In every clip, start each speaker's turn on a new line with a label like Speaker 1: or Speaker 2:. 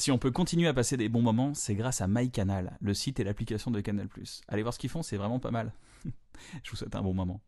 Speaker 1: Si on peut continuer à passer des bons moments, c'est grâce à MyCanal, le site et l'application de Canal+. Allez voir ce qu'ils font, c'est vraiment pas mal. Je vous souhaite un bon moment.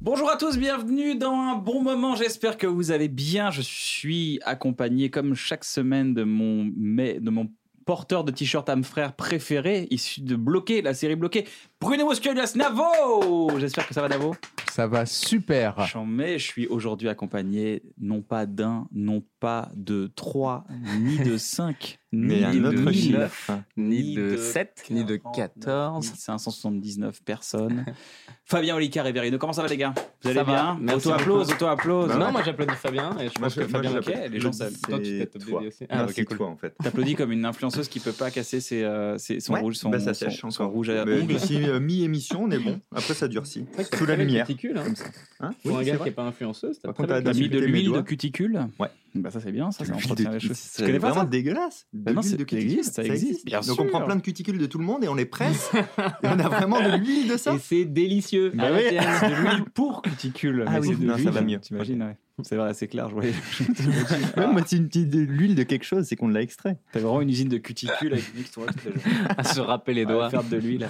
Speaker 1: Bonjour à tous, bienvenue dans un bon moment. J'espère que vous allez bien. Je suis accompagné, comme chaque semaine, de mon, mais- de mon porteur de t-shirt à frère préféré, issu de Bloqué, la série Bloqué, Bruno Moscolias Navo J'espère que ça va, Navo.
Speaker 2: Ça va super.
Speaker 1: J'en mets, je suis aujourd'hui accompagné non pas d'un, non pas de trois, ni de cinq, ni
Speaker 3: Mais un
Speaker 1: de
Speaker 3: autre
Speaker 1: mille,
Speaker 3: chiffre.
Speaker 1: ni de
Speaker 2: 7,
Speaker 1: ni de 14. 579 personnes. Fabien Olicard et Verino, comment ça va les gars Vous allez
Speaker 4: Ça va,
Speaker 1: bien
Speaker 4: merci
Speaker 1: Auto-applause,
Speaker 4: beaucoup.
Speaker 1: auto-applause.
Speaker 4: Non, non, moi j'applaudis Fabien et je
Speaker 3: Bah Moi,
Speaker 4: pense que
Speaker 3: je- moi,
Speaker 4: Fabien,
Speaker 3: je
Speaker 4: ok,
Speaker 3: l'applaudis.
Speaker 4: les gens
Speaker 3: C'est
Speaker 4: savent. Toi, tu t'es top
Speaker 3: toi.
Speaker 4: BD aussi.
Speaker 3: Ah,
Speaker 4: Ah, ok,
Speaker 3: c'est
Speaker 4: cool.
Speaker 3: toi en fait.
Speaker 1: T'applaudis comme une influenceuse qui peut pas casser ses, euh, ses- son
Speaker 3: Ouais,
Speaker 1: rouge, son,
Speaker 3: bah, ça
Speaker 1: son-
Speaker 3: sèche
Speaker 1: son
Speaker 3: encore.
Speaker 1: rouge à
Speaker 3: Mais
Speaker 1: ongles.
Speaker 3: d'ici euh, mi-émission, on est bon. Après, ça durcit.
Speaker 4: C'est vrai que t'as
Speaker 3: Sous la
Speaker 4: très belle
Speaker 3: lumière.
Speaker 4: cuticule, hein.
Speaker 3: Comme ça. Hein
Speaker 4: Pour un
Speaker 3: Oui, c'est
Speaker 4: gars qui est
Speaker 3: vrai.
Speaker 4: pas influenceuse, t'as
Speaker 3: Par
Speaker 4: très
Speaker 3: contre,
Speaker 4: belle
Speaker 3: t'as
Speaker 1: T'as mis de
Speaker 3: Insulter mes
Speaker 1: l'huile de
Speaker 3: doigts.
Speaker 1: cuticule
Speaker 3: Ouais.
Speaker 1: Bah ça c'est bien, ça, ça
Speaker 3: L'huile
Speaker 1: entretient
Speaker 3: de-
Speaker 1: les choses.
Speaker 3: C'est
Speaker 1: Tu connais pas
Speaker 3: vraiment
Speaker 1: ça
Speaker 3: dégueulasse. De
Speaker 1: Ah non,
Speaker 3: l'huile
Speaker 1: c'est-
Speaker 3: de
Speaker 1: ça
Speaker 3: cuticule,
Speaker 1: existe, ça existe, bien
Speaker 3: Donc
Speaker 1: sûr.
Speaker 3: on prend plein de cuticules de tout le monde et on les presse. et on a vraiment de l'huile de ça.
Speaker 4: Et c'est délicieux.
Speaker 3: Bah
Speaker 4: Ah,
Speaker 3: oui.
Speaker 4: la tienne.
Speaker 1: C'est de l'huile pour cuticule.
Speaker 3: Ah
Speaker 1: mais
Speaker 3: oui,
Speaker 1: c'est de
Speaker 3: non, ça
Speaker 1: l'huile,
Speaker 3: va mieux.
Speaker 1: T'imagines, ouais. C'est vrai, c'est clair, je voyais.
Speaker 3: Ouais, moi, c'est une petite de l'huile de quelque chose, c'est qu'on l'a extrait.
Speaker 1: ah, T'as vraiment une usine de cuticule avec une qui tourne toute la journée.
Speaker 4: À se râper les
Speaker 1: À
Speaker 4: doigts.
Speaker 1: Ah faire de l'huile.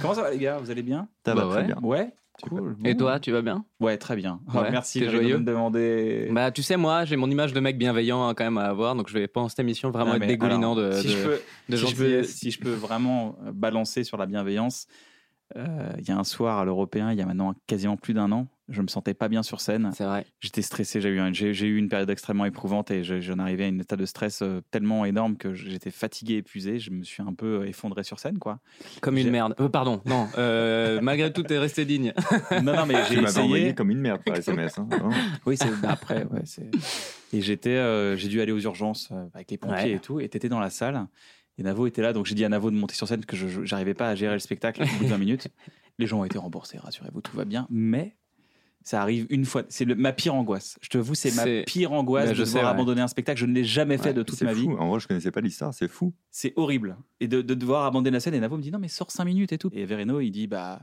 Speaker 1: Comment ça va les gars Vous allez bien
Speaker 3: Ça
Speaker 4: Bah
Speaker 3: va très
Speaker 4: ouais.
Speaker 3: bien.
Speaker 1: Ouais
Speaker 3: Cool.
Speaker 4: Et toi, tu vas bien
Speaker 1: Ouais, très bien. Oh,
Speaker 4: Ouais,
Speaker 1: merci
Speaker 4: t'es
Speaker 1: Valérie,
Speaker 4: joyeux
Speaker 1: de me demander.
Speaker 4: Bah, tu sais, moi, j'ai mon image de mec bienveillant hein, quand même à avoir, donc je vais pas en cette émission vraiment
Speaker 1: Ah,
Speaker 4: être
Speaker 1: mais
Speaker 4: dégoulinant
Speaker 1: alors,
Speaker 4: de,
Speaker 1: si
Speaker 4: de,
Speaker 1: je peux,
Speaker 4: de
Speaker 1: si je peux-
Speaker 4: gentillesse.
Speaker 1: si je peux vraiment euh, balancer sur la bienveillance, euh, il y a un soir à l'Européen, il y a maintenant quasiment plus d'un an, je me sentais pas bien sur scène.
Speaker 4: C'est vrai.
Speaker 1: J'étais stressé, j'ai eu, un- j'ai, j'ai eu une période extrêmement éprouvante et je- j'en arrivais à un état de stress euh, tellement énorme que j'étais fatigué, épuisé. Je me suis un peu effondré sur scène, quoi.
Speaker 4: Comme
Speaker 1: J'ai-
Speaker 4: une merde. Euh, pardon, non. euh, malgré tout, t'es resté digne.
Speaker 1: Non, non, mais
Speaker 3: Tu
Speaker 1: j'ai
Speaker 3: m'avais envoyé
Speaker 1: essayé.
Speaker 3: comme une merde par SMS. hein. Vraiment.
Speaker 4: Oui, c'est après.
Speaker 1: Ouais, c'est- Et j'étais, euh, j'ai dû aller aux urgences euh, avec les pompiers
Speaker 4: Ouais.
Speaker 1: et tout. Et t'étais dans la salle. Et Navo était là, donc j'ai dit à Navo de monter sur scène parce que je- je n'arrivais pas à gérer le spectacle au bout de 20 minutes. Les gens ont été remboursés, rassurez-vous, tout va bien. Mais ça arrive une fois. C'est le- ma pire angoisse. Je te vous, c'est ma
Speaker 4: C'est-
Speaker 1: pire angoisse
Speaker 4: Mais
Speaker 1: de
Speaker 4: je
Speaker 1: devoir
Speaker 4: sais, ouais.
Speaker 1: abandonner un spectacle. Je ne l'ai jamais fait
Speaker 3: Ouais,
Speaker 1: de toute
Speaker 3: c'est
Speaker 1: ma vie.
Speaker 3: fou. En vrai, je connaissais pas l'histoire, c'est fou.
Speaker 1: C'est horrible. Et de, de devoir abandonner la scène. Et Navo me dit non, mais sors 5 minutes et tout. Et Verino, il dit bah,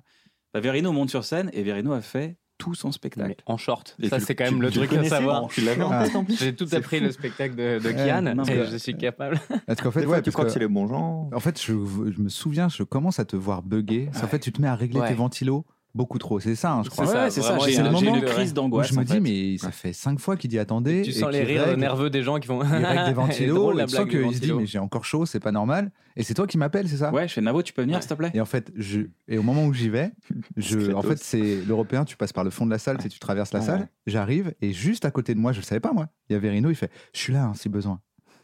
Speaker 1: bah Verino monte sur scène et Verino a fait tout son spectacle.
Speaker 4: Mais en short.
Speaker 3: Et
Speaker 4: ça,
Speaker 3: tu-
Speaker 4: c'est quand
Speaker 3: tu-
Speaker 4: même le
Speaker 3: tu
Speaker 4: truc à
Speaker 3: connaissais,
Speaker 4: savoir.
Speaker 3: non Tu l'avais en
Speaker 2: Ah.
Speaker 3: tête en plus.
Speaker 4: J'ai tout
Speaker 3: C'est
Speaker 4: appris
Speaker 3: fou.
Speaker 4: le spectacle de, de
Speaker 2: Ouais,
Speaker 4: Kian
Speaker 2: non,
Speaker 4: et
Speaker 2: mais-
Speaker 4: je suis capable.
Speaker 2: Parce qu'en fait,
Speaker 3: Des fois,
Speaker 2: ouais,
Speaker 3: tu
Speaker 2: parce
Speaker 3: crois que c'est
Speaker 2: que-
Speaker 3: les bons gens.
Speaker 2: en fait je, je me souviens, je commence à te voir bugger. Parce qu'en fait, tu te mets à régler
Speaker 4: Ouais.
Speaker 2: tes ventilos beaucoup trop. C'est ça, hein, je crois.
Speaker 4: ça,
Speaker 1: Ouais, c'est ça.
Speaker 4: vraiment,
Speaker 1: J'ai
Speaker 2: il y a un
Speaker 1: j'ai
Speaker 2: moment
Speaker 1: une crise
Speaker 2: Où
Speaker 1: d'angoisse.
Speaker 2: je me
Speaker 1: en
Speaker 2: dis,
Speaker 1: fait.
Speaker 2: mais ça fait cinq fois qu'il dit attendez.
Speaker 4: Tu
Speaker 2: et
Speaker 4: sens les
Speaker 2: qu'il
Speaker 4: rires euh,
Speaker 2: règle-
Speaker 4: nerveux des gens qui vont.
Speaker 2: Il règle des ventilos.
Speaker 4: drôle,
Speaker 2: et
Speaker 4: la
Speaker 2: tu sens
Speaker 4: blague du
Speaker 2: qu'il se dit,
Speaker 4: ventilo.
Speaker 2: mais j'ai encore chaud, c'est pas normal. Et c'est toi qui m'appelles, c'est ça
Speaker 1: Ouais, je fais Navo, tu peux venir,
Speaker 4: Ouais.
Speaker 1: s'il te plaît
Speaker 2: Et en fait, je, et au moment où j'y vais, je, en
Speaker 3: Sclatos.
Speaker 2: fait, c'est l'européen, tu passes par le fond de la salle, tu, sais, tu traverses la
Speaker 3: Ouais.
Speaker 2: salle, j'arrive, et juste à côté de moi, je le savais pas, moi, il y avait Rino, il fait Je suis là, hein, si besoin.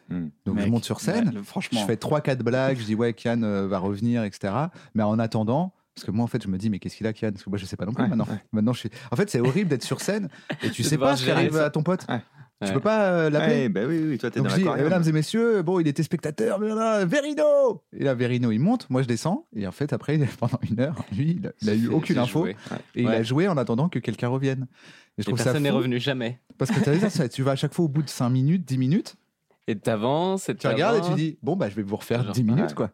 Speaker 3: Hmm.
Speaker 2: Donc je
Speaker 1: Mec,
Speaker 2: monte sur scène,
Speaker 1: ouais, le- franchement.
Speaker 2: je fais trois quatre blagues, je dis Ouais, Kian euh, va revenir, etc. Mais en attendant, parce que moi, en fait, je me dis Mais qu'est-ce qu'il a, Kian Parce que moi, je sais pas non plus
Speaker 3: Ouais,
Speaker 2: maintenant. Maintenant, je suis... En fait, c'est horrible d'être sur scène, et tu sais
Speaker 4: devoir
Speaker 2: pas ce qui
Speaker 4: gérer
Speaker 2: arrive
Speaker 4: ça.
Speaker 2: à ton pote.
Speaker 3: Ouais.
Speaker 2: Tu
Speaker 4: Ouais.
Speaker 2: peux pas euh, l'appeler.
Speaker 3: Ouais, bah oui, oui, toi, t'es
Speaker 2: Donc
Speaker 3: dans
Speaker 2: je dis, eh,
Speaker 3: l'aquarium.
Speaker 2: mesdames et messieurs, bon, il était spectateur, mais là, Verino Et là, Verino, il monte, moi je descends, et en fait, après, pendant une heure, lui, il a, il a eu aucune info, et il
Speaker 4: Ouais.
Speaker 2: a joué en attendant que quelqu'un revienne. Et je
Speaker 4: Et
Speaker 2: trouve ça
Speaker 4: personne n'est
Speaker 2: fou,
Speaker 4: revenu jamais.
Speaker 2: Parce que t'as vu ça, ça, tu vas à chaque fois au bout de 5 minutes, 10 minutes,
Speaker 4: Et t'avances, et
Speaker 2: tu regardes et tu
Speaker 4: t'avances.
Speaker 2: dis, bon, bah, je vais vous refaire
Speaker 4: Genre,
Speaker 2: 10 minutes, quoi.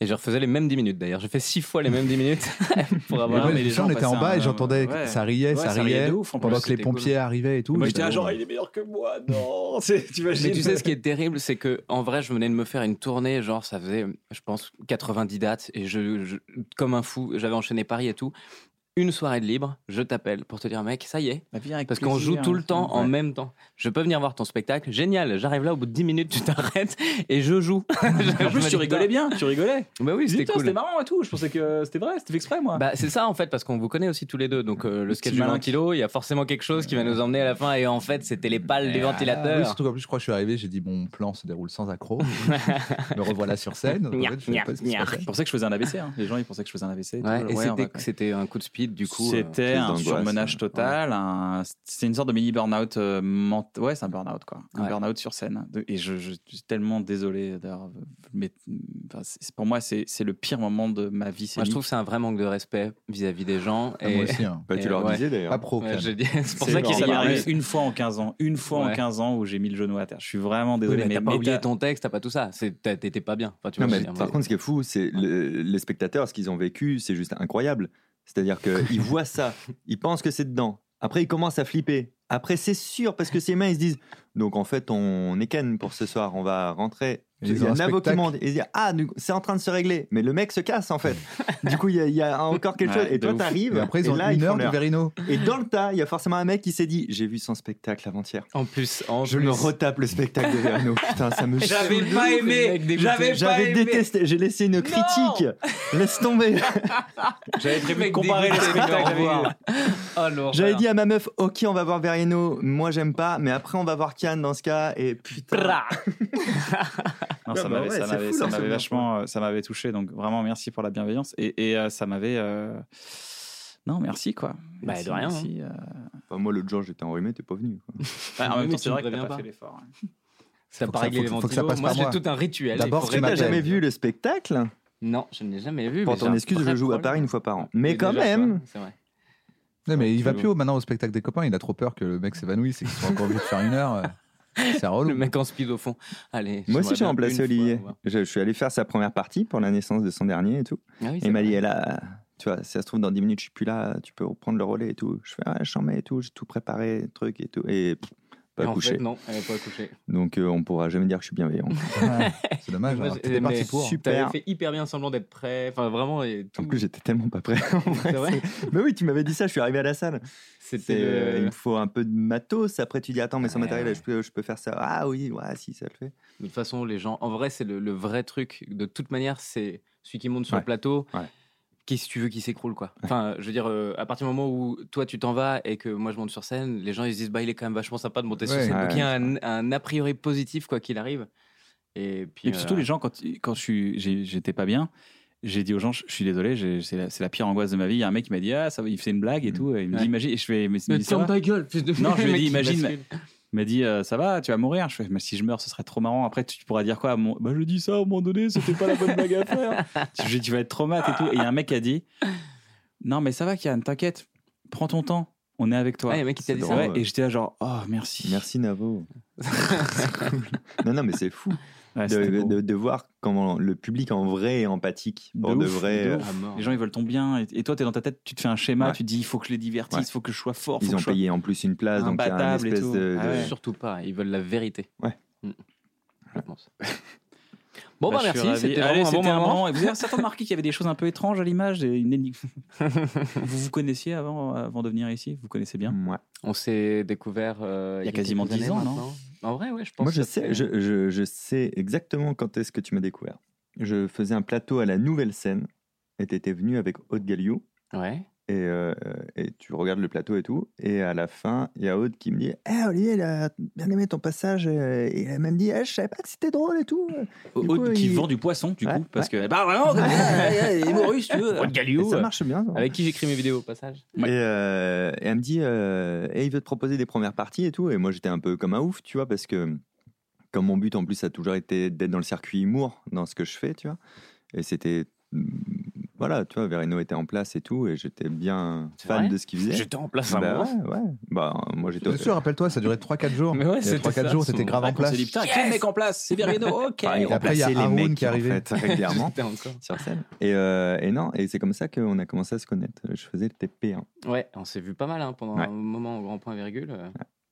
Speaker 4: Et je refaisais les mêmes 10 minutes d'ailleurs. J'ai fait 6 fois les mêmes 10 minutes pour
Speaker 2: Et
Speaker 1: Ouais,
Speaker 4: avoir.
Speaker 2: moi,
Speaker 1: Ah, mais les
Speaker 2: je-
Speaker 1: gens
Speaker 2: on était en
Speaker 1: passaient
Speaker 2: bas,
Speaker 1: un-
Speaker 2: et j'entendais que
Speaker 1: ouais.
Speaker 2: ça
Speaker 1: Ouais,
Speaker 2: riait, ça riait,
Speaker 1: de ouf, en
Speaker 2: pendant
Speaker 1: plus,
Speaker 2: que les
Speaker 4: c'était cool.
Speaker 2: pompiers arrivaient et tout.
Speaker 1: Moi
Speaker 2: Et
Speaker 1: j'étais là,
Speaker 2: bah,
Speaker 1: genre,
Speaker 2: bon,
Speaker 1: il est meilleur que moi, non c'est- T'imagines
Speaker 4: Mais tu sais, ce qui est terrible, c'est que en vrai, je venais de me faire une tournée, genre ça faisait, je pense, 90 dates, et je, je- comme un fou, j'avais enchaîné Paris et tout. une soirée de libre, je t'appelle pour te dire, mec, ça y est.
Speaker 1: Bah, viens avec
Speaker 4: Parce qu'on
Speaker 1: plaisir,
Speaker 4: joue tout le
Speaker 1: hein,
Speaker 4: temps en
Speaker 1: ouais.
Speaker 4: même temps. Je peux venir voir ton spectacle, génial. J'arrive là, au bout de 10 minutes, tu t'arrêtes et je joue.
Speaker 1: En plus, tu rigolais bien, tu rigolais.
Speaker 4: Bah oui, c'était
Speaker 1: Putain,
Speaker 4: cool.
Speaker 1: c'était marrant et tout. Je pensais que c'était vrai, c'était fait exprès, moi.
Speaker 4: Bah, c'est ça en fait, parce qu'on vous connaît aussi tous les deux. Donc euh, le
Speaker 1: petit
Speaker 4: sketch du
Speaker 1: malin.
Speaker 4: ventilo, il y a forcément quelque chose qui va nous emmener à la fin. Et en fait, c'était les pales des
Speaker 2: Ah Oui,
Speaker 4: ventilateurs.
Speaker 2: surtout qu'en plus, je crois que je suis arrivé, j'ai dit mon plan se déroule sans accro. me revoilà sur scène. En fait, je savais pas ce qui se passait.
Speaker 1: C'est pour ça que je faisais un AVC. hein. Les gens, ils pensaient que je faisais un AVC.
Speaker 4: Ouais,
Speaker 1: Tout le-
Speaker 4: et
Speaker 1: ouais, on
Speaker 4: c'était-
Speaker 1: va-
Speaker 4: c'était un coup de speed du coup. euh,
Speaker 1: C'était
Speaker 3: crise
Speaker 1: un
Speaker 3: d'angoisse,
Speaker 1: surmenage
Speaker 3: ouais.
Speaker 1: total. un- C'est une sorte de mini burn-out. euh, ment- Ouais, c'est un burn-out, quoi. Un
Speaker 4: Ouais.
Speaker 1: burn-out sur scène. De- Et je, je suis tellement désolé. d'avoir- Mais enfin, c'est- pour moi, c'est c'est le pire moment de ma vie.
Speaker 4: moi, je trouve que c'est un vrai manque de respect vis-à-vis des gens.
Speaker 2: Ah,
Speaker 4: et...
Speaker 2: Moi aussi, hein.
Speaker 3: Bah, tu
Speaker 4: Et
Speaker 3: leur
Speaker 4: ouais.
Speaker 3: disais d'ailleurs.
Speaker 2: pas pro. quand
Speaker 4: Ouais,
Speaker 2: même.
Speaker 4: je dis- c'est pour
Speaker 1: C'est
Speaker 4: ça
Speaker 1: ça
Speaker 4: qu'il
Speaker 1: qui
Speaker 3: genre,
Speaker 4: y
Speaker 1: ça
Speaker 4: a-
Speaker 3: il
Speaker 1: m'est
Speaker 3: y a
Speaker 1: arrivé
Speaker 3: eu-
Speaker 1: une fois en 15 ans, une fois en
Speaker 4: Ouais.
Speaker 1: 15 ans où j'ai mis le genou à terre. Je suis vraiment
Speaker 4: Oui,
Speaker 1: désolé,
Speaker 4: mais t'as pas
Speaker 1: mais
Speaker 4: oublié
Speaker 1: t'as-
Speaker 4: ton texte, t'as pas tout ça. C'est- t'as- T'étais pas bien. Enfin, tu
Speaker 3: Non,
Speaker 4: vois,
Speaker 3: mais
Speaker 4: je veux dire,
Speaker 3: par contre, ce qui est fou, c'est le- les spectateurs, ce qu'ils ont vécu, c'est juste incroyable. C'est-à-dire qu'ils voient ça, ils pensent que c'est dedans. Après, ils commencent à flipper. Après, c'est sûr, parce que ces mains, ils se disent Donc, en fait, on est ken pour ce soir, on va rentrer.
Speaker 2: Ils
Speaker 3: il y
Speaker 2: ont
Speaker 3: a
Speaker 2: un
Speaker 3: un avocat qui
Speaker 2: spectacle.
Speaker 3: monte et il dit Ah, du coup, c'est en train de se régler. Mais le mec se casse, en fait. du coup, il y, a- il y a encore quelque
Speaker 1: Ouais,
Speaker 3: chose. Et
Speaker 1: de
Speaker 3: toi,
Speaker 1: ouf.
Speaker 3: t'arrives.
Speaker 2: Et après, ils ont
Speaker 3: là,
Speaker 2: une
Speaker 3: font
Speaker 2: heure de
Speaker 3: leur-
Speaker 2: Verino.
Speaker 3: Et dans le tas, il y a forcément un mec qui s'est dit J'ai vu son spectacle avant-hier.
Speaker 4: En plus, en
Speaker 3: Je
Speaker 4: plus.
Speaker 3: me retape le spectacle de Verno. Putain, ça me
Speaker 1: J'avais
Speaker 3: saoule de
Speaker 1: pas
Speaker 3: ouf.
Speaker 4: mec
Speaker 1: aimé.
Speaker 4: dégoûté.
Speaker 1: J'avais pas
Speaker 3: J'avais
Speaker 1: aimé.
Speaker 3: détesté, j'ai laissé une critique. Laisse tomber.
Speaker 4: J'avais
Speaker 1: prévu de comparer les spectacles avec-
Speaker 4: Oh, l'horreur.
Speaker 3: J'avais dit à ma meuf, ok, on va voir Verino. Moi, j'aime pas, mais après, on va voir Cannes dans ce cas. Et putain.
Speaker 1: Non, ça
Speaker 3: bah
Speaker 1: m'avait,
Speaker 3: ouais,
Speaker 1: ça
Speaker 3: c'est
Speaker 1: m'avait,
Speaker 3: fou,
Speaker 1: ça
Speaker 3: leur
Speaker 1: m'avait
Speaker 3: souvenir.
Speaker 1: vachement, euh, ça m'avait touché. Donc vraiment, merci pour la bienveillance. Et, et, euh, ça m'avait. euh, Non, merci quoi.
Speaker 4: Bah,
Speaker 1: Merci,
Speaker 4: de rien,
Speaker 1: merci, euh.
Speaker 3: Enfin, moi, l'autre jour, j'étais enrhumé, t'es pas venu. quoi.
Speaker 1: Ah, en
Speaker 4: Oui,
Speaker 1: même
Speaker 4: mais
Speaker 1: temps,
Speaker 4: tu
Speaker 1: c'est
Speaker 4: me
Speaker 1: vrai que
Speaker 4: préviens
Speaker 1: t'as
Speaker 4: pas.
Speaker 1: pas fait l'effort. hein.
Speaker 4: Ça
Speaker 2: Faut que
Speaker 4: par
Speaker 2: ça-
Speaker 4: régler les
Speaker 2: faut- faut que
Speaker 4: ventilos.
Speaker 2: ça passe
Speaker 4: Moi,
Speaker 2: par
Speaker 4: j'ai
Speaker 2: moi.
Speaker 4: tout un rituel.
Speaker 2: D'abord,
Speaker 4: Il
Speaker 3: Est-ce que t'as
Speaker 4: faut-
Speaker 2: m'appelles.
Speaker 3: jamais vu le spectacle
Speaker 4: Non, je ne l'ai jamais vu.
Speaker 3: Pour
Speaker 4: mais
Speaker 3: ton
Speaker 4: j'ai un
Speaker 3: excuse, je
Speaker 4: vrai
Speaker 3: joue à
Speaker 4: problème.
Speaker 3: Paris une fois par an. Mais
Speaker 4: Oui,
Speaker 3: quand
Speaker 4: déjà,
Speaker 3: même.
Speaker 4: c'est vrai.
Speaker 2: Non, mais il va
Speaker 4: bon.
Speaker 2: plus haut maintenant au spectacle des copains. Il a trop peur que le mec s'évanouisse et qu'il soit encore obligé de faire une heure. euh, C'est relou.
Speaker 4: Le mec en speed au fond. Allez.
Speaker 3: Moi aussi,
Speaker 4: j'aimerais
Speaker 3: j'ai
Speaker 4: bien
Speaker 3: remplacé
Speaker 4: une
Speaker 3: Olivier.
Speaker 4: fois, on va.
Speaker 3: Je, je suis allé faire sa première partie pour la naissance de son dernier et tout.
Speaker 4: Ah oui,
Speaker 3: Et
Speaker 4: c'est
Speaker 3: il m'a
Speaker 4: vrai.
Speaker 3: dit, eh là, tu vois, si ça se trouve, dans 10 minutes, je suis plus là, tu peux reprendre le relais et tout. Je fais, ah, je mets et tout, j'ai tout préparé, truc et tout. Et pff, pas
Speaker 4: Et en
Speaker 3: couché.
Speaker 4: fait, non, elle n'est pas couchée.
Speaker 3: Donc, euh, on pourra jamais dire que je suis bienveillant.
Speaker 2: Ouais, C'est
Speaker 3: Ah,
Speaker 2: dommage.
Speaker 4: Moi,
Speaker 2: alors,
Speaker 4: j'ai-
Speaker 2: T'étais parti
Speaker 4: mais-
Speaker 2: pour.
Speaker 3: Super.
Speaker 4: T'avais fait hyper bien semblant d'être prêt. Enfin, vraiment. Et tout.
Speaker 3: En plus, j'étais tellement pas prêt. en vrai.
Speaker 4: C'est vrai.
Speaker 3: Mais oui, tu m'avais dit ça, je suis arrivé à la salle.
Speaker 4: C'était.
Speaker 3: C'est, euh,
Speaker 4: le-
Speaker 3: Il me faut un peu de matos. Après, tu dis, attends, mais sans
Speaker 4: Ouais,
Speaker 3: matériel,
Speaker 4: ouais.
Speaker 3: Je, peux, je peux faire ça. Ah oui, ouais, si, ça le fait.
Speaker 4: De toute façon, les gens, en vrai, c'est le, le vrai truc. De toute manière, c'est celui qui monte sur
Speaker 3: Ouais.
Speaker 4: le plateau.
Speaker 3: Ouais.
Speaker 4: Qui, si tu veux, qui s'écroule, quoi. Enfin, je veux dire, euh, à partir du moment où toi tu t'en vas et que moi je monte sur scène, les gens ils se disent, bah il est quand même vachement sympa de monter sur
Speaker 2: Ouais.
Speaker 4: scène. Donc
Speaker 3: Ouais.
Speaker 4: il y a un, un a priori positif, quoi qu'il arrive. Et puis. euh,
Speaker 1: Et puis surtout, les gens, quand, quand je suis- j'ai- j'étais pas bien, j'ai dit aux gens, je je suis désolé, j'ai- c'est la, c'est la pire angoisse de ma vie. Il y a un mec qui m'a dit, ah, ça, va, il faisait une blague et tout. Et il me
Speaker 4: Ouais.
Speaker 1: dit, imagine, et je fais, mais, mais ça va
Speaker 4: ta gueule, fils de
Speaker 1: Non, je lui ai
Speaker 4: Le mec
Speaker 1: dit,
Speaker 4: qui
Speaker 1: imagine-
Speaker 4: bascule.
Speaker 1: Il m'a dit, euh, ça va, tu vas mourir. Je fais, mais si je meurs, ce serait trop marrant. Après, tu pourras dire quoi à mon... Bah, je dis ça, à un moment donné, c'était pas la bonne blague à faire. tu, je- tu vas être traumatisé et tout. Et il y a un mec qui a dit, non, mais ça va, Kian, t'inquiète, prends ton temps, on est avec toi.
Speaker 4: Ah, le mec qui t'a
Speaker 3: C'est
Speaker 4: dit
Speaker 3: drôle.
Speaker 4: ça.
Speaker 1: Ouais, et j'étais là, genre, oh, merci.
Speaker 3: Merci, Navo. C'est cool. Non, non, mais c'est fou
Speaker 1: Ouais,
Speaker 3: de,
Speaker 1: Ah, c'était beau.
Speaker 3: de- de voir comment le public en vrai est empathique.
Speaker 1: De
Speaker 3: Pour de
Speaker 1: ouf,
Speaker 3: vrai,
Speaker 1: de
Speaker 3: euh,
Speaker 1: ouf.
Speaker 4: Ah, mort.
Speaker 1: Les gens, ils veulent ton bien. Et, et toi, t'es dans ta tête, tu te fais un schéma,
Speaker 3: Ouais.
Speaker 1: tu te dis, il faut que je les divertisse, il
Speaker 3: Ouais.
Speaker 1: faut que je sois fort. faut
Speaker 3: ils
Speaker 1: que
Speaker 3: ont
Speaker 1: je sois-
Speaker 3: payé en plus une place. Donc, il y a une
Speaker 1: Imbattable et
Speaker 3: espèce
Speaker 1: tout.
Speaker 3: de. de-
Speaker 1: Ah ouais.
Speaker 4: Surtout pas, ils veulent la vérité.
Speaker 3: Ouais.
Speaker 4: Mm. Je pense. Bon, bah,
Speaker 1: Bah, je suis
Speaker 4: merci,
Speaker 1: ravi.
Speaker 4: c'était
Speaker 1: Allez,
Speaker 4: vraiment un bon
Speaker 1: c'était
Speaker 4: moment.
Speaker 1: moment. Et vous avez certains remarqué qu'il y avait des choses un peu étranges à l'image, des- une énigme. vous vous connaissiez avant, avant de venir ici Vous connaissez bien
Speaker 3: Ouais.
Speaker 4: On s'est découvert euh,
Speaker 1: Il y a quasiment
Speaker 4: quelques
Speaker 1: 10
Speaker 4: années
Speaker 1: ans, non
Speaker 4: maintenant. En vrai, ouais, je pense.
Speaker 3: Moi, je
Speaker 4: que ça
Speaker 3: sais,
Speaker 4: fait-
Speaker 3: je, je- je sais exactement quand est-ce que tu m'as découvert. Je faisais un plateau à la Nouvelle Scène et tu étais venu avec Aude Galliou.
Speaker 4: Ouais.
Speaker 3: Et, euh, et tu regardes le plateau et tout. Et à la fin, il y a Aude qui me dit Eh Olivier, il a bien aimé ton passage. euh, Il a même dit Eh, Je savais pas que c'était drôle et tout. Du coup,
Speaker 1: Aude qui
Speaker 3: il-
Speaker 1: vend du poisson, du
Speaker 3: Ouais,
Speaker 1: coup, parce que. Bah
Speaker 4: Ah,
Speaker 1: vraiment, comme ça, ouais, ouais, Maurice, tu veux.
Speaker 3: Et
Speaker 4: Galio.
Speaker 3: ça marche bien. ça.
Speaker 4: Avec qui j'écris mes vidéos au passage.
Speaker 3: Et, euh, et elle me dit euh, Eh, Il veut te proposer des premières parties et tout. Et moi, j'étais un peu comme un ouf, tu vois, parce que comme mon but en plus, ça a toujours été d'être dans le circuit humour, dans ce que je fais, tu vois. Et c'était. mm, Voilà, tu vois, Verino était en place et tout. Et j'étais bien
Speaker 4: C'est
Speaker 3: fan
Speaker 4: vrai
Speaker 3: de ce qu'il faisait.
Speaker 4: J'étais en place à
Speaker 3: Bah
Speaker 4: moi.
Speaker 3: ouais, ouais. Bah, moi j'étais
Speaker 2: Bien sûr, rappelle-toi, ça durait 3-4 jours.
Speaker 4: Mais ouais,
Speaker 2: Il y a
Speaker 4: c'était
Speaker 2: 3-4
Speaker 4: ça,
Speaker 2: jours,
Speaker 4: son-
Speaker 2: t'étais grave en
Speaker 1: On
Speaker 2: place.
Speaker 1: s'est dit, putain, quel mec en place C'est Verino, ok.
Speaker 3: Enfin, ils
Speaker 2: Et après, il y a
Speaker 3: remplaçaient les
Speaker 2: Haroun
Speaker 3: mecs,
Speaker 2: qui est arrivé.
Speaker 3: en fait, régulièrement
Speaker 4: J'étais encore.
Speaker 3: sur scène. Et, euh, et non, et c'est comme ça qu'on a commencé à se connaître. Je faisais le TP1.
Speaker 4: Ouais, on s'est vu pas mal hein, pendant
Speaker 3: Ouais.
Speaker 4: un moment au grand point virgule. euh,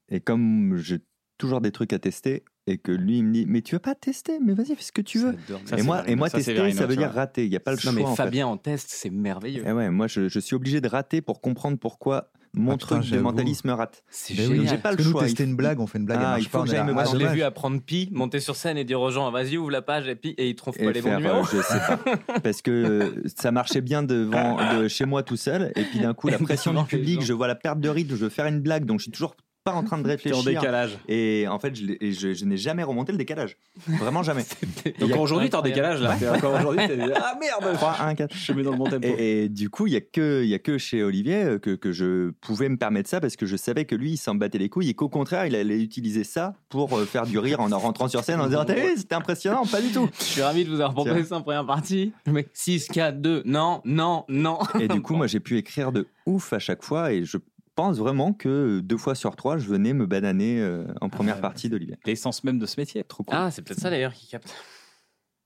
Speaker 3: Et comme j'ai toujours des trucs à tester, et que lui, il me dit Mais tu veux pas tester Mais vas-y, fais ce que tu veux.
Speaker 1: Ça,
Speaker 3: et
Speaker 1: c'est
Speaker 3: moi,
Speaker 1: Verino.
Speaker 3: et moi
Speaker 1: Ça, c'est
Speaker 3: tester,
Speaker 1: Verino,
Speaker 3: ça veut
Speaker 1: tu
Speaker 3: dire
Speaker 1: vois.
Speaker 3: rater. Il n'y a pas le choix.
Speaker 4: Non, mais
Speaker 3: en fait.
Speaker 4: Fabien en test, c'est merveilleux.
Speaker 3: Eh ouais, moi, je, je suis obligé de rater pour comprendre pourquoi mon
Speaker 2: Ah, putain,
Speaker 3: truc de
Speaker 2: j'avoue.
Speaker 3: mentalisme rate.
Speaker 4: C'est
Speaker 2: Mais Ben oui,
Speaker 3: Donc,
Speaker 4: génial.
Speaker 3: j'ai pas
Speaker 2: Parce
Speaker 3: le
Speaker 2: que nous,
Speaker 3: choix.
Speaker 2: tester
Speaker 3: il-
Speaker 2: une blague, on fait une blague.
Speaker 3: Ah,
Speaker 2: elle marche
Speaker 3: il faut
Speaker 2: pas,
Speaker 3: que
Speaker 2: on est
Speaker 3: j'aille
Speaker 2: là,
Speaker 3: me
Speaker 2: ah,
Speaker 4: Moi, je l'ai
Speaker 2: dommage.
Speaker 4: vu apprendre Pi, monter sur scène et dire aux gens vas-y, ouvre la page et Pi, et ils trouvent
Speaker 3: et
Speaker 4: pas les bons
Speaker 3: faire, euh,
Speaker 4: numéros.
Speaker 3: je sais pas. Parce que euh, ça marchait bien devant de chez moi tout seul. Et puis d'un coup, la
Speaker 4: Et
Speaker 3: pression du
Speaker 4: devant les
Speaker 3: public,
Speaker 4: gens.
Speaker 3: je vois la perte de rythme, je veux faire une blague, donc je suis toujours pas en train de
Speaker 1: T'es en
Speaker 3: réfléchir.
Speaker 1: décalage.
Speaker 3: Et en fait, je, l'ai- et je- je n'ai jamais remonté le décalage. Vraiment jamais.
Speaker 1: Donc
Speaker 3: Il y a-
Speaker 1: aujourd'hui, t'es en décalage là. T'es encore aujourd'hui, t'es- ah merde
Speaker 3: 3, 1, 4.
Speaker 1: Je me mets dans le bon tempo.
Speaker 3: Et, et du coup, il y a que il y a que chez Olivier euh, que, que je pouvais me permettre ça parce que je savais que lui, il s'en battait les couilles et qu'au contraire, il allait utiliser ça pour euh, faire du rire en en rentrant sur scène en disant T'as vu, c'était impressionnant, pas du tout.
Speaker 4: Je suis ravi de vous avoir proposé ça en première partie. Le mec 6, 4, 2, non, non, non.
Speaker 3: Et du coup, moi, j'ai pu écrire de ouf à chaque fois et je pense vraiment que deux fois sur trois, je venais me bananer euh, en première
Speaker 1: ouais.
Speaker 3: partie d'Olivier.
Speaker 1: L'essence même de ce métier. Trop cool.
Speaker 4: Ah, c'est peut-être ça d'ailleurs qui capte.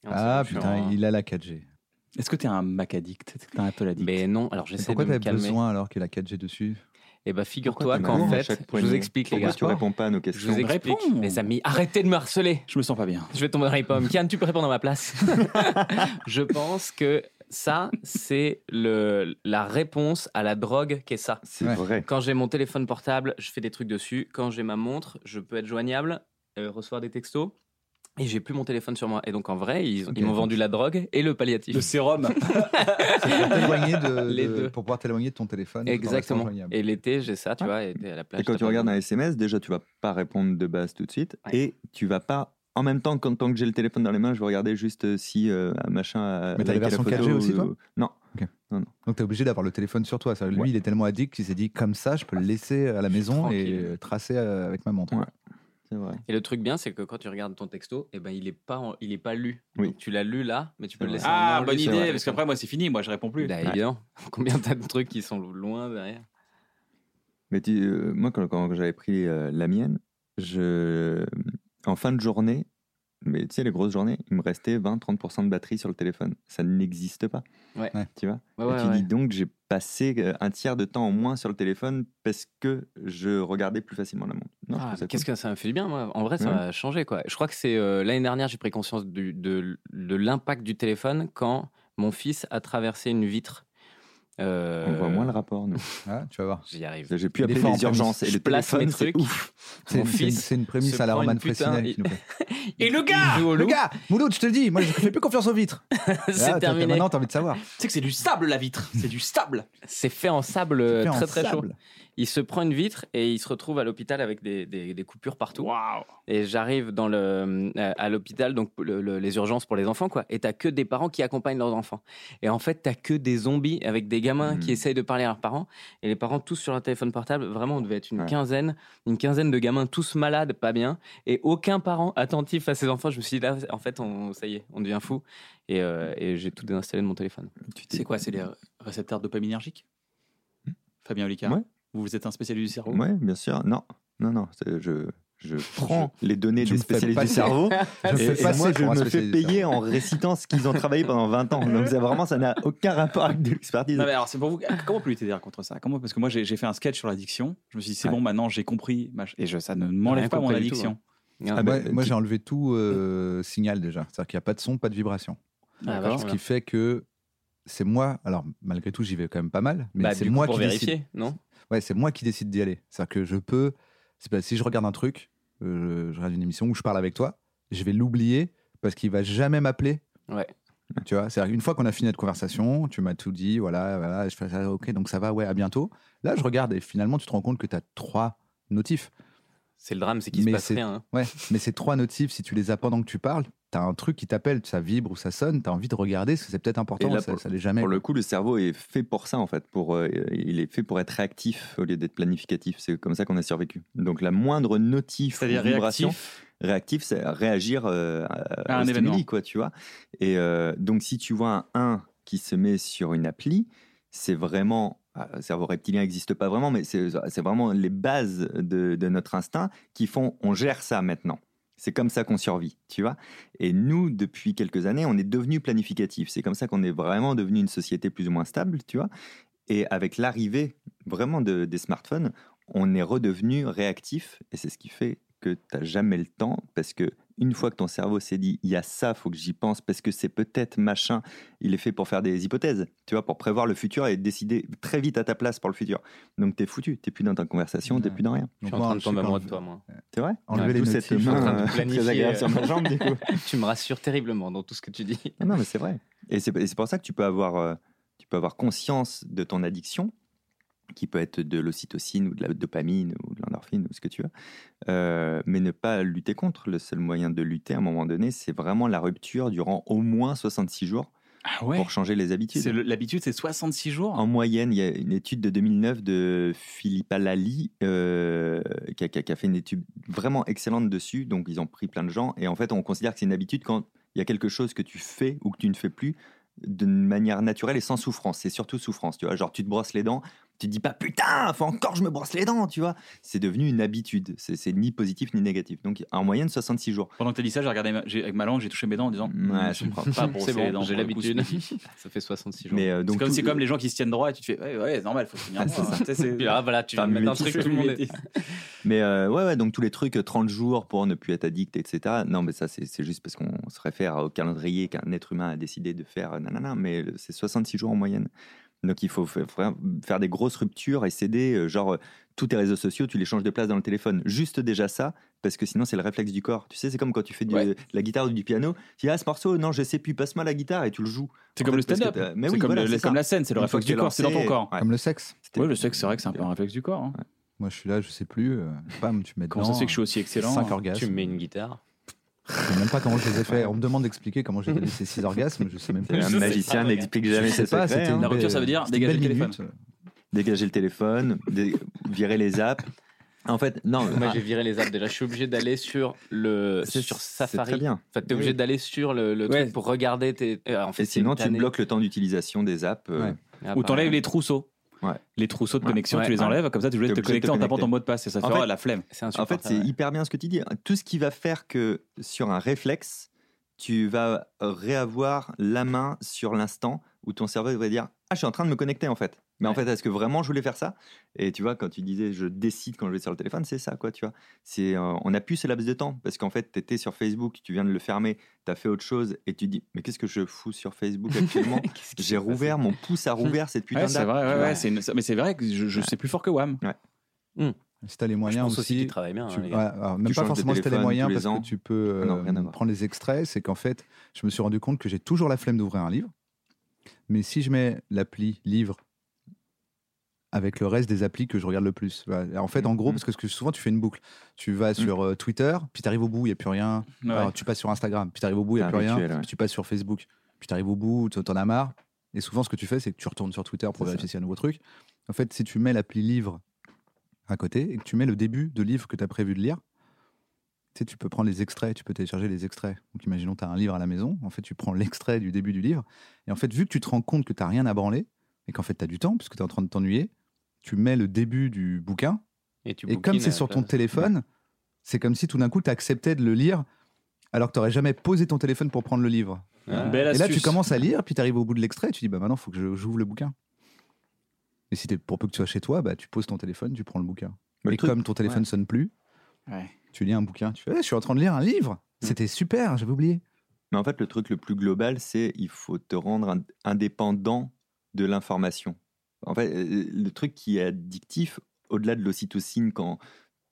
Speaker 4: Non,
Speaker 2: Ah
Speaker 4: c'est bon, je suis
Speaker 2: putain,
Speaker 4: en-
Speaker 2: il a la 4G.
Speaker 1: Est-ce que t'es un Mac addict Est-ce que t'es un Apple addict
Speaker 4: Mais non, alors j'essaie de
Speaker 2: Pourquoi
Speaker 4: me
Speaker 2: t'avais
Speaker 4: calmer.
Speaker 2: besoin alors qu'il y a la 4G dessus
Speaker 4: Et bah figure-toi
Speaker 3: tu
Speaker 4: qu'en
Speaker 3: m'as- à
Speaker 4: fait,
Speaker 3: chaque
Speaker 4: je
Speaker 3: poignée
Speaker 4: vous explique les
Speaker 3: Pourquoi
Speaker 4: gars.
Speaker 3: tu réponds pas à nos
Speaker 4: Je
Speaker 3: questions
Speaker 4: vous explique.
Speaker 1: Réponds.
Speaker 4: Les amis, arrêtez de me harceler.
Speaker 1: Je me sens pas bien.
Speaker 4: Je vais tomber dans les pommes. Kian, tu peux répondre à ma place. je pense que ça, c'est le- la réponse à la drogue qu'est ça.
Speaker 3: C'est
Speaker 2: Ouais.
Speaker 3: vrai.
Speaker 4: Quand j'ai mon téléphone portable, je fais des trucs dessus. Quand j'ai ma montre, je peux être joignable, euh, recevoir des textos. Et j'ai plus mon téléphone sur moi. Et donc en vrai, ils,
Speaker 2: Ok.
Speaker 4: ils m'ont vendu la drogue et le palliatif.
Speaker 1: Le sérum.
Speaker 2: Pour t'éloigner de-
Speaker 4: Les
Speaker 2: de-
Speaker 4: deux.
Speaker 2: Pour pouvoir t'éloigner de ton téléphone. tout en restant
Speaker 4: Exactement.
Speaker 2: joignable.
Speaker 4: Et l'été, j'ai ça, tu vois, et t'es à la plage.
Speaker 3: Et quand
Speaker 4: t'as
Speaker 3: tu
Speaker 4: pas
Speaker 3: regardes
Speaker 4: besoin.
Speaker 3: un SMS, déjà, tu vas pas répondre de base tout de suite.
Speaker 4: Ouais.
Speaker 3: Et tu vas pas. En même temps, quand, tant que j'ai le téléphone dans les mains, je vais regarder juste euh, si euh, un machin. a
Speaker 2: Mais t'as la
Speaker 3: liké
Speaker 2: version
Speaker 3: photo
Speaker 2: 4G aussi,
Speaker 3: ou-
Speaker 2: toi
Speaker 3: Non.
Speaker 2: Donc t'es obligé d'avoir le téléphone sur toi. C'est-à-dire, Lui,
Speaker 3: Ouais.
Speaker 2: il est tellement addict qu'il s'est dit comme ça, je peux le laisser à la maison
Speaker 4: Tranquille.
Speaker 2: et euh, tracer euh, avec ma montre.
Speaker 3: Ouais. C'est vrai.
Speaker 4: Et le truc bien, c'est que quand tu regardes ton texto, eh ben, il est pas, en- il est pas lu.
Speaker 3: Oui.
Speaker 4: Donc, tu l'as lu là, mais tu peux
Speaker 3: C'est
Speaker 4: le
Speaker 3: vrai.
Speaker 4: laisser. en
Speaker 1: Ah,
Speaker 4: non-lu
Speaker 1: bonne
Speaker 4: sur
Speaker 1: idée,
Speaker 4: le
Speaker 1: parce
Speaker 4: téléphone.
Speaker 1: qu'après, moi, c'est fini. Moi, je réponds plus.
Speaker 4: Bah,
Speaker 3: Ouais.
Speaker 4: évidemment. Combien t'as de trucs qui sont loin derrière
Speaker 3: Mais tu- euh, moi, quand, quand j'avais pris euh, la mienne, je, en fin de journée, mais tu sais, les grosses journées, il me restait 20-30% de batterie sur le téléphone. Ça n'existe pas.
Speaker 4: Ouais.
Speaker 2: Ouais.
Speaker 3: Tu vois
Speaker 4: Ouais,
Speaker 3: Et
Speaker 4: ouais,
Speaker 3: tu
Speaker 4: ouais.
Speaker 3: dis donc, j'ai passé euh, un tiers de temps en moins sur le téléphone parce que je regardais plus facilement la montre. Non, je
Speaker 4: Ah,
Speaker 3: trouve ça
Speaker 4: mais Qu'est-ce
Speaker 3: cool.
Speaker 4: que ça me fait du bien, moi. En vrai, ça
Speaker 3: Ouais.
Speaker 4: m'a changé, quoi. Je crois que c'est euh, l'année dernière, j'ai pris conscience du- de, de l'impact du téléphone quand mon fils a traversé une vitre. Euh,
Speaker 3: On voit moins le rapport, nous.
Speaker 2: Ah, tu vas voir.
Speaker 4: J'y arrive.
Speaker 3: J'ai
Speaker 2: Il
Speaker 3: pu
Speaker 2: est
Speaker 3: appeler
Speaker 2: fort en
Speaker 3: les
Speaker 2: prémisse.
Speaker 3: urgences et
Speaker 4: Je
Speaker 3: le
Speaker 4: place mes
Speaker 3: téléphone, c'est
Speaker 4: trucs.
Speaker 3: ouf.
Speaker 2: C'est
Speaker 4: Mon
Speaker 2: une, c'est une-
Speaker 4: fils
Speaker 2: c'est une prémisse
Speaker 4: se
Speaker 2: à la
Speaker 4: prend une
Speaker 2: Roman
Speaker 4: putain-
Speaker 2: Fresnel. qui nous fait.
Speaker 4: Et le gars
Speaker 2: Il joue au
Speaker 4: Le
Speaker 2: loup.
Speaker 4: gars
Speaker 2: Mouloud, je te le dis, moi je fais plus confiance aux vitres.
Speaker 4: C'est
Speaker 2: Là, t'as-
Speaker 4: terminé.
Speaker 2: Maintenant, t'as envie de savoir.
Speaker 1: Tu sais que c'est du sable, la vitre. C'est du sable.
Speaker 4: C'est fait en sable
Speaker 2: Fais
Speaker 4: euh,
Speaker 2: en
Speaker 4: très très chaud.
Speaker 2: sable.
Speaker 4: Il se prend une vitre et il se retrouve à l'hôpital avec des, des- des coupures partout. Et j'arrive dans le euh, à l'hôpital donc le- le- les urgences pour les enfants quoi. Et t'as que des parents qui accompagnent leurs enfants. Et en fait t'as que des zombies avec des gamins
Speaker 3: Mhm.
Speaker 4: qui essayent de parler à leurs parents et les parents tous sur leur téléphone portable. Vraiment on devait être une
Speaker 3: Ouais.
Speaker 4: quinzaine, une quinzaine de gamins tous malades, pas bien et aucun parent attentif à ses enfants. Je me suis dit là en fait on ça y est on devient fou et, euh, et j'ai tout désinstallé de mon téléphone.
Speaker 3: Tu t'es-
Speaker 1: C'est quoi C'est les ré- récepteurs dopaminergiques Fabien Olicard
Speaker 3: Ouais.
Speaker 1: Vous êtes un spécialiste du cerveau
Speaker 3: Ouais, bien sûr. Non, non, non. c'est- Je, je prends les données
Speaker 2: Tu
Speaker 3: des
Speaker 2: me fais
Speaker 3: spécialistes du
Speaker 2: passer.
Speaker 3: cerveau
Speaker 2: Je me
Speaker 3: Et,
Speaker 2: fais
Speaker 3: et
Speaker 2: passer
Speaker 3: moi, je
Speaker 2: pour un
Speaker 3: me fais
Speaker 2: spécialiste du
Speaker 3: payer
Speaker 2: cerveau. hein,
Speaker 3: en récitant ce qu'ils ont travaillé pendant 20 ans. Donc, ça, vraiment, ça n'a aucun rapport avec de l'expertise.
Speaker 1: Non, mais alors, c'est pour vous. ah, Comment on peut lutter derrière contre ça Comment Parce que moi, j'ai j'ai fait un sketch sur l'addiction. Je me suis dit, c'est
Speaker 3: Ouais.
Speaker 1: bon, maintenant, j'ai compris. mach- Et je, ça ne m'enlève
Speaker 4: Rien
Speaker 1: pas mon
Speaker 4: compris du tout,
Speaker 1: addiction.
Speaker 3: Ah
Speaker 2: Moi,
Speaker 3: ben, euh,
Speaker 2: moi,
Speaker 3: tu-
Speaker 2: j'ai enlevé tout euh, signal déjà. C'est-à-dire qu'il n'y a pas de son, pas de vibration.
Speaker 4: Ah,
Speaker 1: D'accord.
Speaker 4: vachement.
Speaker 2: Ce qui fait que c'est moi. Alors malgré tout, j'y vais quand même pas mal. Mais
Speaker 4: Bah,
Speaker 2: c'est
Speaker 4: du coup,
Speaker 2: moi
Speaker 4: pour
Speaker 2: qui
Speaker 4: vérifier
Speaker 2: décide.
Speaker 4: non
Speaker 2: Ouais, c'est moi qui décide d'y aller. C'est-à-dire que je peux. c'est pas- si je regarde un truc, euh, je regarde une émission où je parle avec toi, je vais l'oublier parce qu'il va jamais m'appeler.
Speaker 4: Ouais.
Speaker 2: Tu vois, c'est-à-dire qu'une fois qu'on a fini notre conversation, tu m'as tout dit, voilà, voilà, je fais ça, ok, donc ça va, ouais, à bientôt. Là, je regarde et finalement, tu te rends compte que tu as trois notifs.
Speaker 4: C'est le drame, c'est qu'il se
Speaker 2: Mais
Speaker 4: passe
Speaker 2: c'est-
Speaker 4: rien. hein.
Speaker 2: Ouais, mais ces trois notifs, si tu les as pendant que tu parles, t'as un truc qui t'appelle, ça vibre ou ça sonne, t'as envie de regarder, parce que c'est peut-être important,
Speaker 3: Et là,
Speaker 2: ça,
Speaker 3: pour-
Speaker 2: ça l'est jamais.
Speaker 3: Pour le coup, le cerveau est fait pour ça, en fait. Pour, euh, il est fait pour être réactif au lieu d'être planificatif. C'est comme ça qu'on a survécu. Donc, la moindre notif,
Speaker 1: C'est-à-dire
Speaker 3: ou vibration,
Speaker 1: réactif.
Speaker 3: réactif, c'est réagir euh, à,
Speaker 1: À un
Speaker 3: au stimuli,
Speaker 1: événement.
Speaker 3: quoi, tu vois. Et euh, donc, si tu vois un 1 qui se met sur une appli, c'est vraiment. ah, Le cerveau reptilien n'existe pas vraiment, mais c'est c'est vraiment les bases de, de notre instinct qui font on gère ça maintenant. C'est comme ça qu'on survit, tu vois. Et nous, depuis quelques années, on est devenu planificatif. C'est comme ça qu'on est vraiment devenu une société plus ou moins stable, tu vois. Et avec l'arrivée vraiment de- des smartphones, on est redevenu réactif. Et c'est ce qui fait que tu n'as jamais le temps parce que une fois que ton cerveau s'est dit il y a ça, faut que j'y pense parce que c'est peut-être machin, il est fait pour faire des hypothèses, tu vois, pour prévoir le futur et décider très vite à ta place pour le futur. Donc t'es foutu, t'es plus dans ta conversation, t'es
Speaker 2: Ouais.
Speaker 3: plus dans rien.
Speaker 4: Je suis en
Speaker 2: moi,
Speaker 4: train de
Speaker 2: sais
Speaker 4: tomber
Speaker 2: pas,
Speaker 4: amoureux de
Speaker 2: je-
Speaker 4: toi, moi.
Speaker 3: C'est vrai
Speaker 2: Enlever
Speaker 3: Ouais,
Speaker 2: les
Speaker 3: d'où
Speaker 2: notifs,
Speaker 3: cette
Speaker 2: je suis en
Speaker 4: train de
Speaker 3: main euh,
Speaker 4: planifier,
Speaker 3: très agréable sur ma jambe du coup.
Speaker 4: tu me rassures terriblement dans tout ce que tu dis.
Speaker 3: Ah Non, non, mais c'est vrai. Et c'est et c'est pour ça que tu peux avoir, euh, tu peux avoir conscience de ton addiction, qui peut être de l'ocytocine ou de la dopamine ou de l'endorphine ou ce que tu veux, euh, mais ne pas lutter contre. Le seul moyen de lutter à un moment donné, c'est vraiment la rupture durant au moins 66 jours
Speaker 1: Ah ouais
Speaker 3: pour changer les habitudes.
Speaker 1: C'est le- L'habitude, c'est 66 jours.
Speaker 3: En moyenne, il y a une étude de 2009 de Philippe Alali euh, qui, a, qui a- qui a fait une étude vraiment excellente dessus. Donc, ils ont pris plein de gens. Et en fait, on considère que c'est une habitude quand il y a quelque chose que tu fais ou que tu ne fais plus d'une manière naturelle et sans souffrance. C'est surtout souffrance, tu vois. Genre, tu te brosses les dents, tu te dis pas putain, faut encore que je me brosse les dents, tu vois. C'est devenu une habitude. C'est c'est ni positif ni négatif. Donc, en moyenne, 66 jours.
Speaker 1: Pendant que tu as dit ça, j'ai regardé ma- j'ai- avec ma langue, j'ai touché mes dents en disant "Hmm,
Speaker 3: Ouais, je
Speaker 1: ne
Speaker 3: comprends.
Speaker 1: pas brosser
Speaker 4: C'est
Speaker 1: les
Speaker 4: bon,
Speaker 1: dents
Speaker 4: j'ai
Speaker 1: pour le coup, ce
Speaker 4: l'habitude.
Speaker 1: midi.
Speaker 4: Ça fait 66 jours.
Speaker 3: Mais euh,
Speaker 1: C'est
Speaker 3: donc,
Speaker 1: comme,
Speaker 3: tout-
Speaker 1: c'est comme les gens qui se tiennent droit et tu te fais ouais, ouais, c'est normal, faut se tenir
Speaker 3: Ah,
Speaker 1: droit. hein.
Speaker 3: c'est ça.
Speaker 1: Tu sais, c'est-
Speaker 4: Puis là, voilà, tu viens de
Speaker 3: Parmi
Speaker 4: mettre un
Speaker 3: les
Speaker 4: truc
Speaker 3: petits
Speaker 4: tout le monde est-
Speaker 3: Mais euh, ouais, ouais, donc tous les trucs, euh, 30 jours pour ne plus être addict, etc. Non, mais ça, c'est c'est juste parce qu'on se réfère au calendrier qu'un être humain a décidé de faire, euh, nanana, mais euh, c'est 66 jours en moyenne. Donc il faut fa- fra- faire des grosses ruptures et céder, euh, genre, euh, tous tes réseaux sociaux, tu les changes de place dans le téléphone. Juste déjà ça, parce que sinon, c'est le réflexe du corps. Tu sais, c'est comme quand tu fais du-
Speaker 1: Ouais.
Speaker 3: de la guitare ou du piano. Tu dis, ah, ce morceau, non, je sais plus, passe-moi la guitare et tu le joues.
Speaker 1: C'est
Speaker 3: En
Speaker 1: comme
Speaker 3: fait,
Speaker 1: le
Speaker 3: parce que
Speaker 1: stand-up.
Speaker 3: t'as-
Speaker 1: C'est
Speaker 3: mais oui,
Speaker 1: comme,
Speaker 3: voilà,
Speaker 1: le-
Speaker 3: c'est
Speaker 1: la- comme
Speaker 3: ça.
Speaker 1: la scène, c'est le
Speaker 3: Une fois
Speaker 1: réflexe
Speaker 3: que t'es
Speaker 1: du corps, c'est dans ton
Speaker 3: lancé,
Speaker 1: corps.
Speaker 3: ouais.
Speaker 2: Comme le sexe.
Speaker 3: C'était-
Speaker 1: Ouais, je sais que c'est vrai que c'est un peu un réflexe du corps. hein.
Speaker 2: Moi, je suis là, je sais plus. euh, Bam, tu mets
Speaker 1: Comment ça
Speaker 2: dedans,
Speaker 1: se fait que je suis aussi excellent
Speaker 2: Cinq
Speaker 1: hein
Speaker 2: orgasmes.
Speaker 4: Tu me mets une guitare.
Speaker 2: Je sais même pas comment je les ai fait. On me demande d'expliquer comment j'ai donné ces six orgasmes. Je sais même pas.
Speaker 3: Un magicien n'explique
Speaker 2: Je
Speaker 3: jamais
Speaker 2: sais
Speaker 3: ses
Speaker 2: pas,
Speaker 3: secrets.
Speaker 2: c'était
Speaker 3: hein.
Speaker 2: une
Speaker 1: La rupture,
Speaker 2: belle-
Speaker 1: ça veut dire
Speaker 2: c'était une
Speaker 1: dégager
Speaker 2: belle
Speaker 1: le
Speaker 2: minute.
Speaker 3: dégager le téléphone, dé- virer les apps. En fait, non,
Speaker 4: Moi,
Speaker 3: ah,
Speaker 4: j'ai viré les apps déjà. Je suis obligé d'aller sur le
Speaker 3: c'est
Speaker 4: sur
Speaker 3: C'est très
Speaker 4: Safari.
Speaker 3: bien.
Speaker 4: Enfin, t'es obligé
Speaker 3: Oui.
Speaker 4: d'aller sur le, le
Speaker 1: Ouais.
Speaker 4: truc pour regarder tes. euh, en fait,
Speaker 3: Et
Speaker 4: c'est
Speaker 3: sinon,
Speaker 4: une
Speaker 3: tu
Speaker 4: tannée.
Speaker 3: bloques le temps d'utilisation des apps. euh,
Speaker 2: Ouais.
Speaker 4: Ah,
Speaker 1: Ou t'enlèves
Speaker 4: bah,
Speaker 1: les trousseaux.
Speaker 3: Ouais.
Speaker 1: Les trousseaux de
Speaker 3: Ouais.
Speaker 1: connexion,
Speaker 4: Ouais.
Speaker 1: tu les enlèves, comme ça tu es obligé de
Speaker 3: T'es
Speaker 1: te
Speaker 3: obligé de te
Speaker 1: connecter en tapant
Speaker 3: connecter.
Speaker 1: ton mot de passe et ça
Speaker 3: En
Speaker 1: fait
Speaker 3: fait-
Speaker 1: oh, la flemme.
Speaker 4: C'est
Speaker 3: En fait, c'est
Speaker 4: insupportable.
Speaker 3: hyper bien ce que tu dis. Tout ce qui va faire que sur un réflexe, tu vas réavoir la main sur l'instant où ton cerveau va dire Ah, je suis en train de me connecter en fait. Mais en
Speaker 4: Ouais.
Speaker 3: fait, est-ce que vraiment je voulais faire ça Et tu vois, quand tu disais je décide quand je vais sur le téléphone, c'est ça, quoi, tu vois. C'est, euh, on a plus ce laps de temps parce qu'en fait, tu étais sur Facebook, tu viens de le fermer, tu as fait autre chose et tu dis Mais qu'est-ce que je fous sur Facebook actuellement
Speaker 4: Qu'est-ce qui
Speaker 3: J'ai
Speaker 4: s'est passé
Speaker 3: rouvert, mon pouce a rouvert cette putain
Speaker 1: Ouais, c'est
Speaker 3: d'app.
Speaker 1: vrai, ouais,
Speaker 3: Tu
Speaker 1: ouais,
Speaker 3: vois.
Speaker 1: c'est une- mais c'est vrai que je, je sais plus fort que Wham.
Speaker 2: Si t'as les
Speaker 4: Je
Speaker 2: moyens
Speaker 4: pense aussi
Speaker 2: aussi.
Speaker 4: qu'ils travaillent bien. hein,
Speaker 2: tu-
Speaker 4: les
Speaker 2: ouais,
Speaker 4: gars.
Speaker 2: alors, même
Speaker 3: Tu
Speaker 2: pas
Speaker 3: changes de
Speaker 2: forcément si t'as les
Speaker 3: téléphone
Speaker 2: moyens
Speaker 3: tous les
Speaker 2: parce
Speaker 3: ans.
Speaker 2: que tu peux
Speaker 3: Ah non,
Speaker 2: euh,
Speaker 3: rien à voir.
Speaker 2: prendre les extraits. C'est qu'en fait, je me suis rendu compte que j'ai toujours la flemme d'ouvrir un livre. Mais si je mets l'appli livre avec le reste des applis que je regarde le plus. Voilà. En fait, en gros,
Speaker 3: Mhm.
Speaker 2: parce que ce que souvent tu fais une boucle. Tu
Speaker 3: Mm.
Speaker 2: vas sur euh, Twitter, puis t'arrives au bout, il n'y a plus rien.
Speaker 1: Ouais.
Speaker 2: Alors, tu passes sur Instagram, puis t'arrives au bout, il n'y a
Speaker 3: C'est
Speaker 2: plus
Speaker 3: un
Speaker 2: rien.
Speaker 3: rituel, ouais.
Speaker 2: Puis tu passes sur Facebook, puis t'arrives au bout, t'en t'en as marre. Et souvent, ce que tu fais, c'est que tu retournes sur Twitter pour
Speaker 3: C'est
Speaker 2: vérifier s'il y a un nouveau truc. En fait, si tu mets l'appli livre à côté et que tu mets le début de livre que tu as prévu de lire, tu sais, tu peux prendre les extraits, tu peux télécharger les extraits. Donc, imaginons, tu as un livre à la maison. En fait, tu prends l'extrait du début du livre. Et en fait, vu que tu te rends compte que tu rien à branler et qu'en fait, tu as du temps, puisque tu es en train de t'ennuyer, tu mets le début du bouquin
Speaker 4: Et, tu
Speaker 2: et comme
Speaker 4: bouquines euh, à
Speaker 2: c'est
Speaker 4: la
Speaker 2: sur ton
Speaker 4: place.
Speaker 2: téléphone, c'est comme si tout d'un coup, tu acceptais de le lire alors que tu n'aurais jamais posé ton téléphone pour prendre le livre.
Speaker 4: Ouais.
Speaker 1: Belle
Speaker 2: et là, tu
Speaker 1: astuce.
Speaker 2: commences à lire, puis tu arrives au bout de l'extrait, et tu dis bah maintenant, il faut que je- j'ouvre le bouquin. Et si t'es- pour peu que tu sois chez toi, bah, tu poses ton téléphone, tu prends le bouquin.
Speaker 3: Mais le
Speaker 2: et
Speaker 3: truc-
Speaker 2: comme ton téléphone sonne plus,
Speaker 1: Ouais.
Speaker 2: tu lis un bouquin. Tu fais Eh, Je suis en train de lire un livre. C'était super, j'avais oublié.
Speaker 3: Mais en fait, le truc le plus global, c'est il faut te rendre ind- indépendant de l'information. En fait, euh, le truc qui est addictif, au-delà de l'ocytocine, quand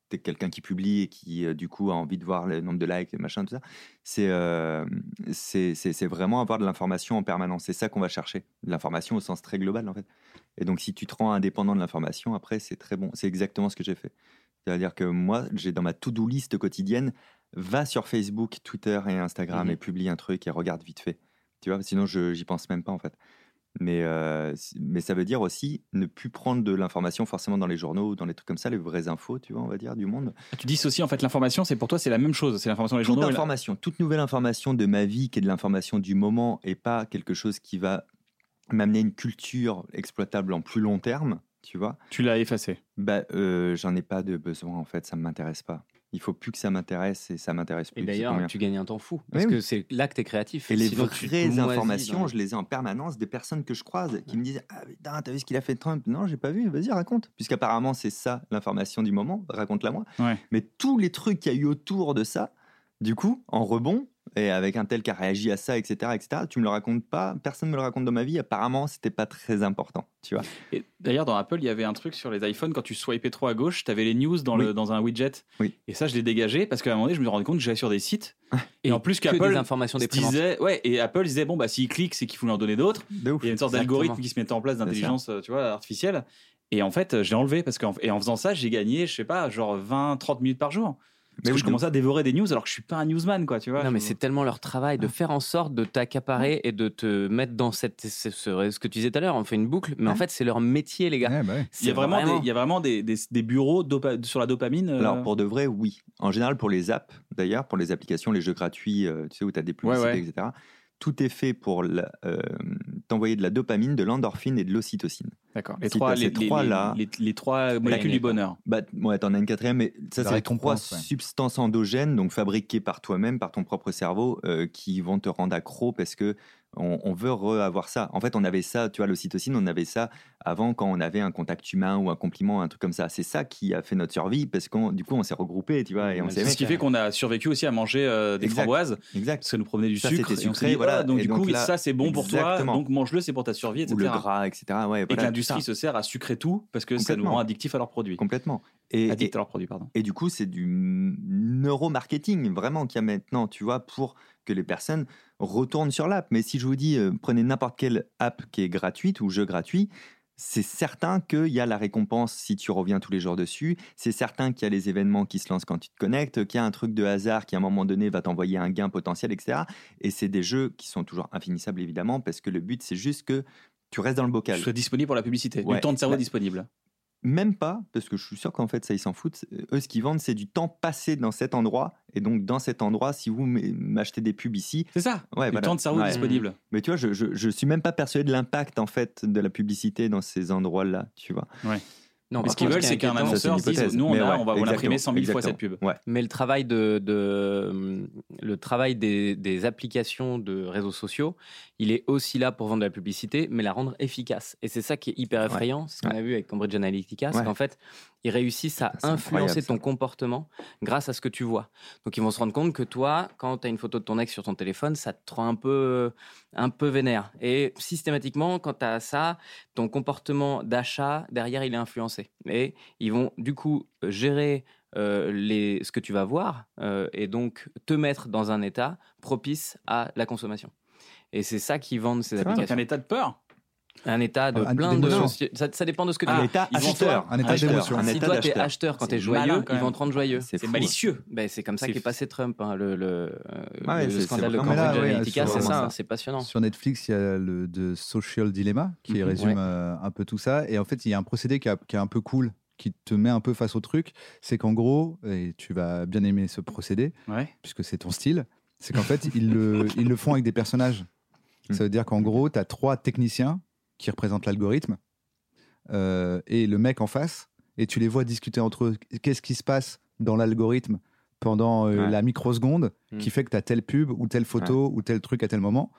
Speaker 3: tu es quelqu'un qui publie et qui, euh, du coup, a envie de voir le nombre de likes, le machin, tout ça, c'est euh, c'est- c'est- c'est vraiment avoir de l'information en permanence. C'est ça qu'on va chercher, de l'information au sens très global, en fait. Et donc, si tu te rends indépendant de l'information, après, c'est très bon. C'est exactement ce que j'ai fait. C'est-à-dire que moi, j'ai dans ma to-do list quotidienne, va sur Facebook, Twitter et Instagram
Speaker 4: Mhm.
Speaker 3: et publie un truc et regarde vite fait. Tu vois, sinon, je j'y pense même pas, en fait. Mais, euh, c- mais ça veut dire aussi ne plus prendre de l'information forcément dans les journaux ou dans les trucs comme ça, les vraies infos, tu vois, on va dire, du monde.
Speaker 1: Tu dissocies en fait l'information, c'est pour toi c'est la même chose, c'est l'information des
Speaker 3: Toute
Speaker 1: journaux. et la-
Speaker 3: information, toute nouvelle information de ma vie qui est de l'information du moment et pas quelque chose qui va m'amener une culture exploitable en plus long terme, tu vois.
Speaker 1: Tu l'as effacé.
Speaker 3: Bah, euh, j'en ai pas de besoin en fait, ça ne m'intéresse pas. Il faut plus que ça m'intéresse et ça m'intéresse plus.
Speaker 4: Et
Speaker 3: c'est
Speaker 4: d'ailleurs,
Speaker 3: tant mieux.
Speaker 4: tu gagnes un temps fou. Parce
Speaker 3: Oui,
Speaker 4: que c'est là que t'es créatif.
Speaker 3: Et les
Speaker 4: Sinon, tu te
Speaker 3: vraies
Speaker 4: moisis
Speaker 3: informations,
Speaker 4: dans-
Speaker 3: je les ai en permanence des personnes que je croise qui me disent Ah putain, t'as vu ce qu'il a fait Trump Non, j'ai pas vu, vas-y, raconte. Puisqu'apparemment, c'est ça l'information du moment, raconte-la moi.
Speaker 1: Ouais.
Speaker 3: Mais tous les trucs qu'il y a eu autour de ça, du coup, en rebond, et avec un tel qui a réagi à ça, etc., etc., tu me le racontes pas, personne me le raconte dans ma vie, apparemment, c'était pas très important, tu vois.
Speaker 1: Et d'ailleurs, dans Apple, il y avait un truc sur les iPhones, quand tu swipais trop à gauche, tu avais les news dans, le,
Speaker 3: Oui.
Speaker 1: dans un widget.
Speaker 3: Oui.
Speaker 1: Et ça, je l'ai dégagé parce qu'à un moment donné, je me suis rendu compte que j'allais sur des sites. Et, en plus,
Speaker 4: que des
Speaker 1: qu'Apple
Speaker 4: informations
Speaker 1: se
Speaker 4: déprimantes.
Speaker 1: disait, ouais, et Apple disait, bon, bah, s'ils cliquent, c'est qu'il faut leur donner d'autres.
Speaker 3: De ouf.
Speaker 1: Il y a une sorte
Speaker 4: Exactement.
Speaker 1: d'algorithme qui se mettait en place d'intelligence, euh, tu vois, artificielle. Et en fait, euh, j'ai enlevé parce qu'en et en faisant ça, j'ai gagné, je sais pas, genre 20, 30 minutes par jour. Parce
Speaker 3: Mais
Speaker 1: que
Speaker 3: oui,
Speaker 1: je commençais à dévorer des news alors que je suis pas un newsman, quoi, tu vois.
Speaker 4: Non, mais
Speaker 1: Je-
Speaker 4: c'est tellement leur travail de faire en sorte de t'accaparer et de te mettre dans cette, ce, ce- ce que tu disais tout à l'heure. On fait une boucle, mais en fait, c'est leur métier, les gars.
Speaker 2: Ouais, bah ouais.
Speaker 4: C'est
Speaker 1: Il y a vraiment, Des, il y a vraiment des, des- des bureaux dopa- sur la dopamine. euh,
Speaker 3: Alors pour de vrai, oui. En général, pour les apps, d'ailleurs, pour les applications, les jeux gratuits, euh, tu sais, où tu as des publicités,
Speaker 1: ouais.
Speaker 3: etc., tout est fait pour la- euh, t'envoyer de la dopamine, de l'endorphine et de l'ocytocine.
Speaker 1: D'accord. Les
Speaker 3: Si
Speaker 1: trois,
Speaker 3: t'as euh, ces
Speaker 1: les, les-
Speaker 3: trois
Speaker 1: les-
Speaker 3: là-
Speaker 1: les, les trois molécules du bonheur.
Speaker 3: Bah, ouais, t'en as une quatrième, mais ça,
Speaker 2: La
Speaker 3: c'est les trois
Speaker 2: récompense, ouais.
Speaker 3: substances endogènes, donc fabriquées par toi-même, par ton propre cerveau, euh, qui vont te rendre accro parce que on, on veut re-avoir ça. En fait, on avait ça, tu vois, l'ocytocine, on avait ça avant quand on avait un contact humain ou un compliment, un truc comme ça. C'est ça qui a fait notre survie parce qu'on, du coup, on s'est regroupés, tu vois, et on
Speaker 4: Ouais,
Speaker 3: s'est
Speaker 1: C'est
Speaker 4: vrai
Speaker 1: ce qui
Speaker 4: que-
Speaker 1: fait qu'on a survécu aussi à manger euh, des
Speaker 3: Exact.
Speaker 1: framboises
Speaker 3: Exact.
Speaker 1: parce que nous provenait du
Speaker 3: Ça,
Speaker 1: sucre.
Speaker 3: c'était
Speaker 1: et on s'est
Speaker 3: sucré,
Speaker 1: dit,
Speaker 3: voilà.
Speaker 1: ah, donc
Speaker 3: Et
Speaker 1: du
Speaker 3: donc
Speaker 1: coup,
Speaker 3: là,
Speaker 1: ça c'est bon pour toi,
Speaker 3: exactement.
Speaker 1: donc mange-le, c'est pour ta survie, etc.
Speaker 3: ou le gras, etc. Ouais,
Speaker 1: Et que
Speaker 3: voilà, Ah,
Speaker 1: l'industrie
Speaker 3: tout ça.
Speaker 1: se sert à sucrer tout parce que ça nous
Speaker 3: Complètement.
Speaker 1: rend addictifs à leurs produits.
Speaker 3: complètement. Et, et,
Speaker 1: Addict à leurs produits, pardon.
Speaker 3: et du coup, c'est du neuromarketing vraiment qu'il y a maintenant, tu vois, pour que les personnes retournent sur l'app. Mais si je vous dis, euh, prenez n'importe quelle app qui est gratuite ou jeu gratuit, c'est certain qu'il y a la récompense si tu reviens tous les jours dessus. C'est certain qu'il y a les événements qui se lancent quand tu te connectes, qu'il y a un truc de hasard qui, à un moment donné, va t'envoyer un gain potentiel, etc. Et c'est des jeux qui sont toujours infinissables, évidemment, parce que le but, c'est juste que tu restes dans le
Speaker 1: Je
Speaker 3: bocal.
Speaker 1: serais disponible pour la publicité.
Speaker 3: Ouais.
Speaker 1: Du temps de cerveau
Speaker 3: Bah,
Speaker 1: disponible.
Speaker 3: Même pas, parce que je suis sûr qu'en fait, ça, ils s'en foutent. Euh, Eux, ce qu'ils vendent, c'est du temps passé dans cet endroit. Et donc, dans cet endroit, si vous m- m'achetez des pubs ici.
Speaker 1: C'est ça.
Speaker 3: Ouais,
Speaker 1: du
Speaker 3: voilà.
Speaker 1: temps de cerveau
Speaker 3: Ouais.
Speaker 1: disponible.
Speaker 3: Mais tu vois, je, je, je suis même pas persuadé de l'impact, en fait, de la publicité dans ces endroits-là, tu vois.
Speaker 4: Non,
Speaker 1: Mais
Speaker 4: par
Speaker 1: ce qu'ils
Speaker 4: contre,
Speaker 1: veulent,
Speaker 4: qui est
Speaker 1: c'est qu'un
Speaker 4: inquiétant,
Speaker 3: Ça, c'est une
Speaker 1: annonceur dise
Speaker 3: hypothèse.
Speaker 1: Nous, on
Speaker 3: Mais
Speaker 1: a,
Speaker 3: ouais,
Speaker 1: on va on l'a
Speaker 3: exactement,
Speaker 1: imprimer 100 000 fois
Speaker 3: exactement.
Speaker 1: cette pub.
Speaker 3: Ouais.
Speaker 4: Mais le travail de, de- hum, le travail des, des applications de réseaux sociaux, il est aussi là pour vendre de la publicité, mais la rendre efficace. Et c'est ça qui est hyper effrayant, c'est ce qu'on a vu avec Cambridge Analytica, c'est
Speaker 3: Ouais.
Speaker 4: qu'en fait, ils réussissent à
Speaker 3: Putain, c'est
Speaker 4: influencer
Speaker 3: incroyable,
Speaker 4: ton comportement grâce à ce que tu vois. Donc ils vont se rendre compte que toi, quand tu as une photo de ton ex sur ton téléphone, ça te rend un peu, un peu vénère. Et systématiquement, quand tu as ça, ton comportement d'achat derrière, il est influencé. Et ils vont du coup gérer euh, les, ce que tu vas voir euh, et donc te mettre dans un état propice à la consommation. Et c'est ça qui vendent
Speaker 3: C'est
Speaker 4: ces
Speaker 3: vrai, Ah,
Speaker 1: Donc,
Speaker 4: applications.
Speaker 1: un état de peur.
Speaker 4: Un état de
Speaker 2: Un-
Speaker 4: plein de.
Speaker 2: d'émotion.
Speaker 4: Ça, ça dépend de ce que tu
Speaker 3: Un
Speaker 4: veux.
Speaker 3: état
Speaker 1: ils vont
Speaker 3: acheteur.
Speaker 2: faire un état
Speaker 3: Acheteur,
Speaker 2: d'émotion.
Speaker 3: un
Speaker 4: si
Speaker 3: état
Speaker 4: toi, t'es
Speaker 3: d'acheteur.
Speaker 4: acheteur quand
Speaker 1: C'est
Speaker 4: t'es joyeux,
Speaker 1: malin, quand
Speaker 4: ils vont
Speaker 1: même.
Speaker 4: te rendre joyeux.
Speaker 3: C'est
Speaker 1: C'est
Speaker 3: fou.
Speaker 1: malicieux.
Speaker 4: Ben, c'est comme ça
Speaker 1: C'est
Speaker 4: qu'est
Speaker 1: fou.
Speaker 4: passé Trump. hein, Le, le, euh,
Speaker 3: Ah Ouais,
Speaker 4: le
Speaker 3: c'est- c'est
Speaker 4: scandale de
Speaker 3: vraiment-
Speaker 4: Cambridge
Speaker 2: Mais là, ouais,
Speaker 4: Analytica,
Speaker 3: c'est
Speaker 4: c'est ça,
Speaker 3: vraiment
Speaker 4: hein, c'est passionnant.
Speaker 2: Sur Netflix, il y a le de Social Dilemma qui
Speaker 4: Mhm.
Speaker 2: résume
Speaker 4: Ouais.
Speaker 2: euh, un peu tout ça. Et en fait, il y a un procédé qui, a- qui est un peu cool, qui te met un peu face au truc. C'est qu'en gros, et tu vas bien aimer ce procédé,
Speaker 1: Ouais.
Speaker 2: puisque c'est ton style, c'est qu'en fait, ils le, ils le font avec des personnages. Ça veut dire qu'en gros, tu as trois techniciens qui représentent l'algorithme euh, et le mec en face, et tu les vois discuter entre eux. Qu'est-ce qui se passe dans l'algorithme pendant euh,
Speaker 3: Ouais.
Speaker 2: la microseconde
Speaker 4: Mm.
Speaker 2: qui fait que tu as telle pub ou telle photo ou tel truc à tel moment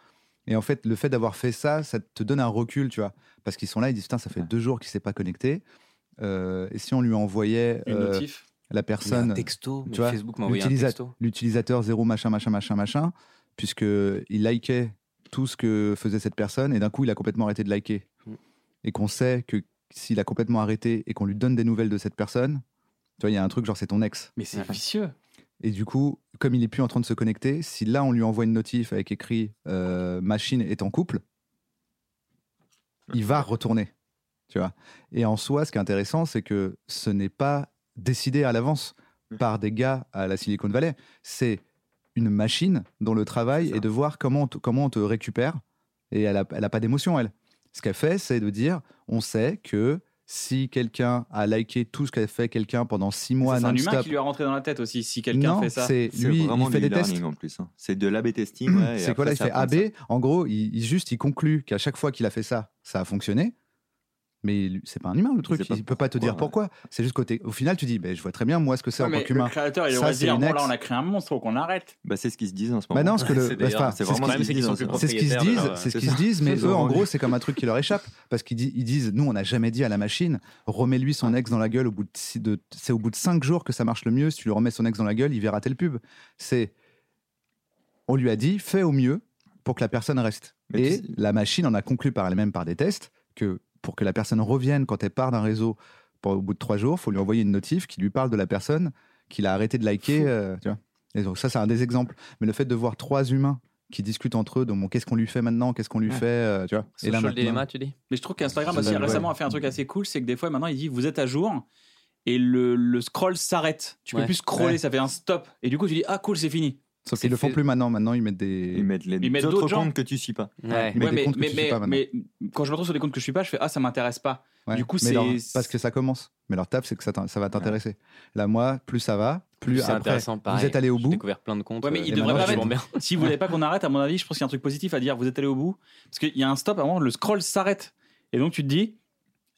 Speaker 2: et en fait, le fait d'avoir fait ça, ça te donne un recul, tu vois. Parce qu'ils sont là, ils disent, putain, ça fait
Speaker 3: Ouais.
Speaker 2: deux jours qu'il s'est pas connecté. Euh, et si on lui envoyait
Speaker 1: Une
Speaker 2: euh,
Speaker 1: notif.
Speaker 2: la personne,
Speaker 4: Un texto, mais
Speaker 2: tu vois,
Speaker 4: Facebook m'a envoyé un
Speaker 2: l'utilisa-
Speaker 4: texto.
Speaker 2: l'utilisateur zéro machin machin machin machin, puisque il likait tout ce que faisait cette personne et d'un coup il a complètement arrêté de liker.
Speaker 4: Mm.
Speaker 2: Et qu'on sait que s'il a complètement arrêté et qu'on lui donne des nouvelles de cette personne, tu vois, il y a un truc genre c'est ton ex.
Speaker 1: Mais c'est vicieux.
Speaker 2: Et du coup, comme il est plus en train de se connecter, si là on lui envoie une notif avec écrit euh, machine est en couple, il va retourner. Tu vois. Et en soi, ce qui est intéressant, c'est que ce n'est pas décidé à l'avance
Speaker 1: Mmh.
Speaker 2: par des gars à la Silicon Valley. C'est une machine dont le travail
Speaker 3: C'est
Speaker 2: est,
Speaker 3: ça.
Speaker 2: de voir comment on te, comment on te récupère. Et elle n'a elle a pas d'émotion, elle. Ce qu'elle fait, c'est de dire on sait que si quelqu'un a liké tout ce qu'a fait quelqu'un pendant six mois
Speaker 1: C'est un humain
Speaker 2: non-stop,
Speaker 1: qui lui a rentré dans la tête aussi si quelqu'un
Speaker 2: non,
Speaker 1: fait ça.
Speaker 2: C'est
Speaker 3: C'est
Speaker 2: lui,
Speaker 3: vraiment
Speaker 2: il fait
Speaker 3: du
Speaker 2: des tests. Hum.
Speaker 3: learning en plus. hein. C'est de l'AB testing. ouais, et
Speaker 2: C'est quoi
Speaker 3: après,
Speaker 2: là Il
Speaker 3: ça
Speaker 2: fait
Speaker 3: apprend
Speaker 2: AB.
Speaker 3: ça.
Speaker 2: En gros, il, il juste il conclut qu'à chaque fois qu'il a fait ça, ça a fonctionné. Mais lui- c'est pas un humain le truc,
Speaker 3: sait pas
Speaker 2: il peut pas te dire pourquoi. C'est juste côté. Au final, tu dis, ben, je vois très bien moi ce que c'est en
Speaker 1: mais
Speaker 2: tant
Speaker 1: le
Speaker 2: qu'humain.
Speaker 1: créateur, il
Speaker 2: Ça,
Speaker 1: aurait
Speaker 2: c'est
Speaker 1: dit, bon
Speaker 2: une
Speaker 1: là,
Speaker 2: axe.
Speaker 1: on a créé un monstre, faut qu'on arrête.
Speaker 3: Bah, c'est ce qu'ils se disent en ce
Speaker 2: Bah
Speaker 3: moment.
Speaker 2: non, parce que le-
Speaker 5: C'est
Speaker 2: bah, c'est pas-
Speaker 5: d'ailleurs-
Speaker 2: c'est
Speaker 3: c'est
Speaker 2: ce
Speaker 3: vraiment
Speaker 5: qu'ils-
Speaker 3: ce qu'ils se
Speaker 5: c'est
Speaker 3: disent.
Speaker 5: qu'ils
Speaker 3: en
Speaker 5: sont
Speaker 3: ce
Speaker 5: plus
Speaker 3: moment.
Speaker 2: C'est ce qu'ils se
Speaker 5: propriétaire de
Speaker 2: disent,
Speaker 5: leur-
Speaker 2: c'est ce
Speaker 3: c'est
Speaker 2: qu'ils se
Speaker 3: ça.
Speaker 2: disent, mais
Speaker 3: Ils ont
Speaker 2: eux, en
Speaker 3: vendu.
Speaker 2: gros, c'est comme un truc qui leur échappe. Parce qu'ils di- ils disent, nous, on n'a jamais dit à la machine, remets-lui son ex dans la gueule, au bout de, six- de- c'est au bout de 5 jours que ça marche le mieux. Si tu lui remets son ex dans la gueule, il verra tel pub. C'est. On lui a dit, fais au mieux pour que la personne reste.
Speaker 3: Mais
Speaker 2: Et
Speaker 3: puis-
Speaker 2: la machine en a conclu par elle-même, par des tests, que pour que la personne revienne quand elle part d'un réseau pour- au bout de 3 jours, il faut lui envoyer une notif qui lui parle de la personne qu'il a arrêté de liker. euh, tu vois. Et donc, ça, c'est un des exemples. Mais le fait de voir trois humains qui discutent entre eux de bon, qu'est-ce qu'on lui fait maintenant, qu'est-ce qu'on lui fait, euh, tu vois.
Speaker 4: C'est le
Speaker 2: maintenant-
Speaker 4: dilemma, tu dis
Speaker 1: Mais je trouve qu'Instagram
Speaker 2: C'est
Speaker 1: aussi
Speaker 2: la-
Speaker 1: récemment a fait un truc assez cool, c'est que des fois maintenant il dit vous êtes à jour et le, le scroll s'arrête. Tu peux
Speaker 4: Ouais.
Speaker 1: plus scroller,
Speaker 2: Ouais.
Speaker 1: ça fait un stop. Et du coup tu dis ah cool c'est fini.
Speaker 2: Sauf
Speaker 4: C'est
Speaker 2: qu'ils le font
Speaker 4: fait-
Speaker 2: plus maintenant. Maintenant, ils mettent des.
Speaker 3: Ils mettent
Speaker 1: Ils
Speaker 3: les
Speaker 1: mettent
Speaker 3: autres
Speaker 1: d'autres gens.
Speaker 3: comptes que tu suis pas.
Speaker 4: Ouais.
Speaker 2: Mais
Speaker 1: Ouais,
Speaker 2: des comptes que tu suis pas
Speaker 1: mais- mais quand je me retrouve sur des comptes que je suis pas, je fais ah ça m'intéresse pas.
Speaker 2: Ouais.
Speaker 1: Du coup,
Speaker 2: Mais
Speaker 1: c'est-
Speaker 2: leur- Parce que ça commence. Mais leur table, c'est que ça, t'in- ça va t'intéresser. Là, moi, plus ça va, plus,
Speaker 4: C'est
Speaker 2: après.
Speaker 4: intéressant, pareil.
Speaker 2: Vous êtes allé au
Speaker 4: J'ai
Speaker 2: bout.
Speaker 4: découvert plein de comptes.
Speaker 1: Ouais, mais il
Speaker 4: euh,
Speaker 2: devrait pas
Speaker 4: maintenant, je
Speaker 2: mettre-
Speaker 4: vends bien.
Speaker 1: Si vous voulez pas qu'on arrête, à mon avis, je pense qu'il y a un truc positif à dire vous êtes allé au bout parce qu'il y a un stop à un moment le scroll s'arrête et donc tu te dis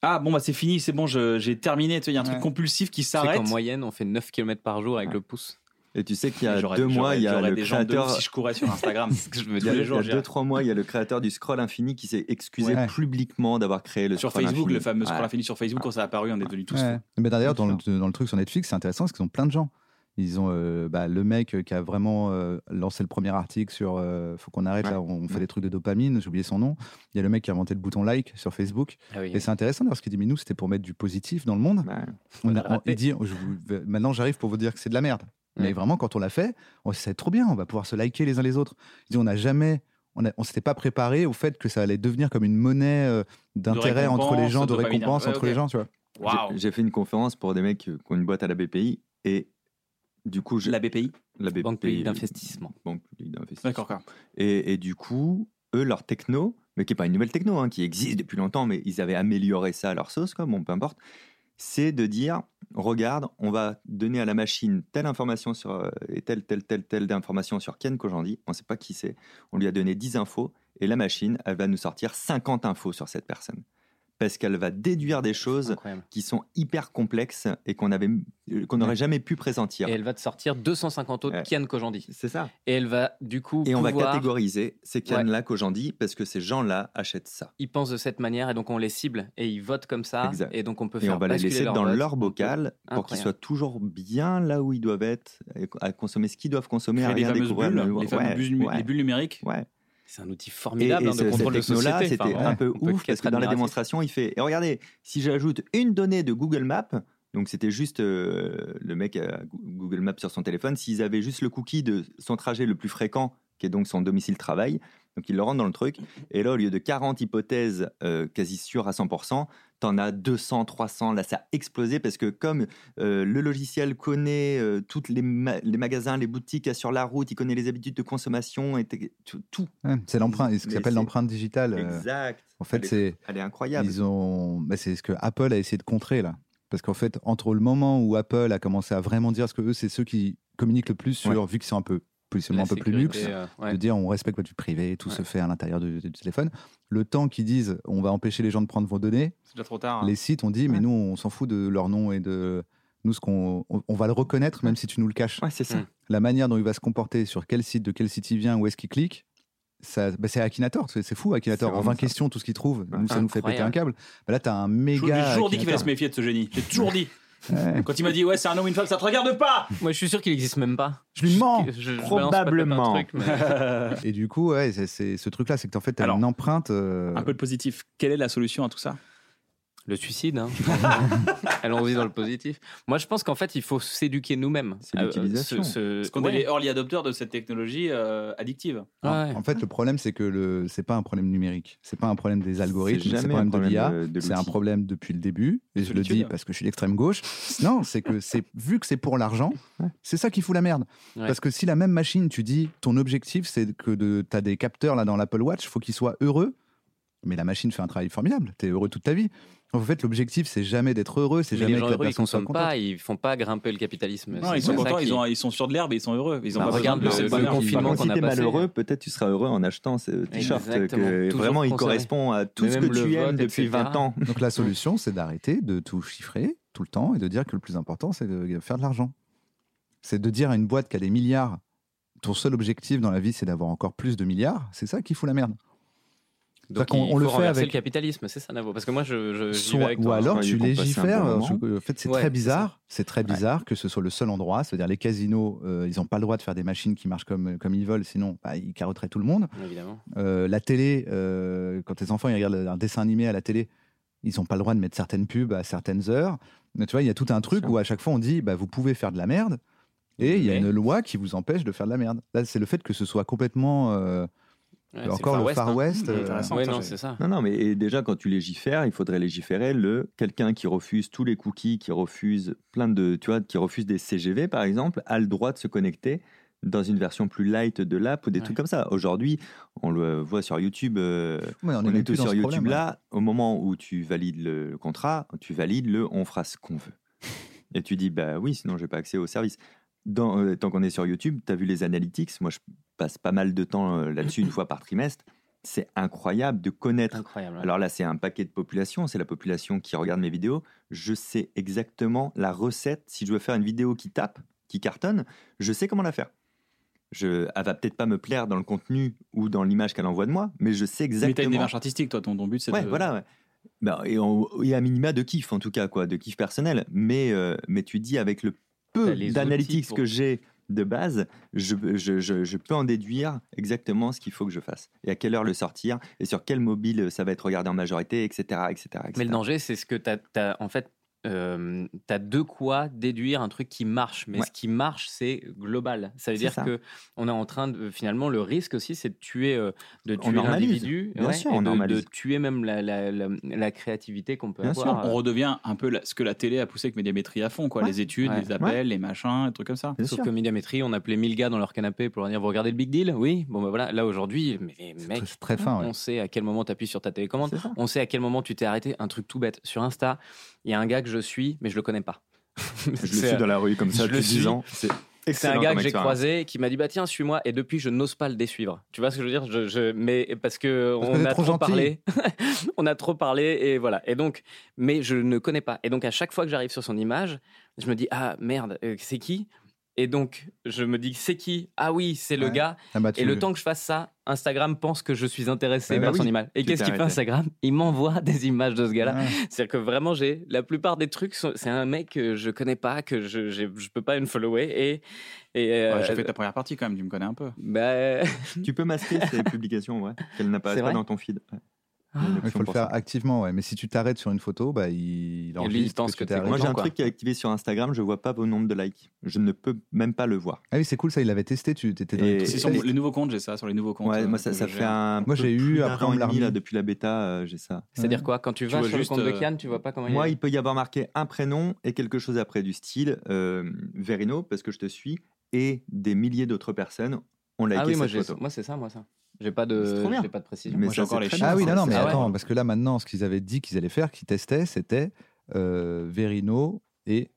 Speaker 1: ah bon bah c'est fini, c'est bon je- j'ai terminé. Tu vois, il y a un truc
Speaker 2: Ouais.
Speaker 1: compulsif qui
Speaker 4: Tu sais
Speaker 1: s'arrête.
Speaker 4: qu'en moyenne, on fait 9 km par jour avec le pouce.
Speaker 3: Et tu sais qu'il y a
Speaker 1: J'aurais-
Speaker 3: deux mois,
Speaker 1: j'aurais-
Speaker 3: il y a
Speaker 1: j'aurais
Speaker 3: le
Speaker 1: des jambes de ouf
Speaker 3: créateur.
Speaker 1: si je courais sur Instagram.
Speaker 4: C'est ce que je me
Speaker 3: Il
Speaker 4: dis
Speaker 3: y a,
Speaker 1: Tous les
Speaker 3: il y
Speaker 1: jours,
Speaker 3: a
Speaker 1: j'irai.
Speaker 3: deux, trois mois, il y a le créateur du scroll infini qui s'est excusé
Speaker 2: Ouais.
Speaker 3: publiquement d'avoir créé le
Speaker 1: sur
Speaker 3: scroll
Speaker 1: Facebook,
Speaker 3: infini.
Speaker 1: le fameux scroll
Speaker 3: Ouais.
Speaker 1: infini sur Facebook quand ça a apparu, on est devenus tous fous.
Speaker 2: Ouais. Mais d'ailleurs, dans, le-
Speaker 3: D'accord.
Speaker 2: dans le truc sur Netflix, c'est intéressant parce qu'ils ont plein de gens. Ils ont euh, bah, le mec qui a vraiment euh, lancé le premier article sur euh, faut qu'on arrête
Speaker 3: Ouais.
Speaker 2: là, on fait des trucs de dopamine, j'ai oublié son nom. Il y a le mec qui a inventé le bouton like sur Facebook.
Speaker 4: Ah oui.
Speaker 2: Et c'est intéressant parce qu'il dit mais nous c'était pour mettre du positif dans le monde.
Speaker 3: Ouais.
Speaker 2: On a-
Speaker 4: Faudrait
Speaker 2: on-
Speaker 4: rater.
Speaker 2: il dit je vous- maintenant j'arrive pour vous dire que c'est de la merde. Mais
Speaker 4: Ouais.
Speaker 2: vraiment quand on l'a fait, on s'est trop bien, on va pouvoir se liker les uns les autres. Il dit on n'a jamais on a- on s'était pas préparé au fait que ça allait devenir comme une monnaie euh, d'intérêt entre les
Speaker 1: récompense,
Speaker 2: gens, de
Speaker 1: de dopamine.
Speaker 2: récompense
Speaker 1: Ouais,
Speaker 2: entre
Speaker 1: ok.
Speaker 2: les gens, tu vois.
Speaker 3: J'ai- J'ai fait une conférence pour des mecs qui ont une boîte à la BPI et du coup, je-
Speaker 1: La BPI.
Speaker 3: la BPI.
Speaker 4: Banque Pays d'investissement.
Speaker 3: Banque publique d'investissement.
Speaker 1: D'accord, d'accord.
Speaker 3: Et, et du coup, eux, leur techno, mais qui n'est pas une nouvelle techno, hein, qui existe depuis longtemps, mais ils avaient amélioré ça à leur sauce, quoi, bon, peu importe, c'est de dire, regarde, on va donner à la machine telle information sur, euh, et telle, telle, telle, telle information sur Ken Kojandi, on ne sait pas qui c'est, on lui a donné 10 infos, et la machine, elle va nous sortir 50 infos sur cette personne. Parce qu'elle va déduire des choses
Speaker 4: Incroyable.
Speaker 3: qui sont hyper complexes et qu'on avait euh, qu'on n'aurait jamais pu pressentir.
Speaker 4: Et elle va te sortir 250 autres
Speaker 3: Ouais.
Speaker 4: Kian Kojandi.
Speaker 3: C'est ça.
Speaker 4: Et elle va, du coup,
Speaker 3: Et on va
Speaker 4: pouvoir-
Speaker 3: catégoriser ces cannes-là qu'aujourd'hui, parce que ces gens-là achètent ça.
Speaker 4: Ils pensent de cette manière et donc on les cible et ils votent comme ça.
Speaker 3: Exact.
Speaker 4: Et donc on peut
Speaker 3: Et
Speaker 4: faire
Speaker 3: on va les
Speaker 4: basculer
Speaker 3: laisser
Speaker 4: leur
Speaker 3: dans
Speaker 4: vote.
Speaker 3: leur bocal pour qu'ils
Speaker 4: Incroyable.
Speaker 3: soient toujours bien là où ils doivent être, et à consommer ce qu'ils doivent consommer, à
Speaker 1: Créer les
Speaker 3: rien
Speaker 1: fameuses
Speaker 3: découvrir.
Speaker 1: bulles,
Speaker 3: mais-
Speaker 1: les fameuses
Speaker 3: ouais,
Speaker 1: bulles,
Speaker 3: ouais,
Speaker 1: les bulles numériques.
Speaker 3: ouais.
Speaker 4: C'est un outil
Speaker 3: Et,
Speaker 4: formidable
Speaker 3: et
Speaker 4: hein, de
Speaker 3: ce- cette
Speaker 4: contrôle de
Speaker 3: techno-là,
Speaker 4: société.
Speaker 3: c'était
Speaker 4: Enfin,
Speaker 3: un peu
Speaker 4: on peut
Speaker 3: ouf, parce que dans la
Speaker 4: admirer.
Speaker 3: démonstration, il fait, et regardez, si j'ajoute une donnée de Google Maps, donc c'était juste euh, le mec à Google Maps sur son téléphone, s'ils avaient juste le cookie de son trajet le plus fréquent, qui est donc son domicile-travail, donc il le rentre dans le truc, et là, au lieu de 40 hypothèses euh, quasi sûres à 100%, T'en as 200, 300, là ça a explosé parce que comme euh, le logiciel connaît euh, toutes les, ma- les magasins, les boutiques qu'il y a sur la route, il connaît les habitudes de consommation, et t- tout, tout.
Speaker 2: Ouais, c'est l'empreinte, ce
Speaker 3: Mais
Speaker 2: qui s'appelle
Speaker 3: c'est-
Speaker 2: l'empreinte digitale. euh,
Speaker 3: Exact.
Speaker 2: En fait,
Speaker 3: Elle est-
Speaker 2: c'est
Speaker 3: Elle est incroyable.
Speaker 2: ils ont, bah, c'est ce que Apple a essayé de contrer là, parce qu'en fait, entre le moment où Apple a commencé à vraiment dire ce que eux, c'est ceux qui communiquent le plus sur, vu que c'est un peu positionnement
Speaker 4: La
Speaker 2: un peu plus
Speaker 4: sécurité,
Speaker 2: luxe,
Speaker 4: euh, ouais.
Speaker 2: de dire on respecte votre vie privée, tout
Speaker 4: Ouais.
Speaker 2: se fait à l'intérieur du, du téléphone. Le temps qu'ils disent on va empêcher les gens de prendre vos données,
Speaker 1: C'est déjà trop tard. hein.
Speaker 2: les sites ont dit mais
Speaker 3: Ouais.
Speaker 2: nous on s'en fout de leur nom et de nous ce qu'on, on, on va le reconnaître même si tu nous le caches.
Speaker 3: Ouais, c'est ça.
Speaker 4: Mm.
Speaker 2: La manière dont il va se comporter, sur quel site, de quel site il vient, où est-ce qu'il clique. Ça, bah, c'est Akinator, c'est c'est fou Akinator.
Speaker 3: C'est
Speaker 2: En
Speaker 3: vraiment
Speaker 2: 20
Speaker 3: ça.
Speaker 2: questions, tout ce qu'il trouve, nous, ça nous fait péter un
Speaker 4: Incroyable.
Speaker 2: câble. Bah, là, t'as un
Speaker 1: Je vous
Speaker 2: méga.
Speaker 1: ai toujours dit qu'il fallait se
Speaker 2: Akinator.
Speaker 1: méfier de ce génie. J'ai toujours dit.
Speaker 2: Ouais.
Speaker 1: Quand il m'a dit ouais c'est un homme ou une femme, ça te regarde pas.
Speaker 4: Moi, je suis sûr qu'il n'existe même pas.
Speaker 2: Je lui mens
Speaker 4: Je- je balance
Speaker 3: probablement.
Speaker 4: peut-être un truc, mais-
Speaker 2: Et du coup, ouais, c'est- c'est ce truc-là, c'est que en fait, t'as
Speaker 1: Alors,
Speaker 2: une empreinte. euh,
Speaker 1: Un peu de positif. Quelle est la solution à tout ça
Speaker 4: Le suicide, hein. allons-y dans le positif. Moi, je pense qu'en fait, il faut s'éduquer nous-mêmes.
Speaker 3: C'est
Speaker 4: Euh,
Speaker 3: l'utilisation.
Speaker 4: ce- ce-
Speaker 1: Parce qu'on
Speaker 4: Ouais.
Speaker 1: est les early adopteurs de cette technologie euh, addictive.
Speaker 2: Alors,
Speaker 4: Ouais.
Speaker 2: En fait, le problème, c'est que le c'est pas un problème numérique, c'est pas un problème des algorithmes, c'est pas un problème, de l'IA,
Speaker 3: de- de
Speaker 2: c'est un
Speaker 3: l'outil.
Speaker 2: problème depuis le début. Et je le
Speaker 1: Solitude.
Speaker 2: dis parce que je suis l'extrême gauche. Non, c'est que c'est vu que c'est pour l'argent, c'est ça qui fout la merde.
Speaker 4: Ouais.
Speaker 2: Parce que si la même machine, tu dis ton objectif, c'est que de t'as des capteurs là dans l'Apple Watch, faut qu'ils soient heureux. Mais la machine fait un travail formidable. T'es heureux toute ta vie. En fait, l'objectif, c'est jamais d'être heureux, c'est
Speaker 4: Mais
Speaker 2: jamais
Speaker 4: les
Speaker 2: que
Speaker 4: gens
Speaker 2: la
Speaker 4: heureux, ils
Speaker 2: personne soit
Speaker 4: consomment
Speaker 2: contente.
Speaker 4: pas, ils font pas grimper le capitalisme.
Speaker 1: Non,
Speaker 4: C'est
Speaker 1: ils sont
Speaker 4: ça
Speaker 1: contents,
Speaker 4: qui-
Speaker 1: ils, ont- ils sont sur de l'herbe et ils sont heureux. Ils ont
Speaker 4: Bah,
Speaker 1: pas
Speaker 4: regarde
Speaker 1: besoin de-
Speaker 4: le-
Speaker 1: de-
Speaker 4: le
Speaker 1: de-
Speaker 4: confinement
Speaker 3: Par contre,
Speaker 4: qu'on
Speaker 3: si
Speaker 4: a
Speaker 3: t'es
Speaker 4: passé.
Speaker 3: malheureux, peut-être tu seras heureux en achetant ce t-shirt euh,
Speaker 4: Exactement.
Speaker 3: que
Speaker 4: Toujours
Speaker 3: vraiment il
Speaker 4: conservé.
Speaker 3: correspond à tout
Speaker 4: Mais
Speaker 3: ce que
Speaker 4: même le
Speaker 3: tu aimes
Speaker 4: vote,
Speaker 3: depuis
Speaker 4: etc.
Speaker 3: 20 ans.
Speaker 2: Donc la solution, c'est d'arrêter de tout chiffrer tout le temps et de dire que le plus important, c'est de faire de l'argent. C'est de dire à une boîte qui a des milliards, ton seul objectif dans la vie, c'est d'avoir encore plus de milliards. C'est ça qui fout la merde.
Speaker 4: Donc
Speaker 2: qu'on-
Speaker 4: il
Speaker 2: on le
Speaker 4: faut
Speaker 2: fait
Speaker 4: renverser
Speaker 2: avec-
Speaker 4: le capitalisme, c'est ça, Navo Parce que moi, je, je Euh, j'y vais
Speaker 2: Soit-
Speaker 4: avec
Speaker 2: ou
Speaker 4: toi.
Speaker 2: alors
Speaker 3: Ouais,
Speaker 2: tu
Speaker 3: ils vont passer un bon
Speaker 2: légifères.
Speaker 3: moment.
Speaker 2: euh, en fait, c'est
Speaker 4: Ouais,
Speaker 2: très
Speaker 4: c'est
Speaker 2: bizarre. C'est très bizarre que ce soit le seul endroit. C'est-à-dire les casinos, euh, ils n'ont pas le droit de faire des machines qui marchent comme, comme ils veulent, sinon bah, ils carotteraient tout le monde.
Speaker 4: Évidemment.
Speaker 2: Euh, la télé, euh, quand tes enfants ils regardent un dessin animé à la télé, ils n'ont pas le droit de mettre certaines pubs à certaines heures. Mais tu vois, il y a tout un truc
Speaker 3: sûr.
Speaker 2: où à chaque fois on dit, bah, vous pouvez faire de la merde, et il y a
Speaker 4: Mais-
Speaker 2: une loi qui vous empêche de faire de la merde. Là, c'est le fait que ce soit complètement euh,
Speaker 4: Ouais, c'est
Speaker 2: encore le Far
Speaker 4: hein.
Speaker 2: West.
Speaker 1: Mmh,
Speaker 2: euh,
Speaker 1: intéressant.
Speaker 4: Ouais,
Speaker 1: Ça,
Speaker 4: non,
Speaker 1: j'ai-
Speaker 4: c'est ça.
Speaker 3: Non, non, mais et déjà, quand tu légifères, il faudrait légiférer le quelqu'un qui refuse tous les cookies, qui refuse plein de, tu vois, qui refuse des CGV par exemple, a le droit de se connecter dans une version plus light de l'app ou des
Speaker 4: Ouais.
Speaker 3: trucs comme ça. Aujourd'hui, on le voit sur YouTube. euh,
Speaker 2: ouais,
Speaker 3: on,
Speaker 2: même
Speaker 3: est
Speaker 2: plus
Speaker 3: tous
Speaker 2: dans
Speaker 3: sur
Speaker 2: ce
Speaker 3: YouTube
Speaker 2: problème, hein.
Speaker 3: là. Au moment où tu valides le contrat, tu valides le on fera ce qu'on veut. Et tu dis bah oui, sinon j'ai pas accès au service. Dans, euh, tant qu'on est sur YouTube, tu as vu les analytics. Moi, je passe pas mal de temps euh, là-dessus une fois par trimestre. C'est incroyable de connaître
Speaker 4: Incroyable. ouais.
Speaker 3: alors là, c'est un paquet de populations, c'est la population qui regarde mes vidéos. Je sais exactement la recette. Si je veux faire une vidéo qui tape, qui cartonne, je sais comment la faire. Je, elle va peut-être pas me plaire dans le contenu ou dans l'image qu'elle envoie de moi, mais je sais
Speaker 1: Mais t'as une
Speaker 3: exactement.
Speaker 1: démarche artistique, toi, ton, ton but c'est
Speaker 3: ouais,
Speaker 1: de.
Speaker 3: voilà. ouais. Ben, et, on- et à minima de kiff, en tout cas, quoi, de kiff personnel. Mais, euh, mais tu dis, avec le
Speaker 4: T'as
Speaker 3: peu
Speaker 4: les outils
Speaker 3: d'analytics
Speaker 4: pour-
Speaker 3: que j'ai de base, je, je- je- je peux en déduire exactement ce qu'il faut que je fasse. Et à quelle heure le sortir, et sur quel mobile euh, ça va être regardé en majorité, etc. etc., etc.
Speaker 4: Mais le danger, c'est ce que tu as, en fait. Euh, t'as de quoi déduire un truc qui marche, mais
Speaker 3: Ouais.
Speaker 4: ce qui marche, c'est global. Ça veut
Speaker 3: C'est
Speaker 4: dire
Speaker 3: ça.
Speaker 4: que on est en train de finalement le risque aussi, c'est de tuer, euh, de
Speaker 3: On
Speaker 4: tuer
Speaker 3: normalise.
Speaker 4: l'individu,
Speaker 3: Bien sûr,
Speaker 4: et
Speaker 3: on
Speaker 4: de- de,
Speaker 3: normalise.
Speaker 4: tuer même la, la- la- la créativité qu'on peut
Speaker 3: Bien sûr,
Speaker 4: avoir. Euh,
Speaker 1: On redevient un peu la- ce que la télé a poussé avec Médiamétrie à fond, quoi.
Speaker 3: Ouais.
Speaker 1: Les études,
Speaker 4: Ouais.
Speaker 1: les appels, les machins, les trucs comme ça.
Speaker 3: Bien
Speaker 4: Sauf
Speaker 3: sûr.
Speaker 4: que Médiamétrie, on appelait 1000 gars dans leur canapé pour leur dire Vous regardez le Big Deal Oui. Bon, ben voilà, là aujourd'hui, mais les
Speaker 2: C'est
Speaker 4: mecs,
Speaker 2: très- très fin. ouais.
Speaker 4: on sait à quel moment tu appuies sur ta télécommande,
Speaker 3: C'est ça.
Speaker 4: on sait à quel moment tu t'es arrêté. Un truc tout bête. Sur Insta, il y a un gars que je suis, mais je le connais pas.
Speaker 3: Je le
Speaker 4: C'est-
Speaker 3: suis dans la rue comme ça
Speaker 4: je le
Speaker 3: depuis 10
Speaker 4: suis.
Speaker 3: ans. C'est
Speaker 4: C'est
Speaker 3: excellent
Speaker 4: un gars
Speaker 3: comme
Speaker 4: que j'ai
Speaker 3: expérience.
Speaker 4: croisé qui m'a dit bah tiens suis-moi et depuis je n'ose pas le désuivre. Tu vois ce que je veux dire je, je- mais parce que
Speaker 2: Parce qu'on
Speaker 4: on
Speaker 2: est
Speaker 4: a
Speaker 2: trop
Speaker 4: trop,
Speaker 2: gentil.
Speaker 4: parlé, on a trop parlé et voilà. Et donc mais je ne connais pas et donc à chaque fois que j'arrive sur son image, je me dis ah merde euh, c'est qui Et donc je me dis c'est qui Ah oui c'est le
Speaker 2: Ouais.
Speaker 4: gars
Speaker 2: Ah bah,
Speaker 4: et
Speaker 2: tu-
Speaker 4: le temps que je fasse ça Instagram pense que je suis intéressé
Speaker 3: Ouais, bah
Speaker 4: par son
Speaker 3: oui.
Speaker 4: image. Et
Speaker 3: Tu
Speaker 4: qu'est-ce
Speaker 3: t'es
Speaker 4: qu'il fait
Speaker 3: arrêté.
Speaker 4: Instagram Il m'envoie des images de ce gars-là.
Speaker 2: Ouais.
Speaker 4: C'est-à-dire que vraiment, j'ai la plupart des trucs, sont- c'est un mec que je connais pas, que je j'ai- je peux pas unfollower et et euh,
Speaker 1: Ouais, j'ai fait ta première partie quand même, tu me connais un peu.
Speaker 4: bah,
Speaker 3: Tu peux masquer ces publications ouais, qu'elle n'a pas,
Speaker 4: C'est
Speaker 3: pas
Speaker 4: vrai
Speaker 3: dans ton feed. Ouais. Il y a une
Speaker 2: Il
Speaker 3: option
Speaker 2: faut le
Speaker 3: pour
Speaker 2: faire
Speaker 3: ça.
Speaker 2: activement, ouais. Mais si tu t'arrêtes sur une photo, bah, il, il enregistre
Speaker 4: pense
Speaker 2: que tu
Speaker 4: que
Speaker 2: t'es
Speaker 4: t'es
Speaker 2: arrêté.
Speaker 3: Moi, j'ai un
Speaker 4: quoi.
Speaker 3: truc qui est activé sur Instagram, je vois pas vos nombres de likes. Je ne peux même pas le voir.
Speaker 2: Ah oui, c'est cool ça, il l'avait testé, tu étais dans
Speaker 3: Et-
Speaker 2: les trucs
Speaker 1: C'est
Speaker 3: et-
Speaker 1: sur
Speaker 2: de
Speaker 1: les nouveaux comptes, j'ai ça, sur les nouveaux comptes.
Speaker 3: Ouais,
Speaker 1: euh,
Speaker 3: moi, ça,
Speaker 1: que
Speaker 3: ça
Speaker 1: je
Speaker 3: fait
Speaker 1: gère.
Speaker 3: un.
Speaker 2: Moi,
Speaker 3: peu
Speaker 2: j'ai eu,
Speaker 3: plus d'un
Speaker 2: après,
Speaker 3: an
Speaker 2: on me
Speaker 3: et
Speaker 2: l'a
Speaker 3: demi, là,
Speaker 2: remis.
Speaker 3: depuis la bêta, euh, j'ai ça.
Speaker 4: c'est-à-dire quoi Quand tu, vas
Speaker 1: vois
Speaker 4: sur
Speaker 1: juste,
Speaker 4: le compte de
Speaker 1: euh,
Speaker 4: Kian, tu vois pas comment
Speaker 3: Moi,
Speaker 4: il
Speaker 3: il peut y avoir marqué un prénom et quelque chose après du style euh, Verino, parce que je te suis, et des milliers d'autres personnes ont
Speaker 4: est.
Speaker 3: liké
Speaker 4: Ah oui, moi,
Speaker 3: cette
Speaker 4: j'ai-
Speaker 3: photo.
Speaker 4: moi c'est ça, moi ça. J'ai pas
Speaker 3: C'est trop
Speaker 4: de
Speaker 3: bien.
Speaker 4: j'ai pas de précision.
Speaker 3: Mais
Speaker 1: Moi, j'ai
Speaker 3: ça,
Speaker 1: encore
Speaker 3: hein. c'est
Speaker 1: les
Speaker 3: très
Speaker 1: chiffres.
Speaker 2: Ah oui, non, non, mais
Speaker 4: Ah ouais.
Speaker 2: attends, parce que là maintenant, ce qu'ils avaient dit qu'ils allaient faire, qu'ils testaient, c'était euh, Verino et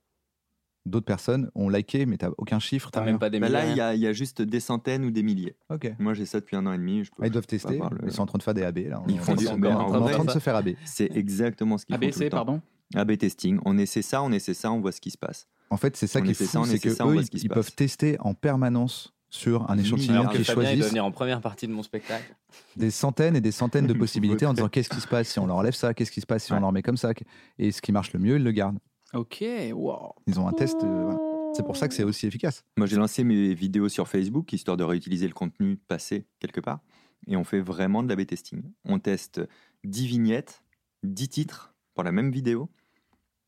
Speaker 2: d'autres personnes ont liké, mais t'as aucun chiffre, t'as
Speaker 4: T'as
Speaker 2: rien.
Speaker 4: même pas des
Speaker 3: Bah là,
Speaker 4: milliers,
Speaker 3: il y,
Speaker 4: rien.
Speaker 3: a- il y a juste des centaines ou des milliers.
Speaker 2: Ok.
Speaker 3: Moi, j'ai ça depuis un an et demi. Je peux
Speaker 2: Ah, ils doivent
Speaker 3: pas
Speaker 2: tester.
Speaker 3: voir le-
Speaker 2: Ils sont en train de faire des AB là. On-
Speaker 3: Ils font
Speaker 2: on-
Speaker 3: du-
Speaker 2: on-
Speaker 3: mais
Speaker 2: on-
Speaker 3: en
Speaker 2: on est en
Speaker 3: vrai-
Speaker 2: train de se faire AB.
Speaker 3: C'est exactement ce qu'ils font. tout le
Speaker 1: ABC,
Speaker 3: temps.
Speaker 1: pardon
Speaker 3: AB testing. On essaie ça, on essaie ça, on voit ce qui se passe.
Speaker 2: En fait, c'est ça
Speaker 3: On
Speaker 2: qui est
Speaker 3: essaie
Speaker 2: fou,
Speaker 3: ça, on
Speaker 2: c'est que
Speaker 3: essaie ça, on
Speaker 2: eux,
Speaker 3: voit
Speaker 2: ils-
Speaker 3: ce qui se
Speaker 2: ils peuvent
Speaker 3: passe.
Speaker 2: tester en permanence sur un
Speaker 3: Alors
Speaker 2: échantillon
Speaker 4: Alors
Speaker 3: que
Speaker 4: que
Speaker 2: qu'ils
Speaker 4: Fabien il doit
Speaker 2: choisissent
Speaker 4: venir en première partie de mon spectacle.
Speaker 2: des centaines et des centaines de possibilités en
Speaker 3: Votre-
Speaker 2: disant qu'est-ce qui se passe si on leur enlève ça, qu'est-ce qui se passe si on
Speaker 3: Ouais.
Speaker 2: leur met comme ça, et ce qui marche le mieux, ils le gardent.
Speaker 1: Ok, wow.
Speaker 2: Ils ont un test. euh, voilà. C'est pour ça que c'est aussi efficace.
Speaker 3: Moi, j'ai lancé mes vidéos sur Facebook, histoire de réutiliser le contenu passé quelque part. Et on fait vraiment de l'AB testing. On teste 10 vignettes, 10 titres pour la même vidéo.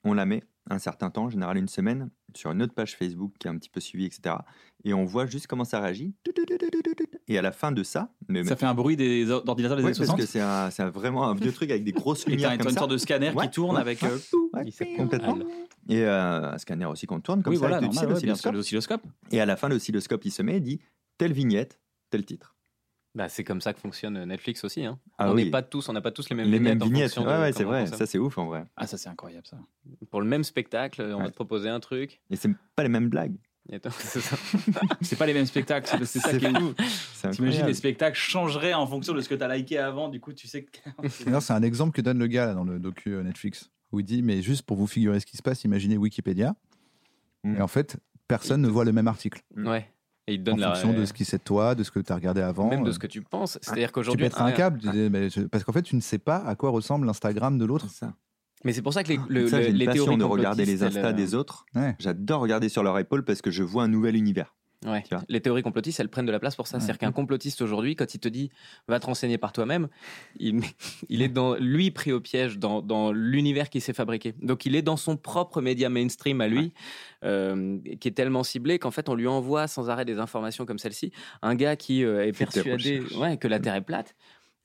Speaker 3: On la met un certain temps, en général une semaine, sur une autre page Facebook qui est un petit peu suivie, etc. Et on voit juste comment ça réagit. Et à la fin de ça, mais
Speaker 1: Ça fait un bruit des or- ordinateurs des
Speaker 3: Ouais,
Speaker 1: années
Speaker 3: parce
Speaker 1: 60.
Speaker 3: que c'est un- c'est un- vraiment un vieux truc avec des grosses
Speaker 1: Et t'as
Speaker 3: lumières
Speaker 1: une,
Speaker 3: comme
Speaker 1: une
Speaker 3: ça.
Speaker 1: sorte de scanner
Speaker 3: Ouais,
Speaker 1: qui tourne
Speaker 3: ouais,
Speaker 1: avec.
Speaker 3: ouais.
Speaker 1: euh,
Speaker 3: Ouais,
Speaker 4: Il s'appelle
Speaker 3: complètement.
Speaker 4: Al.
Speaker 3: Et euh, un scanner aussi qu'on tourne comme
Speaker 1: oui,
Speaker 3: ça.
Speaker 1: voilà,
Speaker 3: avec le
Speaker 1: normal,
Speaker 3: petit
Speaker 1: ouais, bien
Speaker 3: oscilloscope.
Speaker 1: sûr, l'oscilloscope.
Speaker 3: Et à la fin, l'oscilloscope, il se met et dit telle vignette, tel titre.
Speaker 4: Bah, c'est comme ça que fonctionne Netflix aussi. hein.
Speaker 3: Ah
Speaker 4: on
Speaker 3: oui.
Speaker 4: n'est pas tous, on n'a pas tous les mêmes
Speaker 3: les
Speaker 4: vignettes.
Speaker 3: mêmes
Speaker 4: en
Speaker 3: vignettes.
Speaker 4: fonction de
Speaker 3: Ouais, ouais,
Speaker 4: comment
Speaker 3: c'est
Speaker 4: on
Speaker 3: vrai.
Speaker 4: consomme.
Speaker 3: Ça, c'est ouf en vrai.
Speaker 1: Ah, ça, c'est incroyable, ça.
Speaker 4: Pour le même spectacle, on va
Speaker 3: Ouais.
Speaker 4: te proposer un truc.
Speaker 3: Et c'est pas les mêmes blagues.
Speaker 4: Et toi, c'est ça.
Speaker 1: C'est pas les mêmes spectacles, c'est- c'est ça
Speaker 3: C'est
Speaker 1: qui est
Speaker 3: fou.
Speaker 1: ouf.
Speaker 3: C'est
Speaker 1: T'imagines,
Speaker 3: incroyable.
Speaker 1: les spectacles changeraient en fonction de ce que t'as liké avant, du coup, tu sais que.
Speaker 2: D'ailleurs, c'est un exemple que donne le gars là, dans le docu euh, Netflix, où il dit Mais juste pour vous figurer ce qui se passe, imaginez Wikipédia.
Speaker 3: Mm.
Speaker 2: Et en fait, personne ne voit le même article.
Speaker 4: Ouais. Et il te
Speaker 2: En
Speaker 4: donne la.
Speaker 2: fonction de ce qui c'est de toi, de ce que tu as regardé avant.
Speaker 4: Même de
Speaker 2: euh,
Speaker 4: ce que ah, tu
Speaker 3: ah,
Speaker 4: penses. C'est-à-dire
Speaker 2: tu peux
Speaker 4: qu'aujourd'hui.
Speaker 2: être un
Speaker 4: ouais.
Speaker 2: câble. tu dis, mais je- Parce qu'en fait, tu ne sais pas à quoi ressemble l'Instagram de l'autre.
Speaker 3: Ça,
Speaker 4: Mais c'est pour ça que les, le-
Speaker 3: Ça,
Speaker 4: le-
Speaker 3: j'ai une
Speaker 4: les
Speaker 3: passion
Speaker 4: théories
Speaker 3: de regarder les
Speaker 4: complotistes,
Speaker 3: instas
Speaker 4: elles,
Speaker 3: des autres.
Speaker 2: Ouais.
Speaker 3: J'adore regarder sur leur épaule parce que je vois un nouvel univers.
Speaker 4: Ouais.
Speaker 3: Tu vois.
Speaker 4: Les théories complotistes, elles prennent de la place pour ça.
Speaker 2: Ouais.
Speaker 4: C'est-à-dire qu'un complotiste aujourd'hui, quand il te dit va te renseigner par toi-même, il, il est dans lui pris au piège dans, dans l'univers qui s'est fabriqué. Donc il est dans son propre média mainstream à lui, euh, qui est tellement ciblé qu'en fait on lui envoie sans arrêt des informations comme celle-ci. Un gars qui euh,
Speaker 3: Fait
Speaker 4: est
Speaker 3: des
Speaker 4: persuadé
Speaker 3: recherches. Mm.
Speaker 4: ouais, que la Terre est plate.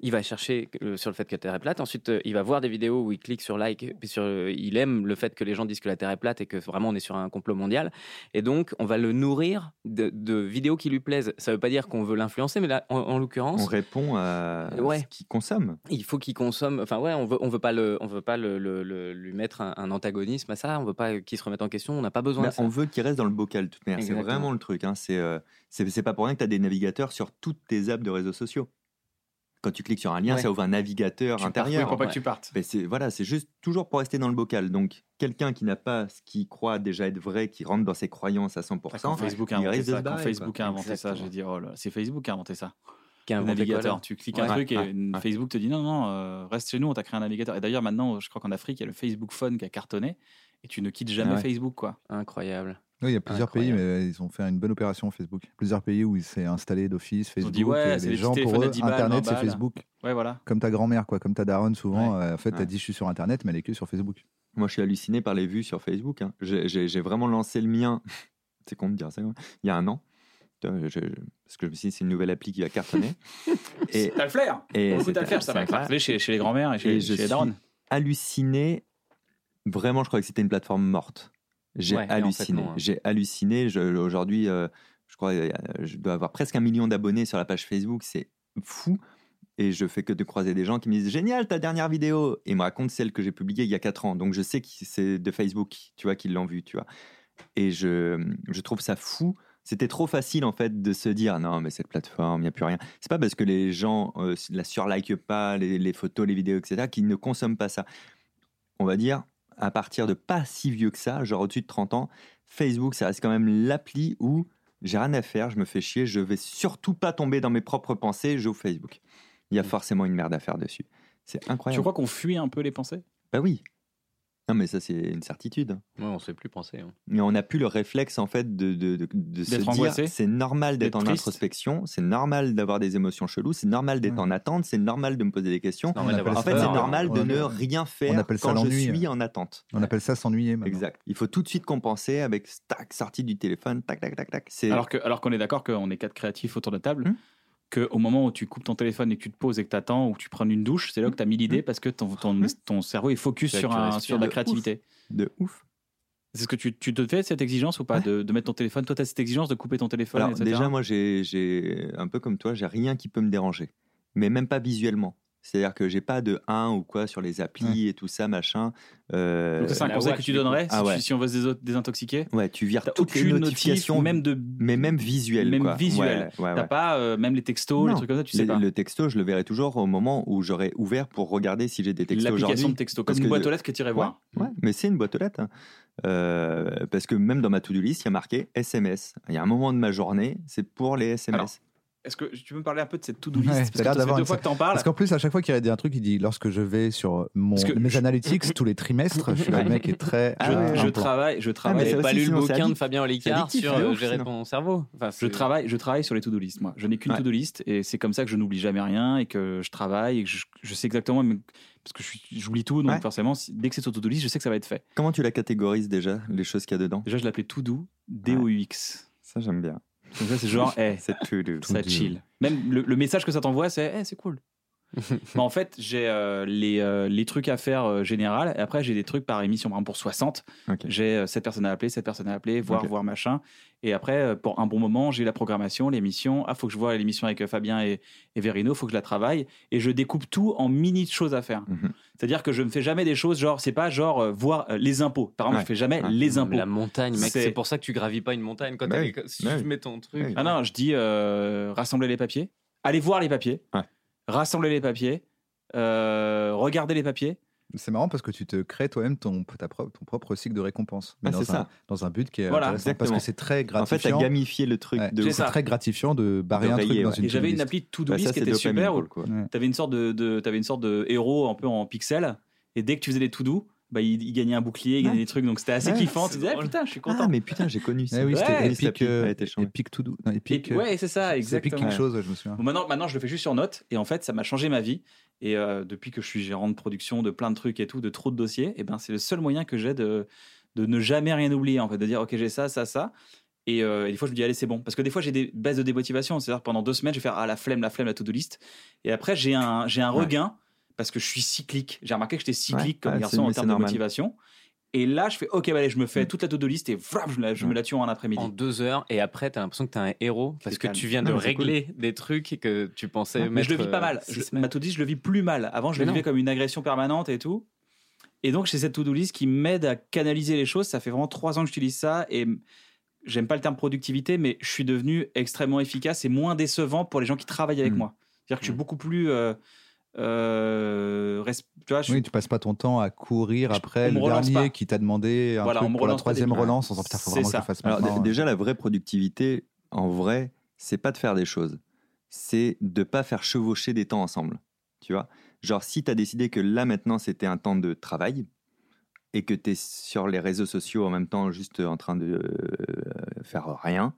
Speaker 4: Il va chercher euh, sur le fait que la Terre est plate. Ensuite, euh, il va voir des vidéos où il clique sur like. Puis sur, euh, il aime le fait que les gens disent que la Terre est plate et que vraiment on est sur un complot mondial. Et donc, on va le nourrir de, de vidéos qui lui plaisent. Ça ne veut pas dire qu'on veut l'influencer, mais là, en, en
Speaker 3: On
Speaker 4: l'occurrence,
Speaker 3: répond à
Speaker 4: Ouais.
Speaker 3: ce qu'ils consomment.
Speaker 4: il faut qu'il consomme. Enfin, ouais, on veut, on veut pas le, on veut pas le, le- le- lui mettre un, un antagonisme à ça. On veut pas qu'il se remette en question. On n'a pas besoin
Speaker 3: Bah,
Speaker 4: de ça.
Speaker 3: on veut qu'ils restent dans le bocal, de toute manière. C'est
Speaker 4: Exactement.
Speaker 3: vraiment le truc. hein. C'est euh, c'est c'est pas pour rien que tu as des navigateurs sur toutes tes apps de réseaux sociaux. Quand tu cliques sur un lien,
Speaker 4: Ouais.
Speaker 3: ça ouvre un navigateur
Speaker 1: Tu pars, oui,
Speaker 3: intérieur.
Speaker 1: pour pas
Speaker 4: ouais.
Speaker 1: que tu partes.
Speaker 3: Mais Ben, c'est voilà, c'est juste toujours pour rester dans le bocal. Donc quelqu'un qui n'a pas ce qu'il croit déjà être vrai, qui rentre dans ses croyances à 100%,
Speaker 1: Quand Facebook a
Speaker 3: il
Speaker 1: inventé
Speaker 3: risque de
Speaker 1: ça,
Speaker 3: se
Speaker 1: quand
Speaker 3: barrer,
Speaker 1: Facebook a inventé ça,
Speaker 4: Exactement.
Speaker 1: j'ai dit, oh là, c'est Facebook qui a inventé ça.
Speaker 4: Qui a
Speaker 1: Le
Speaker 4: inventé quoi,
Speaker 1: navigateur,
Speaker 4: là
Speaker 1: tu cliques
Speaker 4: Ouais.
Speaker 1: un truc et
Speaker 3: Ouais.
Speaker 1: une-
Speaker 3: Ouais.
Speaker 1: Facebook te dit non, non, euh, reste chez nous, on t'a créé un navigateur. Et d'ailleurs, maintenant, je crois qu'en Afrique, il y a le Facebook Phone qui a cartonné et tu ne quittes jamais
Speaker 3: Ah ouais.
Speaker 1: Facebook, quoi.
Speaker 4: Incroyable.
Speaker 2: Oui, il y a plusieurs
Speaker 4: Incroyable.
Speaker 2: pays, mais ils ont fait une bonne opération Facebook. Plusieurs pays où il s'est installé d'office
Speaker 1: Ils ont
Speaker 2: Facebook.
Speaker 1: dit, ouais,
Speaker 2: euh,
Speaker 1: c'est
Speaker 2: les
Speaker 1: des
Speaker 2: gens
Speaker 1: petits
Speaker 2: pour
Speaker 1: téléphones à
Speaker 2: eux,
Speaker 1: 10 balles,
Speaker 2: Internet,
Speaker 1: 20
Speaker 2: c'est
Speaker 1: balles.
Speaker 2: Facebook.
Speaker 1: Ouais, voilà.
Speaker 2: Comme ta grand-mère, quoi, comme ta daronne, souvent. euh, en fait,
Speaker 3: Ouais.
Speaker 2: elle dit je suis sur Internet, mais elle est que sur Facebook.
Speaker 3: Moi, je suis halluciné par les vues sur Facebook. hein. J'ai- J'ai j'ai vraiment lancé le mien, c'est con de dire ça, quand même, il y a un an. Tu vois, je- parce que je me suis dit, c'est une nouvelle appli qui va cartonner. et
Speaker 1: T'as le flair
Speaker 3: et
Speaker 1: Pour le coup,
Speaker 3: c'est-
Speaker 1: t'as le flair, ça
Speaker 3: c'est
Speaker 1: va
Speaker 3: incroyable.
Speaker 1: cartonner chez, chez les grands-mères et chez,
Speaker 3: Et je
Speaker 1: chez les
Speaker 3: suis-
Speaker 1: darons.
Speaker 3: halluciné. Vraiment, je croyais que c'était une plateforme morte. J'ai
Speaker 4: Ouais, et en fait,
Speaker 3: halluciné.
Speaker 4: non, hein.
Speaker 3: J'ai halluciné. Je- Aujourd'hui, euh, je crois euh, je dois avoir presque un million d'abonnés sur la page Facebook. C'est fou. Et je fais que de croiser des gens qui me disent Génial, ta dernière vidéo Et ils me racontent celle que j'ai publiée il y a 4 ans. Donc je sais que c'est de Facebook, tu vois, qu'ils l'ont vue, tu vois. Et je, je trouve ça fou. C'était trop facile, en fait, de se dire Non, mais cette plateforme, il n'y a plus rien. C'est pas parce que les gens euh, la surlikent pas, les, les photos, les vidéos, etc., qu'ils ne consomment pas ça. On va dire, à partir de pas si vieux que ça, genre au-dessus de 30 ans, Facebook, ça reste quand même l'appli où j'ai rien à faire, je me fais chier, je vais surtout pas tomber dans mes propres pensées, j'ouvre Facebook. Il y a forcément une merde à faire dessus. C'est incroyable.
Speaker 1: Mmh. Tu crois qu'on fuit un peu les pensées
Speaker 3: Bah oui. Non, mais ça, c'est une certitude.
Speaker 4: Ouais, on ne sait plus penser. hein.
Speaker 3: Mais on n'a plus le réflexe, en fait, de, de, de- de se
Speaker 1: D'être
Speaker 3: dire
Speaker 1: angoissé
Speaker 3: c'est normal d'être
Speaker 1: D'être
Speaker 3: en
Speaker 1: triste Mm.
Speaker 3: introspection, c'est normal d'avoir des émotions cheloues, c'est normal d'être
Speaker 2: Ouais.
Speaker 3: en attente, c'est normal de me poser des questions.
Speaker 2: On appelle
Speaker 3: En
Speaker 2: ça-
Speaker 3: fait, c'est
Speaker 2: on-
Speaker 3: normal
Speaker 2: on
Speaker 3: de
Speaker 2: appelle-
Speaker 3: ne rien faire
Speaker 2: appelle ça
Speaker 3: quand je
Speaker 2: l'ennui,
Speaker 3: suis
Speaker 2: euh.
Speaker 3: en attente.
Speaker 2: On appelle ça s'ennuyer. maintenant.
Speaker 3: Exact. Il faut tout de suite compenser avec tac, sortie du téléphone, tac, tac, tac, tac. C'est
Speaker 1: Alors que, alors qu'on est d'accord qu'on est quatre créatifs autour de la table,
Speaker 3: Hmm.
Speaker 1: que au moment où tu coupes ton téléphone et que tu te poses et que t'attends ou que tu prends une douche, c'est là que t'as mis l'idée parce que ton, ton,
Speaker 3: Hmm.
Speaker 1: ton cerveau est focus
Speaker 3: Là,
Speaker 1: sur,
Speaker 3: tu
Speaker 1: un,
Speaker 3: respires
Speaker 1: sur de la
Speaker 3: de ouf.
Speaker 1: créativité.
Speaker 3: de ouf.
Speaker 1: C'est ce que tu, tu te fais cette exigence ou pas de, de mettre ton téléphone Toi, t'as cette exigence de couper ton téléphone
Speaker 3: Alors
Speaker 1: etc.
Speaker 3: déjà, moi, j'ai- j'ai un peu comme toi, j'ai rien qui peut me déranger, mais même pas visuellement. C'est-à-dire que j'ai pas de 1 ou quoi sur les applis et tout ça, machin. Euh,
Speaker 1: Mm. Donc ça, c'est un
Speaker 4: la
Speaker 1: conseil que
Speaker 4: watch,
Speaker 1: tu
Speaker 4: du coup.
Speaker 1: donnerais si,
Speaker 3: Ah
Speaker 1: tu-
Speaker 3: ouais.
Speaker 1: si on veut se déso- désintoxiquer
Speaker 3: ouais, tu vires
Speaker 1: T'as
Speaker 3: toutes les
Speaker 1: aucune notif,
Speaker 3: notifications,
Speaker 1: même de.
Speaker 3: mais même visuelles.
Speaker 1: Même
Speaker 3: quoi.
Speaker 1: visuelles.
Speaker 3: Ouais, ouais,
Speaker 1: T'as
Speaker 3: ouais.
Speaker 1: pas euh, même les textos, les
Speaker 3: Non.
Speaker 1: trucs comme ça, tu sais
Speaker 3: le,
Speaker 1: pas.
Speaker 3: le texto, je le verrai toujours au moment où j'aurai ouvert pour regarder si j'ai des textos
Speaker 1: L'application
Speaker 3: aujourd'hui.
Speaker 1: de texto, comme
Speaker 3: parce
Speaker 1: une
Speaker 3: que-
Speaker 1: boîte aux lettres que tu irais voir.
Speaker 3: Ouais, mais c'est une boîte aux lettres. hein. Euh, parce que même dans ma to-do list, il y a marqué SMS. Il y a un moment de ma journée, c'est pour les SMS.
Speaker 1: Alors, Est-ce que tu peux me parler un peu de cette to-do list
Speaker 2: Ouais,
Speaker 1: Parce
Speaker 2: t'as
Speaker 1: que ça
Speaker 2: l'air
Speaker 1: fait
Speaker 2: d'avoir
Speaker 1: deux
Speaker 2: une-
Speaker 1: fois que t'en parles.
Speaker 2: Parce qu'en plus, à chaque fois qu'il y a un truc, il dit lorsque je vais sur mon,
Speaker 1: Parce que
Speaker 2: mes
Speaker 1: je-
Speaker 2: analytics tous les trimestres, je suis là, le mec qui est très.
Speaker 3: Ah
Speaker 1: Je,
Speaker 3: ouais.
Speaker 2: euh,
Speaker 1: je
Speaker 2: implant.
Speaker 1: travaille, je
Speaker 3: Ah, mais
Speaker 4: Vous
Speaker 1: travaille,
Speaker 3: ça
Speaker 4: n'avez pas
Speaker 3: aussi,
Speaker 4: lu le
Speaker 3: sinon, c'est
Speaker 4: bouquin de
Speaker 3: addict.
Speaker 4: Fabien
Speaker 3: C'est
Speaker 4: Olicard
Speaker 3: addictif,
Speaker 4: sur
Speaker 3: de
Speaker 4: euh,
Speaker 3: ouf,
Speaker 4: Gérer
Speaker 3: sinon.
Speaker 4: ton cerveau Enfin,
Speaker 1: je
Speaker 4: c'est-
Speaker 1: travaille, je travaille sur les to-do list. Moi, je n'ai qu'une
Speaker 3: Ouais.
Speaker 1: to-do list et c'est comme ça que je n'oublie jamais rien et que je travaille et que je, je sais exactement même- parce que je suis- j'oublie tout. Donc
Speaker 3: Ouais.
Speaker 1: forcément, si- dès que c'est sur to-do list, je sais que ça va être fait.
Speaker 3: Comment tu la catégorises déjà, les choses qu'il y a dedans
Speaker 1: Déjà, je l'appelais to-do, D-O-U-X.
Speaker 3: Ça, j'aime bien.
Speaker 1: Donc ça, c'est genre, eh,
Speaker 3: C'est to-do.
Speaker 1: ça
Speaker 2: To-do.
Speaker 1: chill. Même le, le message que ça t'envoie, c'est, eh, c'est cool. Mais en fait, j'ai euh, les, euh, les trucs à faire euh, général. Et après, j'ai des trucs par émission. Par exemple, pour 60,
Speaker 3: Ok.
Speaker 1: j'ai euh, cette personne à appeler, cette personne à appeler, voir,
Speaker 3: Ok.
Speaker 1: voir machin. Et après, euh, pour un bon moment, j'ai la programmation, l'émission. Ah, faut que je vois l'émission avec euh, Fabien et, et Verino, faut que je la travaille. Et je découpe tout en mini choses à faire.
Speaker 3: Mhm.
Speaker 1: C'est-à-dire que je me fais jamais des choses genre, c'est pas genre euh, voir euh, les impôts. Par exemple,
Speaker 3: Ouais.
Speaker 1: je fais jamais
Speaker 3: Ouais.
Speaker 1: les impôts.
Speaker 4: La montagne, mec.
Speaker 1: C'est-
Speaker 4: C'est pour ça que tu gravis pas une montagne quand
Speaker 3: Bah
Speaker 4: t'as
Speaker 3: oui,
Speaker 4: les- si
Speaker 3: bah
Speaker 4: tu
Speaker 3: oui.
Speaker 4: mets ton truc.
Speaker 3: Oui.
Speaker 1: Ah non, je dis euh, rassembler les papiers. Allez voir les papiers.
Speaker 3: Ouais.
Speaker 1: Rassembler les papiers. Euh, regardez les papiers.
Speaker 2: C'est marrant parce que tu te crées toi-même ton, ta pro- ton propre cycle de récompense. Mais
Speaker 3: Ah,
Speaker 2: dans
Speaker 3: c'est
Speaker 2: un-
Speaker 3: ça.
Speaker 2: Dans un but qui est
Speaker 1: Voilà,
Speaker 2: intéressant, parce
Speaker 3: exactement.
Speaker 2: que c'est très
Speaker 3: En fait,
Speaker 2: gratifiant.
Speaker 3: t'as gamifié le truc
Speaker 2: Ouais.
Speaker 3: de
Speaker 1: C'est
Speaker 3: ouf.
Speaker 1: ça.
Speaker 2: c'est très gratifiant de barrer
Speaker 3: De
Speaker 2: un truc
Speaker 3: rayer,
Speaker 2: dans
Speaker 3: ouais.
Speaker 2: une
Speaker 1: Et j'avais une
Speaker 2: to-do
Speaker 1: appli To Do
Speaker 3: Bah, ça,
Speaker 1: List qui
Speaker 3: c'est
Speaker 1: était
Speaker 3: dopamine
Speaker 1: super.
Speaker 3: pour
Speaker 1: où
Speaker 3: le coup.
Speaker 2: list. Ouais.
Speaker 1: T'avais une sorte de, de t'avais une sorte de héros un peu en pixel. Et dès que tu faisais les To Do, bah, il, il gagnait un bouclier, il gagnait
Speaker 3: Ouais.
Speaker 1: des trucs. Donc c'était assez
Speaker 3: Ouais,
Speaker 1: kiffant.
Speaker 3: c'est
Speaker 1: Tu disais, ah,
Speaker 3: drôle.
Speaker 1: putain, je suis
Speaker 3: Ah,
Speaker 1: content. Eh
Speaker 3: mais putain, j'ai connu ça.
Speaker 2: Ah oui,
Speaker 1: Ouais,
Speaker 2: c'était
Speaker 3: Epic,
Speaker 2: Epic,
Speaker 3: euh,
Speaker 2: euh,
Speaker 3: a été changé.
Speaker 2: Epic to do. Non,
Speaker 1: Et
Speaker 2: Epic,
Speaker 1: puis-
Speaker 2: euh,
Speaker 1: ouais, c'est ça,
Speaker 2: c'est Epic
Speaker 1: exactement.
Speaker 2: quelque chose, je me souviens.
Speaker 1: Bon, maintenant, maintenant, je le fais juste sur note. Et en fait, ça m'a changé ma vie. Et euh, depuis que je suis gérant de production, de plein de trucs et tout, de trop de dossiers, et ben, c'est le seul moyen que j'ai de, de ne jamais rien oublier. En fait, de dire, OK, j'ai ça, ça, ça. Et, euh, et des fois, je me dis, allez, c'est bon. Parce que des fois, j'ai des baisses de démotivation. C'est-à-dire, pendant deux semaines, je vais faire, ah, la flemme, la flemme, la to-do list. Et après, j'ai un, j'ai un
Speaker 3: Ouais.
Speaker 1: regain parce que je suis cyclique. J'ai remarqué que j'étais cyclique
Speaker 3: Ouais,
Speaker 1: comme
Speaker 3: ouais,
Speaker 1: garçon
Speaker 3: c'est-
Speaker 1: en
Speaker 3: mais
Speaker 1: termes
Speaker 3: c'est
Speaker 1: de
Speaker 3: normal. Mm.
Speaker 1: motivation. Et là, je fais, OK, bah, allez, je me fais toute la to-do list et vrap, je, me la- je me
Speaker 3: Ouais.
Speaker 1: la tue en un
Speaker 4: En
Speaker 1: après-midi.
Speaker 4: deux heures, et après, t'as l'impression que t'es un héros parce que
Speaker 1: calme.
Speaker 4: tu viens
Speaker 3: Non,
Speaker 4: de
Speaker 3: mais c'est
Speaker 4: régler des trucs que tu pensais.
Speaker 1: Mais je le
Speaker 4: mettre,
Speaker 1: vis pas
Speaker 4: euh,
Speaker 1: mal.
Speaker 4: six
Speaker 1: Je-
Speaker 4: semaines.
Speaker 1: ma to-do list, je le vis plus mal. Avant, je
Speaker 4: Mais
Speaker 1: le
Speaker 4: non.
Speaker 1: vivais comme une agression permanente et tout. Et donc, j'ai cette to-do list qui m'aide à canaliser les choses. Ça fait vraiment trois ans que j'utilise ça. Et m- j'aime pas le terme productivité, mais je suis devenu extrêmement efficace et moins décevant pour les gens qui travaillent avec
Speaker 3: Mm.
Speaker 1: moi. C'est-à-dire que je suis
Speaker 4: Mm.
Speaker 1: beaucoup plus. euh, euh, res- tu vois, je suis-
Speaker 2: Oui, tu passes pas ton temps à courir
Speaker 1: Je- on
Speaker 2: après
Speaker 1: me
Speaker 2: le
Speaker 1: relance
Speaker 2: dernier
Speaker 1: pas.
Speaker 2: qui t'a demandé un
Speaker 1: Voilà, on
Speaker 2: truc
Speaker 1: me
Speaker 2: pour la
Speaker 1: relance pas des
Speaker 2: troisième
Speaker 1: trucs.
Speaker 2: relance en disant putain, faut
Speaker 1: C'est
Speaker 2: vraiment que je
Speaker 1: ça.
Speaker 2: le fasse
Speaker 3: Alors,
Speaker 2: maintenant. euh. hein.
Speaker 3: d- déjà, la vraie productivité, en vrai, c'est pas de faire des choses, c'est de pas faire chevaucher des temps ensemble. Tu vois Genre, si tu as décidé que là, maintenant, c'était un temps de travail et que tu es sur les réseaux sociaux en même temps, juste en train de euh, faire rien,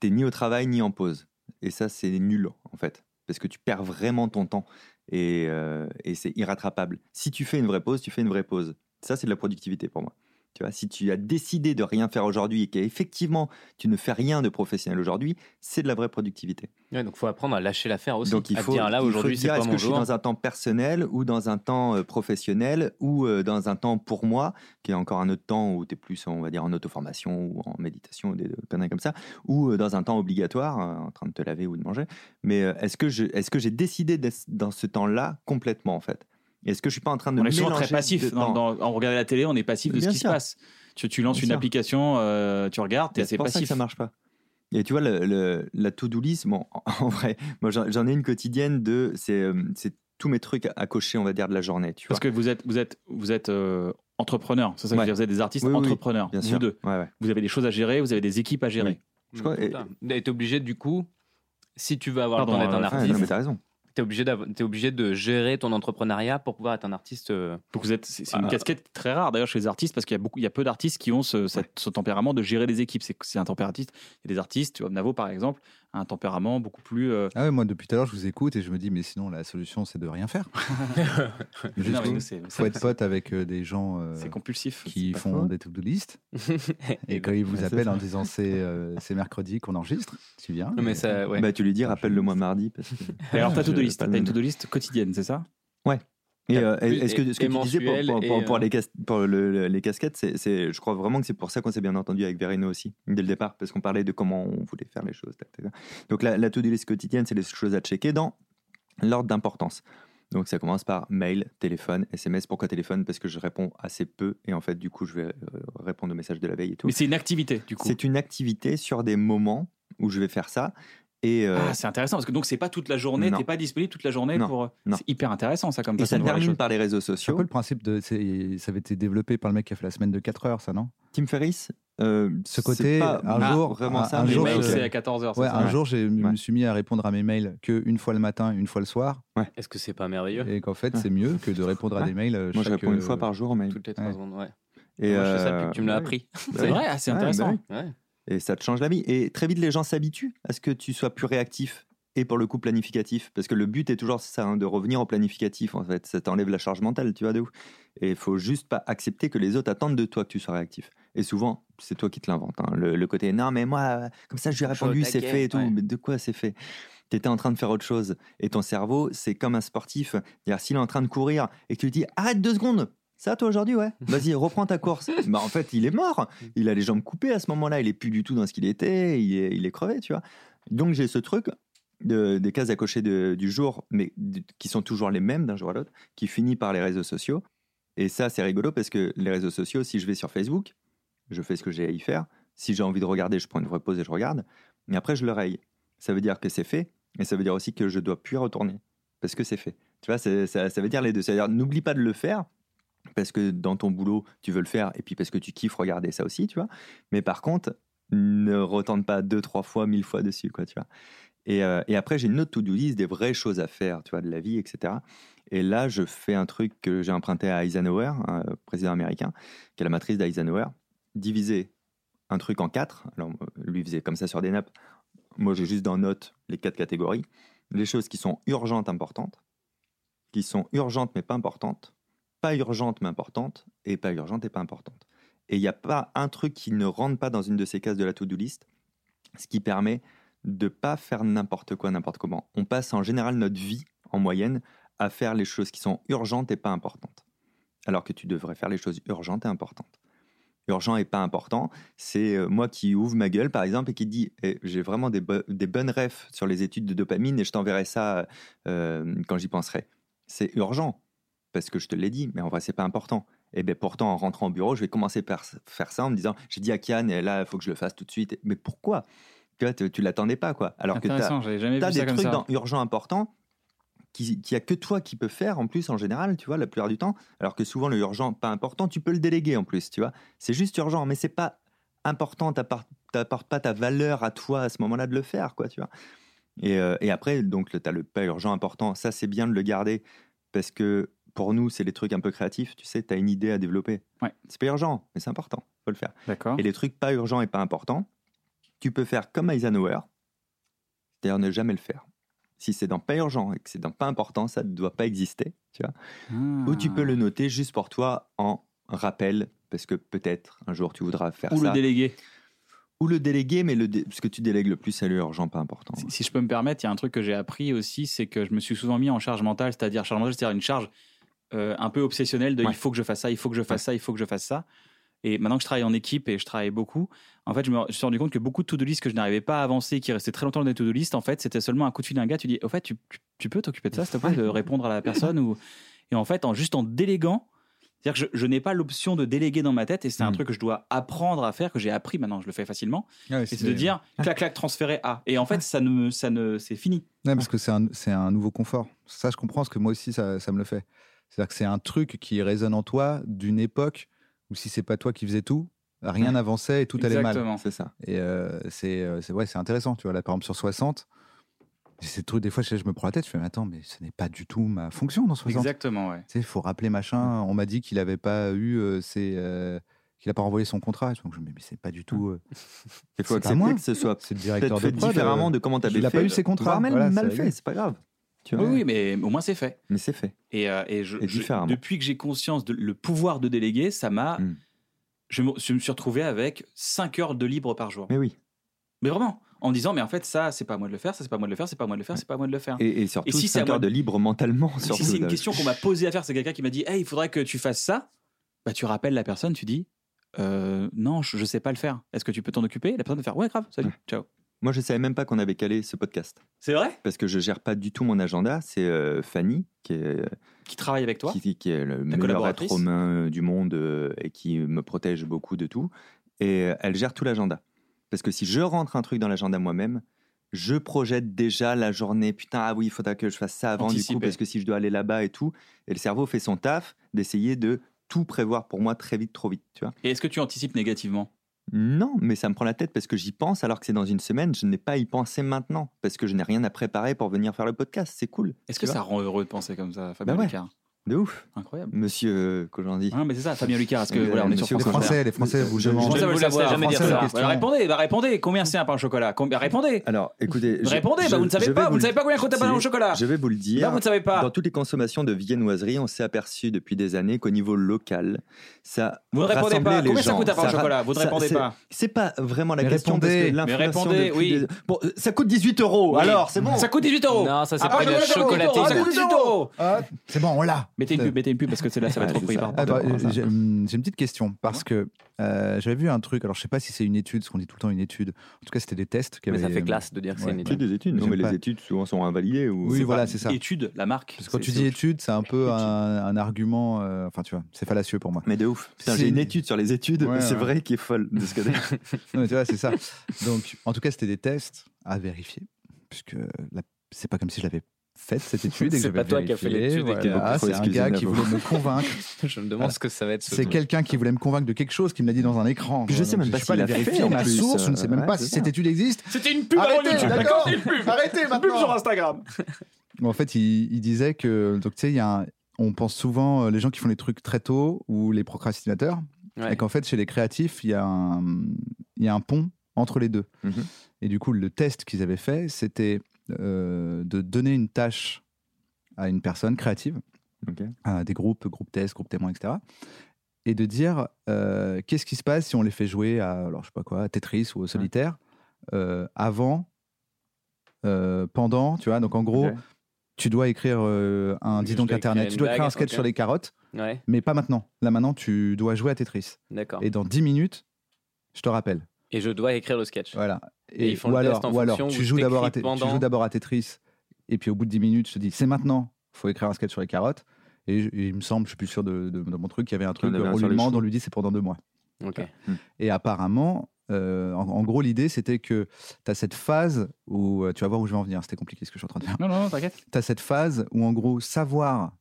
Speaker 3: tu ni au travail ni en pause. Et ça, c'est nul, en fait, parce que tu perds vraiment ton temps et, euh, et c'est irrattrapable. Si tu fais une vraie pause, tu fais une vraie pause. Ça, c'est de la productivité pour moi. Tu vois, si tu as décidé de rien faire aujourd'hui et qu'effectivement tu ne fais rien de professionnel aujourd'hui, c'est de la vraie productivité.
Speaker 4: Ouais, donc, faut apprendre à lâcher l'affaire aussi.
Speaker 3: Donc il
Speaker 4: à
Speaker 3: faut,
Speaker 4: dire, là
Speaker 3: il faut
Speaker 4: aujourd'hui,
Speaker 3: dire,
Speaker 4: c'est pas
Speaker 3: est-ce
Speaker 4: mon
Speaker 3: que je suis
Speaker 4: jour.
Speaker 3: dans un temps personnel ou dans un temps euh, professionnel ou euh, dans un temps pour moi, qui est encore un autre temps où tu es plus, on va dire, en auto-formation ou en méditation ou des des conneries comme ça, ou euh, dans un temps obligatoire, euh, en train de te laver ou de manger. Mais euh, est-ce que je- est-ce que j'ai décidé d'être dans ce temps-là complètement en fait Est-ce que je suis pas en train de
Speaker 1: On est
Speaker 3: mélanger
Speaker 1: souvent très
Speaker 3: de
Speaker 1: passif. Dans,
Speaker 3: temps
Speaker 1: dans- en regardant la télé, on est passif de
Speaker 3: Bien
Speaker 1: ce qui
Speaker 3: sûr.
Speaker 1: se passe. Tu, tu lances
Speaker 3: Bien
Speaker 1: une
Speaker 3: sûr.
Speaker 1: application, euh, tu regardes, t'es
Speaker 3: Et C'est
Speaker 1: assez
Speaker 3: pour ça que
Speaker 1: passif.
Speaker 3: ça marche pas. Et tu vois, le, le- la to-do list, bon, en vrai, moi j'en j'en ai une quotidienne de. C'est euh, c'est tous mes trucs à- à cocher, on va dire, de la journée. Tu vois.
Speaker 1: Parce que vous êtes, vous êtes, vous êtes euh, entrepreneur. C'est ça que
Speaker 3: Ouais.
Speaker 1: je veux dire, vous êtes des artistes
Speaker 3: Oui, oui,
Speaker 1: entrepreneurs.
Speaker 3: Bien
Speaker 1: vous
Speaker 3: sûr.
Speaker 1: deux.
Speaker 3: Ouais, ouais.
Speaker 1: Vous avez des choses à gérer, vous avez des équipes à gérer.
Speaker 3: Je crois-
Speaker 4: Mmh. Putain. Et t'es obligé, du coup, si tu veux avoir
Speaker 1: Pardon,
Speaker 4: le temps d'être
Speaker 1: euh,
Speaker 4: un
Speaker 3: Ah, non, mais
Speaker 4: artiste,
Speaker 3: t'as raison.
Speaker 4: t'es obligé, d'av- t'es obligé de gérer ton entrepreneuriat pour pouvoir être un artiste. euh,
Speaker 1: Donc vous êtes, c'est c'est une
Speaker 4: Ah.
Speaker 1: casquette très rare d'ailleurs chez les artistes parce qu'il y a beaucoup, il y a peu d'artistes qui ont ce, cette- ce tempérament de gérer des équipes. C'est c'est un tempérament. Il y a des artistes, tu vois, Navo par exemple, a un tempérament beaucoup plus. euh,
Speaker 2: Ah ouais, moi depuis tout à l'heure, je vous écoute et je me dis, mais sinon, la solution, c'est de rien faire. Juste,
Speaker 1: non, mais c'est
Speaker 2: faut être
Speaker 1: c'est-
Speaker 2: pote avec euh, des gens euh,
Speaker 1: c'est compulsif.
Speaker 2: qui
Speaker 3: pas
Speaker 2: font
Speaker 3: faux.
Speaker 2: des to-do list. Et
Speaker 4: et-
Speaker 2: quand ils vous
Speaker 3: c'est
Speaker 2: appellent
Speaker 3: ça.
Speaker 2: en disant c'est euh, c'est mercredi qu'on enregistre, euh, tu viens.
Speaker 4: mais ça, ouais.
Speaker 3: Bah, tu lui dis, rappelle-le-moi mardi. Parce que...
Speaker 1: Et alors t'as tout de
Speaker 3: Je-
Speaker 1: liste,
Speaker 3: pas
Speaker 1: t'as
Speaker 3: le
Speaker 1: une
Speaker 3: nom.
Speaker 1: to-do list quotidienne, c'est ça
Speaker 3: Et
Speaker 4: T'as
Speaker 3: euh,
Speaker 4: plus-
Speaker 3: est-ce que
Speaker 4: et-
Speaker 3: ce que
Speaker 4: et
Speaker 3: tu disais pour,
Speaker 4: mensuel
Speaker 3: pour-
Speaker 4: et,
Speaker 3: pour- pour
Speaker 4: euh,
Speaker 3: les, cas- pour le- le- les casquettes, c'est- c'est- je crois vraiment que c'est pour ça qu'on s'est bien entendu avec Verino aussi, dès le départ, parce qu'on parlait de comment on voulait faire les choses. tac, tac, tac. Donc la, la to-do list quotidienne, c'est les choses à checker dans l'ordre d'importance. Donc ça commence par mail, téléphone, SMS. Pourquoi téléphone Parce que je réponds assez peu et en fait, du coup, je vais euh, répondre aux messages de la veille et tout.
Speaker 1: Mais c'est une activité du coup.
Speaker 3: C'est une activité sur des moments où je vais faire ça. Et, euh,
Speaker 1: Ah, c'est intéressant parce que donc c'est pas toute la journée,
Speaker 3: Non.
Speaker 1: t'es pas disponible toute la journée
Speaker 3: Non,
Speaker 1: pour. euh,
Speaker 3: non.
Speaker 1: C'est hyper intéressant ça comme
Speaker 3: et
Speaker 1: façon
Speaker 3: ça
Speaker 1: de voir les
Speaker 3: termine
Speaker 1: choses.
Speaker 3: par les réseaux
Speaker 2: C'est un
Speaker 3: sociaux.
Speaker 2: peu le principe de. c'est- Ça avait été développé par le mec qui a fait la semaine de 4 heures, ça, non
Speaker 3: Tim Ferriss, euh,
Speaker 2: Ce
Speaker 3: c'est
Speaker 2: côté,
Speaker 3: pas
Speaker 2: un jour,
Speaker 3: vraiment
Speaker 2: un-
Speaker 3: ça,
Speaker 2: un
Speaker 3: mais
Speaker 2: jour,
Speaker 3: ouais,
Speaker 2: je-
Speaker 3: ok.
Speaker 1: c'est à 14h.
Speaker 2: Ouais, un
Speaker 3: Ouais.
Speaker 2: jour, j'ai- je
Speaker 3: Ouais.
Speaker 2: me suis mis à répondre à mes mails que une fois le matin, une fois le soir,
Speaker 4: Est-ce que c'est pas merveilleux
Speaker 2: et qu'en fait,
Speaker 3: Ouais.
Speaker 2: c'est mieux que de répondre à
Speaker 3: Ouais.
Speaker 2: des mails. euh,
Speaker 3: Moi, je
Speaker 2: chaque,
Speaker 3: réponds une
Speaker 2: euh,
Speaker 3: fois par jour, mais.
Speaker 4: Toutes les trois
Speaker 2: Ouais.
Speaker 4: secondes, ouais.
Speaker 3: Et
Speaker 4: Moi, je fais ça
Speaker 3: euh,
Speaker 4: depuis que tu me l'as
Speaker 3: ouais.
Speaker 4: appris.
Speaker 1: C'est vrai, ah, c'est
Speaker 3: Ouais,
Speaker 1: intéressant.
Speaker 3: bah oui.
Speaker 4: Ouais.
Speaker 3: Et ça te change la vie. Et très vite, les gens s'habituent à ce que tu sois plus réactif. et pour le coup planificatif. Parce que le but est toujours ça, hein, de revenir au planificatif en fait. Ça t'enlève la charge mentale, tu vois, de ouf. Et il faut juste pas accepter que les autres attendent de toi que tu sois réactif. Et souvent, c'est toi qui te l'invente. hein. Le, le côté non, mais moi, comme ça, je lui ai
Speaker 4: Je suis au
Speaker 3: répondu, c'est
Speaker 4: taquet,
Speaker 3: fait et tout.
Speaker 4: ouais.
Speaker 3: Mais de quoi c'est fait Tu étais en train de faire autre chose. Et ton cerveau, c'est comme un sportif. C'est-à-dire, s'il est en train de courir et que tu lui dis arrête deux secondes, ça toi aujourd'hui, ouais, vas-y, reprends ta course. bah, en fait, il est mort. Il a les jambes coupées à ce moment-là. Il est plus du tout dans ce qu'il était. Il est, il est crevé, tu vois. Donc, j'ai ce truc de- des cases à cocher de- du jour, mais de- qui sont toujours les mêmes d'un jour à l'autre, qui finit par les réseaux sociaux. Et ça, c'est rigolo parce que les réseaux sociaux, si je vais sur Facebook, je fais ce que j'ai à y faire. Si j'ai envie de regarder, je prends une vraie pause et je regarde. Mais après, je le raye. Ça veut dire que c'est fait, et ça veut dire aussi que je dois plus y retourner parce que c'est fait. Tu vois, c'est- ça, ça veut dire les deux. C'est-à-dire, n'oublie pas de le faire parce que dans ton boulot, tu veux le faire, et puis parce que tu kiffes regarder ça aussi, tu vois. Mais par contre, ne retente pas deux, trois fois, mille fois dessus, quoi, tu vois. Et, euh, et après, j'ai une autre to-do list des vraies choses à faire, tu vois, de la vie, etc. Et là, je fais un truc que j'ai emprunté à Eisenhower, un président américain, qui est la matrice d'Eisenhower, diviser un truc en quatre. Alors, euh, lui il faisait comme ça sur des nappes. Moi, j'ai juste dans note les quatre catégories. Les choses qui sont urgentes, importantes, qui sont urgentes mais pas importantes, pas urgentes mais importantes, et pas urgentes et pas importantes. Et il n'y a pas un truc qui ne rentre pas dans une de ces cases de la to-do list, ce qui permet de pas faire n'importe quoi, n'importe comment. On passe en général notre vie, en moyenne, à faire les choses qui sont urgentes et pas importantes. Alors que tu devrais faire les choses urgentes et importantes. Urgent et pas important, c'est euh, moi qui ouvre ma gueule, par exemple, et qui dit Eh, J'ai vraiment des, bo- des bonnes refs sur les études de dopamine et je t'enverrai ça euh, quand j'y penserai. C'est urgent, parce que je te l'ai dit, mais en vrai, c'est pas important. Et bien pourtant, en rentrant au bureau, je vais commencer par s- faire ça en me disant J'ai dit à Kian, et là, il faut que je le fasse tout de suite. Mais pourquoi Tu vois, tu tu l'attendais pas, quoi. Alors que tu
Speaker 1: Intéressant, j'avais jamais
Speaker 3: T'as
Speaker 1: vu ça
Speaker 3: des
Speaker 1: comme
Speaker 3: trucs
Speaker 1: ça.
Speaker 3: dans urgent important qui qui y a que toi qui peux faire en plus en général, tu vois, la plupart du temps. Alors que souvent le urgent pas important, tu peux le déléguer en plus, tu vois. C'est juste urgent, mais c'est pas important. t'appar- T'apportes pas ta valeur à toi à ce moment-là de le faire, quoi, tu vois. Et, euh, et après, donc, tu as le pas urgent important. Ça, c'est bien de le garder parce que pour nous, c'est les trucs un peu créatifs. Tu sais, tu as une idée à développer.
Speaker 1: Ouais.
Speaker 3: C'est pas urgent, mais c'est important. faut le faire.
Speaker 1: D'accord.
Speaker 3: Et les trucs pas urgents et pas importants, tu peux faire comme Eisenhower, c'est-à-dire ne jamais le faire. Si c'est dans pas urgent et que c'est dans pas important, ça ne doit pas exister, tu vois. Ou
Speaker 1: Ah.
Speaker 3: tu peux le noter juste pour toi en rappel, parce que peut-être un jour tu voudras faire
Speaker 1: Ou
Speaker 3: ça.
Speaker 1: le déléguer.
Speaker 3: Ou le déléguer, mais le dé- parce que tu délègues le plus à l'urgent, pas important.
Speaker 1: Si, si je peux me permettre, il y a un truc que j'ai appris aussi, c'est que je me suis souvent mis en charge mentale, c'est-à-dire charge mentale, c'est-à-dire une charge euh, un peu obsessionnelle de
Speaker 3: Ouais.
Speaker 1: il faut que je fasse ça, il faut que je fasse ça, il faut que je fasse ça. Et maintenant que je travaille en équipe et je travaille beaucoup, en fait, je me je me suis rendu compte que beaucoup de to-do list que je n'arrivais pas à avancer, qui restaient très longtemps dans les to-do list, en fait, c'était seulement un coup de fil d'un gars. Tu dis, au fait, tu, tu- tu peux t'occuper de ça, s'il te plaît, de répondre à la personne ou... Et en fait, en juste en déléguant, c'est-à-dire que je, je n'ai pas l'option de déléguer dans ma tête et c'est un
Speaker 3: Mhm.
Speaker 1: truc que je dois apprendre à faire, que j'ai appris maintenant, je le fais facilement.
Speaker 2: Ah Ouais,
Speaker 1: Et c'est de dire clac clac transféré à. Et en fait, ça ne, me- ça ne, c'est fini.
Speaker 2: Ouais, parce que c'est un, c'est un nouveau confort. Ça, je comprends, parce que moi aussi, ça, ça me le fait. C'est-à-dire que c'est un truc qui résonne en toi d'une époque où si c'est pas toi qui faisais tout, rien
Speaker 3: Ouais.
Speaker 2: n'avançait et tout allait mal.
Speaker 1: Exactement.
Speaker 3: C'est ça.
Speaker 2: Et euh, c'est euh, c'est- ouais, c'est intéressant, tu vois. Là, par exemple, sur 60, c'est trucs, des fois, je, je me prends la tête, je fais, mais attends, mais ce n'est pas du tout ma fonction dans 60.
Speaker 1: Exactement, ouais.
Speaker 2: Tu sais, il faut rappeler machin. On m'a dit qu'il n'avait pas eu euh, ses. euh, qu'il n'a pas renvoyé son contrat. Donc, je me dis, mais c'est pas du tout. euh,
Speaker 3: Il
Speaker 2: C'est
Speaker 3: faut
Speaker 2: pas
Speaker 3: accepter
Speaker 2: moi.
Speaker 3: que ce soit
Speaker 2: c'est le
Speaker 3: peut-être
Speaker 2: directeur de
Speaker 3: fait
Speaker 2: prod,
Speaker 3: différemment
Speaker 2: euh,
Speaker 3: de comment tu
Speaker 2: il a pas eu ses contrats,
Speaker 3: voire même
Speaker 2: voilà,
Speaker 3: mal
Speaker 2: c'est
Speaker 3: fait,
Speaker 2: réglé.
Speaker 3: c'est pas grave. Tu vois.
Speaker 1: Oui, oui, mais au moins c'est fait.
Speaker 3: Mais c'est fait.
Speaker 1: Et, euh, et je,
Speaker 3: Et
Speaker 1: je-
Speaker 3: différemment.
Speaker 1: depuis que j'ai conscience de le pouvoir de déléguer, ça m'a.
Speaker 3: Mm.
Speaker 1: Je, me, je me suis retrouvé avec 5 heures de libre par jour.
Speaker 3: Mais oui.
Speaker 1: Mais vraiment, en me disant, mais en fait, ça, c'est pas à moi de le faire, ça, c'est pas à moi de le faire, c'est pas à moi de le faire, c'est pas à moi de le faire.
Speaker 3: Et, et surtout,
Speaker 1: Ah. si c'est à
Speaker 3: 5 heures
Speaker 1: moi-
Speaker 3: de libre mentalement.
Speaker 1: Et
Speaker 3: surtout,
Speaker 1: si c'est une
Speaker 3: là.
Speaker 1: question qu'on m'a posée à faire, c'est quelqu'un qui m'a dit Hey, il faudrait que tu fasses ça. Bah, tu rappelles la personne, tu dis Euh, Non, je, je sais pas le faire. Est-ce que tu peux t'en occuper La personne va faire Ouais, grave, salut, ciao.
Speaker 3: Moi, je savais même pas qu'on avait calé ce podcast.
Speaker 1: C'est vrai
Speaker 3: parce que je gère pas du tout mon agenda. C'est euh, Fanny qui est,
Speaker 1: Qui travaille avec toi
Speaker 3: qui, qui est le meilleur être
Speaker 1: collaboratrice
Speaker 3: humain euh, du monde euh, et qui me protège beaucoup de tout. Et euh, elle gère tout l'agenda. Parce que si je rentre un truc dans l'agenda moi-même, je projette déjà la journée. Putain, ah oui, il faudra que je fasse ça avant du
Speaker 1: Anticiper.
Speaker 3: coup, parce que si je dois aller là-bas et tout. Et le cerveau fait son taf d'essayer de tout prévoir pour moi très vite, trop vite, tu vois.
Speaker 1: Et est-ce que tu anticipes négativement
Speaker 3: Non, mais ça me prend la tête parce que j'y pense alors que c'est dans une semaine. Je n'ai pas à y penser maintenant parce que je n'ai rien à préparer pour venir faire le podcast. C'est cool.
Speaker 1: Est-ce que
Speaker 3: tu vois.
Speaker 1: ça rend heureux de penser comme ça, Fabien
Speaker 3: Bah ouais.
Speaker 1: Licard
Speaker 3: De ouf.
Speaker 1: Incroyable.
Speaker 3: Monsieur euh, Cojandi.
Speaker 1: Ah, mais c'est ça, Fabien Lucas, parce que
Speaker 3: Euh,
Speaker 1: voilà, on est
Speaker 3: monsieur
Speaker 1: sur
Speaker 2: Les
Speaker 1: France Inter.
Speaker 2: Français, les Français, vous
Speaker 3: Je- je-
Speaker 1: Les
Speaker 2: demandez.
Speaker 1: Français
Speaker 5: vous
Speaker 1: veulent
Speaker 5: laissez
Speaker 1: savoir.
Speaker 5: jamais dire
Speaker 1: Français,
Speaker 2: ça.
Speaker 1: bah,
Speaker 2: Question.
Speaker 1: répondez, bah, répondez, combien c'est un pain au chocolat Combien- Répondez
Speaker 3: Alors, écoutez. je-
Speaker 1: Répondez,
Speaker 3: je-
Speaker 1: bah, vous ne
Speaker 3: je
Speaker 1: savez
Speaker 3: vais
Speaker 1: pas, vous ne
Speaker 3: le-
Speaker 1: savez pas combien coûte un pain au chocolat
Speaker 3: Je vais vous le
Speaker 1: Là,
Speaker 3: dire.
Speaker 1: vous ne savez
Speaker 3: Dans
Speaker 1: pas.
Speaker 3: toutes les consommations de viennoiserie, on s'est aperçu depuis des années qu'au niveau local, ça
Speaker 1: Vous ne répondez
Speaker 3: rassemblait
Speaker 1: pas.
Speaker 3: les
Speaker 1: Combien ça
Speaker 3: gens.
Speaker 1: coûte un pain au
Speaker 3: ra-
Speaker 1: chocolat Vous ne
Speaker 3: ça-
Speaker 1: répondez
Speaker 3: c'est-
Speaker 1: pas.
Speaker 3: C'est pas vraiment la
Speaker 2: Mais
Speaker 3: question
Speaker 2: répondez.
Speaker 3: parce que l'inflation
Speaker 1: Mais répondez,
Speaker 3: depuis
Speaker 1: oui.
Speaker 3: des- Bon, euh, ça coûte 18 euros.
Speaker 1: Oui.
Speaker 3: Alors, c'est bon.
Speaker 1: Ça coûte 18 euros.
Speaker 4: Non, ça
Speaker 1: Ah,
Speaker 4: c'est pas
Speaker 1: pardon,
Speaker 4: de la
Speaker 1: pardon, pardon,
Speaker 4: chocolaterie.
Speaker 1: Ça coûte 18 euros.
Speaker 2: Ah, C'est bon, on l'a.
Speaker 1: Mettez une pub, mettez une pub parce que c'est là, ça va
Speaker 3: Ouais,
Speaker 1: être
Speaker 3: c'est
Speaker 1: repris
Speaker 3: ça.
Speaker 1: par
Speaker 2: Ah, bah,
Speaker 1: par- par-
Speaker 2: J'ai hum, j'ai une petite question parce que euh, j'avais vu un truc. Alors, je sais pas si c'est une étude, parce qu'on dit tout le temps une étude. En tout cas, c'était des tests. qui
Speaker 4: Mais ça
Speaker 2: avaient- euh,
Speaker 4: fait classe de dire que c'est
Speaker 2: Ouais.
Speaker 4: une
Speaker 3: C'est
Speaker 4: étude.
Speaker 3: des études. Non,
Speaker 2: J'aime
Speaker 3: mais
Speaker 2: pas.
Speaker 3: les études souvent sont invalidées. Ou...
Speaker 2: Oui,
Speaker 3: c'est
Speaker 2: voilà,
Speaker 3: pas-
Speaker 2: c'est ça.
Speaker 1: Étude, la marque.
Speaker 2: Parce que quand
Speaker 1: c'est-
Speaker 2: tu
Speaker 1: c'est
Speaker 2: dis
Speaker 1: autre
Speaker 2: étude, c'est un peu
Speaker 1: Étude.
Speaker 2: un, un argument. euh, Enfin, tu vois, c'est fallacieux pour moi.
Speaker 3: Mais de ouf. Putain,
Speaker 2: C'est-
Speaker 3: J'ai une étude sur les études.
Speaker 2: Ouais,
Speaker 3: c'est
Speaker 2: ouais.
Speaker 3: vrai qui est folle de ce côté.
Speaker 2: Non, mais tu vois, c'est ça. Donc, en tout cas, c'était des tests à vérifier, puisque la- c'est pas comme si je l'avais faite cette étude. et que
Speaker 4: C'est
Speaker 2: j'avais
Speaker 4: pas toi qui as fait
Speaker 2: vérifié,
Speaker 4: l'étude et qui a-
Speaker 2: voilà,
Speaker 3: Faut
Speaker 2: C'est un
Speaker 3: excuser
Speaker 2: gars
Speaker 3: la
Speaker 2: qui
Speaker 3: voix.
Speaker 2: voulait me convaincre.
Speaker 4: Je me demande
Speaker 2: Voilà.
Speaker 4: ce que ça va être. ce
Speaker 2: C'est
Speaker 4: truc.
Speaker 2: quelqu'un qui voulait me convaincre de quelque chose qu'il me l'a dit dans un écran.
Speaker 3: Puis je
Speaker 2: Voilà,
Speaker 3: sais
Speaker 2: donc
Speaker 3: même pas
Speaker 2: je sais
Speaker 3: s'il
Speaker 2: pas
Speaker 3: l'a fait,
Speaker 2: vérifier
Speaker 3: en
Speaker 2: ma
Speaker 3: plus,
Speaker 2: source. Je ne sais même
Speaker 3: euh,
Speaker 2: pas
Speaker 3: ouais,
Speaker 2: si
Speaker 3: c'est
Speaker 2: cette
Speaker 3: ça.
Speaker 2: étude existe.
Speaker 1: C'était une pub
Speaker 2: avant
Speaker 1: avant
Speaker 2: Arrêtez,
Speaker 1: YouTube,
Speaker 2: YouTube,
Speaker 1: d'accord
Speaker 2: d'accord
Speaker 1: une pub.
Speaker 2: Arrêtez
Speaker 1: pub sur
Speaker 2: maintenant.
Speaker 1: Instagram.
Speaker 2: En fait, il, il disait que donc tu sais, il y a un- on pense souvent euh, les gens qui font les trucs très tôt ou les procrastinateurs,
Speaker 4: Ouais.
Speaker 2: et qu'en fait chez les créatifs, il y a un il y a un pont entre les deux.
Speaker 3: Mhm.
Speaker 2: Et du coup, le test qu'ils avaient fait, c'était euh, de donner une tâche à une personne créative
Speaker 3: Ok.
Speaker 2: à des groupes, groupes tests, groupes témoins, etc. Et de dire euh, qu'est-ce qui se passe si on les fait jouer à, alors, je sais pas quoi, à Tetris ou au solitaire, euh, avant, euh, pendant, tu vois. Donc en gros,
Speaker 3: Ok.
Speaker 2: tu dois écrire euh, un
Speaker 4: Je
Speaker 2: dis donc
Speaker 4: dois écrire
Speaker 2: internet,
Speaker 4: une
Speaker 2: tu dois écrire
Speaker 4: blague,
Speaker 2: un sketch
Speaker 4: ok.
Speaker 2: sur les carottes,
Speaker 4: Ouais,
Speaker 2: mais pas maintenant. Là maintenant, tu dois jouer à Tetris.
Speaker 4: d'accord.
Speaker 2: Et dans 10 minutes, je te rappelle.
Speaker 4: Et je dois écrire le sketch.
Speaker 2: Voilà.
Speaker 4: Et ils font
Speaker 2: ou
Speaker 4: le
Speaker 2: alors,
Speaker 4: test en
Speaker 2: ou alors,
Speaker 4: fonction
Speaker 2: tu
Speaker 4: où
Speaker 2: joues
Speaker 4: t'écris
Speaker 2: d'abord à, Te- tu
Speaker 4: pendant.
Speaker 2: joues d'abord à Tetris, et puis au bout de 10 minutes, je te dis c'est maintenant, faut écrire un sketch sur les carottes. Et, je- et il me semble, je suis plus sûr de, de- de mon truc, il y avait un truc,
Speaker 3: en avait un
Speaker 2: on lui
Speaker 3: sur les
Speaker 2: demande,
Speaker 3: choux.
Speaker 2: on lui dit c'est pendant deux mois.
Speaker 4: Ok.
Speaker 2: Et apparemment, euh, en, en gros, l'idée c'était que tu as cette phase où, euh, tu vas voir où je vais en venir, c'était compliqué ce que je suis en train de faire.
Speaker 1: Non, non, non, t'inquiète.
Speaker 2: Tu as cette phase où, en gros, savoir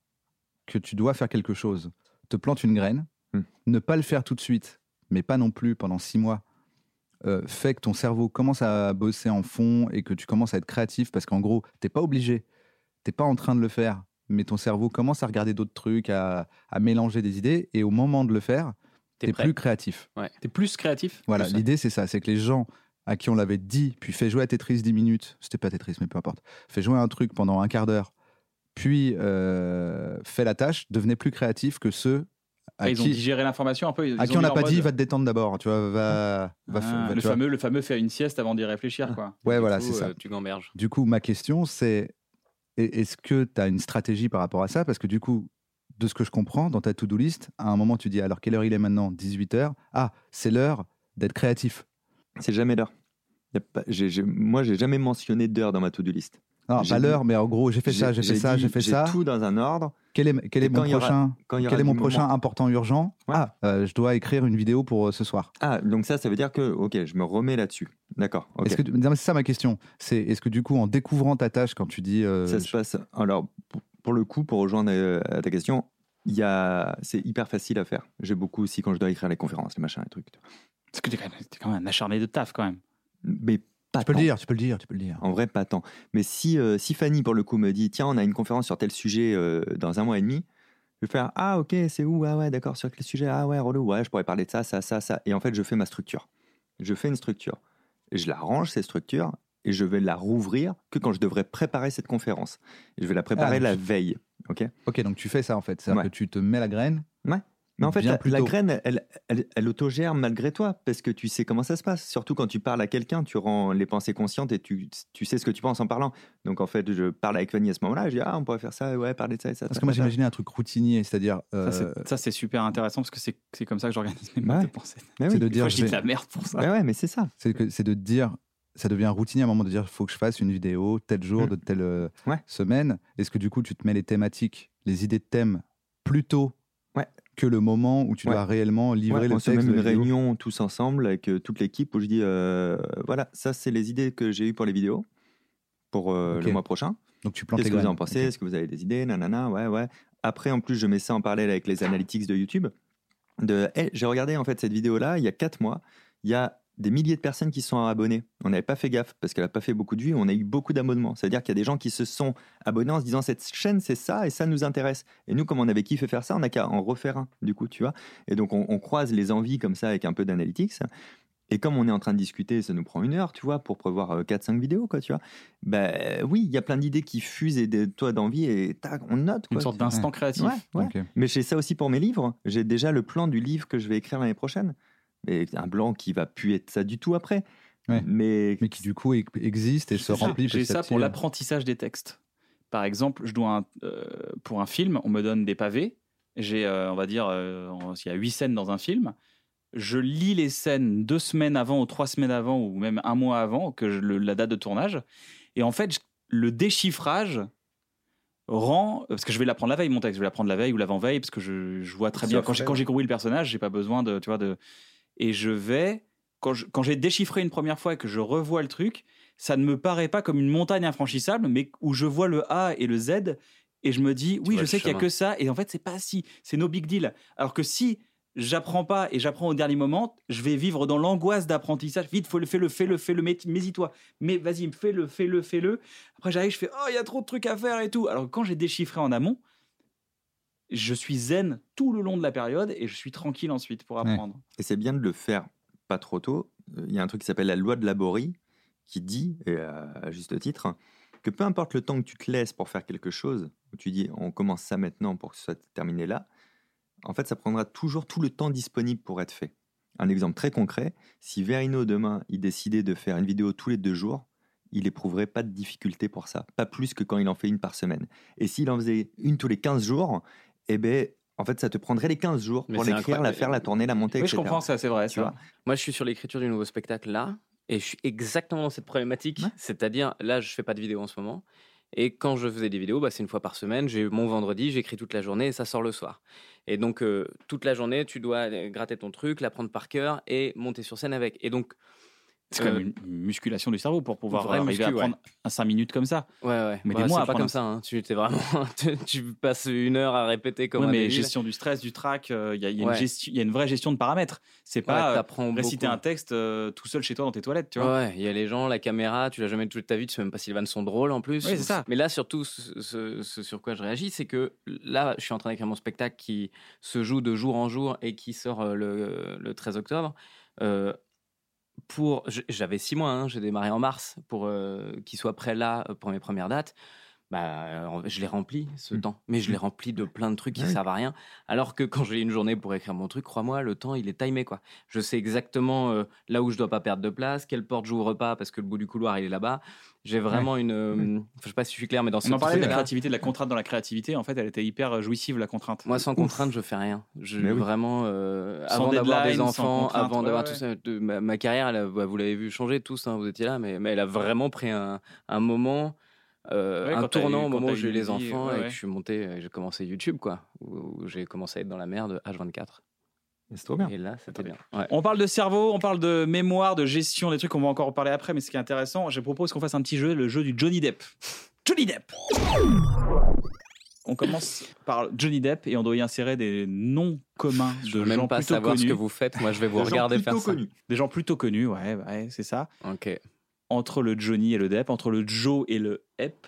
Speaker 2: que tu dois faire quelque chose te plante une graine.
Speaker 3: Hmm.
Speaker 2: Ne pas le faire tout de suite, mais pas non plus pendant six mois, euh, fait que ton cerveau commence à bosser en fond et que tu commences à être créatif parce qu'en gros, t'es pas obligé. T'es pas en train de le faire, mais ton cerveau commence à regarder d'autres trucs, à, à mélanger des idées et au moment de le faire,
Speaker 4: T'es
Speaker 2: t'es
Speaker 4: prêt.
Speaker 2: plus créatif.
Speaker 1: T'es plus créatif
Speaker 2: Voilà,
Speaker 4: Plus ça.
Speaker 2: l'idée c'est ça, c'est que les gens à qui on l'avait dit, puis fait jouer à Tetris 10 minutes, c'était pas Tetris mais peu importe, fait jouer à un truc pendant un quart d'heure, puis euh, fait la tâche, devenaient plus créatifs que ceux à
Speaker 1: Ah, Ils ont
Speaker 2: qui,
Speaker 1: digéré l'information un peu. ils-
Speaker 2: à
Speaker 1: ils
Speaker 2: qui
Speaker 1: ont
Speaker 2: on n'a
Speaker 1: mis
Speaker 2: pas
Speaker 1: en
Speaker 2: dit
Speaker 1: mode-
Speaker 2: va te détendre d'abord, tu vois, va, va,
Speaker 1: Ah,
Speaker 2: va-
Speaker 1: le,
Speaker 2: tu vois. Ah.
Speaker 1: fameux, le fameux faire une sieste avant d'y réfléchir, quoi.
Speaker 2: Ouais,
Speaker 4: Du
Speaker 2: voilà,
Speaker 4: coup,
Speaker 2: c'est ça.
Speaker 4: euh, Tu gamberges.
Speaker 2: Du coup, ma question c'est e- est-ce que tu as une stratégie par rapport à ça Parce que du coup, de ce que je comprends, dans ta to-do list, à un moment tu dis alors quelle heure il est maintenant 18h, ah, c'est l'heure d'être créatif.
Speaker 3: C'est jamais l'heure. Y a pas- j'ai- j'ai- Moi, j'ai jamais mentionné d'heure dans ma to-do list.
Speaker 2: Non,
Speaker 3: J'ai
Speaker 2: pas
Speaker 3: dit-
Speaker 2: l'heure, mais en gros, j'ai fait ça, j'ai fait
Speaker 3: dit-
Speaker 2: ça, j'ai fait ça.
Speaker 3: J'ai tout dans un ordre.
Speaker 2: Quel est, quel est
Speaker 3: Et
Speaker 2: mon
Speaker 3: quand il y aura-
Speaker 2: prochain,
Speaker 3: Quand il y
Speaker 2: quel
Speaker 3: aura
Speaker 2: est mon
Speaker 3: du
Speaker 2: prochain
Speaker 3: moment-
Speaker 2: important urgent
Speaker 3: Ouais.
Speaker 2: Ah, euh, je dois écrire une vidéo pour euh, ce soir.
Speaker 3: Ah, donc ça, ça veut dire que, ok, je me remets là-dessus. D'accord. ok.
Speaker 2: Est-ce que tu- non, mais c'est ça ma question C'est est-ce que du coup, en découvrant ta tâche, quand tu dis, euh,
Speaker 3: Ça se
Speaker 2: je-
Speaker 3: passe. Alors, pour- pour le coup, pour rejoindre euh, à ta question, il y a... c'est hyper facile à faire. J'ai beaucoup aussi quand je dois écrire les conférences, les machins, les trucs. tu vois.
Speaker 1: Parce que t'es quand, même- t'es quand même un acharné de taf, quand même.
Speaker 3: Mais pas
Speaker 2: tu peux le
Speaker 3: tant.
Speaker 2: dire, tu peux le dire, tu peux le dire.
Speaker 3: En vrai, pas tant. Mais si, euh, si Fanny, pour le coup, me dit Tiens, on a une conférence sur tel sujet euh, dans un mois et demi, je vais faire Ah, ok, c'est où Ah, ouais, d'accord, sur quel sujet Ah, ouais, relou, ouais, je pourrais parler de ça, ça, ça, ça. Et en fait, je fais ma structure. Je fais une structure. Et je la range, cette structure, et je vais la rouvrir que quand je devrais préparer cette conférence. Et je vais la préparer
Speaker 2: Ah, donc
Speaker 3: la
Speaker 2: tu-
Speaker 3: veille. Ok
Speaker 2: Ok, donc tu fais ça en fait, c'est-à-dire
Speaker 3: Ouais.
Speaker 2: que tu te mets la graine.
Speaker 3: Mais en fait,
Speaker 2: Bien
Speaker 3: la,
Speaker 2: plus
Speaker 3: la
Speaker 2: tôt.
Speaker 3: graine, elle, elle, elle autogère malgré toi, parce que tu sais comment ça se passe. Surtout quand tu parles à quelqu'un, tu rends les pensées conscientes et tu, tu sais ce que tu penses en parlant. Donc en fait, je parle avec Fanny à ce moment-là, je dis Ah, on pourrait faire ça, ouais, parler de ça et ça.
Speaker 2: Parce
Speaker 3: ça,
Speaker 2: que moi,
Speaker 3: ça, ça.
Speaker 2: j'imaginais un truc routinier, c'est-à-dire
Speaker 1: Ça,
Speaker 2: euh,
Speaker 1: c'est- Ça, c'est super intéressant parce que c'est c'est comme ça que j'organise mes modes
Speaker 3: Bah
Speaker 1: de
Speaker 3: ouais.
Speaker 1: pensée.
Speaker 3: Mais
Speaker 2: c'est
Speaker 3: oui.
Speaker 2: de dire,
Speaker 1: Moi, je
Speaker 2: je
Speaker 1: dis de
Speaker 2: vais-
Speaker 1: la merde pour ça.
Speaker 3: Ouais, ouais, mais c'est ça.
Speaker 2: c'est que- c'est de dire, ça devient routinier à un moment de dire, il faut que je fasse une vidéo tel jour
Speaker 3: Mm.
Speaker 2: de telle euh,
Speaker 3: Ouais.
Speaker 2: semaine. Est-ce que du coup, tu te mets les thématiques, les idées de thèmes plus tôt
Speaker 3: Ouais.
Speaker 2: que le moment où tu
Speaker 3: Ouais.
Speaker 2: dois réellement livrer
Speaker 3: Ouais,
Speaker 2: le
Speaker 3: on se
Speaker 2: texte
Speaker 3: met
Speaker 2: de
Speaker 3: une
Speaker 2: la vidéo
Speaker 3: réunion tous ensemble avec euh, toute l'équipe où je dis euh, Voilà, ça, c'est les idées que j'ai eues pour les vidéos, pour euh,
Speaker 2: Ok.
Speaker 3: le mois prochain.
Speaker 2: Donc tu plantes
Speaker 3: Qu'est-ce
Speaker 2: les
Speaker 3: que vous
Speaker 2: graines.
Speaker 3: en pensez Est-ce que vous avez des idées Nanana, ouais, ouais. Après, en plus, je mets ça en parallèle eh, avec les analytics de YouTube. De, Hey, j'ai regardé en fait cette vidéo-là il y a 4 mois. Il y a des milliers de personnes qui se sont abonnées. On n'avait pas fait gaffe parce qu'elle n'a pas fait beaucoup de vues. On a eu beaucoup d'abonnements. C'est-à-dire qu'il y a des gens qui se sont abonnés en se disant cette chaîne c'est ça et ça nous intéresse. Et nous, comme on avait kiffé faire ça, on n'a qu'à en refaire un du coup, tu vois. Et donc on, on croise les envies comme ça avec un peu d'analytics. Et comme on est en train de discuter, ça nous prend une heure, tu vois, pour prévoir euh, 4-5 vidéos, quoi, tu vois. Ben oui, il y a plein d'idées qui fusent et de, toi d'envie et tac, on note, quoi.
Speaker 1: Une sorte d'instant créatif.
Speaker 3: Ouais, ouais.
Speaker 2: Ok.
Speaker 3: Mais j'ai ça aussi pour mes livres. J'ai déjà le plan du livre que je vais écrire l'année prochaine. Mais un blanc qui va plus être ça du tout après.
Speaker 2: Ouais.
Speaker 3: Mais,
Speaker 2: Mais qui du coup e- existe et se
Speaker 1: J'ai ça-
Speaker 2: remplit
Speaker 1: J'ai
Speaker 2: petit à
Speaker 1: ça
Speaker 2: petit,
Speaker 1: pour
Speaker 2: euh.
Speaker 1: l'apprentissage des textes. Par exemple, je dois un- euh, pour un film, on me donne des pavés. J'ai, euh, on va dire, euh, en- s'il y a huit scènes dans un film, je lis les scènes deux semaines avant ou trois semaines avant ou même un mois avant que je- le- la date de tournage. Et en fait, je- le déchiffrage rend parce que je vais l'apprendre la veille mon texte, je vais l'apprendre la veille ou l'avant veille parce que je, je vois très
Speaker 3: Ça
Speaker 1: bien quand
Speaker 3: fait,
Speaker 1: j'ai quand j'ai compris le personnage, j'ai pas besoin de tu vois de et je vais quand je- quand j'ai déchiffré une première fois et que je revois le truc, ça ne me paraît pas comme une montagne infranchissable, mais où je vois le A et le Z et je me dis oui,
Speaker 4: vois
Speaker 1: je
Speaker 4: le
Speaker 1: sais qu'il y a
Speaker 4: chemin.
Speaker 1: que ça et en fait c'est pas si, c'est no big deal. Alors que si j'apprends pas et j'apprends au dernier moment, je vais vivre dans l'angoisse d'apprentissage. Vite, faut le fais le fais le fais le mais y toi. Mais vas-y, fais-le, fais-le, fais-le. Après j'arrive, je fais oh, il y a trop de trucs à faire et tout. Alors que quand j'ai déchiffré en amont, je suis zen tout le long de la période et je suis tranquille ensuite pour
Speaker 2: Ouais.
Speaker 1: apprendre.
Speaker 3: et c'est bien de le faire pas trop tôt. Euh, Il y a un truc qui s'appelle la loi de Laborie qui dit, et à à juste titre, que peu importe le temps que tu te laisses pour faire quelque chose, où tu dis on commence ça maintenant pour que ce soit terminé là, en fait ça prendra toujours tout le temps disponible pour être fait. Un exemple très concret, si Verino demain il décidait de faire une vidéo tous les deux jours, il éprouverait pas de difficulté pour ça, pas plus que quand il en fait une par semaine. Et s'il en faisait une tous les 15 jours, eh ben en fait ça te prendrait les 15 jours
Speaker 4: Mais
Speaker 3: pour
Speaker 4: c'est
Speaker 3: l'écrire,
Speaker 4: incroyable.
Speaker 3: la faire, la tourner, la monter,
Speaker 1: Oui, je
Speaker 3: etc.
Speaker 1: comprends ça, c'est vrai.
Speaker 3: Tu
Speaker 1: ça.
Speaker 3: vois
Speaker 4: Moi, je suis sur l'écriture du nouveau spectacle là, et je suis exactement dans cette problématique.
Speaker 3: Ouais.
Speaker 4: C'est-à-dire, là, je fais pas de vidéo en ce moment. Et quand je faisais des vidéos, bah, c'est une fois par semaine. J'ai mon vendredi, j'écris toute la journée et ça sort le soir. Et donc, euh, toute la journée, tu dois euh, gratter ton truc, l'apprendre par cœur et monter sur scène avec. Et donc,
Speaker 1: C'est quand
Speaker 4: Euh,
Speaker 1: même une musculation du cerveau pour pouvoir
Speaker 4: vraie
Speaker 1: arriver à
Speaker 4: muscu, ouais.
Speaker 1: prendre un 5 minutes comme ça.
Speaker 4: ouais, ouais.
Speaker 1: Mais
Speaker 4: Bah,
Speaker 1: des mois à
Speaker 4: c'est pas
Speaker 1: prendre.
Speaker 4: comme ça. hein. Tu t'es vraiment, tu- tu passes une heure à répéter comme
Speaker 1: Ouais,
Speaker 4: un
Speaker 1: mais
Speaker 4: débile.
Speaker 1: gestion du stress, du trac, euh, il y, a- il y a une
Speaker 4: Ouais.
Speaker 1: gestion- il y a une vraie gestion de paramètres. C'est
Speaker 4: Ouais,
Speaker 1: pas euh,
Speaker 4: t'apprends
Speaker 1: réciter
Speaker 4: beaucoup.
Speaker 1: un texte euh, tout seul chez toi dans tes toilettes, tu vois.
Speaker 4: Ouais, il y a les gens, la caméra, tu l'as jamais touché de ta vie, tu sais même pas si les vannes sont drôles en plus.
Speaker 1: Oui, c'est ça.
Speaker 4: Mais là, surtout, ce, ce- ce sur quoi je réagis, c'est que là, je suis en train d'écrire mon spectacle qui se joue de jour en jour et qui sort euh, le, le 13 octobre. Euh, pour, j- j'avais six mois, hein, j'ai démarré en mars pour euh, qu'il soit prêt là euh, pour mes premières dates. Bah, euh, je l'ai rempli ce
Speaker 1: Mmh.
Speaker 2: Mm.
Speaker 4: temps, mais je l'ai rempli de plein de trucs qui
Speaker 3: Ouais.
Speaker 4: servent à rien. Alors que quand j'ai une journée pour écrire mon truc, crois-moi, le temps il est timé quoi. Je sais exactement euh, là où je dois pas perdre de place, quelle porte j'ouvre pas parce que le bout du couloir il est là-bas. J'ai vraiment une. euh, enfin, je sais pas si je suis clair, mais dans ce
Speaker 1: On en parlait de la
Speaker 4: truc-là,
Speaker 1: créativité, de la contrainte dans la créativité. En fait, elle était hyper euh, jouissive, la contrainte.
Speaker 4: Moi, sans contrainte, je fais rien. Je
Speaker 3: Mais oui.
Speaker 4: vraiment euh,
Speaker 1: Sans
Speaker 4: avant d'avoir des
Speaker 1: deadline, sans
Speaker 4: enfants,
Speaker 1: contrainte,
Speaker 4: avant
Speaker 1: ouais,
Speaker 4: d'avoir
Speaker 1: ouais.
Speaker 4: tout ça. de- ma, ma carrière, elle a- bah, vous l'avez vu changer tous. hein, vous étiez là, mais, mais elle a vraiment pris un, un moment, euh,
Speaker 1: Ouais,
Speaker 4: un
Speaker 1: quand t'as eu-
Speaker 4: tournant au
Speaker 1: quand
Speaker 4: moment
Speaker 1: t'as
Speaker 4: où
Speaker 1: eu
Speaker 4: j'ai eu
Speaker 1: une
Speaker 4: les
Speaker 1: vie,
Speaker 4: enfants
Speaker 1: ouais,
Speaker 4: et
Speaker 1: ouais.
Speaker 4: que je suis monté, et j'ai commencé YouTube, quoi, où, où j'ai commencé à être dans la merde H24.
Speaker 3: C'est trop bien.
Speaker 4: Et là, c'était
Speaker 1: Attendez.
Speaker 4: bien. Ouais.
Speaker 1: On parle de cerveau, on parle de mémoire, de gestion, des trucs qu'on va encore parler après, mais ce qui est intéressant, je propose qu'on fasse un petit jeu, le jeu du Johnny Depp. Johnny Depp On commence par Johnny Depp et on doit y insérer des noms communs
Speaker 4: Je
Speaker 1: de
Speaker 4: veux même
Speaker 1: gens
Speaker 4: pas
Speaker 1: plutôt
Speaker 4: savoir
Speaker 1: connus.
Speaker 4: ce que vous faites. Moi, je vais vous
Speaker 3: Des gens
Speaker 4: regarder
Speaker 3: plutôt
Speaker 4: faire ça.
Speaker 3: connus.
Speaker 1: Des gens plutôt connus, ouais, ouais c'est ça.
Speaker 4: Ok.
Speaker 1: Entre le Johnny et le Depp, entre le Joe et le Epp.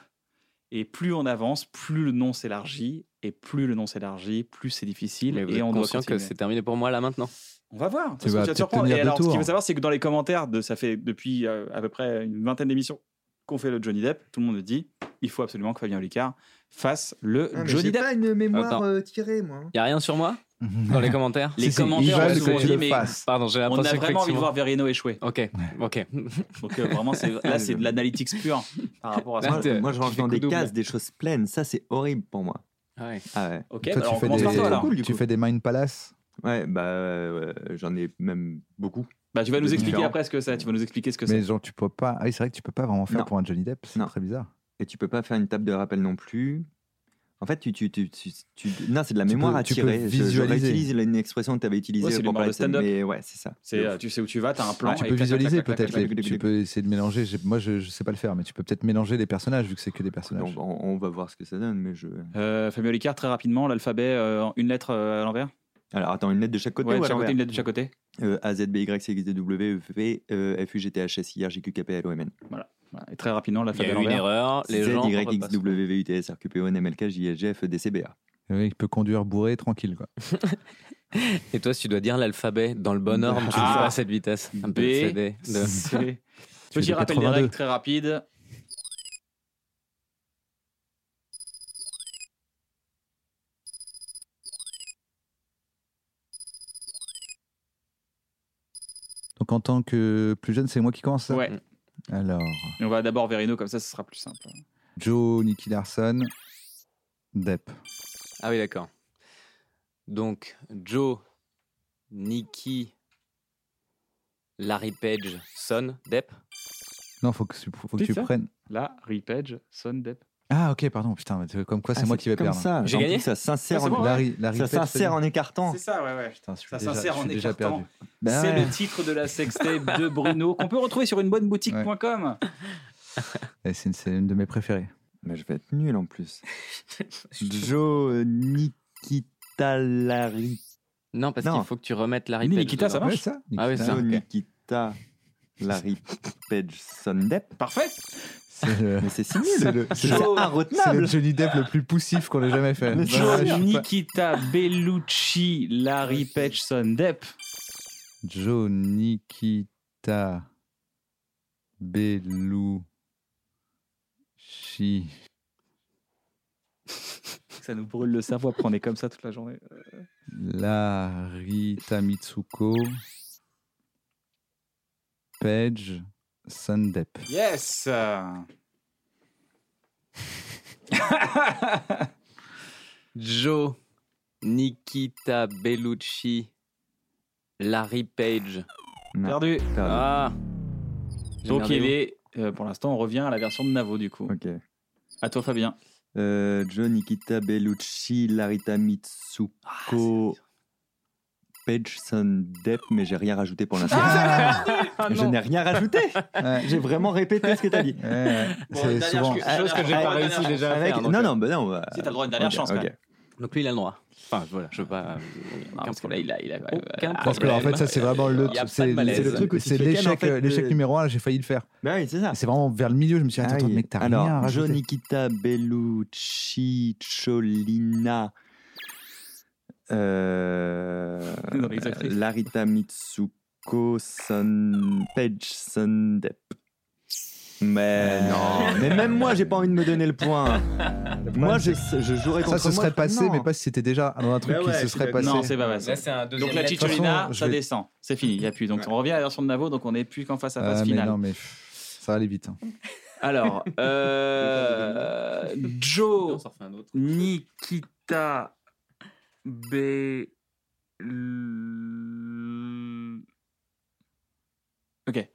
Speaker 1: Et plus on avance, plus le nom s'élargit, et plus le nom s'élargit, plus c'est difficile.
Speaker 4: Mais vous
Speaker 1: et
Speaker 4: êtes
Speaker 1: on doit
Speaker 4: conscient que
Speaker 1: continuer.
Speaker 4: c'est terminé pour moi là maintenant.
Speaker 1: On va voir. Ça
Speaker 2: Tu
Speaker 1: se trouve, ça
Speaker 2: vas
Speaker 1: te
Speaker 2: peut-être
Speaker 1: surprend.
Speaker 2: tenir
Speaker 1: Et
Speaker 2: de
Speaker 1: alors, ce qu'il
Speaker 2: tour.
Speaker 1: faut savoir, c'est que dans les commentaires, de, ça fait depuis euh, à peu près une vingtaine d'émissions qu'on fait le Johnny Depp, tout le monde dit il faut absolument que Fabien Olicard fasse le Johnny Depp.
Speaker 3: Ah, pas une
Speaker 4: Attends.
Speaker 3: tirée, moi.
Speaker 4: Y a rien sur moi dans les commentaires.
Speaker 1: Les
Speaker 2: Si, si, ils
Speaker 1: commentaires, on
Speaker 2: veulent Mhm. que
Speaker 1: souvent
Speaker 2: tu
Speaker 1: dit,
Speaker 2: le
Speaker 1: mais-
Speaker 2: fasses.
Speaker 4: Pardon, j'ai
Speaker 1: On a
Speaker 4: l'impression
Speaker 1: vraiment envie de
Speaker 4: qu'effectivement-
Speaker 1: voir Verino échouer.
Speaker 4: Ok, ok.
Speaker 1: Donc euh, vraiment, c'est-
Speaker 2: Ah,
Speaker 1: là, c'est de l'analytics pure par rapport à ça.
Speaker 4: Là, t'es-
Speaker 3: Moi, moi, je range
Speaker 4: tu fais
Speaker 3: dans des
Speaker 4: coup double.
Speaker 3: cases, des choses pleines. Ça, c'est horrible pour moi.
Speaker 4: Ah ouais.
Speaker 3: Ah ouais.
Speaker 1: Ok,
Speaker 2: Toi,
Speaker 1: alors
Speaker 2: tu
Speaker 1: on
Speaker 2: fais
Speaker 1: commence
Speaker 2: des,
Speaker 1: par toi alors.
Speaker 3: cool, du
Speaker 2: tu
Speaker 3: coup.
Speaker 2: fais des mind palace.
Speaker 3: Ouais, bah, euh, j'en ai même beaucoup.
Speaker 1: Bah, tu vas nous
Speaker 3: des
Speaker 1: expliquer
Speaker 3: différents.
Speaker 1: après ce que c'est. Tu vas nous expliquer ce que
Speaker 2: Mais
Speaker 1: c'est.
Speaker 2: genre, tu peux pas. Ah oui, c'est vrai que tu peux pas vraiment faire
Speaker 3: Non.
Speaker 2: pour un Johnny Depp. C'est
Speaker 3: Non.
Speaker 2: très bizarre.
Speaker 3: Et tu peux pas faire une table de rappel non plus. En fait, tu, tu, tu, tu- tu- non, c'est de la
Speaker 2: Tu peux-
Speaker 3: mémoire à
Speaker 2: tu peux
Speaker 3: tirer. Je- Je
Speaker 2: visualiser.
Speaker 3: réutilise une expression que tu avais utilisée
Speaker 1: Ouais, c'est l'humour
Speaker 3: pour
Speaker 1: de
Speaker 3: parler de ça,
Speaker 1: stand-up.
Speaker 3: mais ouais, c'est ça.
Speaker 1: C'est, euh, tu sais où tu vas, t'as un plan.
Speaker 3: Ouais,
Speaker 1: et
Speaker 2: Ah, tu peux
Speaker 1: clac, clac,
Speaker 2: visualiser
Speaker 1: clac, clac,
Speaker 2: peut-être.
Speaker 1: clac,
Speaker 2: les-
Speaker 1: clac.
Speaker 3: clac,
Speaker 2: Tu
Speaker 3: clac.
Speaker 2: peux essayer de mélanger. J'ai- Moi, je, je sais pas le faire, mais tu peux peut-être mélanger les personnages vu que c'est que des personnages.
Speaker 3: Donc, on, on va voir ce que ça donne, mais je.
Speaker 1: Euh, Fabien Olicard, très rapidement, l'alphabet euh, en une lettre euh, à l'envers.
Speaker 3: Alors attends, une lettre de chaque côté
Speaker 1: Ouais,
Speaker 3: ou
Speaker 1: de
Speaker 3: à
Speaker 1: chaque côté,
Speaker 3: l'envers
Speaker 1: une lettre de chaque côté.
Speaker 3: Euh, A, Z, B, Y, C, X, D, W, V, euh, F, U, G, T, H, S, I, R, J, Q, K, P, L, O, M, N.
Speaker 1: Voilà. Et très rapidement, la
Speaker 4: Il y
Speaker 1: fable à
Speaker 4: a eu une
Speaker 1: l'envers.
Speaker 4: erreur, les
Speaker 3: Z,
Speaker 4: gens.
Speaker 3: Y, X,
Speaker 4: repassent.
Speaker 3: W, V, U, T, S, R, Q, P, O, N, M, L, K, J, L, G, F, E, D, C, B, A.
Speaker 2: Le mec peut conduire bourré, tranquille. Quoi.
Speaker 4: Et toi, si tu dois dire l'alphabet dans le bon ordre, tu le
Speaker 1: Ah.
Speaker 4: fais à cette vitesse. Un peu
Speaker 1: B,
Speaker 4: CD. de-
Speaker 1: C'est-
Speaker 2: Tu fais
Speaker 1: Petit
Speaker 2: des
Speaker 1: rappel des
Speaker 2: 82.
Speaker 1: règles très rapide.
Speaker 2: Donc en tant que plus jeune, c'est moi qui commence. ça
Speaker 1: Ouais.
Speaker 2: Alors,
Speaker 1: Et on va d'abord Verino, comme ça, ce sera plus simple.
Speaker 2: Joe, Nicky Larson, Depp.
Speaker 4: Ah oui, d'accord. Donc, Joe, Nicky, Larry Page, Son, Depp.
Speaker 2: Non, faut que, tu- faut que
Speaker 1: C'est
Speaker 2: tu
Speaker 1: ça
Speaker 2: prennes.
Speaker 1: Là, Ripage, Son, Depp.
Speaker 2: Ah, ok, pardon, putain, tu vois, comme quoi c'est moi qui vais
Speaker 3: Ah, comme
Speaker 2: perdre.
Speaker 3: ça.
Speaker 4: J'ai
Speaker 3: En
Speaker 4: gagné
Speaker 3: plus, Ça s'insère
Speaker 1: Ouais, c'est
Speaker 3: en-
Speaker 1: bon.
Speaker 2: Larry, Larry
Speaker 3: ça
Speaker 2: Page, c'est-
Speaker 3: s'insère en écartant.
Speaker 1: ça, ouais, ouais.
Speaker 2: Putain, je suis
Speaker 1: Ça
Speaker 2: déjà-
Speaker 1: s'insère
Speaker 2: je
Speaker 1: en
Speaker 2: suis déjà
Speaker 1: écartant.
Speaker 2: perdu.
Speaker 3: Bah
Speaker 2: Ben
Speaker 1: C'est
Speaker 3: ouais.
Speaker 1: le titre de la sextape de Bruno qu'on peut retrouver sur unebonneboutique.com.
Speaker 2: Eh, C'est une, c'est une de mes préférées.
Speaker 3: Mais je vais être nul en plus. Joe Nikita Larry.
Speaker 4: Non, parce
Speaker 3: Non.
Speaker 4: qu'il faut que tu remettes Larry
Speaker 1: Ni
Speaker 4: Page.
Speaker 1: Nikita, ça
Speaker 4: dedans.
Speaker 1: marche.
Speaker 2: Ouais, ça
Speaker 4: Ah ouais,
Speaker 2: Nicky
Speaker 4: ça.
Speaker 3: Joe
Speaker 2: Larson.
Speaker 3: Nikita Larry Page Sundep.
Speaker 1: Parfait.
Speaker 2: C'est le,
Speaker 3: Mais c'est si nul.
Speaker 2: c'est le-
Speaker 3: C'est
Speaker 2: c'est le- c'est
Speaker 3: inretenable.
Speaker 2: le Johnny Depp le plus poussif qu'on ait jamais fait.
Speaker 3: Mais
Speaker 2: Bah,
Speaker 1: Joe
Speaker 2: je suis pas-
Speaker 1: Nikita Bellucci, Larry Page, Son, Depp.
Speaker 2: Joe Nikita Bellucci.
Speaker 1: Ça nous brûle le cerveau, après on est comme ça toute la journée.
Speaker 2: Larita Mitsuko, Page, Sundep.
Speaker 1: Yes
Speaker 4: Joe, Nikita, Bellucci, Larry Page.
Speaker 3: Non,
Speaker 1: Perdu.
Speaker 3: putain.
Speaker 4: Ah J'ai
Speaker 1: Donc
Speaker 4: merdé
Speaker 1: il
Speaker 4: où
Speaker 1: est... euh, pour l'instant, on revient à la version de Navo, du coup.
Speaker 3: Ok.
Speaker 1: À toi, Fabien.
Speaker 3: Euh, Joe Nikita Bellucci Larita Ah, Mitsuko Page Sundep. Mais j'ai rien rajouté pour l'instant. je n'ai rien rajouté.
Speaker 2: Ouais.
Speaker 3: Ah, J'ai vraiment répété ce que t'as dit.
Speaker 2: Ouais, ouais. C'est souvent.
Speaker 4: Chose que j'ai
Speaker 3: Ah,
Speaker 4: pas
Speaker 3: ah,
Speaker 4: réussi déjà à
Speaker 3: Avec-
Speaker 4: faire. donc,
Speaker 3: non,
Speaker 4: euh,
Speaker 3: non, bah non. on va-
Speaker 1: Si, t'as le droit à une dernière
Speaker 3: Ok,
Speaker 1: chance,
Speaker 3: ok.
Speaker 1: quand même.
Speaker 4: Donc lui, il a le droit. Enfin, voilà, je veux pas. euh, aucun problème.
Speaker 1: il a... Il a
Speaker 4: Aucun
Speaker 2: Parce que là, en fait, ça, c'est vraiment le,
Speaker 4: Il y a pas de
Speaker 2: c'est,
Speaker 4: malaise.
Speaker 2: c'est le
Speaker 4: Le
Speaker 2: truc,
Speaker 3: truc où tu
Speaker 2: c'est
Speaker 3: te fais
Speaker 2: l'échec,
Speaker 3: ken, en fait,
Speaker 2: euh, l'échec
Speaker 3: de-
Speaker 2: numéro un. J'ai failli le faire.
Speaker 3: Bah oui, c'est ça.
Speaker 4: Ah.
Speaker 2: Et C'est vraiment vers le milieu. Je me suis dit,
Speaker 3: Ah
Speaker 2: attends, attends,
Speaker 3: oui.
Speaker 2: mec, t'as
Speaker 3: Alors,
Speaker 2: rien à
Speaker 3: Joe
Speaker 2: rajouter.
Speaker 3: Nikita Bellucci Cholina. euh,
Speaker 1: Non, les actrices.
Speaker 3: Larita Mitsuko Son, Page Sundep. Mais
Speaker 2: Euh,
Speaker 3: non, mais même moi, j'ai pas envie de me donner le point. moi, je, je jouerais
Speaker 2: Ça
Speaker 3: contre
Speaker 2: se
Speaker 3: moi,
Speaker 2: serait
Speaker 3: je-
Speaker 2: passé,
Speaker 3: non.
Speaker 2: mais pas si c'était déjà dans un truc
Speaker 3: Bah
Speaker 2: qui
Speaker 3: ouais,
Speaker 2: se
Speaker 3: je
Speaker 2: serait
Speaker 3: suis
Speaker 2: passé.
Speaker 1: Non, c'est pas passé.
Speaker 4: Là, c'est un deuxième.
Speaker 1: Donc la
Speaker 4: lettre.
Speaker 1: Cicciolina,
Speaker 2: façon, je
Speaker 1: ça
Speaker 2: vais-
Speaker 1: descend. C'est fini, il n'y a plus. Donc
Speaker 3: Ouais.
Speaker 1: on revient à la version de Navo, donc on n'est plus qu'en face à
Speaker 2: Ah,
Speaker 1: face
Speaker 2: mais
Speaker 1: finale.
Speaker 2: non, mais pff, ça va aller vite. hein.
Speaker 1: Alors, euh,
Speaker 4: Non, on
Speaker 1: Joe,
Speaker 4: s'en refait un autre.
Speaker 1: Nikita, B. L- Ok.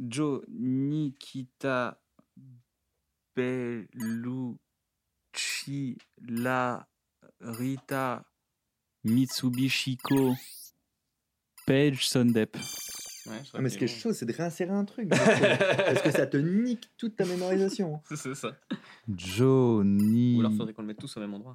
Speaker 1: Joe, Nikita, Bellucci, La, Rita, Mitsubishiko, Page, Sundep.
Speaker 4: Ouais, je
Speaker 3: Ah, mais ce qui est
Speaker 4: serais-
Speaker 3: chaud, c'est de réinsérer un truc. Parce que, parce que ça te nique toute ta mémorisation.
Speaker 4: C'est ça.
Speaker 2: Joe
Speaker 4: Ou alors
Speaker 2: Nikita.
Speaker 4: faudrait qu'on le mette tous au même endroit.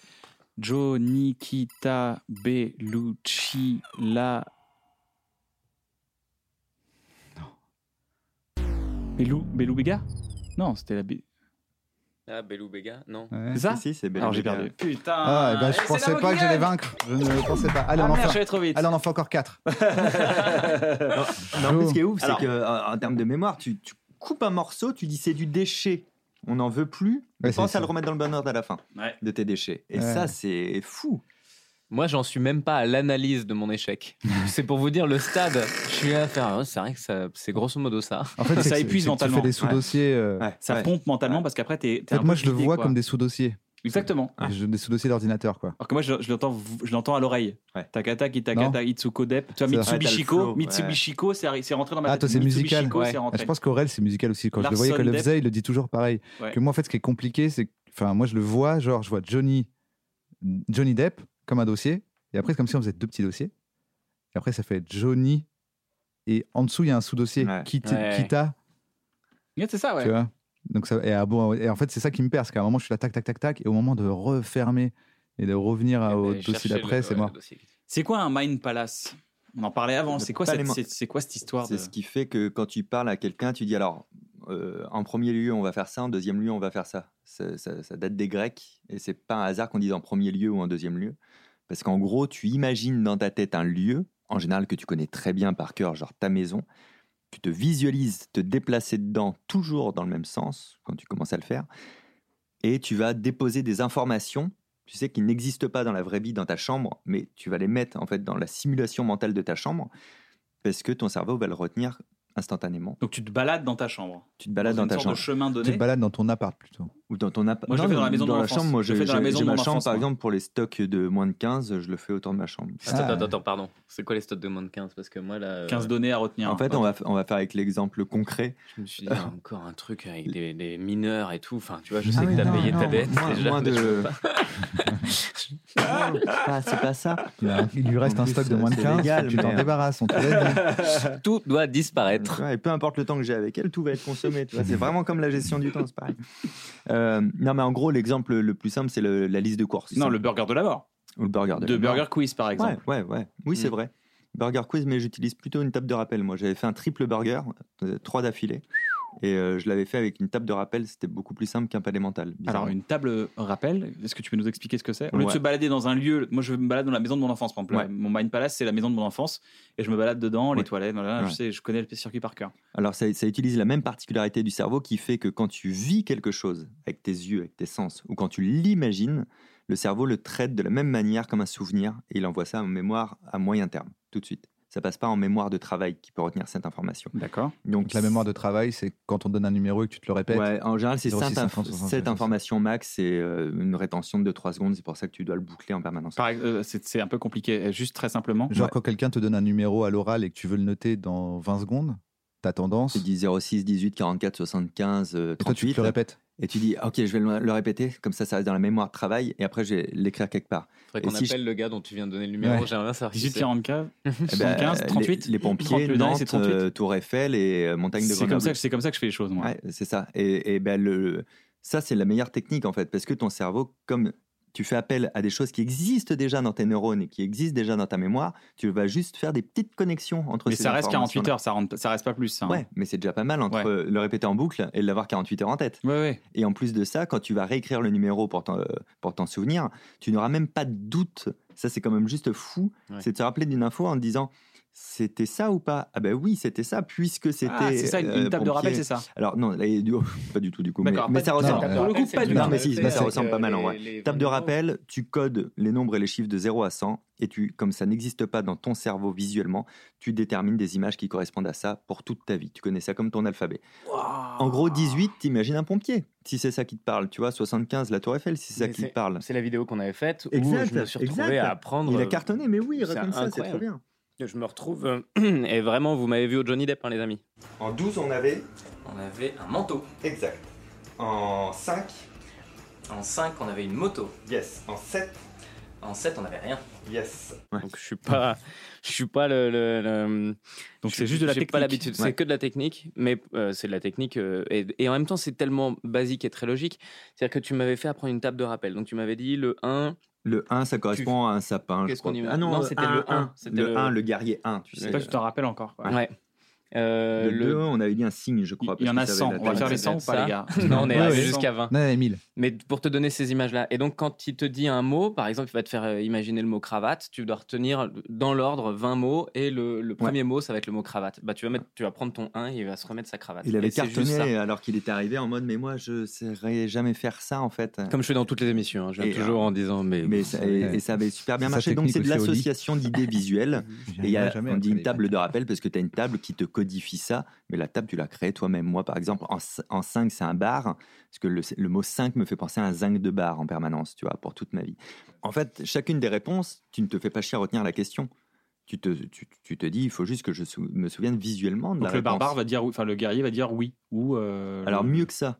Speaker 1: Joe, Nikita, Bellucci, La. Non. Belou, Belou Béga Non, c'était la B.
Speaker 4: Ah, Belou Béga Non.
Speaker 2: Ouais.
Speaker 1: C'est ça
Speaker 3: Si, si, c'est bel et
Speaker 1: Alors j'ai
Speaker 3: bien.
Speaker 1: perdu. Putain.
Speaker 2: Ah, eh ben, je
Speaker 1: Et c'est
Speaker 2: pensais
Speaker 1: la
Speaker 2: pas que
Speaker 1: Mockingbird.
Speaker 2: j'allais vaincre. Je ne pensais pas. Allez,
Speaker 1: Ah,
Speaker 2: on en
Speaker 1: merde, je
Speaker 2: fait.
Speaker 1: vais trop vite.
Speaker 2: Allez, on en fait encore 4.
Speaker 3: Non, mais ce qui est ouf, c'est
Speaker 1: Alors-
Speaker 3: que euh, en termes de mémoire, tu, tu coupes un morceau, tu dis c'est du déchet. On n'en veut plus.
Speaker 2: Ouais,
Speaker 3: pense
Speaker 2: c'est
Speaker 3: à le
Speaker 2: ça.
Speaker 3: remettre dans le bon ordre à la fin
Speaker 1: Ouais.
Speaker 3: de tes déchets. Et
Speaker 2: Ouais.
Speaker 3: ça, c'est fou.
Speaker 4: Moi, j'en suis même pas à l'analyse de mon échec. c'est pour vous dire le stade. Je suis là à faire. ah, c'est vrai que ça- c'est grosso modo ça.
Speaker 2: En fait,
Speaker 1: Ça
Speaker 2: c'est que-
Speaker 1: épuise
Speaker 2: c'est que Tu
Speaker 1: mentalement.
Speaker 2: fais des sous-dossiers. euh,
Speaker 3: Ouais,
Speaker 1: Ça
Speaker 3: ouais.
Speaker 1: pompe mentalement parce qu'après t'es.
Speaker 2: En fait, moi, je le vois comme des sous-dossiers.
Speaker 1: Exactement.
Speaker 2: Je- Des sous-dossiers d'ordinateur, quoi.
Speaker 1: Alors que moi, je, je l'entends, je l'entends à l'oreille.
Speaker 3: Ouais.
Speaker 1: Takataki,
Speaker 2: Non.
Speaker 1: Takata, Itsuko Dep. Tu vois,
Speaker 2: C'est vrai.
Speaker 3: Ouais, t'as le
Speaker 1: Mitsubishiko,
Speaker 3: flow,
Speaker 1: Mitsubishiko, c'est arri- c'est rentré dans ma
Speaker 2: Ah,
Speaker 1: tête.
Speaker 2: toi, c'est musical.
Speaker 1: Mitsubishiko,
Speaker 4: Ouais.
Speaker 1: c'est
Speaker 2: Ah,
Speaker 1: rentré.
Speaker 2: je pense qu'Aurel, c'est musical aussi. Quand je le
Speaker 1: Larson
Speaker 2: voyais, quand il le
Speaker 1: Depp.
Speaker 2: faisait, il le dit toujours pareil.
Speaker 1: Ouais.
Speaker 2: Que moi, en fait, ce qui est compliqué, c'est. que- Enfin, moi, je le vois, genre, je vois Johnny, Johnny Depp comme un dossier. Et après, c'est comme si on faisait deux petits dossiers. Et après, ça fait Johnny. Et en dessous, il y a un sous-dossier.
Speaker 3: Ouais.
Speaker 2: Kita.
Speaker 4: Ouais.
Speaker 2: Kita,
Speaker 1: Ouais, C'est ça, ouais.
Speaker 2: tu vois. Donc, ça, et, ah, bon, et en fait, c'est ça qui me perd. Parce qu'à un moment, je suis là, tac, tac, tac, tac. Et au moment de refermer et de revenir à- au
Speaker 4: Allez, cherchez
Speaker 2: dossier d'après,
Speaker 4: le-
Speaker 2: c'est
Speaker 4: ouais,
Speaker 2: mort.
Speaker 4: le dossier.
Speaker 1: C'est quoi un Mind Palace On en parlait avant.
Speaker 3: Le
Speaker 1: C'est quoi,
Speaker 3: palais
Speaker 1: cette,
Speaker 3: mo-
Speaker 1: c'est, c'est quoi cette histoire
Speaker 3: C'est
Speaker 1: de...
Speaker 3: ce qui fait que quand tu parles à quelqu'un, tu dis alors, euh, en premier lieu, on va faire ça, en deuxième lieu, on va faire ça. Ça, ça- ça date des Grecs, et c'est pas un hasard qu'on dise en premier lieu ou en deuxième lieu. Parce qu'en gros, tu imagines dans ta tête un lieu, en général que tu connais très bien par cœur, genre ta maison. Tu te visualises te déplacer dedans, toujours dans le même sens, quand tu commences à le faire. Et tu vas déposer des informations, tu sais, qui n'existent pas dans la vraie vie, dans ta chambre, mais tu vas les mettre, en fait, dans la simulation mentale de ta chambre, parce que ton cerveau va le retenir instantanément.
Speaker 1: Donc tu te balades dans ta chambre.
Speaker 3: Tu te balades dans
Speaker 1: une
Speaker 3: ta
Speaker 1: sorte
Speaker 3: chambre.
Speaker 1: de chemin
Speaker 2: Tu
Speaker 1: donné.
Speaker 2: te balades dans ton appart plutôt.
Speaker 3: Ou dans ton app-
Speaker 1: Moi, je le fais dans la maison de mon
Speaker 3: la
Speaker 1: enfance.
Speaker 3: chambre. Moi,
Speaker 1: Je
Speaker 3: je,
Speaker 1: le fais dans la
Speaker 3: j'ai-
Speaker 1: maison
Speaker 3: j'ai
Speaker 1: de
Speaker 3: ma
Speaker 1: mon
Speaker 3: chambre,
Speaker 1: enfance,
Speaker 3: par
Speaker 1: moi.
Speaker 3: exemple, pour les stocks de moins de 15, je le fais autour de ma chambre.
Speaker 4: Attends,
Speaker 2: Ah.
Speaker 4: attends, attends, pardon. C'est quoi les stocks de moins de 15 Parce que moi, là. euh,
Speaker 1: 15 données à retenir.
Speaker 3: En fait, on va, f- on va faire avec l'exemple concret.
Speaker 4: Je me suis dit, il y a
Speaker 3: Ah.
Speaker 4: encore un truc avec des, des mineurs et tout. Enfin, tu vois, je sais
Speaker 2: Ah
Speaker 4: que
Speaker 2: oui,
Speaker 4: t'as
Speaker 2: non,
Speaker 4: payé ta
Speaker 2: non,
Speaker 4: dette.
Speaker 3: moins-
Speaker 4: déjà,
Speaker 3: moins
Speaker 4: mais
Speaker 3: de-
Speaker 4: je peux pas.
Speaker 3: Non, c'est pas- c'est pas ça.
Speaker 2: Il, a- Bah, il lui reste
Speaker 3: En
Speaker 2: un
Speaker 3: plus, euh,
Speaker 2: stock de moins de
Speaker 3: c'est
Speaker 2: 15,
Speaker 3: légal,
Speaker 2: tu t'en
Speaker 3: mais-
Speaker 2: débarrasses, on te l'a dit.
Speaker 4: Tout doit disparaître.
Speaker 3: Ouais, et peu importe le temps que j'ai avec elle, tout va être consommé. tu vois. C'est vraiment comme la gestion du temps, c'est pareil. Euh, non, mais en gros, l'exemple le plus simple, c'est le- la liste de courses.
Speaker 1: Non, le burger de la mort.
Speaker 3: Ou le burger.
Speaker 1: De
Speaker 3: la mort.
Speaker 1: Burger Quiz, par exemple.
Speaker 3: Ouais, ouais, ouais. Oui, c'est
Speaker 4: Mm.
Speaker 3: vrai. Burger quiz, mais j'utilise plutôt une table de rappel. Moi, j'avais fait un triple burger, euh, trois d'affilée. Et euh, je l'avais fait avec une table de rappel, c'était beaucoup plus simple qu'un palais mental. bizarrement.
Speaker 1: Alors, une table euh, rappel, est-ce que tu peux nous expliquer ce que c'est Au lieu de
Speaker 3: Ouais.
Speaker 1: se balader dans un lieu, moi je me balade dans la maison de mon enfance, par exemple.
Speaker 3: Ouais.
Speaker 1: Mon Mind Palace, c'est la maison de mon enfance, et je me balade dedans, les
Speaker 3: Ouais.
Speaker 1: toilettes, voilà, je
Speaker 3: Ouais.
Speaker 1: sais, je connais le circuit par cœur.
Speaker 3: Alors ça, ça utilise la même particularité du cerveau qui fait que quand tu vis quelque chose avec tes yeux, avec tes sens, ou quand tu l'imagines, le cerveau le traite de la même manière comme un souvenir et il envoie ça en mémoire à moyen terme, tout de suite. Ça passe pas en mémoire de travail qui peut retenir cette information.
Speaker 1: D'accord.
Speaker 3: Donc
Speaker 2: Donc la mémoire de travail, c'est quand on donne un numéro et que tu te le répètes.
Speaker 3: Ouais, en général, c'est
Speaker 2: 06,
Speaker 3: 7,
Speaker 2: 50, 60.
Speaker 3: informations max, c'est euh, une rétention de 2-3 secondes, c'est pour ça que tu dois le boucler en permanence.
Speaker 1: Par ex- euh, c'est c'est un peu compliqué, euh, juste très simplement.
Speaker 2: Genre
Speaker 3: ouais.
Speaker 2: quand quelqu'un te donne un numéro à l'oral et que tu veux le noter dans 20 secondes, t'as tendance,
Speaker 3: Tu
Speaker 2: et
Speaker 3: dis 06, 18, 44, 75, euh, 38.
Speaker 2: toi tu te le répètes.
Speaker 3: et tu dis, ok, je vais le le répéter, comme ça, ça reste dans la mémoire de travail, et après, je vais l'écrire quelque part.
Speaker 4: Faudrait
Speaker 3: Et
Speaker 4: qu'on
Speaker 3: si je-
Speaker 4: appelle le gars dont tu viens de donner le numéro.
Speaker 2: Ouais.
Speaker 4: J'aimerais bien savoir qui
Speaker 1: 18,
Speaker 4: c'est.
Speaker 1: 44,
Speaker 3: Eh ben,
Speaker 1: 75,
Speaker 3: les-
Speaker 1: 38.
Speaker 3: Les, pompiers,
Speaker 1: 30, le dernier,
Speaker 3: Nantes,
Speaker 1: c'est 38.
Speaker 3: euh, Tour Eiffel et euh, Montagne de
Speaker 1: c'est comme,
Speaker 3: Grenoble.
Speaker 1: ça que- c'est comme ça que je fais les choses, moi.
Speaker 3: Ouais, c'est ça. Et, et ben le, ça, c'est la meilleure technique en fait, parce que ton cerveau, comme tu fais appel à des choses qui existent déjà dans tes neurones et qui existent déjà dans ta mémoire, tu vas juste faire des petites connexions entre
Speaker 1: Mais
Speaker 3: ces
Speaker 1: ça reste 48
Speaker 3: informations-là.
Speaker 1: heures, ça, rentre, ça reste pas plus. ça, hein.
Speaker 3: Ouais, mais c'est déjà pas mal entre le répéter en boucle et l'avoir 48 heures en tête.
Speaker 1: ouais, ouais.
Speaker 3: Et en plus de ça, quand tu vas réécrire le numéro pour t'en, euh, pour t'en souvenir, tu n'auras même pas de doute. Ça, c'est quand même juste fou.
Speaker 4: Ouais.
Speaker 3: C'est de se rappeler d'une info en te disant c'était ça ou pas Ah ben oui, c'était ça, puisque c'était.
Speaker 1: Ah, c'est ça, une, une
Speaker 3: euh,
Speaker 1: table de rappel,
Speaker 3: pompier.
Speaker 1: c'est ça.
Speaker 3: Alors non, là, du- pas du tout du coup. Mais,
Speaker 1: D'accord,
Speaker 3: mais
Speaker 1: pas
Speaker 3: ça
Speaker 1: du-
Speaker 3: ressemble.
Speaker 1: non, Pour le coup, pas du
Speaker 3: Non,
Speaker 1: tout.
Speaker 3: mais si,
Speaker 2: C'est-
Speaker 3: bah,
Speaker 2: c'est
Speaker 3: ça ressemble pas mal en vrai. Table de rappel, tu codes les nombres et les chiffres de 0 à 100 et tu, comme ça n'existe pas dans ton cerveau visuellement, tu détermines des images qui correspondent à ça pour toute ta vie. Tu connais ça comme ton alphabet. En gros, 18, t'imagines un pompier, si c'est ça qui te parle. Tu vois, 75, la tour Eiffel, si c'est ça
Speaker 4: Mais
Speaker 3: qui te parle.
Speaker 4: C'est la vidéo qu'on avait faite où
Speaker 3: Exact,
Speaker 4: je me suis retrouvé
Speaker 3: exact.
Speaker 4: à apprendre.
Speaker 3: Il a cartonné, mais oui,
Speaker 4: c'est
Speaker 3: raconte ça, c'est
Speaker 4: incroyable.
Speaker 3: trop bien.
Speaker 4: Je me retrouve. euh, et vraiment, vous m'avez vu au Johnny Depp, hein, les amis.
Speaker 3: En 12, on avait,
Speaker 4: On avait un manteau.
Speaker 3: exact. En 5,
Speaker 4: En 5, on avait une moto.
Speaker 3: yes. En 7,
Speaker 4: En 7, on avait rien.
Speaker 3: yes.
Speaker 4: Donc je suis pas, je suis pas le. le- le-
Speaker 1: Donc
Speaker 4: je-
Speaker 1: c'est juste de la
Speaker 4: j'ai
Speaker 1: technique.
Speaker 4: pas l'habitude.
Speaker 3: Ouais.
Speaker 4: C'est que de la technique, mais euh, c'est de la technique euh, et, et en même temps c'est tellement basique et très logique. C'est-à-dire que tu m'avais fait apprendre une table de rappel. Donc tu m'avais dit le 1.
Speaker 3: Le 1, ça correspond à un sapin. je
Speaker 4: Qu'est-ce
Speaker 3: crois.
Speaker 4: qu'on y met
Speaker 3: Ah non,
Speaker 4: Non,
Speaker 3: euh,
Speaker 4: c'était
Speaker 3: un,
Speaker 4: le
Speaker 3: un.
Speaker 4: un, c'était
Speaker 3: Le
Speaker 4: le-
Speaker 3: 1, le guerrier 1, tu
Speaker 4: Je
Speaker 3: sais.
Speaker 1: Toi, tu t'en rappelles encore. quoi.
Speaker 4: Ouais. Euh,
Speaker 3: le 2, on avait dit un signe, je crois.
Speaker 1: Il y en a
Speaker 3: parce que ça
Speaker 1: 100.
Speaker 3: avait la
Speaker 1: On va
Speaker 3: taille.
Speaker 1: faire les
Speaker 4: ça doit
Speaker 1: 100 ou
Speaker 4: être
Speaker 1: pas,
Speaker 4: ça.
Speaker 1: les gars
Speaker 4: Non, on est
Speaker 2: Ouais,
Speaker 4: arrivé
Speaker 2: ouais.
Speaker 4: jusqu'à 20.
Speaker 2: Non, il y a 1000.
Speaker 4: Mais pour te donner ces images-là. Et donc, quand il te dit un mot, par exemple, il va te faire euh, imaginer le mot cravate, tu dois retenir dans l'ordre 20 mots et le, le premier mot, ça va être le mot cravate. Bah, tu, vas mettre, tu vas prendre ton 1 et il va se remettre sa cravate.
Speaker 3: Il avait
Speaker 4: Et c'est juste ça.
Speaker 3: cartonné euh, alors qu'il était arrivé en mode mais moi je saurais jamais faire ça en fait.
Speaker 4: Comme je fais dans toutes les émissions, hein, je viens
Speaker 3: Et,
Speaker 4: toujours en disant mais,
Speaker 3: mais ça, et, et ça avait super bien
Speaker 2: C'est sa
Speaker 3: marché. Donc
Speaker 2: technique
Speaker 3: c'est de
Speaker 2: aussi au lit.
Speaker 3: l'association d'idées visuelles. Et il y a,
Speaker 2: Jamais hein,
Speaker 3: on dit
Speaker 2: appris
Speaker 3: une
Speaker 2: les-
Speaker 3: table de rappel parce que tu as une table qui te codifie ça, mais la table tu l'as créée toi-même. Moi par exemple, en, 5 c'est un bar, parce que le, le mot 5 me fait penser à un zinc de bar en permanence, tu vois, pour toute ma vie. En fait, chacune des réponses, tu ne te fais pas chier à retenir la question. Tu te, tu, tu te dis, il faut juste que je sou- me souvienne visuellement de
Speaker 1: Donc
Speaker 3: la
Speaker 1: le
Speaker 3: réponse.
Speaker 1: barbare va dire oui, enfin le guerrier va dire oui. Ou, euh,
Speaker 3: Alors
Speaker 1: le-
Speaker 2: Mmh.
Speaker 3: mieux que ça,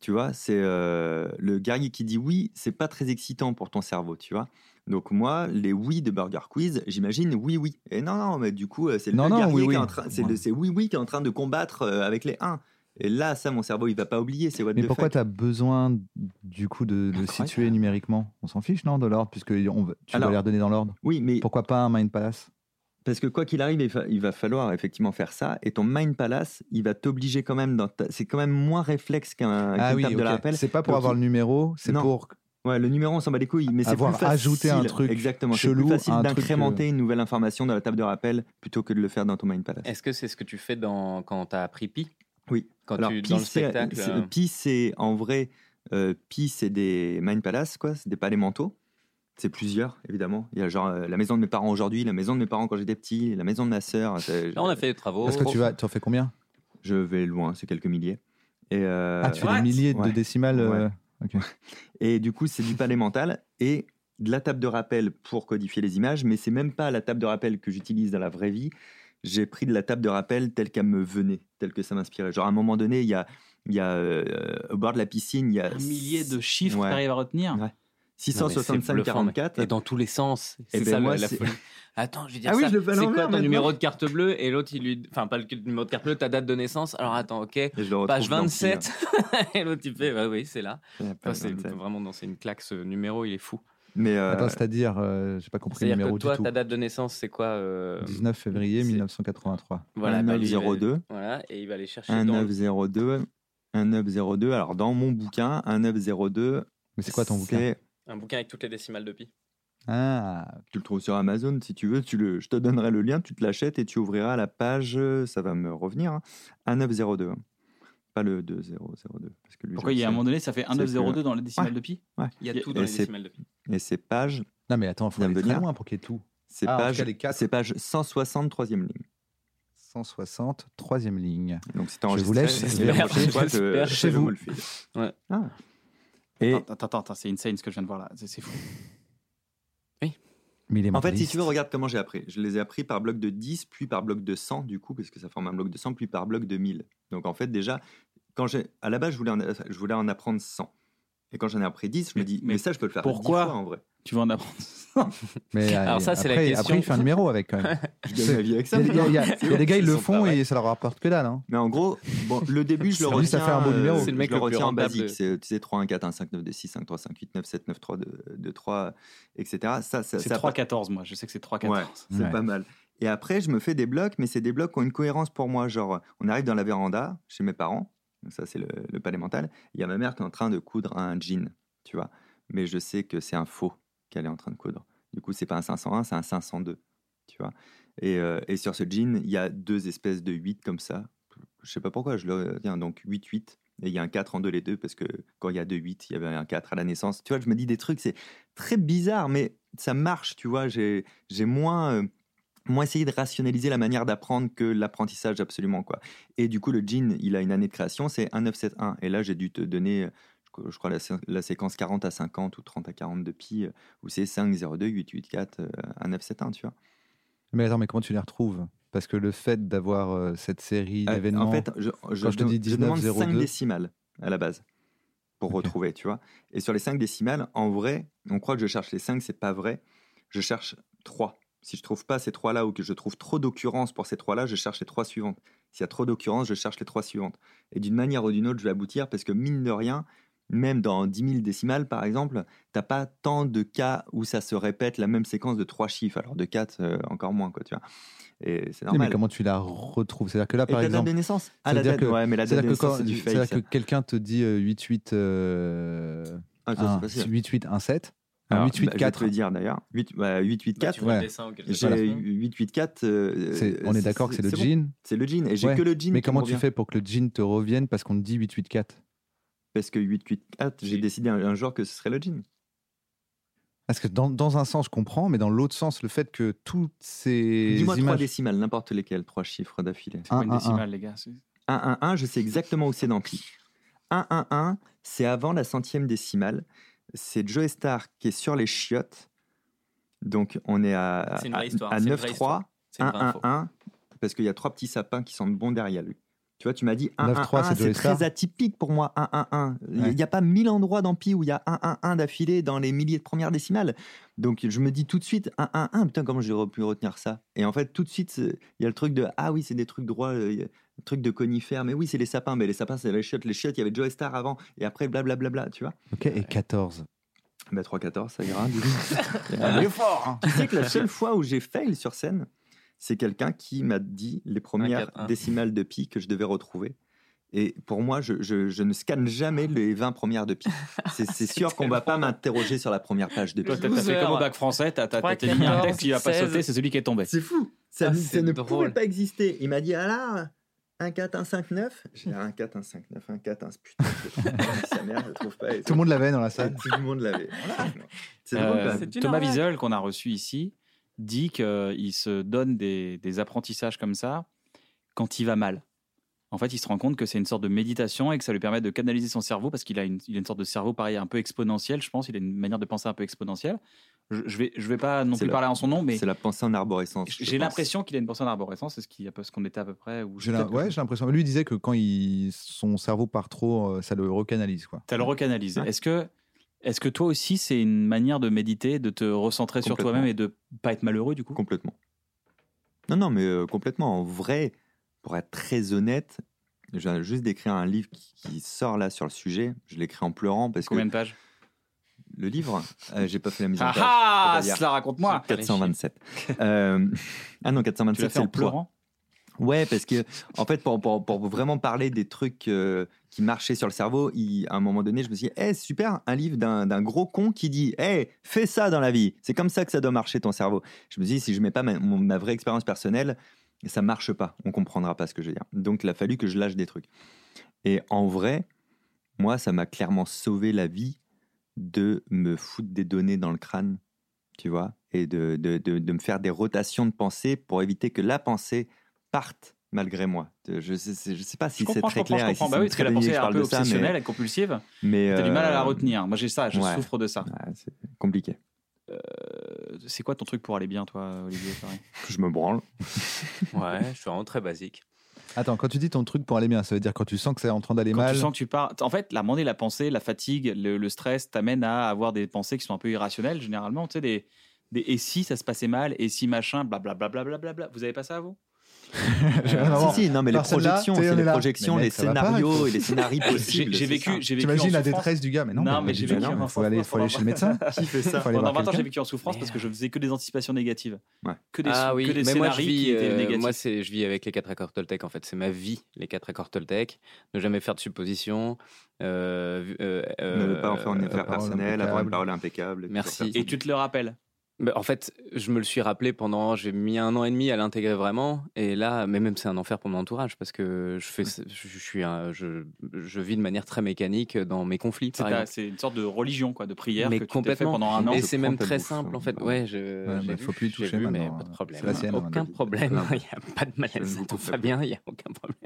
Speaker 3: tu vois, c'est euh, le guerrier qui dit oui, c'est pas très excitant pour ton cerveau, tu vois. Donc moi, les oui de Burger Quiz, j'imagine oui oui. Et non non, mais du coup, euh, c'est le
Speaker 2: Non, non,
Speaker 3: guerrier
Speaker 2: oui,
Speaker 3: qui
Speaker 2: oui.
Speaker 3: est en train, c'est le-
Speaker 2: Ouais.
Speaker 3: c'est oui oui qui est en train de combattre euh, avec les 1. Et là, ça, mon cerveau, il va pas oublier. C'est what
Speaker 2: Mais
Speaker 3: the
Speaker 2: pourquoi
Speaker 3: fuck.
Speaker 2: tu as besoin du coup de, de
Speaker 3: Incroyable.
Speaker 2: situer numériquement On s'en fiche, non, de l'ordre, puisque on, veut- tu
Speaker 3: Alors-
Speaker 2: dois les redonner dans l'ordre.
Speaker 3: Oui, mais
Speaker 2: Pourquoi pas un Mind Palace
Speaker 3: Parce que quoi qu'il arrive, il fa- il va falloir effectivement faire ça. Et ton Mind Palace, il va t'obliger quand même. Dans ta- C'est quand même moins réflexe qu'un qu'une table de
Speaker 2: Ah ok.
Speaker 3: rappel.
Speaker 2: C'est pas pour
Speaker 3: Donc,
Speaker 2: avoir le numéro, c'est
Speaker 3: Non.
Speaker 2: pour.
Speaker 3: Ouais, le numéro, on s'en bat les couilles, mais c'est plus
Speaker 2: Avoir
Speaker 3: facile.
Speaker 2: ajouté un truc
Speaker 3: Exactement, c'est
Speaker 2: chelou,
Speaker 3: plus facile
Speaker 2: un truc,
Speaker 3: d'incrémenter
Speaker 2: euh,
Speaker 3: une nouvelle information dans la table de rappel plutôt que de le faire dans ton Mind Palace.
Speaker 4: Est-ce que c'est ce que tu fais dans, quand t'as appris Pi
Speaker 3: Oui.
Speaker 4: Quand
Speaker 3: Alors,
Speaker 4: tu,
Speaker 3: pi,
Speaker 4: dans le
Speaker 3: c'est-
Speaker 4: spectacle.
Speaker 3: c'est-
Speaker 4: euh,
Speaker 3: pi, c'est en vrai, euh, pi, c'est des Mind Palace, quoi, c'est des palais mentaux. C'est plusieurs, évidemment. Il y a genre euh, la maison de mes parents aujourd'hui, la maison de mes parents quand j'étais petit, la maison de ma sœur. c'est-
Speaker 4: Là, on a fait des travaux.
Speaker 2: Parce que tu vas, tu en fais combien
Speaker 3: Je vais loin, c'est quelques milliers. Et, euh,
Speaker 2: Ah, tu fais
Speaker 1: what
Speaker 2: des milliers de
Speaker 3: Ouais.
Speaker 2: décimales. euh, ok.
Speaker 3: Et du coup, c'est du palais mental et de la table de rappel pour codifier les images, mais c'est même pas la table de rappel que j'utilise dans la vraie vie. J'ai pris de la table de rappel telle qu'elle me venait, telle que ça m'inspirait. Genre à un moment donné, il y a, il y a euh, au bord de la piscine, il y a
Speaker 1: un millier de chiffres
Speaker 3: Ouais.
Speaker 1: que t'arrives à retenir.
Speaker 3: Ouais.
Speaker 4: Non, mais c'est
Speaker 3: 665
Speaker 4: bluffant, mec.
Speaker 3: 44.
Speaker 4: Et dans tous les sens. C'est
Speaker 3: ben
Speaker 4: ça
Speaker 3: moi,
Speaker 4: la- la
Speaker 3: c'est-
Speaker 4: folie. Attends, je vais dire
Speaker 3: Ah oui,
Speaker 4: ça.
Speaker 3: je le fais à
Speaker 4: C'est
Speaker 3: l'envers
Speaker 4: quoi ton
Speaker 3: maintenant.
Speaker 4: numéro de carte bleue Et l'autre, il lui. Enfin, pas le numéro de carte bleue, ta date de naissance. Alors attends, ok.
Speaker 3: Et je le retrouve
Speaker 4: Page
Speaker 3: dans le
Speaker 4: 27. et l'autre, il fait bah oui, c'est là.
Speaker 3: film. Ouais,
Speaker 4: Enfin,
Speaker 3: page
Speaker 4: c'est
Speaker 3: 27.
Speaker 4: vraiment non, c'est une claque, ce numéro, il est fou.
Speaker 3: Mais euh,
Speaker 2: Attends, c'est-à-dire, euh, j'ai pas compris le
Speaker 4: C'est-à-dire
Speaker 2: numéro
Speaker 4: que toi,
Speaker 2: du tout.
Speaker 4: ta date de naissance, c'est quoi euh,
Speaker 2: 19 février
Speaker 4: c'est-
Speaker 2: 1983.
Speaker 4: Voilà, bah, lui, il va-
Speaker 3: 1902.
Speaker 4: Voilà, et il va aller chercher dans le-
Speaker 3: 1902. 1902. Alors dans mon bouquin, 1902.
Speaker 2: Mais c'est quoi ton bouquin
Speaker 4: un bouquin avec toutes les décimales de pi.
Speaker 2: Ah,
Speaker 3: Tu le trouves sur Amazon si tu veux. Tu le, je te donnerai le lien, tu te l'achètes et tu ouvriras la page. euh, Ça va me revenir. Hein, 1902. hein. Pas le 2002. Parce que lui,
Speaker 1: Pourquoi
Speaker 3: je
Speaker 1: il y a un
Speaker 3: sais.
Speaker 1: moment donné, ça fait 1902 dans la décimale
Speaker 3: Ouais.
Speaker 1: de pi
Speaker 4: Il y a
Speaker 1: Et-
Speaker 4: tout dans les
Speaker 3: c'est-
Speaker 4: décimales de pi.
Speaker 3: Et ces pages,
Speaker 2: non, mais attends, il faut
Speaker 3: Ça
Speaker 2: aller
Speaker 3: me
Speaker 2: très
Speaker 3: vient.
Speaker 2: loin pour qu'il y ait tout.
Speaker 3: ces
Speaker 2: Ah, en tout
Speaker 3: pages,
Speaker 2: cas, les quatre.
Speaker 3: ces pages 163 e ligne.
Speaker 2: 160, troisième ligne.
Speaker 3: Donc si
Speaker 2: Je vous
Speaker 3: enregistré,
Speaker 2: laisse
Speaker 3: c'est la
Speaker 4: vérifier.
Speaker 3: prochaine fois, te-
Speaker 4: J'espère
Speaker 3: te
Speaker 4: chez
Speaker 3: le
Speaker 4: vous.
Speaker 3: montre, le fil.
Speaker 4: Ouais.
Speaker 3: Ah.
Speaker 2: Ah.
Speaker 3: Et
Speaker 1: Attends, attends, attends, c'est insane ce que je viens de voir là. C'est c'est fou.
Speaker 2: Mais il est
Speaker 3: en fait, si
Speaker 2: mentaliste.
Speaker 3: tu veux, regarde comment j'ai appris. Je les ai appris par bloc de 10, puis par bloc de 100, du coup, parce que ça forme un bloc de 100, puis par bloc de 1000. Donc en fait, déjà, quand j'ai, à la base, je voulais, en, je voulais en apprendre 100. Et quand j'en ai appris 10, je me
Speaker 1: Mais-
Speaker 3: dis,
Speaker 1: mais
Speaker 3: mais, ça, je peux le faire
Speaker 1: pourquoi
Speaker 3: 10 fois en vrai.
Speaker 1: Tu vas en apprendre.
Speaker 2: Mais,
Speaker 4: Alors
Speaker 2: euh,
Speaker 4: ça, c'est la
Speaker 2: après-
Speaker 4: question.
Speaker 2: Après, il fait un numéro avec quand même.
Speaker 3: Je gagne ma vie avec ça.
Speaker 2: Il y a- il y a-
Speaker 3: maintenant.
Speaker 2: il y a des gars, ils
Speaker 3: C'est
Speaker 2: le
Speaker 3: son
Speaker 2: font
Speaker 3: travail.
Speaker 2: et ça leur rapporte que dalle. hein.
Speaker 3: Mais en gros, bon, le début, je le
Speaker 2: Lui,
Speaker 3: retiens.
Speaker 2: ça fait un beau numéro.
Speaker 3: C'est le mec je le,
Speaker 4: plus
Speaker 3: retiens en
Speaker 4: rentable
Speaker 3: basique.
Speaker 4: de-
Speaker 3: C'est, tu sais, 3, 1, 4, 1, 5, 9, 2, 6, 5, 3, 5, 8, 9, 7, 9, 3, 2, 2 3, etc. Ça, ça,
Speaker 1: C'est
Speaker 3: ça
Speaker 1: 3-14, moi. Je sais que c'est 3-14.
Speaker 3: Ouais, c'est
Speaker 2: Ouais.
Speaker 3: pas mal. Et après, je me fais des blocs, mais c'est des blocs qui ont une cohérence pour moi. Genre, on arrive dans la véranda chez mes parents, Donc ça c'est le, le palais mental, il y a ma mère qui est en train de coudre un jean, tu vois. Mais je sais que c'est un faux qu'elle est en train de coudre. Du coup, c'est pas un 501, c'est un 502, tu vois. Et, euh, et sur ce jean, il y a deux espèces de 8 comme ça. Je sais pas pourquoi, je le retiens. Donc 8-8. Et il y a un 4 en deux les deux, parce que quand il y a deux 8, il y avait un 4 à la naissance. Tu vois, je me dis des trucs, c'est très bizarre, mais ça marche, tu vois. J'ai j'ai moins, euh, moins essayé de rationaliser la manière d'apprendre que l'apprentissage absolument quoi. Et du coup le jean, il a une année de création, c'est 1971. Et là j'ai dû te donner, euh, je- je crois la, sé- la séquence 40 à 50 ou 30 à 40 de pi, euh, où c'est 5 02 884 1971, tu vois.
Speaker 2: Mais attends, mais comment tu les retrouves Parce que le fait d'avoir euh, cette série
Speaker 3: Euh,
Speaker 2: d'événements.
Speaker 3: En fait, je, je,
Speaker 2: Quand je te
Speaker 3: dem-
Speaker 2: dis
Speaker 3: je demande
Speaker 2: 19,02.
Speaker 3: 5 décimales à la base pour
Speaker 2: Ok.
Speaker 3: retrouver, tu vois. Et sur les 5 décimales, en vrai, on croit que je cherche les 5, c'est pas vrai. Je cherche 3. Si je trouve pas ces 3-là ou que je trouve trop d'occurrences pour ces 3-là, je cherche les 3 suivantes. S'il y a trop d'occurrences, je cherche les 3 suivantes. Et d'une manière ou d'une autre, je vais aboutir parce que mine de rien, même dans 10 000 décimales, par exemple, t'as pas tant de cas où ça se répète la même séquence de trois chiffres. Alors de quatre, euh, encore moins, quoi, tu vois. Et c'est
Speaker 2: Oui, Mais
Speaker 3: normal.
Speaker 2: comment tu la retrouves C'est-à-dire que là,
Speaker 3: Et
Speaker 2: par
Speaker 3: ta date
Speaker 2: exemple.
Speaker 3: de naissance Ah, la
Speaker 2: c'est-à-dire
Speaker 3: date,
Speaker 2: que-
Speaker 3: ouais, mais la date de
Speaker 2: C'est-à-dire que,
Speaker 3: naissance,
Speaker 2: quand-
Speaker 3: c'est du fake.
Speaker 2: c'est-à-dire que quelqu'un te dit euh, 8-8. euh,
Speaker 3: Ah, ça, c'est pas sûr.
Speaker 2: 8-8-1-7.
Speaker 3: Alors,
Speaker 2: 8 8
Speaker 3: bah,
Speaker 2: 4
Speaker 3: Je vais te le dire d'ailleurs. 8, bah, 8, 8, 4.
Speaker 2: vois le
Speaker 3: J'ai 8, 8, 4. euh,
Speaker 2: C'est- on est d'accord que c'est le
Speaker 3: bon.
Speaker 2: jean.
Speaker 3: C'est le jean. Et j'ai
Speaker 2: Ouais.
Speaker 3: que le jean.
Speaker 2: Mais
Speaker 3: qui
Speaker 2: comment
Speaker 3: me
Speaker 2: tu
Speaker 3: revient.
Speaker 2: fais pour que le jean te revienne parce qu'on te dit 884
Speaker 3: Parce que 8, 8, 4, j'ai décidé un, un jour que ce serait le jean.
Speaker 2: Parce que dans, dans un sens, je comprends, mais dans l'autre sens, le fait que toutes ces
Speaker 3: Dis-moi trois
Speaker 2: images.
Speaker 3: décimales, n'importe lesquelles, trois chiffres d'affilée.
Speaker 1: C'est pas une
Speaker 2: Un, un, un.
Speaker 1: décimale, les gars. c'est-
Speaker 3: 1, 1, 1, je sais exactement où c'est dans Pi. 1, 1, 1, c'est avant la centième décimale. C'est Joe Star qui est sur les chiottes. Donc on est à,
Speaker 6: C'est une
Speaker 3: à,
Speaker 6: vraie histoire,
Speaker 3: à
Speaker 6: c'est une vraie
Speaker 3: 9, 3,
Speaker 6: C'est
Speaker 3: 1,
Speaker 6: une vraie
Speaker 3: 1,
Speaker 6: info.
Speaker 3: 1, parce qu'il y a trois petits sapins qui sentent bon derrière lui. Tu vois, tu m'as dit 1, 1,
Speaker 2: 9-3,
Speaker 3: 1,
Speaker 2: c'est Joe
Speaker 3: c'est
Speaker 2: Star.
Speaker 3: très atypique pour moi, 1, 1, 1.
Speaker 2: Ouais.
Speaker 3: Il n'y a pas mille endroits dans Pi où il y a 1, 1, 1 d'affilée dans les milliers de premières décimales. Donc je me dis tout de suite 1, 1, 1, putain, comment j'aurais pu retenir ça Et en fait, tout de suite, c'est- il y a le truc de, ah oui, c'est des trucs droits, euh, truc de conifères, mais oui, c'est les sapins, mais les sapins, c'est les chiottes. Les chiottes, il y avait Joe Star avant, et après, blablabla, tu vois.
Speaker 2: Ok, et 14.
Speaker 3: Bah, 3-14, ça ira. du coup.
Speaker 1: Ah,
Speaker 3: Euh,
Speaker 1: hein.
Speaker 2: fort
Speaker 3: tu sais que la seule fois où j'ai fail sur scène, c'est quelqu'un qui m'a dit les premières
Speaker 6: 1-4-1.
Speaker 3: décimales de pi que je devais retrouver. Et pour moi, je, je- je ne scanne jamais les 20 premières de pi. C'est c'est sûr qu'on va pas m'interroger sur la première page de pi.
Speaker 1: Toi, t'as t'as fait
Speaker 6: Loser.
Speaker 1: comme au bac français, t'as t'as- t'as
Speaker 6: 3,
Speaker 1: mis un texte qui va pas
Speaker 6: 14,
Speaker 1: sauter, c'est celui qui est tombé.
Speaker 3: C'est fou. Ça,
Speaker 4: Ah,
Speaker 3: ne-
Speaker 4: c'est
Speaker 3: ça ne
Speaker 4: drôle.
Speaker 3: pouvait pas exister. Il m'a dit ah là, 1 4 1 5 9. J'ai dit, ah, 1 4 1 5 9 1 4 1 putain. je- Sa mère, je trouve pas. Et
Speaker 2: Tout le monde l'avait dans la
Speaker 3: ça,
Speaker 2: salle.
Speaker 3: tout le monde l'avait. Voilà. C'est drôle.
Speaker 1: Euh,
Speaker 3: quand
Speaker 6: c'est
Speaker 3: même.
Speaker 6: du
Speaker 1: Thomas
Speaker 6: normal.
Speaker 1: Wiesel, qu'on a reçu ici, dit qu'il se donne des, des apprentissages comme ça quand il va mal. En fait, il se rend compte que c'est une sorte de méditation et que ça lui permet de canaliser son cerveau parce qu'il a une, il a une sorte de cerveau pareil, un peu exponentiel, je pense. Il a une manière de penser un peu exponentielle. Je, je vais, je vais pas non
Speaker 3: C'est
Speaker 1: plus
Speaker 3: le-
Speaker 1: parler en son nom, mais
Speaker 3: C'est la pensée en arborescence. je
Speaker 1: j'ai
Speaker 3: pense.
Speaker 1: l'impression qu'il a une pensée en arborescence. C'est ce qui- ce qu'on était à peu près. Ou
Speaker 2: J'ai l'im- ouais, j'ai l'impression. Lui disait que quand il, son cerveau part trop, euh, ça le recanalise. Quoi.
Speaker 1: T'as le recanalisé.
Speaker 3: Ouais.
Speaker 1: Est-ce que, est-ce que toi aussi, c'est une manière de méditer, de te recentrer sur
Speaker 3: Complètement.
Speaker 1: toi-même et de pas être malheureux du coup
Speaker 3: Complètement. Non, non, mais euh, complètement. En vrai, pour être très honnête, je viens juste d'écrire un livre qui, qui sort là sur le sujet. Je l'écris en pleurant parce
Speaker 1: Combien
Speaker 3: que
Speaker 1: de pages
Speaker 3: le livre, euh, j'ai pas fait la mise en
Speaker 1: Ah
Speaker 3: page.
Speaker 1: ah,
Speaker 3: c'est-à-dire-
Speaker 1: cela raconte-moi
Speaker 3: 427. Euh, ah non,
Speaker 1: Tu l'as
Speaker 3: 427,
Speaker 1: fait
Speaker 3: c'est
Speaker 1: en
Speaker 3: le poids.
Speaker 1: pleurant
Speaker 3: Ouais, parce que, en fait, pour, pour- pour vraiment parler des trucs euh, qui marchaient sur le cerveau, il- à un moment donné, je me suis dit, Eh, super, un livre d'un d'un gros con qui dit, Eh, fais ça dans la vie. C'est comme ça que ça doit marcher ton cerveau. Je me suis dit, si je mets pas ma, mon- ma vraie expérience personnelle, ça marche pas. On comprendra pas ce que je veux dire. Donc, il a fallu que je lâche des trucs. Et en vrai, moi, ça m'a clairement sauvé la vie de me foutre des données dans le crâne, tu vois, et de, de- de- de me faire des rotations de pensée pour éviter que la pensée parte malgré moi. Euh, Je ne sais, je sais pas
Speaker 1: Je
Speaker 3: si c'est
Speaker 1: comprends, je
Speaker 3: très
Speaker 1: comprends, je
Speaker 3: clair. et si
Speaker 1: comprends.
Speaker 3: c'est
Speaker 1: Bah oui,
Speaker 3: une
Speaker 1: parce que la
Speaker 3: très
Speaker 1: pensée
Speaker 3: lignée,
Speaker 1: est
Speaker 3: je
Speaker 1: un
Speaker 3: parle
Speaker 1: peu
Speaker 3: de ça, mais-
Speaker 1: obsessionnelle et compulsive.
Speaker 3: Mais,
Speaker 1: T'as du mal à la
Speaker 3: euh,
Speaker 1: retenir. Moi, j'ai ça, je
Speaker 3: ouais.
Speaker 1: souffre de ça.
Speaker 3: ouais, c'est compliqué.
Speaker 1: Euh, C'est quoi ton truc pour aller bien, toi, Olivier pareil
Speaker 3: Je me branle.
Speaker 6: Ouais, je suis vraiment très basique.
Speaker 2: Attends, quand tu dis ton truc pour aller bien, ça veut dire quand tu sens que c'est en train d'aller
Speaker 1: Quand
Speaker 2: mal.
Speaker 1: tu sens que tu pars. En fait, la monnaie, la pensée, la fatigue, le, le stress t'amène à avoir des pensées qui sont un peu irrationnelles, généralement. Tu sais, des, des et si ça se passait mal, et si machin, blablabla. Bla, bla, bla, bla. Vous avez pas ça, vous
Speaker 2: J'ai rien à voir.
Speaker 3: Ah, si, si, non, mais les
Speaker 2: Par celle-là,
Speaker 3: projections,
Speaker 2: t'es- on
Speaker 3: c'est
Speaker 2: est
Speaker 3: les
Speaker 2: là.
Speaker 3: projections,
Speaker 2: Mais
Speaker 3: les
Speaker 2: mec, ça va pas, il
Speaker 3: scénarios
Speaker 2: faut-
Speaker 3: et les scénarios
Speaker 1: J'ai
Speaker 3: possibles.
Speaker 1: j'ai
Speaker 3: c'est
Speaker 1: vécu,
Speaker 3: ça.
Speaker 1: j'ai vécu.
Speaker 2: T'imagines
Speaker 1: en
Speaker 2: la
Speaker 1: souffrance.
Speaker 2: détresse du gars, mais non,
Speaker 1: Non,
Speaker 2: bah,
Speaker 1: mais j'ai
Speaker 2: du tout,
Speaker 1: vécu
Speaker 2: non,
Speaker 1: en
Speaker 2: faut aller,
Speaker 1: France,
Speaker 2: faut aller
Speaker 1: faut
Speaker 2: chez le médecin.
Speaker 3: Qui fait ça
Speaker 2: Faut aller
Speaker 1: Pendant
Speaker 2: voir
Speaker 1: 20 ans,
Speaker 2: quelqu'un.
Speaker 1: j'ai vécu en souffrance parce que je faisais que des anticipations négatives.
Speaker 3: Ouais.
Speaker 1: Que des,
Speaker 4: Ah
Speaker 1: sou-
Speaker 4: oui,
Speaker 1: que des
Speaker 4: mais moi je,
Speaker 1: scénarios
Speaker 4: vis,
Speaker 1: qui étaient
Speaker 4: euh,
Speaker 1: négatifs.
Speaker 4: moi, c'est- je vis avec les quatre accords Toltec en fait. C'est ma vie, les quatre accords Toltec. Ne jamais faire de suppositions. euh, euh,
Speaker 3: Ne
Speaker 4: euh,
Speaker 3: pas en faire une
Speaker 4: euh,
Speaker 3: affaire
Speaker 2: parole
Speaker 3: personnelle, avoir
Speaker 2: impeccable.
Speaker 3: une parole impeccable. et tout
Speaker 4: Merci.
Speaker 3: ça.
Speaker 1: et tu te le rappelles.
Speaker 4: Bah, en fait, je me le suis rappelé pendant. J'ai mis un an et demi à l'intégrer vraiment. Et là, mais même c'est un enfer pour mon entourage parce que je, fais, je, je suis un- je, je vis de manière très mécanique dans mes conflits.
Speaker 1: C'est
Speaker 4: par
Speaker 1: ta-
Speaker 4: exemple.
Speaker 1: c'est une sorte de religion, quoi, de prière
Speaker 4: Mais
Speaker 1: que tu t'es fait
Speaker 4: complètement.
Speaker 1: pendant un an.
Speaker 4: Et
Speaker 3: je
Speaker 4: c'est
Speaker 3: prends
Speaker 4: même
Speaker 3: ta
Speaker 4: très
Speaker 3: bouffe,
Speaker 4: simple en
Speaker 3: hein.
Speaker 4: fait. Bah Ouais, je.
Speaker 2: Ouais,
Speaker 4: j'ai
Speaker 2: mais
Speaker 4: vu,
Speaker 2: faut plus y
Speaker 4: j'ai
Speaker 2: toucher
Speaker 4: vu, mais
Speaker 2: maintenant,
Speaker 4: pas
Speaker 2: hein.
Speaker 4: de problème.
Speaker 2: C'est la sienne, hein,
Speaker 4: aucun
Speaker 2: Gabi.
Speaker 4: problème.
Speaker 3: Ah.
Speaker 4: Il n'y a pas de malaise.
Speaker 3: Je ne
Speaker 4: Tout
Speaker 3: touche
Speaker 4: va
Speaker 3: pas.
Speaker 4: bien. Il n'y a aucun problème.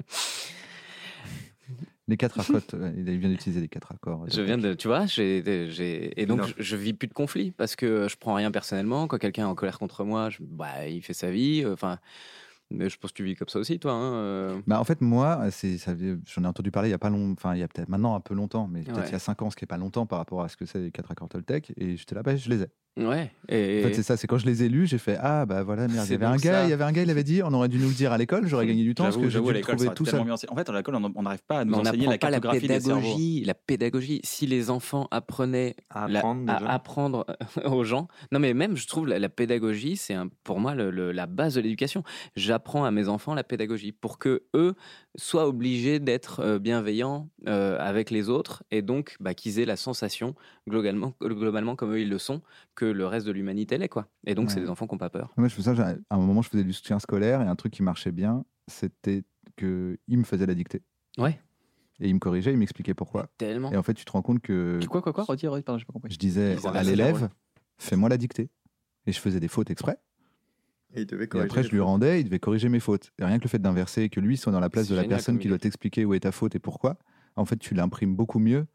Speaker 2: Les quatre accords, euh, il vient d'utiliser les quatre accords.
Speaker 4: Je viens de, tu vois, j'ai, j'ai- et donc
Speaker 3: Non.
Speaker 4: je, je vis plus de conflit parce que euh, je prends rien personnellement. Quand quelqu'un est en colère contre moi, je- bah, il fait sa vie. Enfin, mais je pense que tu vis comme ça aussi, toi. hein, euh.
Speaker 2: Bah, en fait, moi, c'est, ça, j'en ai entendu parler il y a pas long, enfin il y a peut-être maintenant un peu longtemps, mais peut-être
Speaker 4: Ouais.
Speaker 2: il y a 5 ans, ce qui est pas longtemps par rapport à ce que c'est les 4 accords Toltec. Et j'étais là, bah, je les ai.
Speaker 4: Ouais. Et...
Speaker 2: En fait, c'est ça, c'est quand je les ai lus, j'ai fait Ah, bah voilà, merde, il y
Speaker 6: C'est
Speaker 2: avait un
Speaker 6: donc
Speaker 2: gars,
Speaker 6: ça.
Speaker 2: il y avait un gars, il avait dit On aurait dû nous le dire à l'école, j'aurais gagné du temps parce que j'ai
Speaker 1: j'avoue, à
Speaker 2: dû le
Speaker 1: l'école, ça
Speaker 2: trouver
Speaker 1: aurait
Speaker 2: tout
Speaker 1: tellement
Speaker 2: seul.
Speaker 1: bien enseigné. En fait, à l'école, on on n'arrive pas à nous
Speaker 4: Mais on
Speaker 1: enseigner
Speaker 4: n'apprend
Speaker 1: la
Speaker 4: pas la
Speaker 1: cartographie des cerveaux.
Speaker 4: pédagogie, la pédagogie. Si les enfants apprenaient
Speaker 3: À
Speaker 4: la-
Speaker 3: apprendre
Speaker 4: à
Speaker 3: déjà.
Speaker 4: apprendre euh, aux gens, non mais même je trouve la, la pédagogie, c'est un- pour moi le- le- la base de l'éducation. J'apprends à mes enfants la pédagogie pour que eux soient obligés d'être euh, bienveillants euh, avec les autres et donc bah, qu'ils aient la sensation globalement, globalement comme eux ils le sont que le reste de l'humanité l'est quoi. Et donc
Speaker 2: Ouais.
Speaker 4: c'est des enfants qui n'ont pas peur.
Speaker 2: Moi, je fais ça, j'ai- à un moment, je faisais du soutien scolaire et un truc qui marchait bien, c'était qu'il me faisait la dictée.
Speaker 4: Ouais.
Speaker 2: Et il me corrigeait, il m'expliquait pourquoi.
Speaker 4: Tellement.
Speaker 2: Et en fait, tu te rends compte que
Speaker 1: Quoi, quoi, quoi Retire, retire, pardon, j'ai pas compris.
Speaker 2: je disais
Speaker 4: Ils ont
Speaker 2: à
Speaker 4: inversé les
Speaker 2: l'élève
Speaker 4: rôles.
Speaker 2: Fais-moi la dictée. Et je faisais des fautes exprès.
Speaker 3: Et il devait
Speaker 2: Et
Speaker 3: corriger
Speaker 2: après,
Speaker 3: les
Speaker 2: je lui
Speaker 3: fautes.
Speaker 2: rendais, il devait corriger mes fautes. Et rien que le fait d'inverser et que lui soit dans la place
Speaker 4: C'est
Speaker 2: de la
Speaker 4: génial
Speaker 2: personne
Speaker 4: comme
Speaker 2: qui doit
Speaker 4: idée.
Speaker 2: t'expliquer où est ta faute et pourquoi, en fait, tu l'imprimes beaucoup mieux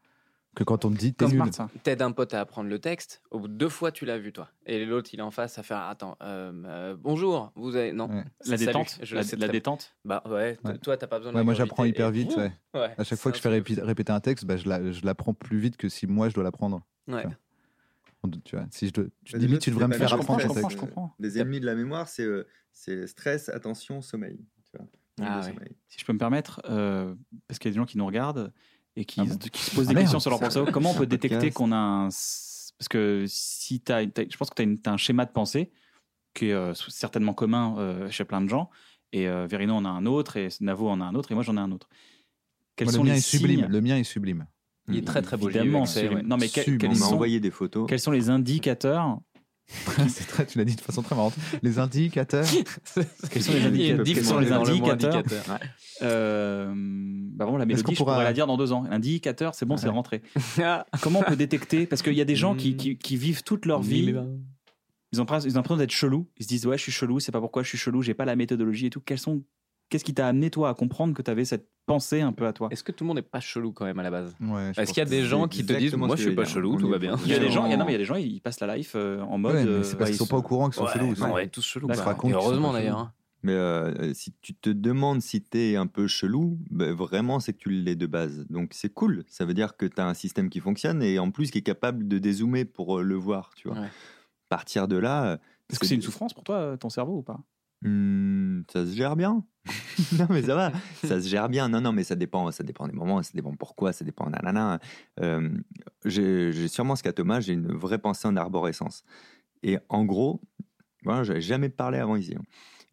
Speaker 2: que quand on te dit t'es
Speaker 1: Comme
Speaker 2: nul.
Speaker 1: Smart, ça.
Speaker 4: T'aides un pote à apprendre le texte, au bout de deux fois tu l'as vu toi. Et l'autre il est en face à faire Attends, euh, euh, bonjour, vous avez. Non.
Speaker 2: Ouais.
Speaker 4: c'est
Speaker 1: La
Speaker 4: salut.
Speaker 1: détente,
Speaker 4: Je
Speaker 1: la,
Speaker 4: sais
Speaker 1: la
Speaker 4: très-
Speaker 1: détente.
Speaker 4: Bah ouais, t-
Speaker 2: Ouais.
Speaker 4: toi t'as pas besoin de.
Speaker 2: Ouais,
Speaker 4: la
Speaker 2: moi,
Speaker 4: gurgiter.
Speaker 2: j'apprends hyper
Speaker 4: Et
Speaker 2: vite.
Speaker 4: vous,
Speaker 2: ouais.
Speaker 4: ouais,
Speaker 2: À chaque
Speaker 4: c'est
Speaker 2: fois
Speaker 4: un
Speaker 2: que je fais
Speaker 4: truc de
Speaker 2: répi- répéter un texte, bah, je la- je l'apprends plus vite que si moi je dois l'apprendre.
Speaker 4: fou. Ouais.
Speaker 2: On- Tu vois, si je dois, tu,
Speaker 3: Mais
Speaker 2: limite,
Speaker 3: déjà,
Speaker 2: tu
Speaker 3: tu
Speaker 2: devrais
Speaker 3: fais
Speaker 2: me
Speaker 3: pas
Speaker 2: faire
Speaker 3: les choses
Speaker 2: apprendre
Speaker 3: en
Speaker 2: ton
Speaker 3: fait.
Speaker 1: comprends,
Speaker 2: texte.
Speaker 1: je comprends.
Speaker 3: Les ennemis de la mémoire, c'est euh, c'est stress, attention, sommeil. tu vois. Le
Speaker 4: Ah ouais.
Speaker 3: sommeil.
Speaker 1: Si je peux me permettre, euh, parce qu'il y a des gens qui nous regardent et qui,
Speaker 2: Ah
Speaker 1: se-
Speaker 2: bon
Speaker 1: qui se posent
Speaker 2: Ah
Speaker 1: des
Speaker 2: merde.
Speaker 1: questions sur leur pensée. Comment on peut
Speaker 3: Un podcast.
Speaker 1: détecter qu'on a un. s- Parce que si t'as, une- t'as- je pense que tu as, un schéma de pensée qui est euh, certainement commun euh, chez plein de gens. Et euh, Verino en a un autre, et Navo en a un autre, et moi j'en ai un autre. Quels
Speaker 2: Moi,
Speaker 1: sont
Speaker 2: le mien
Speaker 1: les
Speaker 2: est
Speaker 1: signes
Speaker 2: sublime. Le mien est sublime.
Speaker 4: Il est très très beau. je l'ai eu
Speaker 1: Évidemment,
Speaker 4: accès,
Speaker 1: celui-
Speaker 4: ouais.
Speaker 1: Non, mais que-
Speaker 2: Sublime.
Speaker 3: Mmh. On
Speaker 1: quels
Speaker 3: m'a
Speaker 1: sont,
Speaker 3: envoyé des photos.
Speaker 1: quels sont les indicateurs
Speaker 2: Ah, C'est très- tu l'as dit de façon très marrante. Les indicateurs.
Speaker 1: Quels sont les
Speaker 4: Il y a une
Speaker 1: indicateurs Quels sont les
Speaker 4: dans le mot
Speaker 1: indicateurs
Speaker 4: indicateur.
Speaker 1: Euh, bah bon, la
Speaker 2: Est-ce qu'on
Speaker 1: mélodie, je
Speaker 2: pourra-
Speaker 1: pourrais la dire dans deux ans. L'indicateur, c'est bon, c'est
Speaker 2: Ouais.
Speaker 1: rentré.
Speaker 4: Ah.
Speaker 1: Comment on peut détecter Parce qu'il y a des gens qui,
Speaker 4: Hmm.
Speaker 1: qui- qui vivent toute leur vie. Ils ont, pres- ils ont l'impression d'être chelous. Ils se disent Ouais, je suis chelou, c'est pas pourquoi je suis chelou, j'ai pas la méthodologie et tout. Quels sont... Qu'est-ce qui t'a amené, toi, à comprendre que t'avais cette pensée un peu à toi
Speaker 4: Est-ce que tout le monde n'est pas chelou quand même à la base
Speaker 2: Ouais, je
Speaker 4: Est-ce qu'il y a
Speaker 2: pense
Speaker 4: des
Speaker 3: c'est
Speaker 4: gens qui te disent
Speaker 3: exactement
Speaker 4: Moi
Speaker 3: ce
Speaker 4: je
Speaker 3: que
Speaker 4: suis pas
Speaker 3: je veux
Speaker 4: chelou,
Speaker 3: dire.
Speaker 4: tout
Speaker 3: On
Speaker 4: va
Speaker 3: est-
Speaker 4: bien.
Speaker 1: Il y a des
Speaker 3: Non.
Speaker 1: gens, il y a- non, mais il y a des gens, ils passent la life euh, en
Speaker 2: que-
Speaker 1: mode.
Speaker 2: Ouais, mais
Speaker 1: euh,
Speaker 2: c'est
Speaker 1: bah,
Speaker 2: parce qu'ils sont
Speaker 1: se-
Speaker 2: pas au courant qu'ils sont
Speaker 4: Ouais,
Speaker 2: chelous. aussi.
Speaker 4: mais on est tous chelous.
Speaker 2: Bah,
Speaker 4: quoi.
Speaker 2: se racontent
Speaker 4: Et
Speaker 2: qu'ils sont
Speaker 4: heureusement
Speaker 2: pas
Speaker 4: d'ailleurs.
Speaker 3: Mais euh, si tu te demandes si t'es un peu chelou, ben vraiment c'est que tu l'es de base. Donc c'est cool, ça veut dire que t'as un système qui fonctionne et en plus qui est capable de dézoomer pour euh, le voir, tu vois.
Speaker 4: Ouais.
Speaker 3: Partir de là, euh,
Speaker 1: Est-ce que c'est une souffrance pour toi, euh, ton cerveau ou pas
Speaker 3: Hmm, ça se gère bien. non mais ça va, ça se gère bien. Non non mais ça dépend, ça dépend des moments, ça dépend pourquoi, ça dépend nanana. Euh, j'ai j'ai sûrement ce qu'a Thomas, j'ai une vraie pensée en arborescence. Et en gros, voilà, j'avais jamais parlé avant ici. hein.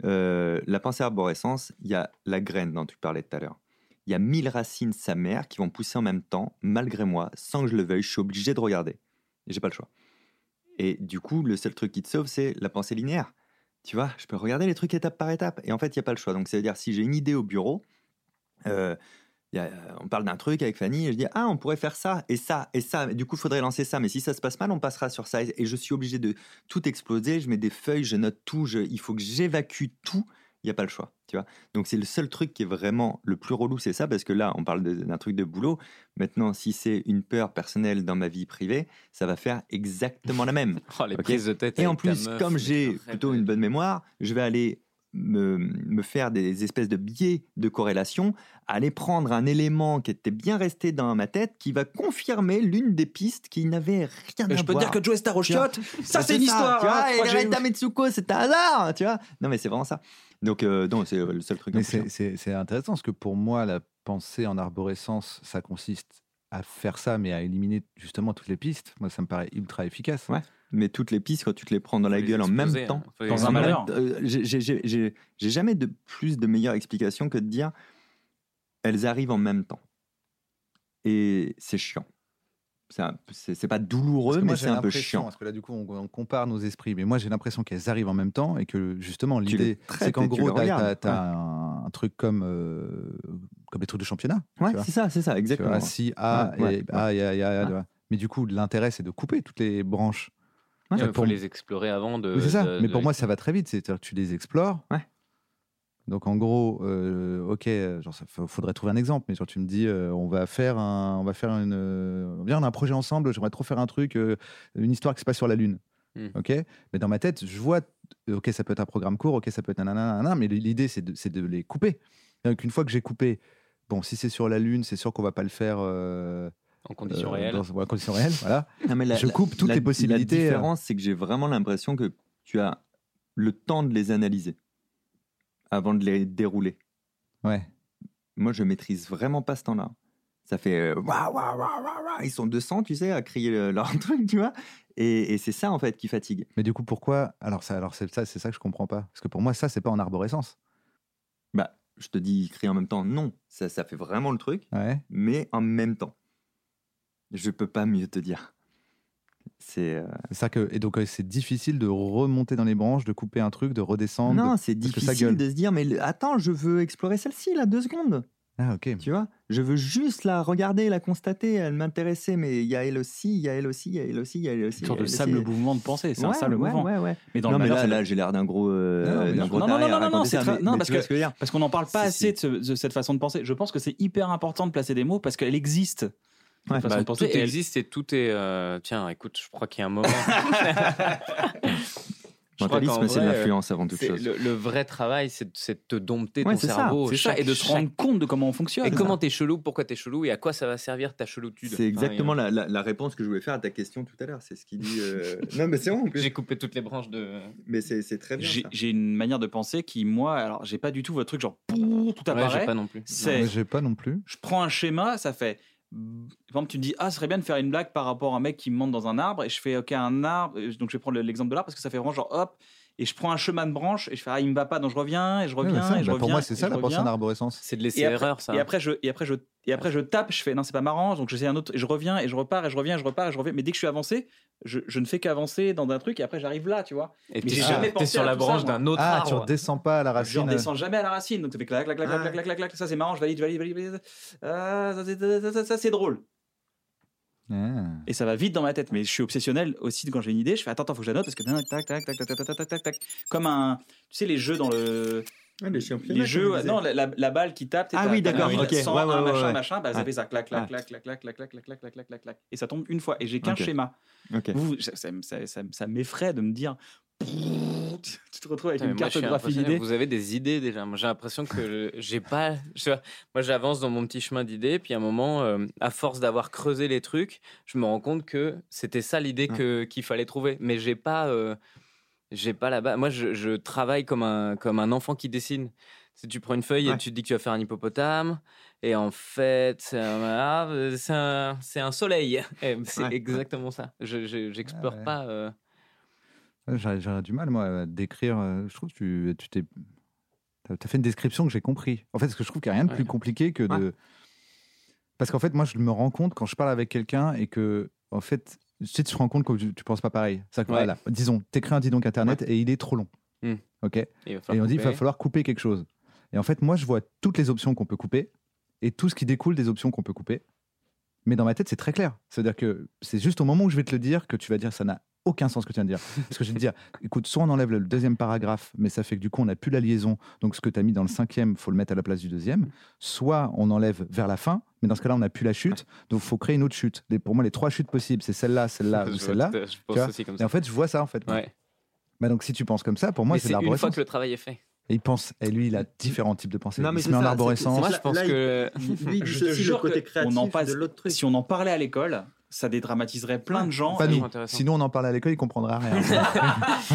Speaker 3: Euh, la pensée arborescence, il y a la graine dont tu parlais tout à l'heure. Il y a mille racines sa mère qui vont pousser en même temps, malgré moi, sans que je le veuille. Je suis obligé de regarder. Et J'ai pas le choix. Et du coup, le seul truc qui te sauve, c'est la pensée linéaire. Tu vois, je peux regarder les trucs étape par étape. Et en fait, il n'y a pas le choix. Donc, ça veut dire, si j'ai une idée au bureau, euh, il y a- on parle d'un truc avec Fanny, et je dis, ah, on pourrait faire ça, et ça, et ça. Du coup, il faudrait lancer ça. Mais si ça se passe mal, on passera sur ça. Et je suis obligé de tout exploser. Je mets des feuilles, je note tout. je- il faut que j'évacue tout. Il n'y a pas le choix. Tu vois Donc, c'est le seul truc qui est vraiment le plus relou, c'est ça. Parce que là, on parle de- d'un truc de boulot. Maintenant, si c'est une peur personnelle dans ma vie privée, ça va faire exactement la même.
Speaker 4: Oh, les
Speaker 3: Ok.
Speaker 4: prises de tête.
Speaker 3: Et en
Speaker 4: avec ta
Speaker 3: plus,
Speaker 4: meuf,
Speaker 3: comme
Speaker 4: mais
Speaker 3: j'ai
Speaker 4: arrête.
Speaker 3: plutôt une bonne mémoire, je vais aller me, me faire des espèces de biais de corrélation, aller prendre un élément qui était bien resté dans ma tête, qui va confirmer l'une des pistes qui n'avait rien à
Speaker 1: Je peux te
Speaker 3: voir. Bah,
Speaker 1: dire que Joe Starocchiotte, ça, c'est une histoire
Speaker 3: Tu vois,
Speaker 1: hein,
Speaker 3: et
Speaker 1: moi, j'ai eu-
Speaker 3: Loretta Mitsuko, c'est un hasard, tu vois. Non, mais c'est vraiment ça. Donc, euh, non, c'est le seul truc.
Speaker 2: Mais
Speaker 3: un peu chiant.
Speaker 2: c'est- c'est c'est intéressant parce que pour moi, la pensée en arborescence, ça consiste à faire ça, mais à éliminer justement toutes les pistes. Moi, ça me paraît ultra efficace.
Speaker 3: Ouais. Mais toutes les pistes, quand tu te les prends dans la
Speaker 4: Faut les
Speaker 3: gueule en même
Speaker 4: exposer,
Speaker 3: temps,
Speaker 4: hein. Faut les
Speaker 1: Dans un
Speaker 3: en même
Speaker 4: exposer.
Speaker 1: malheur.
Speaker 3: temps, euh, j'ai- j'ai- J'ai j'ai- j'ai jamais de plus de meilleure explication que de dire elles arrivent en même temps. Et c'est chiant. C'est un- C'est c'est pas
Speaker 2: Parce
Speaker 3: douloureux,
Speaker 2: que moi,
Speaker 3: mais
Speaker 2: j'ai
Speaker 3: c'est un peu
Speaker 2: l'impression-
Speaker 3: chiant.
Speaker 2: Parce que là, du coup, on, on compare nos esprits. Mais moi, j'ai l'impression qu'elles arrivent en même temps et que justement,
Speaker 3: Tu les
Speaker 2: l'idée,
Speaker 3: traites
Speaker 2: c'est qu'en
Speaker 3: et tu les
Speaker 2: gros, t'as
Speaker 3: regardes.
Speaker 2: t'as- t'as un, un truc comme, euh, comme les trucs de championnat.
Speaker 3: Ouais,
Speaker 2: tu vois.
Speaker 3: c'est ça, c'est ça,
Speaker 2: Tu vois,
Speaker 3: exactement.
Speaker 2: si A,
Speaker 3: Ouais, ouais,
Speaker 2: et A, et A, et A, tu vois. Mais du coup, l'intérêt, c'est de couper toutes les branches.
Speaker 3: Ouais,
Speaker 4: Ouais, mais
Speaker 2: pour-
Speaker 4: Faut les explorer avant de.
Speaker 2: Oui, c'est ça.
Speaker 4: de-
Speaker 2: mais pour
Speaker 4: de-
Speaker 2: moi, ça va très vite. C'est-à-dire que tu les explores.
Speaker 3: Ouais.
Speaker 2: Donc en gros, euh, ok, euh, genre ça, fa- faudrait trouver un exemple, mais genre tu me dis, euh, on va faire un, on va faire une, euh, viens, on a un projet ensemble. J'aimerais trop faire un truc, euh, une histoire qui se passe sur la lune,
Speaker 4: Hmm.
Speaker 2: ok. Mais dans ma tête, je vois, euh, ok, ça peut être un programme court, ok, ça peut être nanana, nanana, mais l'idée c'est de, c'est de les couper. Donc une fois que j'ai coupé, bon, si c'est sur la lune, c'est sûr qu'on va pas le faire euh,
Speaker 7: en conditions
Speaker 2: euh,
Speaker 7: réelles.
Speaker 2: dans- ouais, conditions réelles, voilà.
Speaker 3: Non, mais la-
Speaker 2: Je
Speaker 3: la-
Speaker 2: coupe toutes
Speaker 3: la-
Speaker 2: les possibilités,
Speaker 3: La
Speaker 2: euh.
Speaker 3: différence, c'est que j'ai vraiment l'impression que tu as le temps de les analyser avant de les dérouler.
Speaker 2: Ouais.
Speaker 3: Moi, je maîtrise vraiment pas ce temps-là. Ça fait euh, waouh, waouh, waouh, waouh, waouh. Ils sont 200, tu sais, à crier le- leur truc, tu vois. Et, et c'est ça, en fait, qui fatigue.
Speaker 2: Mais du coup, pourquoi Alors, ça, alors c'est ça, c'est ça que je comprends pas. Parce que pour moi, ça, c'est pas en arborescence.
Speaker 3: Bah, je te dis, crier en même temps, non. Ça, ça fait vraiment le truc,
Speaker 2: Ouais.
Speaker 3: mais en même temps. Je peux pas mieux te dire. C'est. euh,
Speaker 2: C'est ça que. Et donc, euh, c'est difficile de remonter dans les branches, de couper un truc, de redescendre.
Speaker 3: Non,
Speaker 2: de-
Speaker 3: c'est
Speaker 2: parce que ça
Speaker 3: difficile
Speaker 2: gueule.
Speaker 3: de se dire, mais le- attends, je veux explorer celle-ci, là, deux secondes.
Speaker 2: Ah, ok.
Speaker 3: Tu vois, je veux juste la regarder, la constater, elle m'intéressait, mais il y a elle aussi, il y a elle aussi, il y a elle aussi, il y a elle aussi.
Speaker 1: Une sorte de
Speaker 3: elle aussi,
Speaker 1: sable
Speaker 3: elle-
Speaker 1: mouvement de pensée, c'est un
Speaker 3: Ouais,
Speaker 1: sable
Speaker 3: ouais,
Speaker 1: mouvant.
Speaker 3: ouais, ouais.
Speaker 1: Mais dans
Speaker 3: non,
Speaker 1: le
Speaker 3: mais
Speaker 1: malheur,
Speaker 3: là,
Speaker 1: ça
Speaker 3: là
Speaker 1: doit-
Speaker 3: j'ai l'air d'un gros. euh,
Speaker 2: Non, mais
Speaker 3: d'un
Speaker 2: je-
Speaker 3: gros
Speaker 1: Non, non,
Speaker 3: taré
Speaker 1: non,
Speaker 3: à
Speaker 1: non, non,
Speaker 3: raconter
Speaker 1: c'est
Speaker 3: ça,
Speaker 1: très-
Speaker 3: mais-
Speaker 1: non,
Speaker 3: mais
Speaker 1: parce
Speaker 3: tu vois
Speaker 1: que-
Speaker 3: ce je veux dire.
Speaker 1: Parce qu'on n'en parle pas
Speaker 3: Si,
Speaker 1: assez de, ce- de cette façon de penser. Je pense que c'est hyper important de placer des mots parce qu'elle existe.
Speaker 3: Ouais,
Speaker 1: cette façon de
Speaker 4: Bah, tout
Speaker 1: penser. Et elle-
Speaker 4: existe et tout est. euh, Tiens, écoute, je crois qu'il y a un moment. Je crois qu'en
Speaker 3: Mentalisme, c'est de
Speaker 4: vrai, euh,
Speaker 3: l'influence avant toute
Speaker 4: c'est
Speaker 3: chose.
Speaker 4: le, le vrai travail, c'est c'est de te dompter
Speaker 3: Ouais,
Speaker 4: ton
Speaker 3: c'est ça,
Speaker 4: cerveau
Speaker 3: c'est
Speaker 4: Oh, chaque-
Speaker 1: et de se
Speaker 4: chaque-
Speaker 1: rendre compte de comment on fonctionne.
Speaker 4: Et comment t'es chelou, pourquoi t'es chelou et à quoi ça va servir ta cheloutude
Speaker 3: C'est exactement
Speaker 1: hein.
Speaker 4: Enfin,
Speaker 3: la, la- la réponse que je voulais faire à ta question tout à l'heure. C'est ce qu'il dit. euh, non, mais c'est vrai en
Speaker 4: euh,
Speaker 3: plus.
Speaker 4: J'ai coupé toutes les branches de.
Speaker 3: Mais c'est c'est très bien.
Speaker 1: J'ai
Speaker 3: ça.
Speaker 1: j'ai une manière de penser qui, moi, alors j'ai pas du tout votre truc genre tout
Speaker 4: Ouais,
Speaker 1: apparaît.
Speaker 4: j'ai pas non plus.
Speaker 1: c'est-
Speaker 2: Moi, J'ai pas non plus.
Speaker 1: je prends un schéma, ça fait. Par exemple, tu me dis, ah, ce serait bien de faire une blague par rapport à un mec qui me monte dans un arbre, et je fais, ok, un arbre, euh, donc je vais prendre l'exemple de l'arbre parce que ça fait vraiment genre, hop, et je prends un chemin de branche, et je fais, ah, il me va pas, donc je reviens, et je reviens,
Speaker 2: Ouais, bah ça,
Speaker 1: et je
Speaker 2: bah
Speaker 1: reviens.
Speaker 2: pour moi, c'est
Speaker 1: et
Speaker 2: ça
Speaker 1: je
Speaker 2: la pensée
Speaker 1: reviens.
Speaker 2: en arborescence.
Speaker 4: C'est de laisser
Speaker 1: Et après-
Speaker 4: erreur, ça.
Speaker 1: Et après, je, et après, je, et après, je tape, je fais, non, c'est pas marrant, donc j'essaie un autre, et je reviens, et je repars, et je reviens, et je repars, et je reviens. Mais dès que je suis avancé, je, je ne fais qu'avancer dans un truc, et après, j'arrive là, tu vois.
Speaker 4: Et
Speaker 1: Mais
Speaker 4: t'es
Speaker 1: j'ai
Speaker 4: sur-
Speaker 1: jamais
Speaker 4: t'es
Speaker 1: pensé
Speaker 4: sur
Speaker 1: à
Speaker 4: la
Speaker 1: tout ça,
Speaker 4: branche
Speaker 1: moi.
Speaker 4: d'un autre
Speaker 2: Ah, tu
Speaker 4: arbre.
Speaker 2: redescends pas à la
Speaker 1: Je
Speaker 2: racine. euh.
Speaker 1: redescends jamais à la racine, donc ça fait clac, clac, clac, clac,
Speaker 3: Ah.
Speaker 1: clac, clac, clac, ça c'est marrant, je valide, je valide, je valide, Ah, ça, c'est- ça, ça, ça, c'est drôle.
Speaker 2: Ah.
Speaker 1: Et ça va vite dans ma tête. Mais je suis obsessionnel aussi quand j'ai une idée. Je fais attends, attends, faut que je la note parce que tac, tac, tac, tac, tac, tac, tac, tac, tac, tac. Comme un, tu sais, les jeux dans le,
Speaker 3: Ouais, les championnats,
Speaker 1: les
Speaker 3: Ah, comme
Speaker 1: jeux,
Speaker 3: on disait.
Speaker 1: non, la, la- la balle qui tape. t'es-
Speaker 3: Ah
Speaker 1: t'as-
Speaker 3: oui,
Speaker 1: t'as
Speaker 3: d'accord,
Speaker 1: une
Speaker 3: ok.
Speaker 1: cent,
Speaker 3: Ouais,
Speaker 1: un
Speaker 3: ouais, ouais,
Speaker 1: machin,
Speaker 3: ouais.
Speaker 1: machin. Bah, ça
Speaker 3: Ah.
Speaker 1: fait ça, clac, clac,
Speaker 3: Ah.
Speaker 1: clac, clac, clac, clac, clac, clac, clac, clac, clac, clac. Et ça tombe une fois. Et j'ai qu'un
Speaker 3: Ok.
Speaker 1: schéma.
Speaker 3: Ok.
Speaker 1: Vous, ça, ça, ça- ça- ça m'effraie de me dire. Tu te retrouves avec
Speaker 4: Putain, mais
Speaker 1: une
Speaker 4: moi, je suis
Speaker 1: cartographie
Speaker 4: impressionné.
Speaker 1: d'idées.
Speaker 4: Vous avez des idées déjà. Moi, j'ai l'impression que le- j'ai pas. je- moi, j'avance dans mon petit chemin d'idées, puis à un moment, euh, à force d'avoir creusé les trucs, je me rends compte que c'était ça l'idée
Speaker 2: Mmh.
Speaker 4: que qu'il fallait trouver. Mais j'ai pas, euh, j'ai pas là-bas. Moi, je, je travaille comme un comme un enfant qui dessine. Si tu prends une feuille et
Speaker 3: Ouais.
Speaker 4: tu te dis que tu vas faire un hippopotame, et en fait, c'est un arbre, c'est un, c'est un soleil. Et C'est
Speaker 3: Ouais.
Speaker 4: exactement ça. Je je- j'explore
Speaker 2: Ah ouais.
Speaker 4: pas. euh,
Speaker 2: Ouais, J'aurais j'aurais du mal, moi, à décrire. euh, Je trouve que tu tu t'es. T'as t'as fait une description que j'ai compris. En fait, parce que je trouve qu'il n'y a rien de
Speaker 4: Ouais.
Speaker 2: plus compliqué que de. Parce qu'en fait, moi, je me rends compte quand je parle avec quelqu'un et que, en fait, tu sais, tu te rends compte que tu, tu penses pas pareil. C'est-à-dire que,
Speaker 4: Ouais.
Speaker 2: voilà, disons, t'écris un dis donc internet et il est trop long.
Speaker 4: Hmm.
Speaker 2: OK Et
Speaker 4: il va falloir
Speaker 2: on dit, il va
Speaker 4: couper.
Speaker 2: falloir couper quelque chose. Et en fait, moi, je vois toutes les options qu'on peut couper et tout ce qui découle des options qu'on peut couper. Mais dans ma tête, c'est très clair. C'est-à-dire que c'est juste au moment où je vais te le dire que tu vas dire ça n'a aucun sens ce que tu viens de dire. Parce que je vais te dire, écoute, soit on enlève le deuxième paragraphe, mais ça fait que du coup, on n'a plus la liaison. Donc, ce que tu as mis dans le cinquième, faut le mettre à la place du deuxième. Soit on enlève vers la fin, mais dans ce cas-là, on n'a plus la chute. Donc, faut créer une autre chute. Les- pour moi, les trois chutes possibles, c'est celle-là, celle-là
Speaker 4: Je
Speaker 2: ou
Speaker 4: vois
Speaker 2: celle-là.
Speaker 4: tout à- Je
Speaker 2: tu
Speaker 4: pense
Speaker 2: vois.
Speaker 4: aussi comme
Speaker 2: Et
Speaker 4: ça.
Speaker 2: en fait, je vois ça, en fait.
Speaker 4: Ouais.
Speaker 2: Bah, donc, si tu penses comme ça, pour moi,
Speaker 4: Mais
Speaker 2: c'est
Speaker 4: c'est
Speaker 2: de
Speaker 4: une fois
Speaker 2: l'arborescence.
Speaker 4: que le travail est fait.
Speaker 2: Et il pense, et lui, il a différents types de pensées.
Speaker 3: Non, mais
Speaker 2: il se
Speaker 3: c'est
Speaker 2: met en
Speaker 3: ça,
Speaker 2: arborescence.
Speaker 3: c'est-
Speaker 4: Moi,
Speaker 3: Là,
Speaker 4: je pense
Speaker 3: là,
Speaker 4: que
Speaker 3: Lui, il
Speaker 1: Je
Speaker 3: dit
Speaker 1: te
Speaker 3: aussi le
Speaker 1: jure que
Speaker 3: côté
Speaker 1: on
Speaker 3: créatif
Speaker 1: en passe-
Speaker 3: de l'autre truc.
Speaker 1: Si on en parlait à l'école, ça dédramatiserait plein de gens.
Speaker 2: Pas
Speaker 4: c'est
Speaker 2: nous.
Speaker 4: intéressant.
Speaker 2: Sinon, on en parle à l'école, il comprendra rien.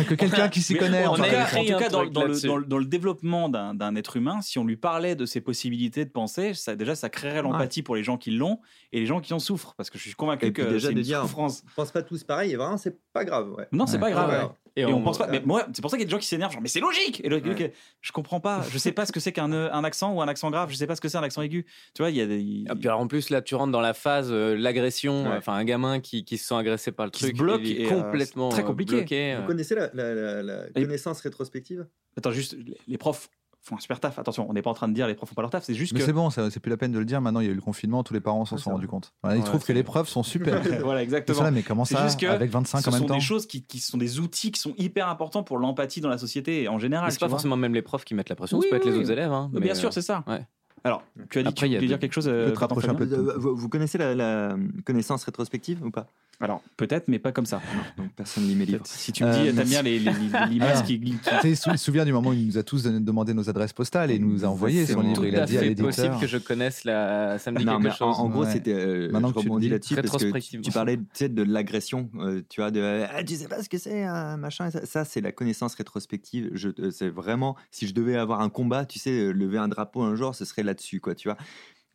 Speaker 2: que quelqu'un qui s'y
Speaker 1: Mais
Speaker 2: connaît.
Speaker 1: En
Speaker 2: en
Speaker 1: tout
Speaker 4: a
Speaker 2: parle à
Speaker 1: cas,
Speaker 2: l'école.
Speaker 4: écrit
Speaker 1: en tout
Speaker 4: un
Speaker 1: cas, dans,
Speaker 4: truc
Speaker 1: dans le,
Speaker 4: là-dessus.
Speaker 1: dans le- dans le développement d'un d'un être humain, si on lui parlait de ses possibilités de penser, ça, déjà, ça créerait l'empathie pour les gens qui l'ont et les gens qui en souffrent. Parce que je suis convaincu
Speaker 3: Et puis
Speaker 1: que
Speaker 3: déjà
Speaker 1: c'est
Speaker 3: de
Speaker 1: une
Speaker 3: dire-
Speaker 1: souffrance.
Speaker 3: On pense pas tous pareil, et vraiment, c'est pas grave. Ouais.
Speaker 1: Non, c'est
Speaker 2: Ouais.
Speaker 1: pas grave.
Speaker 3: Ouais.
Speaker 1: Et, on, pense pas.
Speaker 3: ouais.
Speaker 1: Mais moi, c'est pour ça qu'il y a des gens qui s'énervent, genre, mais c'est logique Et l'autre,
Speaker 3: Ouais.
Speaker 1: ok, je comprends pas, je sais pas ce que c'est qu'un euh, un accent ou un accent grave, je sais pas ce que c'est un accent aigu. Tu vois, il y a des.
Speaker 4: Ah, puis alors, en plus là tu rentres dans la phase euh, l'agression,
Speaker 3: Ouais.
Speaker 4: enfin un gamin qui, qui se sent agressé par le
Speaker 1: Qui se
Speaker 4: truc,
Speaker 1: bloque
Speaker 4: il est
Speaker 1: et, euh,
Speaker 4: complètement
Speaker 1: c'est très
Speaker 4: euh,
Speaker 1: compliqué.
Speaker 4: bloqué, euh.
Speaker 3: Vous connaissez la, la- la- la connaissance rétrospective
Speaker 1: Attends, juste, les- les profs font un super taf. Attention, on n'est pas en train de dire les profs font pas leur taf, c'est juste
Speaker 2: Mais
Speaker 1: que.
Speaker 2: c'est bon, ça- c'est plus la peine de le dire. Maintenant, il y a eu le confinement, tous les parents s'en
Speaker 3: Ouais,
Speaker 2: sont
Speaker 3: ça
Speaker 2: rendus
Speaker 3: va.
Speaker 2: compte. Voilà, ils
Speaker 4: Ouais,
Speaker 2: trouvent que
Speaker 4: c'est-
Speaker 2: les preuves sont super.
Speaker 1: Voilà,
Speaker 2: Ils sont
Speaker 1: exactement.
Speaker 2: là, mais comment
Speaker 1: C'est
Speaker 2: ça
Speaker 1: juste que
Speaker 2: Avec 25
Speaker 1: Ce
Speaker 2: en même
Speaker 1: sont
Speaker 2: temps
Speaker 1: des choses qui, qui sont des outils qui sont hyper importants pour l'empathie dans la société et en général.
Speaker 4: Mais c'est
Speaker 1: tu
Speaker 4: pas
Speaker 1: vois.
Speaker 4: forcément même les profs qui mettent la pression,
Speaker 1: Oui,
Speaker 4: ça peut être
Speaker 1: oui,
Speaker 4: les
Speaker 1: oui.
Speaker 4: autres élèves. hein,
Speaker 1: Mais
Speaker 4: mais,
Speaker 1: bien sûr,
Speaker 4: euh,
Speaker 1: c'est ça.
Speaker 4: ouais.
Speaker 1: Alors, tu as dit
Speaker 4: Après,
Speaker 1: que
Speaker 4: il y
Speaker 1: tu
Speaker 4: a
Speaker 1: voulais dire
Speaker 4: des-
Speaker 1: quelque chose.
Speaker 2: tu peux
Speaker 1: euh,
Speaker 2: te rapprocher
Speaker 1: Fabien
Speaker 2: un peu de-
Speaker 3: vous, vous connaissez la, la connaissance rétrospective ou pas
Speaker 1: Alors, peut-être, mais pas comme ça.
Speaker 3: Donc personne ne lit mes livres.
Speaker 1: Si tu me dis,
Speaker 2: Euh, Ah.
Speaker 1: t'aimes bien les, les, les- les limaces
Speaker 2: Alors.
Speaker 1: qui glissent.
Speaker 2: Tu sais, il sou- il se souvient du moment où il nous a tous donné- demandé nos adresses postales et il nous a envoyé
Speaker 3: C'est
Speaker 2: son
Speaker 3: bon.
Speaker 2: livre.
Speaker 4: Tout
Speaker 2: Il a
Speaker 4: à
Speaker 2: dit à
Speaker 4: fait possible
Speaker 2: l'éditeur.
Speaker 4: que je connaisse la. Ça me dit
Speaker 3: Non, mais
Speaker 4: quelque
Speaker 3: en-
Speaker 4: chose.
Speaker 3: en, gros,
Speaker 2: Ouais.
Speaker 3: c'était. euh,
Speaker 2: Maintenant
Speaker 3: je
Speaker 2: que tu le
Speaker 3: rebondis
Speaker 2: dis,
Speaker 3: là-dessus parce que tu,
Speaker 4: rétrospectivement.
Speaker 3: tu parlais tu sais, de l'agression, euh, tu vois, de euh, Ah, tu sais pas ce que c'est, un machin. Ça, ça, c'est la connaissance rétrospective. Je, euh, c'est vraiment, si je devais avoir un combat, tu sais, euh, lever un drapeau un jour, ce serait là-dessus, quoi, tu vois.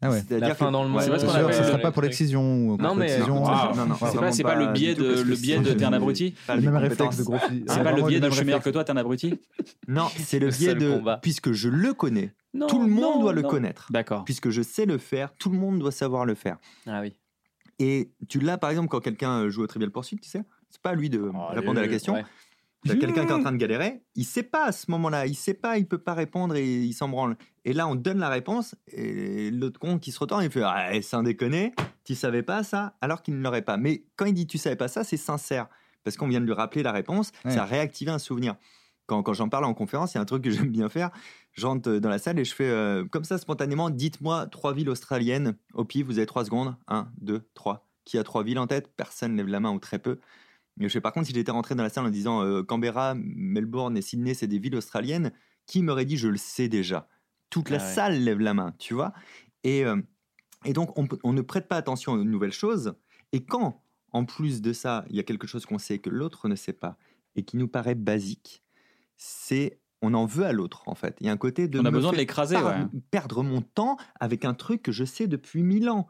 Speaker 2: Ah ouais.
Speaker 3: C'est-à-dire
Speaker 4: La fin
Speaker 3: que-
Speaker 4: dans le monde.
Speaker 1: C'est vrai
Speaker 2: C'est
Speaker 1: qu'on
Speaker 2: sûr,
Speaker 1: appelle
Speaker 2: ça sera
Speaker 1: le
Speaker 2: pas pour l'excision ou
Speaker 4: Non,
Speaker 2: contre
Speaker 4: mais-
Speaker 2: l'excision.
Speaker 1: Ah,
Speaker 3: non, non,
Speaker 1: c'est
Speaker 3: vraiment
Speaker 1: pas, c'est pas le
Speaker 3: pas
Speaker 1: biais
Speaker 3: du Ah, tout,
Speaker 1: de,
Speaker 3: parce que
Speaker 1: le biais de
Speaker 3: c'est-
Speaker 1: t'es un abruti
Speaker 3: pas
Speaker 2: le
Speaker 3: les
Speaker 2: même
Speaker 3: compétences.
Speaker 2: réflexe de gros fille.
Speaker 1: C'est pas le biais de je suis meilleur que toi, t'es un abruti
Speaker 3: Non, c'est le
Speaker 4: Le
Speaker 3: biais
Speaker 4: seul
Speaker 3: de.
Speaker 4: combat.
Speaker 3: Puisque je le connais, tout le monde doit le connaître.
Speaker 1: D'accord.
Speaker 3: Puisque je sais le faire, tout le monde doit savoir le faire.
Speaker 4: Ah oui.
Speaker 3: Et tu l'as, par exemple, quand quelqu'un euh, joue au Trivial Pursuit, tu sais, c'est pas à lui de euh, répondre à la question.
Speaker 4: Ouais.
Speaker 3: T'as quelqu'un qui est en train de galérer, il sait pas à ce moment-là, il sait pas, il peut pas répondre et il s'en branle. Et là, on donne la réponse et l'autre con qui se retourne, il fait ah, eh, c'est un déconné, tu savais pas ça, alors qu'il ne l'aurait pas. Mais quand il dit tu savais pas ça, c'est sincère parce qu'on vient de lui rappeler la réponse,
Speaker 2: Ouais.
Speaker 3: ça a réactivé un souvenir. Quand, quand j'en parle en conférence, il y a un truc que j'aime bien faire. J'entre euh, dans la salle et je fais euh, comme ça spontanément dites-moi trois villes australiennes. Au pif, vous avez trois secondes. Un, deux, trois. Qui a trois villes en tête Personne lève la main ou très peu. Mais je sais, par contre, si j'étais rentré dans la salle en disant euh, Canberra, Melbourne et Sydney, c'est des villes australiennes, qui m'aurait dit je le sais déjà Toute la
Speaker 4: Ah ouais.
Speaker 3: salle lève la main, tu vois et, euh, et donc, on, peut- on ne prête pas attention aux nouvelles choses. Et quand, en plus de ça, il y a quelque chose qu'on sait que l'autre ne sait pas et qui nous paraît basique, c'est on en veut à l'autre, en fait. Il y a un côté de.
Speaker 1: On a
Speaker 3: me
Speaker 1: besoin de
Speaker 3: faire
Speaker 1: l'écraser,
Speaker 3: par-
Speaker 1: ouais.
Speaker 3: Perdre mon temps avec un truc que je sais depuis mille ans.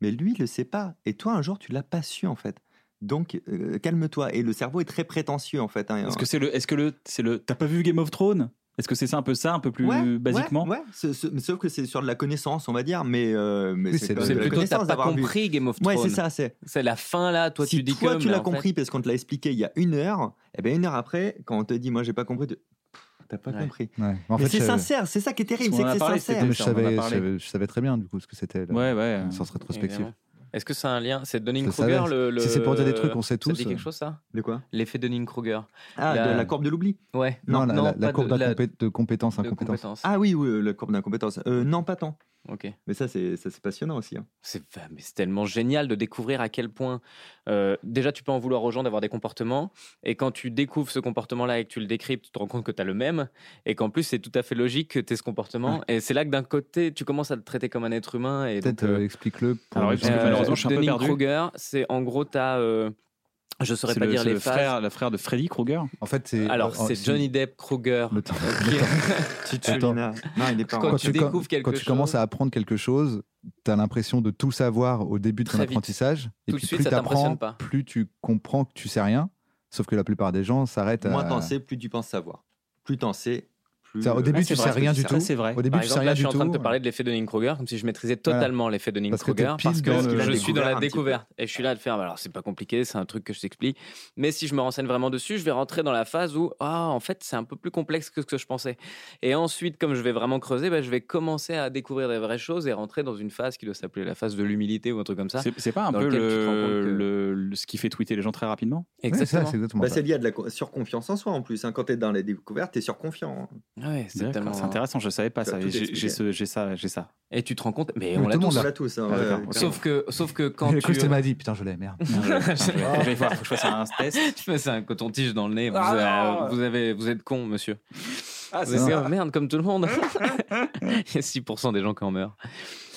Speaker 3: Mais lui, il le sait pas. Et toi, un jour, tu l'as pas su, en fait. Donc, euh, calme-toi. Et le cerveau est très prétentieux, en fait. hein.
Speaker 1: Est-ce que c'est le, est-ce que le, c'est le, t'as pas vu Game of Thrones Est-ce que c'est ça un peu ça, un peu plus
Speaker 3: Ouais, ouais,
Speaker 1: basiquement
Speaker 3: ouais. Ce- ce- mais Sauf que c'est sur de la connaissance, on va dire. Mais, euh, mais
Speaker 2: Oui, c'est-
Speaker 3: quand même
Speaker 4: C'est
Speaker 3: de la
Speaker 4: plutôt que t'as
Speaker 3: connaissance
Speaker 4: pas
Speaker 3: d'avoir vu.
Speaker 4: compris Game of
Speaker 3: Ouais,
Speaker 4: Thrones.
Speaker 3: c'est ça, c'est.
Speaker 4: C'est la fin là. Toi,
Speaker 3: si
Speaker 4: tu dis
Speaker 3: toi
Speaker 4: que.
Speaker 3: tu
Speaker 4: mais
Speaker 3: l'as
Speaker 4: en fait-
Speaker 3: compris parce qu'on te l'a expliqué il y a une heure, et bien une heure après, quand on te dit moi j'ai pas compris, tu- Pff, t'as pas
Speaker 4: Ouais.
Speaker 3: compris.
Speaker 2: Ouais. En
Speaker 3: Mais
Speaker 2: fait, euh,
Speaker 3: c'est
Speaker 2: je-
Speaker 3: sincère, c'est ça qui est terrible,
Speaker 1: Parce qu'on
Speaker 3: c'est que
Speaker 1: en a
Speaker 3: c'est
Speaker 1: parlé,
Speaker 3: sincère.
Speaker 2: mais
Speaker 1: c'était-
Speaker 2: je
Speaker 1: ça, on en a
Speaker 2: savais, je,
Speaker 1: parlé.
Speaker 2: savais, je savais très bien du coup ce que c'était
Speaker 1: Ouais, euh,
Speaker 2: la
Speaker 1: ouais.
Speaker 2: sens rétrospective.
Speaker 4: Évidemment. Est-ce que c'est un lien C'est
Speaker 2: Je
Speaker 4: Dunning
Speaker 2: le
Speaker 4: Kruger
Speaker 2: savais.
Speaker 4: le, le-
Speaker 2: Si c'est pour dire des trucs, on sait
Speaker 4: Ça
Speaker 2: tous.
Speaker 4: dit quelque chose ça
Speaker 3: De quoi
Speaker 4: L'effet Dunning Kruger.
Speaker 3: Ah,
Speaker 4: La-
Speaker 3: de la courbe de l'oubli.
Speaker 4: Ouais.
Speaker 2: Non, la, la- la
Speaker 4: pas
Speaker 2: courbe
Speaker 4: de, la-
Speaker 2: d'incompé- de compétence à
Speaker 4: de
Speaker 2: compétence.
Speaker 4: compétence.
Speaker 3: Ah oui, oui, la courbe d'incompétence. Euh, non, pas tant.
Speaker 4: Ok.
Speaker 3: Mais ça, c'est ça, c'est passionnant aussi. hein.
Speaker 4: C'est bah, mais c'est tellement génial de découvrir à quel point euh, déjà tu peux en vouloir aux gens d'avoir des comportements et quand tu découvres ce comportement-là et que tu le décryptes, tu te rends compte que tu as le même et qu'en plus c'est tout à fait logique que tu aies ce comportement et c'est là que d'un côté tu commences à le traiter comme un être humain et donc,
Speaker 2: Peut-être
Speaker 4: euh,
Speaker 2: euh, explique-le. pour-
Speaker 1: Alors oui, parce que
Speaker 4: euh,
Speaker 1: malheureusement, je suis un peu
Speaker 4: Dunning
Speaker 1: perdu.
Speaker 4: Kruger, c'est en gros tu as je saurais
Speaker 1: C'est
Speaker 4: pas
Speaker 1: le,
Speaker 4: dire
Speaker 1: c'est
Speaker 4: les
Speaker 1: le
Speaker 4: phases.
Speaker 1: frère, le frère de Freddy Krueger.
Speaker 2: En fait, c'est.
Speaker 4: Alors
Speaker 2: en-
Speaker 4: c'est Johnny Depp Kruger.
Speaker 2: Le temps.
Speaker 4: qui-
Speaker 3: Titulina. Non, il est pas.
Speaker 4: Quand
Speaker 3: en-
Speaker 4: tu
Speaker 2: com-
Speaker 4: découvres quelque
Speaker 2: quand tu
Speaker 4: chose-
Speaker 2: commences à apprendre quelque chose, tu as l'impression de tout savoir au début de ton
Speaker 4: Très vite.
Speaker 2: apprentissage. Et
Speaker 4: Tout de
Speaker 2: puis
Speaker 4: suite,
Speaker 2: plus
Speaker 4: ça
Speaker 2: tu apprends,
Speaker 4: t'impressionne pas.
Speaker 2: plus tu comprends que tu sais rien. Sauf que la plupart des gens s'arrêtent
Speaker 3: Moins
Speaker 2: à-
Speaker 3: t'en sais, plus tu penses savoir. Plus t'en sais, plus.
Speaker 2: C'est-à-dire, au
Speaker 3: euh,
Speaker 2: début,
Speaker 3: ah,
Speaker 2: tu
Speaker 3: c'est
Speaker 2: sais
Speaker 3: vrai ce que
Speaker 2: rien
Speaker 3: tu
Speaker 2: du
Speaker 3: sais.
Speaker 2: tout.
Speaker 1: c'est vrai.
Speaker 2: Au début,
Speaker 4: Par
Speaker 2: tu sais
Speaker 4: exemple,
Speaker 2: rien
Speaker 4: là, je
Speaker 2: du
Speaker 4: suis en train de te
Speaker 2: tout.
Speaker 4: parler de l'effet Dunning-Kruger, comme si je maîtrisais
Speaker 2: Voilà.
Speaker 4: totalement l'effet
Speaker 2: Parce que t'es
Speaker 4: Dunning-Kruger,
Speaker 2: pile
Speaker 4: parce que,
Speaker 2: dans le-
Speaker 4: je suis dans
Speaker 3: découvert un petit
Speaker 4: la
Speaker 3: peu.
Speaker 4: découverte. Et je suis là à le faire. Alors, c'est pas compliqué, c'est un truc que je t'explique. Mais si je me renseigne vraiment dessus, je vais rentrer dans la phase où, ah, en fait, c'est un peu plus complexe que ce que je pensais. Et ensuite, comme je vais vraiment creuser, bah, je vais commencer à découvrir des vraies choses et rentrer dans une phase qui doit s'appeler la phase de l'humilité ou un truc comme ça.
Speaker 1: C'est c'est pas un
Speaker 4: dans
Speaker 1: peu
Speaker 4: lequel tu te rends
Speaker 1: le,
Speaker 4: compte que-
Speaker 1: le- le- ce qui fait tweeter les gens très rapidement
Speaker 2: Ouais, c'est ça,
Speaker 4: Exactement.
Speaker 2: c'est exactement
Speaker 3: Bah,
Speaker 2: ça.
Speaker 3: c'est lié à de la co- surconfiance en soi en plus. hein. Quand t'es dans les découvertes, t'es surconfiant. hein.
Speaker 4: Ouais, c'est
Speaker 1: D'accord,
Speaker 4: tellement-
Speaker 1: C'est intéressant, je savais pas
Speaker 3: Tu
Speaker 1: ça.
Speaker 3: as tout
Speaker 1: J'ai
Speaker 3: expliqué.
Speaker 1: j'ai ce- j'ai ça, j'ai ça.
Speaker 4: Et tu te rends compte, mais,
Speaker 2: Mais
Speaker 4: on
Speaker 2: tout
Speaker 4: l'a
Speaker 2: le monde
Speaker 4: tous.
Speaker 2: l'a.
Speaker 3: On l'a tous. hein,
Speaker 1: Ah,
Speaker 3: ouais,
Speaker 1: d'accord,
Speaker 3: ouais,
Speaker 1: ok.
Speaker 4: Sauf que, sauf que quand
Speaker 2: Et le
Speaker 4: tu.
Speaker 2: coach, il m'a dit Putain, je l'ai, merde.
Speaker 1: Je vais- je vais- je vais voir, faut que je fasse un test.
Speaker 4: Je me fais un coton-tige dans le nez. Vous,
Speaker 1: Ah
Speaker 4: euh, vous avez, vous êtes con, monsieur.
Speaker 1: Ah,
Speaker 4: Vous êtes- merde, comme tout le monde. Il y a 6% des gens qui en meurent.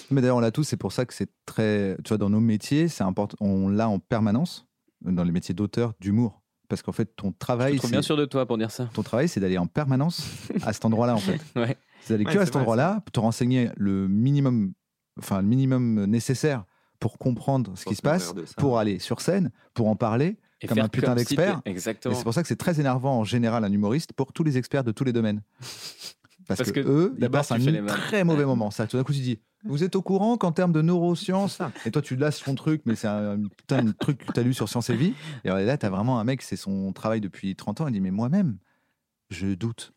Speaker 2: Mais d'ailleurs, on l'a tous, c'est pour ça que c'est très. Tu vois, dans nos métiers, c'est important. On l'a en permanence, dans les métiers d'auteur, d'humour. Parce qu'en fait, ton
Speaker 4: Je
Speaker 2: travail,
Speaker 4: te trouve
Speaker 2: c'est-
Speaker 4: bien sûr de toi pour dire ça.
Speaker 2: ton travail, c'est d'aller en permanence à cet endroit-là, en fait.
Speaker 4: Ouais.
Speaker 2: C'est d'aller
Speaker 3: Ouais,
Speaker 2: que à
Speaker 3: c'est
Speaker 2: cet
Speaker 3: vrai,
Speaker 2: endroit-là, te renseigner le minimum, enfin le minimum nécessaire pour comprendre ce
Speaker 3: Faut
Speaker 2: qui se
Speaker 3: se nourrir
Speaker 2: passe,
Speaker 3: de ça.
Speaker 2: pour aller sur scène, pour en parler.
Speaker 4: Et
Speaker 2: Comme
Speaker 4: faire
Speaker 2: un putain
Speaker 4: si
Speaker 2: d'expert.
Speaker 4: t'es-
Speaker 2: Et
Speaker 4: Exactement.
Speaker 2: c'est pour ça que c'est très énervant en général un humoriste pour tous les experts de tous les domaines. Parce,
Speaker 4: Parce
Speaker 2: que,
Speaker 4: que
Speaker 2: eux, ils
Speaker 4: d'abord,
Speaker 2: passent
Speaker 4: tu
Speaker 2: un
Speaker 4: fais les mêmes.
Speaker 2: très mauvais moment. Ça, tout d'un coup, tu dis Vous êtes au courant qu'en termes de neurosciences, et toi, tu lasses ton truc, mais c'est un putain de truc que tu as lu sur Science et Vie. Et alors, là, tu as vraiment un mec, c'est son travail depuis 30 ans. Il dit Mais moi-même, je doute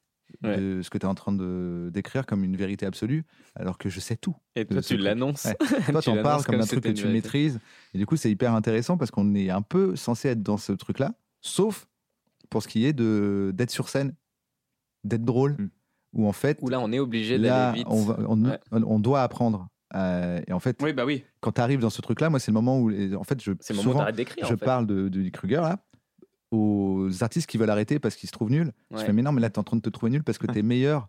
Speaker 4: Ouais.
Speaker 2: de ce que tu es en train de décrire comme une vérité absolue, alors que je sais tout.
Speaker 4: Et toi,
Speaker 2: de ce
Speaker 4: tu
Speaker 2: truc.
Speaker 4: l'annonces.
Speaker 2: Ouais. Toi,
Speaker 4: Tu
Speaker 2: t'en
Speaker 4: l'annonces
Speaker 2: parles comme
Speaker 4: comme
Speaker 2: un truc
Speaker 4: c'était
Speaker 2: que
Speaker 4: une
Speaker 2: tu
Speaker 4: vérité.
Speaker 2: maîtrises. Et du coup, c'est hyper intéressant parce qu'on est un peu censé être dans ce truc-là, sauf pour ce qui est de d'être sur scène, d'être drôle,
Speaker 3: Mm.
Speaker 6: Hmm.
Speaker 2: où en fait,
Speaker 4: Où là, on est obligé
Speaker 2: là,
Speaker 4: d'aller vite.
Speaker 2: on, va- on-
Speaker 4: Ouais.
Speaker 2: on doit apprendre Euh, et en fait,
Speaker 1: Oui, bah oui.
Speaker 2: quand tu arrives dans ce truc-là, moi, c'est le moment où, les- en fait, je,
Speaker 6: C'est le moment où
Speaker 2: souvent,
Speaker 6: t'arrêtes d'écrire.
Speaker 2: je
Speaker 6: en fait.
Speaker 2: parle de, de Kruger là aux artistes qui veulent arrêter parce qu'ils se trouvent nuls. Je
Speaker 6: Ouais.
Speaker 2: fais mais non, mais là, t'es en train de te trouver nul parce que t'es meilleur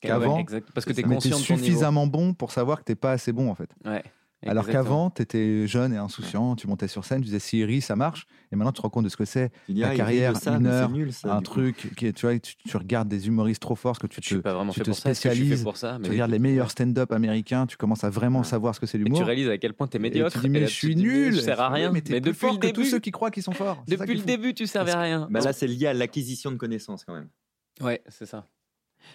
Speaker 2: qu'avant,
Speaker 6: Ouais, exact. Parce que t'es
Speaker 2: mais t'es
Speaker 6: conscient de ton niveau.
Speaker 2: suffisamment bon pour savoir que t'es pas assez bon en fait.
Speaker 6: Ouais,
Speaker 2: Alors
Speaker 6: exactement.
Speaker 2: qu'avant, t'étais jeune et insouciant, tu montais sur scène, tu disais Siri, ça marche, et maintenant tu te rends compte de ce que c'est,
Speaker 3: Tu dis,
Speaker 2: La
Speaker 3: ah, il rit de
Speaker 2: carrière,
Speaker 3: ça,
Speaker 2: une
Speaker 3: mais c'est
Speaker 2: heure,
Speaker 3: nul, ça,
Speaker 2: un
Speaker 3: du coup.
Speaker 2: truc qui est, tu vois, tu, tu regardes des humoristes trop forts, parce que tu
Speaker 6: Je suis
Speaker 2: te,
Speaker 6: pas vraiment
Speaker 2: tu
Speaker 6: fait
Speaker 2: te
Speaker 6: pour ça. est-ce que je suis fait
Speaker 2: spécialises,
Speaker 6: pour ça, mais
Speaker 2: tu regardes les meilleurs stand-up américains, tu commences à vraiment
Speaker 6: Ouais.
Speaker 2: savoir ce que c'est
Speaker 6: Et tu
Speaker 2: l'humour.
Speaker 6: réalises à quel point t'es
Speaker 2: et
Speaker 6: médiocre.
Speaker 2: tu dis
Speaker 6: et
Speaker 2: mais
Speaker 6: là,
Speaker 2: je suis
Speaker 6: dis, mais
Speaker 2: nul,
Speaker 6: Je sers à rien.
Speaker 2: mais,
Speaker 6: Mais,
Speaker 2: t'es plus
Speaker 6: depuis
Speaker 2: fort
Speaker 6: le
Speaker 2: que tous
Speaker 6: début,
Speaker 2: ceux qui croient qu'ils sont forts. C'est ça
Speaker 6: depuis le
Speaker 2: qui est fou.
Speaker 6: début, tu servais à rien.
Speaker 3: Bah là, c'est lié à l'acquisition de connaissances quand même.
Speaker 6: Ouais, c'est ça.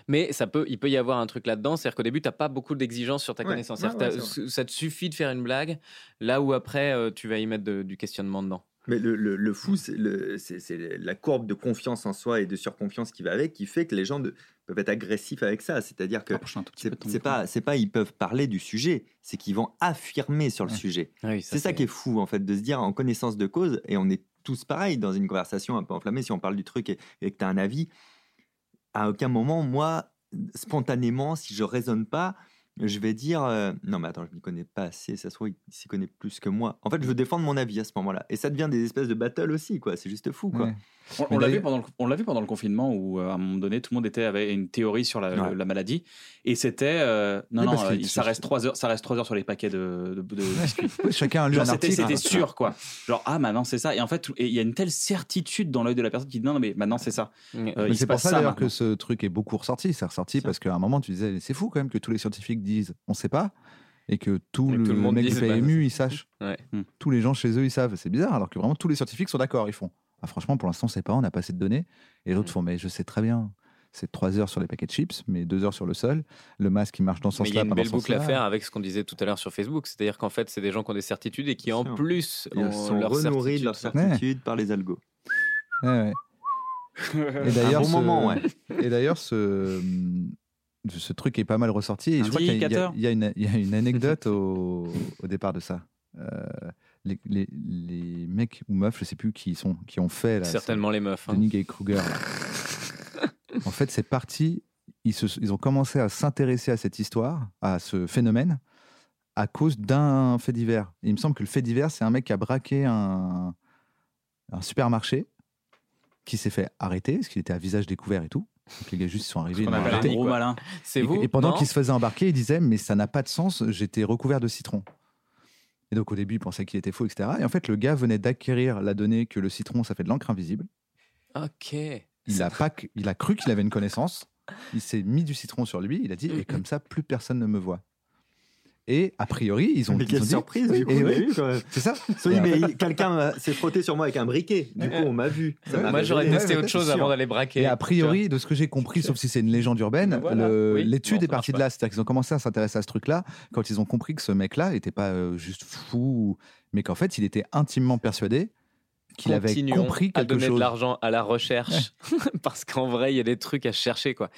Speaker 6: Mais ça peut, il peut y avoir un truc là-dedans, c'est-à-dire qu'au début, t'as pas beaucoup d'exigences sur ta
Speaker 3: Ouais,
Speaker 6: connaissance.
Speaker 3: ouais,
Speaker 6: C'est-à-dire
Speaker 3: ouais,
Speaker 6: t'as-
Speaker 3: c'est
Speaker 6: ça te suffit de faire une blague, là où après, euh, tu vas y mettre de- du questionnement dedans.
Speaker 3: Mais le, le- le fou, c'est le- c'est- c'est la courbe de confiance en soi et de surconfiance qui va avec, qui fait que les gens de- peuvent être agressifs avec ça. C'est-à-dire que
Speaker 1: Approche un tout petit
Speaker 3: c'est
Speaker 1: peu de ton
Speaker 3: c'est
Speaker 1: micro.
Speaker 3: pas, c'est pas ils peuvent parler du sujet, c'est qu'ils vont affirmer sur le
Speaker 2: Ouais.
Speaker 3: sujet.
Speaker 6: Oui,
Speaker 3: C'est ça qui est fou, en fait, de se dire en connaissance de cause, et on est tous pareils dans une conversation un peu enflammée, si on parle du truc et, et que tu as un avis, à aucun moment, moi, spontanément, si je raisonne pas, je vais dire euh, non, mais attends, je m'y connais pas assez, ça se trouve, il s'y connaît plus que moi. En fait,
Speaker 2: Mm.
Speaker 3: je veux défendre mon avis à ce moment-là. Et ça devient des espèces de battles aussi, quoi. C'est juste fou, quoi.
Speaker 2: Ouais.
Speaker 1: On,
Speaker 2: Mais
Speaker 1: on l'a vu
Speaker 2: d'ailleurs-
Speaker 1: pendant le, on l'a vu pendant le confinement où euh, à un moment donné tout le monde était avait une théorie sur la,
Speaker 3: Ouais.
Speaker 1: la maladie et c'était euh, non
Speaker 2: Oui,
Speaker 1: non
Speaker 2: parce que
Speaker 1: euh,
Speaker 2: tu-
Speaker 1: ça reste trois heures ça reste trois heures sur les paquets de, de- de-
Speaker 2: Ouais, Chacun a lu
Speaker 1: Genre,
Speaker 2: un
Speaker 1: c'était
Speaker 2: article. hein.
Speaker 1: c'était sûr quoi genre ah maintenant c'est ça et en fait tout- et il y a une telle certitude dans l'œil de la personne qui dit non, non mais maintenant c'est ça
Speaker 6: est.
Speaker 1: Euh,
Speaker 2: Mais
Speaker 1: il se
Speaker 2: c'est pour
Speaker 1: passe
Speaker 2: ça,
Speaker 1: ça
Speaker 2: d'ailleurs
Speaker 1: maintenant.
Speaker 2: que ce truc est beaucoup ressorti. C'est ressorti parce qu'à un moment, tu disais, c'est fou quand même que tous les scientifiques disent, on sait pas, et que tout,
Speaker 6: Et
Speaker 2: le,
Speaker 6: tout le monde
Speaker 2: mec du
Speaker 6: dise, bah,
Speaker 2: PMU, il sache.
Speaker 6: Ouais.
Speaker 1: Hmm.
Speaker 2: Tous les gens chez eux, ils savent. C'est bizarre, alors que vraiment, tous les scientifiques sont d'accord. Ils font, ah, franchement, pour l'instant, on sait pas, on n'a pas assez de données. Et les autres
Speaker 6: Hmm.
Speaker 2: font, mais je sais très bien. C'est 3 heures sur les paquets de chips, mais 2 heures sur le sol. Le masque, il marche dans ce
Speaker 6: Mais il y a
Speaker 2: sens-là,
Speaker 6: une
Speaker 2: pas dans
Speaker 6: belle
Speaker 2: ce
Speaker 6: boucle à
Speaker 2: sens-là.
Speaker 6: faire avec ce qu'on disait tout à l'heure sur Facebook, c'est-à-dire qu'en fait, c'est des gens qui ont des certitudes et qui
Speaker 3: Bien
Speaker 6: en
Speaker 3: sûr.
Speaker 6: plus
Speaker 3: Ils
Speaker 6: ont
Speaker 3: sont
Speaker 6: leur
Speaker 3: renourris de leur
Speaker 6: certitude.
Speaker 3: certitude par les algos.
Speaker 2: Ouais, ouais. Et
Speaker 3: un
Speaker 2: d'ailleurs,
Speaker 3: bon
Speaker 2: ce-
Speaker 3: moment, ouais.
Speaker 2: Et d'ailleurs, ce, hum, ce truc est pas mal ressorti. Et je crois qu'il y a- il y, a-
Speaker 1: Indicateur.
Speaker 2: il y a une- il y a une anecdote au, au départ de ça. Euh, les, les- les mecs ou meufs, je sais plus qui ils sont, qui ont fait là,
Speaker 6: Certainement les meufs.
Speaker 2: c'est
Speaker 6: hein.
Speaker 2: Bah, Denis Gay Kruger. là. en fait, c'est parti. Ils, se- ils ont commencé à s'intéresser à cette histoire, à ce phénomène, à cause d'un fait divers. Et il me semble que le fait divers, c'est un mec qui a braqué un, un supermarché, qui s'est fait arrêter, parce qu'il était à visage découvert et tout. Donc les gars juste sont arrivés. ils
Speaker 1: on
Speaker 2: l'ont
Speaker 1: appelle un
Speaker 2: arrêté.
Speaker 1: gros
Speaker 6: quoi.
Speaker 1: malin
Speaker 6: C'est
Speaker 2: Et-
Speaker 6: vous.
Speaker 2: Et pendant
Speaker 6: non
Speaker 2: qu'il se faisait embarquer, il disait Mais ça n'a pas de sens, j'étais recouvert de citron. Et donc au début, il pensait qu'il était faux, etc. Et en fait, le gars venait d'acquérir la donnée que le citron, ça fait de l'encre invisible.
Speaker 6: Ok.
Speaker 2: Il
Speaker 3: Hum.
Speaker 2: a, pas, cru- il a cru qu'il avait une connaissance. Il s'est mis du citron sur lui. Il a dit
Speaker 3: Hum,
Speaker 2: Et comme ça, plus personne ne me voit. Et a priori, ils ont,
Speaker 3: Mais
Speaker 2: ils
Speaker 3: quelle
Speaker 2: ont dit- Eh
Speaker 3: surprise, du coup,
Speaker 2: et
Speaker 3: on a
Speaker 2: oui.
Speaker 3: eu, quand même.
Speaker 2: C'est ça
Speaker 3: Se dit, mais il- quelqu'un m'a- s'est frotté sur moi avec un briquet. Du coup, on m'a vu. Ça m'a
Speaker 6: Moi, j'aurais
Speaker 3: réveillé.
Speaker 2: ouais,
Speaker 6: testé
Speaker 2: mais
Speaker 6: autre chose
Speaker 3: c'est
Speaker 6: avant
Speaker 3: sûr.
Speaker 6: d'aller braquer.
Speaker 2: Et a priori, de ce que j'ai compris, sauf si c'est une légende urbaine,
Speaker 1: Ben voilà,
Speaker 2: le-
Speaker 1: oui.
Speaker 2: l'étude
Speaker 1: Non,
Speaker 2: est
Speaker 1: ça
Speaker 2: partie de
Speaker 1: marche
Speaker 2: là. C'est-à-dire qu'ils ont commencé à s'intéresser à ce truc-là quand ils ont compris que ce mec-là n'était pas euh, juste fou, mais qu'en fait, il était intimement persuadé qu'il avait
Speaker 6: Continuons
Speaker 2: compris
Speaker 6: à
Speaker 2: quelque
Speaker 6: donner de
Speaker 2: chose.
Speaker 6: l'argent à la recherche parce qu'en vrai il y a des trucs à chercher quoi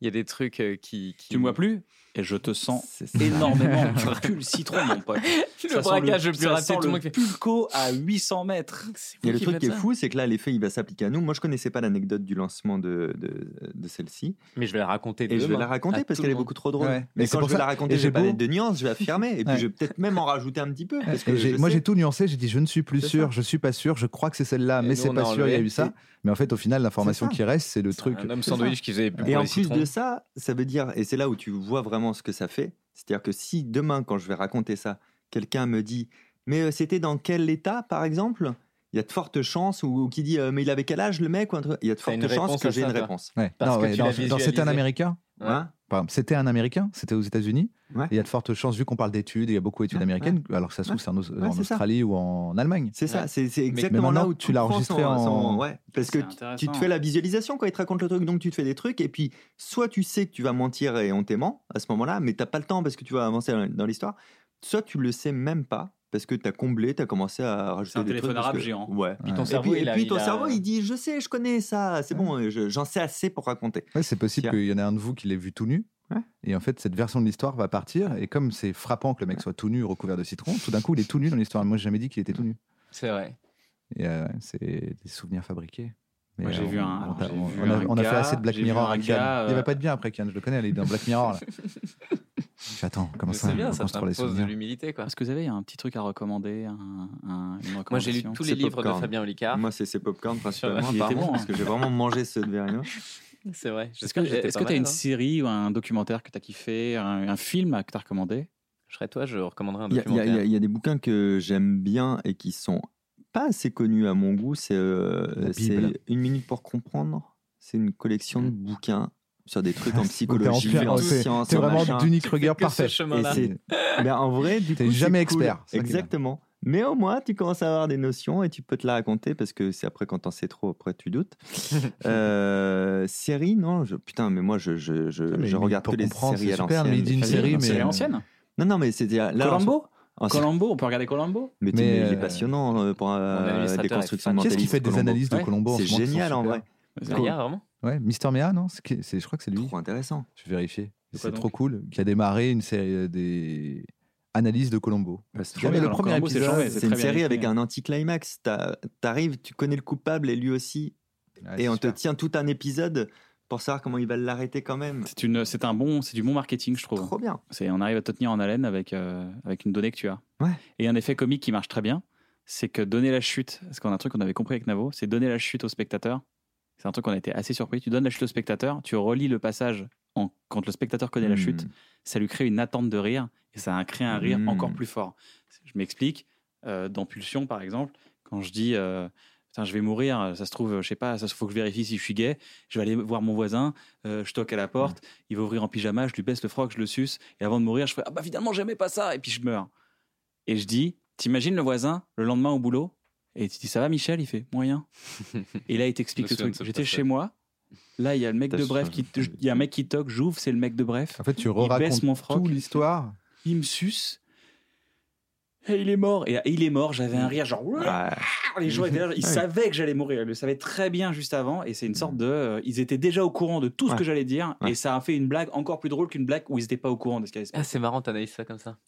Speaker 6: il y a des trucs euh, qui, qui-
Speaker 1: tu me vois plus et je te sens
Speaker 3: C'est ça.
Speaker 1: énormément tu pues le citron mon pote
Speaker 6: le
Speaker 1: Ça sent
Speaker 6: braquage le plus
Speaker 1: ça
Speaker 6: raté
Speaker 1: sent
Speaker 6: tout le monde fait
Speaker 1: pulco à 800 mètres
Speaker 6: C'est
Speaker 3: Et
Speaker 6: vous
Speaker 3: le
Speaker 6: qui
Speaker 3: truc
Speaker 6: faites
Speaker 3: qui est
Speaker 6: ça
Speaker 3: fou, c'est que là, l'effet, il va s'appliquer à nous. Moi, je connaissais pas l'anecdote du lancement de, de, de celle-ci.
Speaker 6: mais je vais la raconter
Speaker 3: Et je vais
Speaker 6: demain
Speaker 3: la raconter
Speaker 6: à
Speaker 3: parce
Speaker 6: tout
Speaker 3: qu'elle
Speaker 6: le
Speaker 3: est
Speaker 6: monde.
Speaker 3: beaucoup trop drôle.
Speaker 2: Ouais. Et
Speaker 3: Mais
Speaker 2: c'est
Speaker 3: quand je
Speaker 2: pour
Speaker 3: vais
Speaker 2: ça-
Speaker 3: la
Speaker 2: et
Speaker 3: raconter, je
Speaker 2: j'ai
Speaker 3: vais pas
Speaker 2: beau-
Speaker 3: mettre de nuances, je vais affirmer. Et puis,
Speaker 2: Ouais.
Speaker 3: je vais peut-être même en rajouter un petit peu. Parce que
Speaker 2: Et
Speaker 3: je
Speaker 2: j'ai- moi
Speaker 3: sais.
Speaker 2: j'ai tout nuancé, j'ai dit je ne suis plus
Speaker 3: C'est
Speaker 2: sûr,
Speaker 3: ça.
Speaker 2: je suis pas sûr, je crois que c'est celle-là,
Speaker 6: Et
Speaker 2: mais
Speaker 6: nous,
Speaker 2: c'est
Speaker 6: on
Speaker 2: pas
Speaker 6: a
Speaker 2: sûr, il y a
Speaker 6: enlevé.
Speaker 2: eu ça. Mais en fait au final l'information
Speaker 3: ça.
Speaker 2: qui reste c'est le truc.
Speaker 6: un homme
Speaker 3: C'est ça.
Speaker 6: sandwich qui faisait
Speaker 3: Et
Speaker 6: pour
Speaker 3: en
Speaker 6: les
Speaker 3: plus
Speaker 6: citrons
Speaker 3: de ça, ça veut dire, et c'est là où tu vois vraiment ce que ça fait, c'est-à-dire que si demain, quand je vais raconter ça, quelqu'un me dit, mais euh, c'était dans quel état, par exemple Il y a de fortes chances, ou, ou qui dit, euh, mais il avait quel âge le mec ou un truc- Il y a de
Speaker 6: T'as une
Speaker 3: fortes chances
Speaker 6: réponse
Speaker 3: que
Speaker 6: à
Speaker 3: j'ai
Speaker 6: ça,
Speaker 3: une
Speaker 6: toi.
Speaker 3: réponse.
Speaker 2: Ouais.
Speaker 6: Parce
Speaker 2: Non,
Speaker 6: que
Speaker 2: ouais,
Speaker 6: tu
Speaker 2: dans-
Speaker 6: l'as
Speaker 2: dans c'était un
Speaker 6: visualisé.
Speaker 2: américain,
Speaker 6: Ouais.
Speaker 3: Hein
Speaker 2: Par exemple, c'était un Américain, c'était aux États-Unis.
Speaker 3: Ouais.
Speaker 2: Et il y a de fortes chances, vu qu'on parle d'études, il y a beaucoup d'études
Speaker 3: Ouais,
Speaker 2: américaines, alors que ça se trouve, c'est en, Aus-
Speaker 3: Ouais,
Speaker 2: en
Speaker 3: c'est ça.
Speaker 2: Australie ou en Allemagne.
Speaker 3: C'est ça,
Speaker 6: Ouais.
Speaker 3: c'est c'est
Speaker 2: Mais
Speaker 3: exactement
Speaker 2: maintenant,
Speaker 3: là où
Speaker 2: tu
Speaker 3: tout
Speaker 2: l'as
Speaker 3: prend
Speaker 2: enregistré
Speaker 3: son-
Speaker 2: en-
Speaker 3: son- ouais, parce que
Speaker 1: C'est
Speaker 3: tu- tu
Speaker 1: intéressant.
Speaker 3: te fais la visualisation quand il te raconte le truc, donc tu te fais des trucs, et puis soit tu sais que tu vas mentir et on t'aimant à ce moment-là, mais t'as pas le temps parce que tu vas avancer dans- dans l'histoire, soit tu le sais même pas parce que t'as comblé, t'as commencé à rajouter
Speaker 1: C'est un
Speaker 3: des
Speaker 1: téléphone
Speaker 3: trucs parce
Speaker 1: arabe
Speaker 3: que-
Speaker 1: géant.
Speaker 3: Ouais.
Speaker 6: puis ton
Speaker 2: Ouais.
Speaker 3: Et
Speaker 6: cerveau
Speaker 3: puis, et
Speaker 6: il a-
Speaker 3: puis ton
Speaker 6: il a-
Speaker 3: cerveau il dit je sais, je connais ça, c'est bon, euh, je- j'en sais assez pour raconter.
Speaker 2: Ouais, c'est possible
Speaker 3: Tiens.
Speaker 2: qu'il y en ait un de vous qui l'ait vu tout nu.
Speaker 3: Ouais.
Speaker 2: Et en fait, cette version de l'histoire va partir. Et comme c'est frappant que le mec soit tout nu, recouvert de citron, tout d'un coup, il est tout nu dans l'histoire. Moi, j'ai jamais dit qu'il était tout nu.
Speaker 6: c'est vrai
Speaker 2: Et euh, c'est des souvenirs fabriqués. Mais,
Speaker 1: Moi, j'ai
Speaker 2: euh,
Speaker 1: vu
Speaker 2: on-
Speaker 1: un-
Speaker 2: on t'a-
Speaker 1: j'ai
Speaker 2: On
Speaker 1: vu
Speaker 2: on a
Speaker 1: un
Speaker 2: on a fait
Speaker 1: gars-
Speaker 2: assez de Black
Speaker 1: j'ai vu
Speaker 2: Mirror
Speaker 1: un
Speaker 2: à Kian.
Speaker 1: gars,
Speaker 2: Il n'y
Speaker 1: euh,
Speaker 2: avait pas de bien après Kian, je le connais, elle est dans Black Mirror. là. Attends, comment
Speaker 6: Mais
Speaker 2: ça,
Speaker 6: C'est bien,
Speaker 2: on
Speaker 6: ça
Speaker 2: construit les
Speaker 6: t'impose de
Speaker 2: souvenirs
Speaker 6: l'humilité, quoi.
Speaker 1: Bah, Est-ce que vous avez un petit truc à recommander un- un- une
Speaker 4: Moi, j'ai lu
Speaker 1: recommandation
Speaker 4: tous
Speaker 3: C'est
Speaker 4: les livres de
Speaker 3: popcorn.
Speaker 4: Fabien Olicard.
Speaker 3: Moi, c'est ces popcorn principalement,
Speaker 1: Il était
Speaker 3: apparemment,
Speaker 1: bon, hein.
Speaker 3: parce que j'ai vraiment mangé ceux de Verino.
Speaker 4: C'est vrai.
Speaker 1: Est-ce que
Speaker 4: j'étais
Speaker 1: est-ce
Speaker 4: pas
Speaker 1: que t'as
Speaker 4: mal,
Speaker 1: une
Speaker 4: hein.
Speaker 1: série ou un documentaire que t'as kiffé, un, un film que t'as recommandé
Speaker 4: Je serais toi, je recommanderais un
Speaker 3: Il y a- il y a-
Speaker 4: documentaire.
Speaker 3: il y a- il y a des bouquins que j'aime bien et qui sont pas assez connus à mon goût. C'est euh,
Speaker 2: La
Speaker 3: c'est
Speaker 2: Bible.
Speaker 3: Une minute pour comprendre. C'est une collection de bouquins sur des trucs en
Speaker 2: Donc, t'es en
Speaker 3: psychologie,
Speaker 2: pierre,
Speaker 3: en
Speaker 2: ouais, c'est-
Speaker 3: sciences,
Speaker 2: T'es
Speaker 3: en
Speaker 2: vraiment
Speaker 3: machin.
Speaker 2: d'unique regard
Speaker 4: que ce
Speaker 2: parfait.
Speaker 4: chemin-là.
Speaker 3: Et c'est- Ben, en vrai, du
Speaker 2: T'es
Speaker 3: coup,
Speaker 2: jamais
Speaker 3: c'est cool.
Speaker 2: expert, c'est ça qui est bien.
Speaker 3: Exactement. Mais au moins, tu commences à avoir des notions et tu peux te la raconter parce que c'est après quand t'en sais trop, après tu doutes. Euh, série, non, je- putain, mais moi je, je, je,
Speaker 2: Ah, mais
Speaker 3: je regarde
Speaker 2: pour
Speaker 3: que les
Speaker 2: comprendre, c'est
Speaker 3: séries à
Speaker 2: super,
Speaker 3: l'ancienne.
Speaker 2: mais il dit une
Speaker 3: Ah oui,
Speaker 2: série,
Speaker 3: non,
Speaker 2: mais- euh,
Speaker 3: c'est-
Speaker 1: Série ancienne
Speaker 3: Non, non, mais c'est là.
Speaker 1: Colombo
Speaker 3: en-
Speaker 1: Colombo, on peut regarder Colombo
Speaker 3: Mais, t'es-
Speaker 2: Mais,
Speaker 3: mais il est
Speaker 2: euh,
Speaker 3: passionnant euh, pour euh,
Speaker 4: administrateur
Speaker 3: des
Speaker 4: est
Speaker 3: constructions
Speaker 4: fan.
Speaker 3: mentales.
Speaker 2: Qu'est-ce qui fait des analyses de
Speaker 1: Ouais.
Speaker 2: Colombo en
Speaker 3: C'est
Speaker 2: ce moment qui sont
Speaker 3: génial en
Speaker 2: super
Speaker 3: vrai.
Speaker 4: Ah, il y a vraiment
Speaker 2: Ouais, Mister Mia, non C'est qui- c'est- Je crois que c'est lui.
Speaker 3: Trop intéressant.
Speaker 2: Je vais vérifier.
Speaker 1: C'est quoi
Speaker 2: C'est
Speaker 1: donc
Speaker 2: trop cool. Qui a démarré une série euh, des analyses de Colombo.
Speaker 3: Bah,
Speaker 1: trop bien.
Speaker 2: le
Speaker 1: Alors,
Speaker 2: premier
Speaker 1: Columbo, c'est
Speaker 2: épisode.
Speaker 1: chambé,
Speaker 3: C'est
Speaker 1: très
Speaker 3: une
Speaker 1: bien
Speaker 3: série
Speaker 1: écrit.
Speaker 3: avec un anticlimax. T'as- T'arrives, tu connais le coupable et lui aussi,
Speaker 2: Ouais,
Speaker 3: et
Speaker 2: Ah, c'est
Speaker 3: on te
Speaker 2: super.
Speaker 3: tient tout un épisode pour savoir comment il va l'arrêter quand même.
Speaker 1: C'est une, c'est un bon, c'est du bon marketing, je trouve.
Speaker 3: Trop bien.
Speaker 1: C'est, on arrive à te tenir en haleine avec euh, avec une donnée que tu as.
Speaker 3: Ouais.
Speaker 1: Et un effet comique qui marche très bien, c'est que donner la chute. Parce qu'on a un truc qu'on avait compris avec Navo, c'est donner la chute au spectateur. C'est un truc qu'on a été assez surpris. Tu donnes la chute au spectateur, tu relis le passage en, quand le spectateur connaît la
Speaker 2: Hmm.
Speaker 3: Hmm.
Speaker 1: chute, ça lui crée une attente de rire et ça a créé un rire
Speaker 4: Mmh.
Speaker 3: Mm.
Speaker 1: encore plus fort. Je m'explique, euh, dans Pulsion par exemple, quand je dis euh, Putain, je vais mourir, ça se trouve, je sais pas, ça se faut que je vérifie si je suis gay, je vais aller voir mon voisin, euh, je toque à la
Speaker 4: Mmh.
Speaker 1: porte, il va ouvrir en pyjama, je lui baisse le froc, je le suce, et avant de mourir, je fais Ah bah finalement, j'aimais pas ça, et puis je meurs. Et je dis T'imagines le voisin le lendemain au boulot Et tu dis Ça va, Michel Il fait Moyen. et là, il t'explique le
Speaker 4: Je me
Speaker 1: truc.
Speaker 4: souviens de ce
Speaker 1: J'étais
Speaker 4: passage.
Speaker 1: chez moi, là, il y a le mec
Speaker 3: T'as
Speaker 1: de bref, qui,
Speaker 3: changé.
Speaker 1: il y a un mec qui toque, j'ouvre, c'est le mec de bref
Speaker 2: En fait, tu
Speaker 1: baisse
Speaker 2: re-racontes
Speaker 1: mon froc.
Speaker 2: toute l'histoire.
Speaker 1: il me suce. Et il est mort. Et, et il est mort. J'avais un rire genre. Ouah
Speaker 3: Ah,
Speaker 1: Les gens étaient là. Ils
Speaker 3: Ouais.
Speaker 1: savaient que j'allais mourir. Ils le savaient très bien juste avant. Et c'est une sorte de. euh, ils étaient déjà au courant de tout ce
Speaker 3: Ouais.
Speaker 1: que j'allais dire.
Speaker 3: Ouais.
Speaker 1: Et ça a fait une blague encore plus drôle qu'une blague où ils n'étaient pas au courant de ce qui allait se passer.
Speaker 4: Ah, c'est marrant, t'analyses ça comme ça.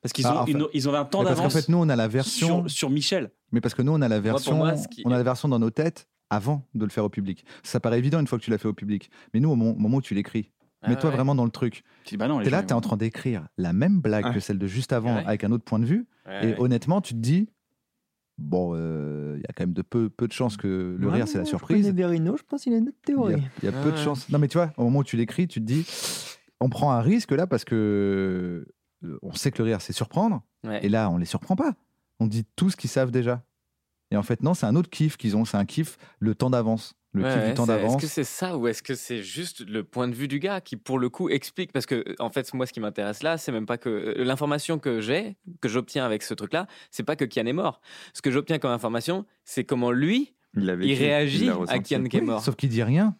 Speaker 1: Parce qu'ils
Speaker 2: Ah,
Speaker 1: ont,
Speaker 2: enfin.
Speaker 1: une- ils avaient un temps
Speaker 2: Mais parce qu'en
Speaker 1: d'avance
Speaker 2: fait, nous, on a la version.
Speaker 1: sur, sur Michel.
Speaker 2: Mais parce que nous, on a la
Speaker 4: pour
Speaker 2: version,
Speaker 4: moi, ce qui-
Speaker 2: on a la version dans nos têtes avant de le faire au public. Ça paraît évident une fois que tu l'as fait au public. Mais nous, au mo- moment où tu l'écris,
Speaker 4: Ah
Speaker 2: mets-toi
Speaker 4: ouais.
Speaker 2: vraiment dans le truc.
Speaker 1: Tu dis, bah non, les
Speaker 2: T'es là,
Speaker 1: gens,
Speaker 2: t'es en train d'écrire la même blague
Speaker 3: Ouais.
Speaker 2: que celle de juste avant
Speaker 4: Ah Ouais.
Speaker 2: avec un autre point de vue.
Speaker 4: Ouais,
Speaker 2: et
Speaker 4: ouais.
Speaker 2: honnêtement, tu te dis, bon, euh, il y a quand même de peu, peu de chances que le rire, c'est la
Speaker 3: vraiment,
Speaker 2: surprise.
Speaker 3: Je connais Verino, je pense qu'il a une autre
Speaker 2: Il y a,
Speaker 3: théorie.
Speaker 2: il y a peu de
Speaker 4: Ah Ouais.
Speaker 2: chances. Non, mais tu vois, au moment où tu l'écris, tu te dis, on prend un risque là parce que euh, on sait que le rire, c'est surprendre.
Speaker 4: Ouais.
Speaker 2: Et là, on les surprend pas. On dit tout ce qu'ils savent déjà. Et en fait, non, c'est un autre kiff qu'ils ont. C'est un kiff le temps d'avance. Le
Speaker 4: Ouais,
Speaker 2: kiff
Speaker 4: ouais,
Speaker 2: du temps
Speaker 4: c'est- Est-ce
Speaker 2: d'avance.
Speaker 4: que c'est ça ou est-ce que c'est juste le point de vue du gars qui, pour le coup, explique Parce que, en fait, moi, ce qui m'intéresse là, c'est même pas que euh, l'information que j'ai, que j'obtiens avec ce truc-là, c'est pas que Kian est mort. Ce que j'obtiens comme information, c'est comment lui,
Speaker 3: Il, a vécu,
Speaker 4: il réagit
Speaker 3: l'a
Speaker 4: à
Speaker 3: ressenti.
Speaker 4: Kian qui est
Speaker 2: Oui,
Speaker 4: mort.
Speaker 2: sauf qu'il dit rien.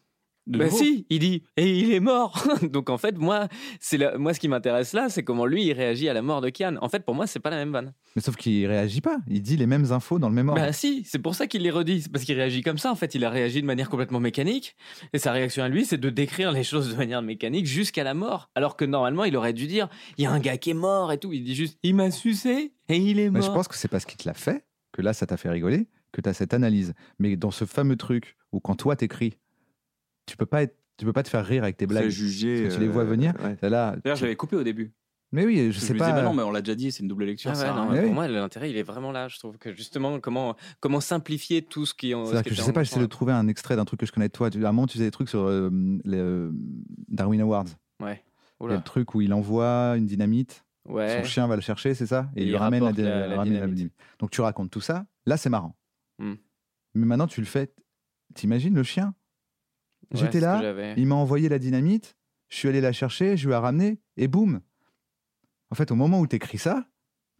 Speaker 1: de
Speaker 4: bah
Speaker 1: nouveau.
Speaker 4: si, il dit et il est mort. Donc en fait, moi, c'est la- moi ce qui m'intéresse là, c'est comment lui il réagit à la mort de Kian. En fait, pour moi, c'est pas la même vanne.
Speaker 2: Mais sauf qu'il réagit pas. Il dit les mêmes infos dans le même ordre.
Speaker 4: Bah si, c'est pour ça qu'il les redit, c'est parce qu'il réagit comme ça. En fait, il a réagi de manière complètement mécanique, et sa réaction à lui, c'est de décrire les choses de manière mécanique jusqu'à la mort. Alors que normalement, il aurait dû dire, il y a un gars qui est mort et tout. Il dit juste, il m'a sucé et il est
Speaker 2: Mais
Speaker 4: mort.
Speaker 2: je pense que c'est parce qu'il te l'a fait que là, ça t'a fait rigoler, que tu as cette analyse. Mais dans ce fameux truc où quand toi t'écris, tu peux pas être, tu peux pas te faire rire avec tes
Speaker 3: C'est
Speaker 2: blagues.
Speaker 3: jugé.
Speaker 2: Parce que tu les vois
Speaker 3: euh,
Speaker 2: venir.
Speaker 3: ouais.
Speaker 2: Là,
Speaker 1: D'ailleurs, je l'avais coupé au début.
Speaker 2: mais oui, je
Speaker 1: Je,
Speaker 2: sais
Speaker 1: me
Speaker 2: pas.
Speaker 1: disais, bah
Speaker 4: euh,
Speaker 1: non, mais on l'a déjà dit, c'est une double lecture.
Speaker 4: Ah ouais,
Speaker 1: ça,
Speaker 4: non,
Speaker 1: hein.
Speaker 4: mais
Speaker 2: Mais
Speaker 4: pour
Speaker 2: eh oui.
Speaker 4: moi, l'intérêt, il est vraiment là. Je trouve que justement, comment comment simplifier tout ce qui en.
Speaker 2: C'est-à-dire que je sais pas, j'essaie de trouver un extrait d'un truc que je connais de toi. Tu- À un moment, tu faisais des trucs sur euh, les euh, Darwin Awards. Il y a le truc où il envoie une dynamite,
Speaker 4: Ouais.
Speaker 2: son chien va le chercher, c'est ça Et,
Speaker 4: Et
Speaker 2: il,
Speaker 4: il
Speaker 2: ramène, la,
Speaker 4: rapporte la- la
Speaker 2: ramène la
Speaker 4: dynamite.
Speaker 2: dynamite. Donc tu racontes tout ça. Là, c'est marrant.
Speaker 4: Hmm.
Speaker 2: Mais maintenant, tu le fais. T'imagines le chien
Speaker 4: Ouais,
Speaker 2: J'étais
Speaker 4: c'est ce que
Speaker 2: là,
Speaker 4: j'avais.
Speaker 2: Il m'a envoyé la dynamite, je suis allé la chercher, je lui ai ramené, et boum En fait, au moment où tu écris ça,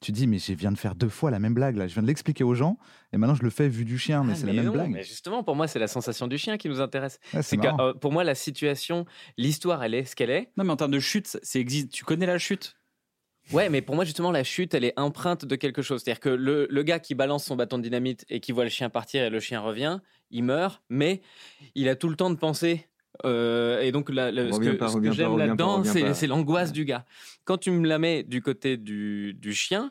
Speaker 2: tu dis, mais je viens de faire deux fois la même blague, là. Je viens de l'expliquer aux gens, et maintenant je le fais vu du chien, mais
Speaker 4: Ah,
Speaker 2: c'est la même
Speaker 4: non,
Speaker 2: blague.
Speaker 4: Mais justement, pour moi, c'est la sensation du chien qui nous intéresse.
Speaker 2: Ah,
Speaker 4: C'est
Speaker 2: c'est
Speaker 4: que,
Speaker 2: marrant.
Speaker 4: euh, pour moi, la situation, l'histoire, elle est ce qu'elle est.
Speaker 1: Non, mais en termes de chute, ça- c'est existe. Tu connais la chute
Speaker 4: Ouais, mais pour moi, justement, la chute, elle est empreinte de quelque chose. C'est-à-dire que le, le gars qui balance son bâton de dynamite et qui voit le chien partir et le chien revient, il meurt, mais il a tout le temps de penser. Euh, et donc, la- la- ce
Speaker 3: Reviens
Speaker 4: que,
Speaker 3: pas,
Speaker 4: ce que
Speaker 3: reviens pas,
Speaker 4: j'aime
Speaker 3: reviens pas,
Speaker 4: là-dedans,
Speaker 3: reviens
Speaker 4: c'est
Speaker 3: pas.
Speaker 4: c'est l'angoisse du gars. Quand tu me la mets du côté du, du chien,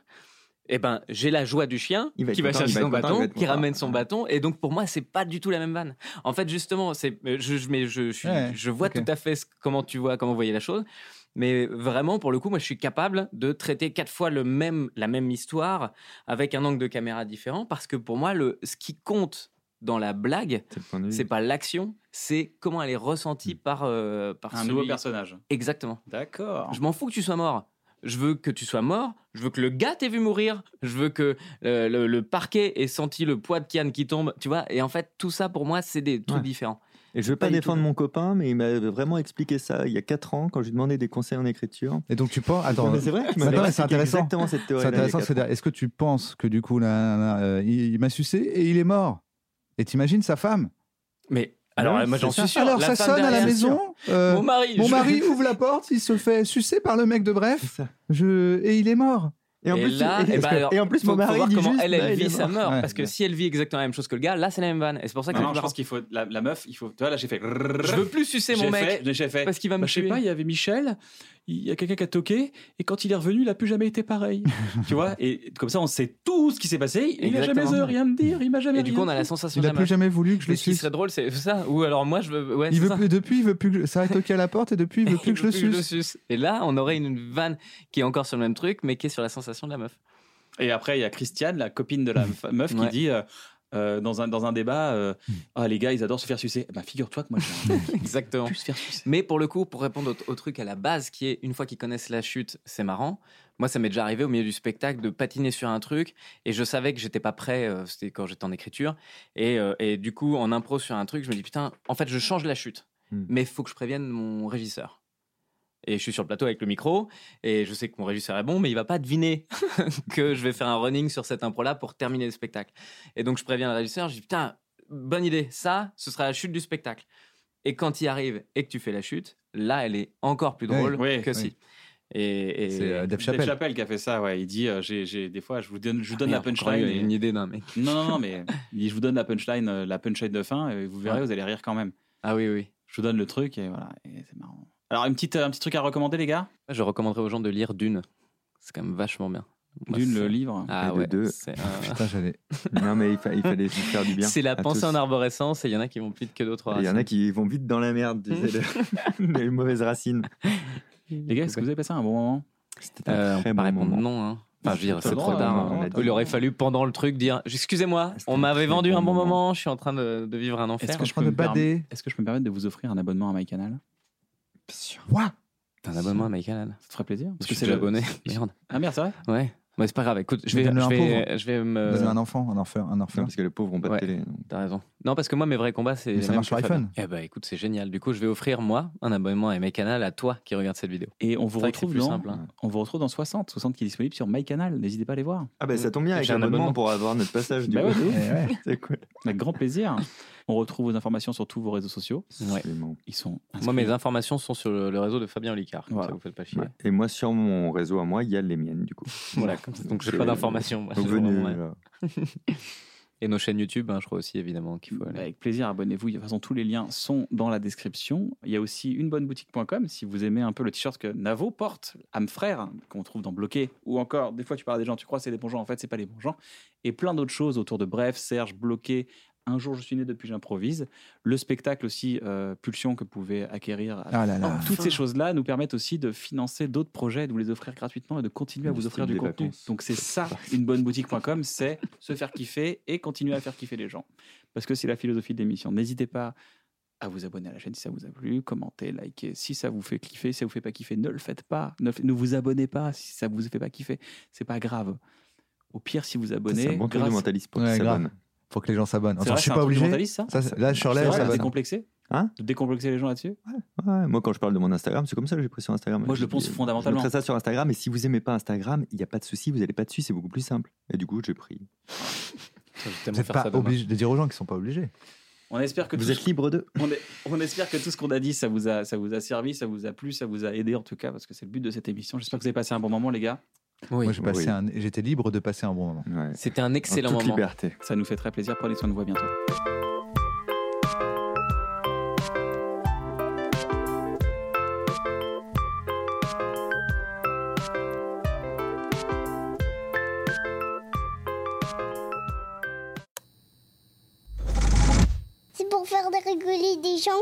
Speaker 4: eh ben, j'ai la joie du chien
Speaker 3: Il va être
Speaker 4: qui va
Speaker 3: content,
Speaker 4: chercher
Speaker 3: il va être
Speaker 4: son
Speaker 3: content, il va
Speaker 4: bâton,
Speaker 3: être
Speaker 4: qui
Speaker 3: content.
Speaker 4: ramène son
Speaker 3: Ouais.
Speaker 4: bâton, et donc pour moi, c'est pas du tout la même vanne. En fait, justement, c'est euh, je, je, mais je, je suis-
Speaker 2: Ouais,
Speaker 4: je vois
Speaker 2: ok.
Speaker 4: tout à fait ce- comment tu vois, comment vous voyez la chose. Mais vraiment, pour le coup, moi, je suis capable de traiter quatre fois le même, la même histoire avec un angle de caméra différent parce que pour moi, le, ce qui compte dans la blague,
Speaker 3: C'est le point de vue.
Speaker 4: c'est pas l'action, c'est comment elle est ressentie par, euh, par
Speaker 1: Mm. Un
Speaker 4: celui-
Speaker 1: nouveau personnage.
Speaker 4: Exactement.
Speaker 1: D'accord.
Speaker 4: Je m'en fous que tu sois mort. Je veux que tu sois mort. Je veux que le gars t'ait vu mourir. Je veux que euh, le, le parquet ait senti le poids de Kian qui tombe. Tu vois Et en fait, tout ça, pour moi, c'est des trucs
Speaker 3: Ouais.
Speaker 4: différents.
Speaker 3: Et je veux
Speaker 4: Pas
Speaker 3: pas,
Speaker 4: du
Speaker 3: défendre mon copain, mais il m'a vraiment expliqué ça il y a 4 ans quand je lui demandais des conseils en écriture.
Speaker 4: oh.
Speaker 2: Et donc tu penses. Attends,
Speaker 3: Non, mais c'est vrai, tu
Speaker 2: mais
Speaker 3: m'avais
Speaker 2: attends, mais c'est
Speaker 3: expliqué
Speaker 2: intéressant.
Speaker 3: exactement cette théorie.
Speaker 2: c'est intéressant. C'est-à-dire, est-ce que tu penses que du coup, là, là, là, euh, il, il m'a sucé et il est mort Et t'imagines sa femme
Speaker 4: Mais alors,
Speaker 3: Ouais,
Speaker 4: Bah, moi, j'en
Speaker 3: c'est
Speaker 4: suis sûr.
Speaker 2: Alors
Speaker 4: la
Speaker 2: ça
Speaker 4: femme
Speaker 2: sonne à la
Speaker 4: derrière-
Speaker 2: maison. euh,
Speaker 4: Mon mari.
Speaker 2: mon
Speaker 4: je-
Speaker 2: mari ouvre la porte, il se fait sucer par le mec de bref.
Speaker 3: C'est ça.
Speaker 2: Je... Et il est mort.
Speaker 3: Et en
Speaker 4: Et
Speaker 3: plus,
Speaker 4: là,
Speaker 3: et-
Speaker 4: eh ben alors,
Speaker 3: et en plus
Speaker 4: faut-
Speaker 3: mon
Speaker 4: faut
Speaker 3: mari
Speaker 4: voir
Speaker 3: dit
Speaker 4: comment
Speaker 3: juste,
Speaker 4: elle,
Speaker 3: bah,
Speaker 4: elle
Speaker 3: il est
Speaker 4: vit sa
Speaker 3: mort.
Speaker 4: mort.
Speaker 2: Ouais,
Speaker 4: parce que
Speaker 2: ouais.
Speaker 4: si elle vit exactement la même chose que le gars, là, c'est la même vanne. Et c'est pour ça que
Speaker 1: Non, non,
Speaker 4: je,
Speaker 1: je pense qu'il faut. La, la meuf, il faut. Tu vois, là, j'ai fait.
Speaker 4: je veux plus sucer mon
Speaker 1: J'ai
Speaker 4: mec.
Speaker 1: fait- J'ai fait.
Speaker 4: Parce qu'il va me
Speaker 1: Bah, je sais
Speaker 4: tuer.
Speaker 1: pas, il y avait Michel, il y a quelqu'un qui a toqué, et quand il est revenu, il n'a plus jamais été pareil. tu vois Et comme ça, on sait tout ce qui s'est passé. Il n'a jamais
Speaker 4: Exactement.
Speaker 1: eu rien me dire, il m'a jamais
Speaker 4: Et du
Speaker 1: rien
Speaker 4: coup, on a la
Speaker 1: dit.
Speaker 4: sensation
Speaker 2: Il
Speaker 4: de
Speaker 2: n'a
Speaker 4: la
Speaker 2: plus
Speaker 4: meuf.
Speaker 2: jamais voulu que je
Speaker 4: Mais
Speaker 2: le
Speaker 4: Ce qui
Speaker 2: suce.
Speaker 4: serait drôle, c'est ça. Ou alors moi, je veux. Ouais,
Speaker 2: Il
Speaker 4: c'est
Speaker 2: veut
Speaker 4: ça.
Speaker 2: plus- depuis, il veut plus que je- ça a toqué à la porte et depuis, il veut plus que je le
Speaker 4: Il veut
Speaker 2: suce.
Speaker 4: Et là, on aurait une vanne qui est encore sur le même truc, mais qui est sur la sensation de la meuf.
Speaker 1: Et après, il y a Christiane, la copine de la f- meuf, qui
Speaker 4: Ouais. Hmm.
Speaker 1: dit. euh, euh, dans, un, dans un débat, euh, ah les gars ils adorent se faire sucer. Eh ben, Figure-toi que moi j'ai envie
Speaker 4: Exactement.
Speaker 1: de se faire sucer.
Speaker 4: Mais pour le coup, pour répondre au, au truc à la base qui est une fois qu'ils connaissent la chute, c'est marrant. Moi, ça m'est déjà arrivé au milieu du spectacle de patiner sur un truc et je savais que j'étais pas prêt. euh, C'était quand j'étais en écriture et, euh, et du coup en impro sur un truc, je me dis putain, en fait, je change la chute,
Speaker 3: Hmm.
Speaker 4: mais faut que je prévienne mon régisseur. Et je suis sur le plateau avec le micro et je sais que mon régisseur est bon, mais il va pas deviner que je vais faire un running sur cette impro-là pour terminer le spectacle. Et donc je préviens le régisseur, je dis putain, bonne idée, ça, ce sera la chute du spectacle. Et quand il arrive et que tu fais la chute, là, elle est encore plus drôle
Speaker 1: Oui, oui,
Speaker 4: que
Speaker 1: oui.
Speaker 4: si. Et, et-
Speaker 2: C'est euh, Dave
Speaker 1: Dave
Speaker 2: Chappelle.
Speaker 1: Chappelle qui a fait ça, ouais. Il dit, euh, j'ai- j'ai- des fois, je vous donne, je vous donne
Speaker 4: Ah, Merde,
Speaker 1: la punchline.
Speaker 4: j'ai
Speaker 1: et-
Speaker 4: Une idée d'un mec.
Speaker 1: Non, non, non, mais il dit, je vous donne la punchline, euh, la punchline de fin, et vous verrez, vous allez rire quand même.
Speaker 4: Ah oui, oui.
Speaker 1: Je vous donne le truc et voilà, et c'est marrant. Alors, une petite, euh, un petit truc à recommander, les gars
Speaker 4: Je recommanderais aux gens de lire Dune. C'est quand même vachement bien. Moi,
Speaker 1: Dune,
Speaker 4: c'est-
Speaker 1: le livre.
Speaker 4: Ah
Speaker 3: Et le
Speaker 4: ouais,
Speaker 3: deux.
Speaker 4: c'est un-
Speaker 2: Putain, j'allais.
Speaker 3: Non, mais il, fa- il fallait se faire du bien.
Speaker 4: C'est la
Speaker 3: à
Speaker 4: pensée
Speaker 3: tous.
Speaker 4: en arborescence et il y en a qui vont plus vite que d'autres.
Speaker 3: Il y en a qui vont vite dans la merde, tu sais, le- les mauvaises racines.
Speaker 1: Les gars, est-ce que vous avez passé un bon moment
Speaker 3: C'était un
Speaker 4: Euh, on
Speaker 3: très
Speaker 4: peut
Speaker 3: bon
Speaker 4: pas répondre
Speaker 3: moment. euh,
Speaker 4: non. Hein. Enfin, je veux dire,
Speaker 1: T'as
Speaker 4: c'est
Speaker 1: le
Speaker 4: trop
Speaker 1: droit,
Speaker 4: tard.
Speaker 1: hein,
Speaker 4: hein.
Speaker 1: t'as le
Speaker 4: Il
Speaker 1: droit.
Speaker 4: aurait fallu pendant le truc dire Excusez-moi,
Speaker 3: C'était
Speaker 4: on
Speaker 3: un
Speaker 4: m'avait
Speaker 3: très
Speaker 4: vendu
Speaker 3: bon
Speaker 4: un bon
Speaker 3: moment.
Speaker 4: moment, je suis en train de, de vivre un enfer.
Speaker 1: Est-ce
Speaker 2: En
Speaker 1: que je
Speaker 2: train
Speaker 1: peux
Speaker 2: de
Speaker 1: me permettre-
Speaker 2: bader.
Speaker 1: Est-ce que je peux me permettre de vous offrir un abonnement à MyCanal
Speaker 2: Ouah
Speaker 4: T'as un abonnement à Michael Allen.
Speaker 1: Ça te ferait plaisir
Speaker 4: Parce
Speaker 1: Parce
Speaker 4: que c'est
Speaker 1: le-
Speaker 4: l'abonné. Merde.
Speaker 1: Ah merde, c'est vrai
Speaker 4: Ouais. Bah, c'est pas grave, écoute, je
Speaker 2: Mais
Speaker 4: vais,
Speaker 2: donne-le à
Speaker 4: je
Speaker 2: un
Speaker 4: vais, je vais me.
Speaker 2: Vous avez un enfant, un orphelin, un orphelin.
Speaker 3: Non, parce que les pauvres n'ont pas
Speaker 4: Ouais.
Speaker 3: de télé. donc.
Speaker 4: T'as raison. Non, parce que moi, mes vrais combats, c'est.
Speaker 2: Mais ça
Speaker 4: les mêmes
Speaker 2: marche
Speaker 4: que
Speaker 2: sur
Speaker 4: Fabien.
Speaker 2: iPhone.
Speaker 4: Eh bah écoute, c'est génial. Du coup, je vais offrir, moi, un abonnement à mes canals à toi qui regarde cette vidéo.
Speaker 1: Et on vous,
Speaker 4: C'est vrai que c'est
Speaker 1: retrouve
Speaker 4: plus
Speaker 1: dans,
Speaker 4: simple. hein.
Speaker 1: on vous retrouve dans 60, 60 qui est disponible sur MyCanal. N'hésitez pas à les voir.
Speaker 3: Ah, bah ça tombe bien avec
Speaker 4: J'ai
Speaker 3: un
Speaker 4: un abonnement.
Speaker 3: abonnement pour avoir notre passage du
Speaker 1: Bah ouais,
Speaker 3: coup.
Speaker 1: de ouf.
Speaker 2: Eh ouais.
Speaker 3: C'est cool.
Speaker 1: Avec grand plaisir. on retrouve vos informations sur tous vos réseaux sociaux.
Speaker 4: Ouais.
Speaker 3: Absolument.
Speaker 1: Ils sont.
Speaker 4: Moi, mes
Speaker 1: inscrits.
Speaker 4: informations sont sur le, le réseau de Fabien Olicard. Comme
Speaker 1: Voilà.
Speaker 4: ça, vous faites pas chier.
Speaker 3: Ouais. Et moi, sur mon réseau à moi, il y a les miennes du coup.
Speaker 4: Voilà, comme ça. Donc, j'ai pas
Speaker 3: C'est-
Speaker 4: d'informations. moi,
Speaker 3: Donc,
Speaker 4: sur
Speaker 3: venez,
Speaker 4: mon- ouais.
Speaker 3: euh,
Speaker 4: Et nos chaînes YouTube, hein, je crois aussi, évidemment, qu'il faut aller.
Speaker 1: Avec plaisir, abonnez-vous. De toute façon, tous les liens sont dans la description. Il y a aussi unebonneboutique.com si vous aimez un peu le t-shirt que Navo porte, âme frère, qu'on trouve dans Bloqué, ou encore, des fois, tu parles à des gens, tu crois que c'est des bons gens, en fait, c'est pas les bons gens. Et plein d'autres choses autour de Bref, Serge, Bloqué, Un jour je suis né depuis j'improvise. Le spectacle aussi, euh, Pulsion, que vous pouvez acquérir.
Speaker 2: Ah là là.
Speaker 1: Toutes ces choses-là nous permettent aussi de financer d'autres projets, de vous les offrir gratuitement et de continuer à
Speaker 3: Le
Speaker 1: vous offrir
Speaker 3: style
Speaker 1: du
Speaker 3: des
Speaker 1: contenu.
Speaker 3: vacances.
Speaker 1: Donc c'est ça, unebonneboutique.com, c'est se faire kiffer et continuer à faire kiffer les gens. Parce que c'est la philosophie de l'émission. N'hésitez pas à vous abonner à la chaîne si ça vous a plu, commenter, liker. Si ça vous fait kiffer, si ça vous fait pas kiffer, ne le faites pas. Ne, ne vous abonnez pas si ça vous fait pas kiffer. C'est pas grave. Au pire, si vous abonnez,
Speaker 3: C'est un bon truc de
Speaker 1: grâce-
Speaker 3: mentaliste pour
Speaker 2: Ouais,
Speaker 3: qu'ils
Speaker 2: grave.
Speaker 3: s'abonnent.
Speaker 2: Faut que les gens s'abonnent.
Speaker 1: C'est
Speaker 2: Enfin,
Speaker 1: vrai,
Speaker 2: je suis
Speaker 1: c'est un
Speaker 2: pas
Speaker 1: truc de
Speaker 2: obligé.
Speaker 1: mentaliste, ça
Speaker 2: Ça, c'est- là, je suis
Speaker 1: C'est
Speaker 2: relève,
Speaker 1: vrai,
Speaker 2: ça
Speaker 1: de
Speaker 2: va.
Speaker 1: décomplexer
Speaker 3: Hein
Speaker 1: De décomplexer les gens là-dessus
Speaker 3: Ouais, moi, quand je parle de mon Instagram, c'est comme ça que j'ai pris sur Instagram.
Speaker 1: Moi, je le pense
Speaker 3: dis, euh,
Speaker 1: fondamentalement.
Speaker 3: Je mettrai ça sur Instagram, et si vous aimez pas Instagram, il n'y a pas de souci, vous n'allez pas dessus, c'est beaucoup plus simple. Et du coup, j'ai pris.
Speaker 2: Vous n'êtes pas obligé de dire aux gens qui sont pas obligés.
Speaker 1: On espère que tout
Speaker 3: Vous
Speaker 1: ce-
Speaker 3: êtes libre d'eux.
Speaker 1: on, est- on espère que tout ce qu'on a dit, ça vous a, ça vous a servi, ça vous a plu, ça vous a aidé en tout cas, parce que c'est le but de cette émission. J'espère que vous avez passé un bon moment, les gars.
Speaker 4: Oui.
Speaker 2: Moi, j'ai passé
Speaker 3: Oui.
Speaker 2: un- j'étais libre de passer un bon moment.
Speaker 3: Ouais.
Speaker 4: C'était un
Speaker 3: En toute
Speaker 4: excellent moment.
Speaker 3: liberté.
Speaker 1: Ça nous fait très plaisir. Prenez soin de vous. À bientôt.
Speaker 8: C'est pour faire rigoler des gens.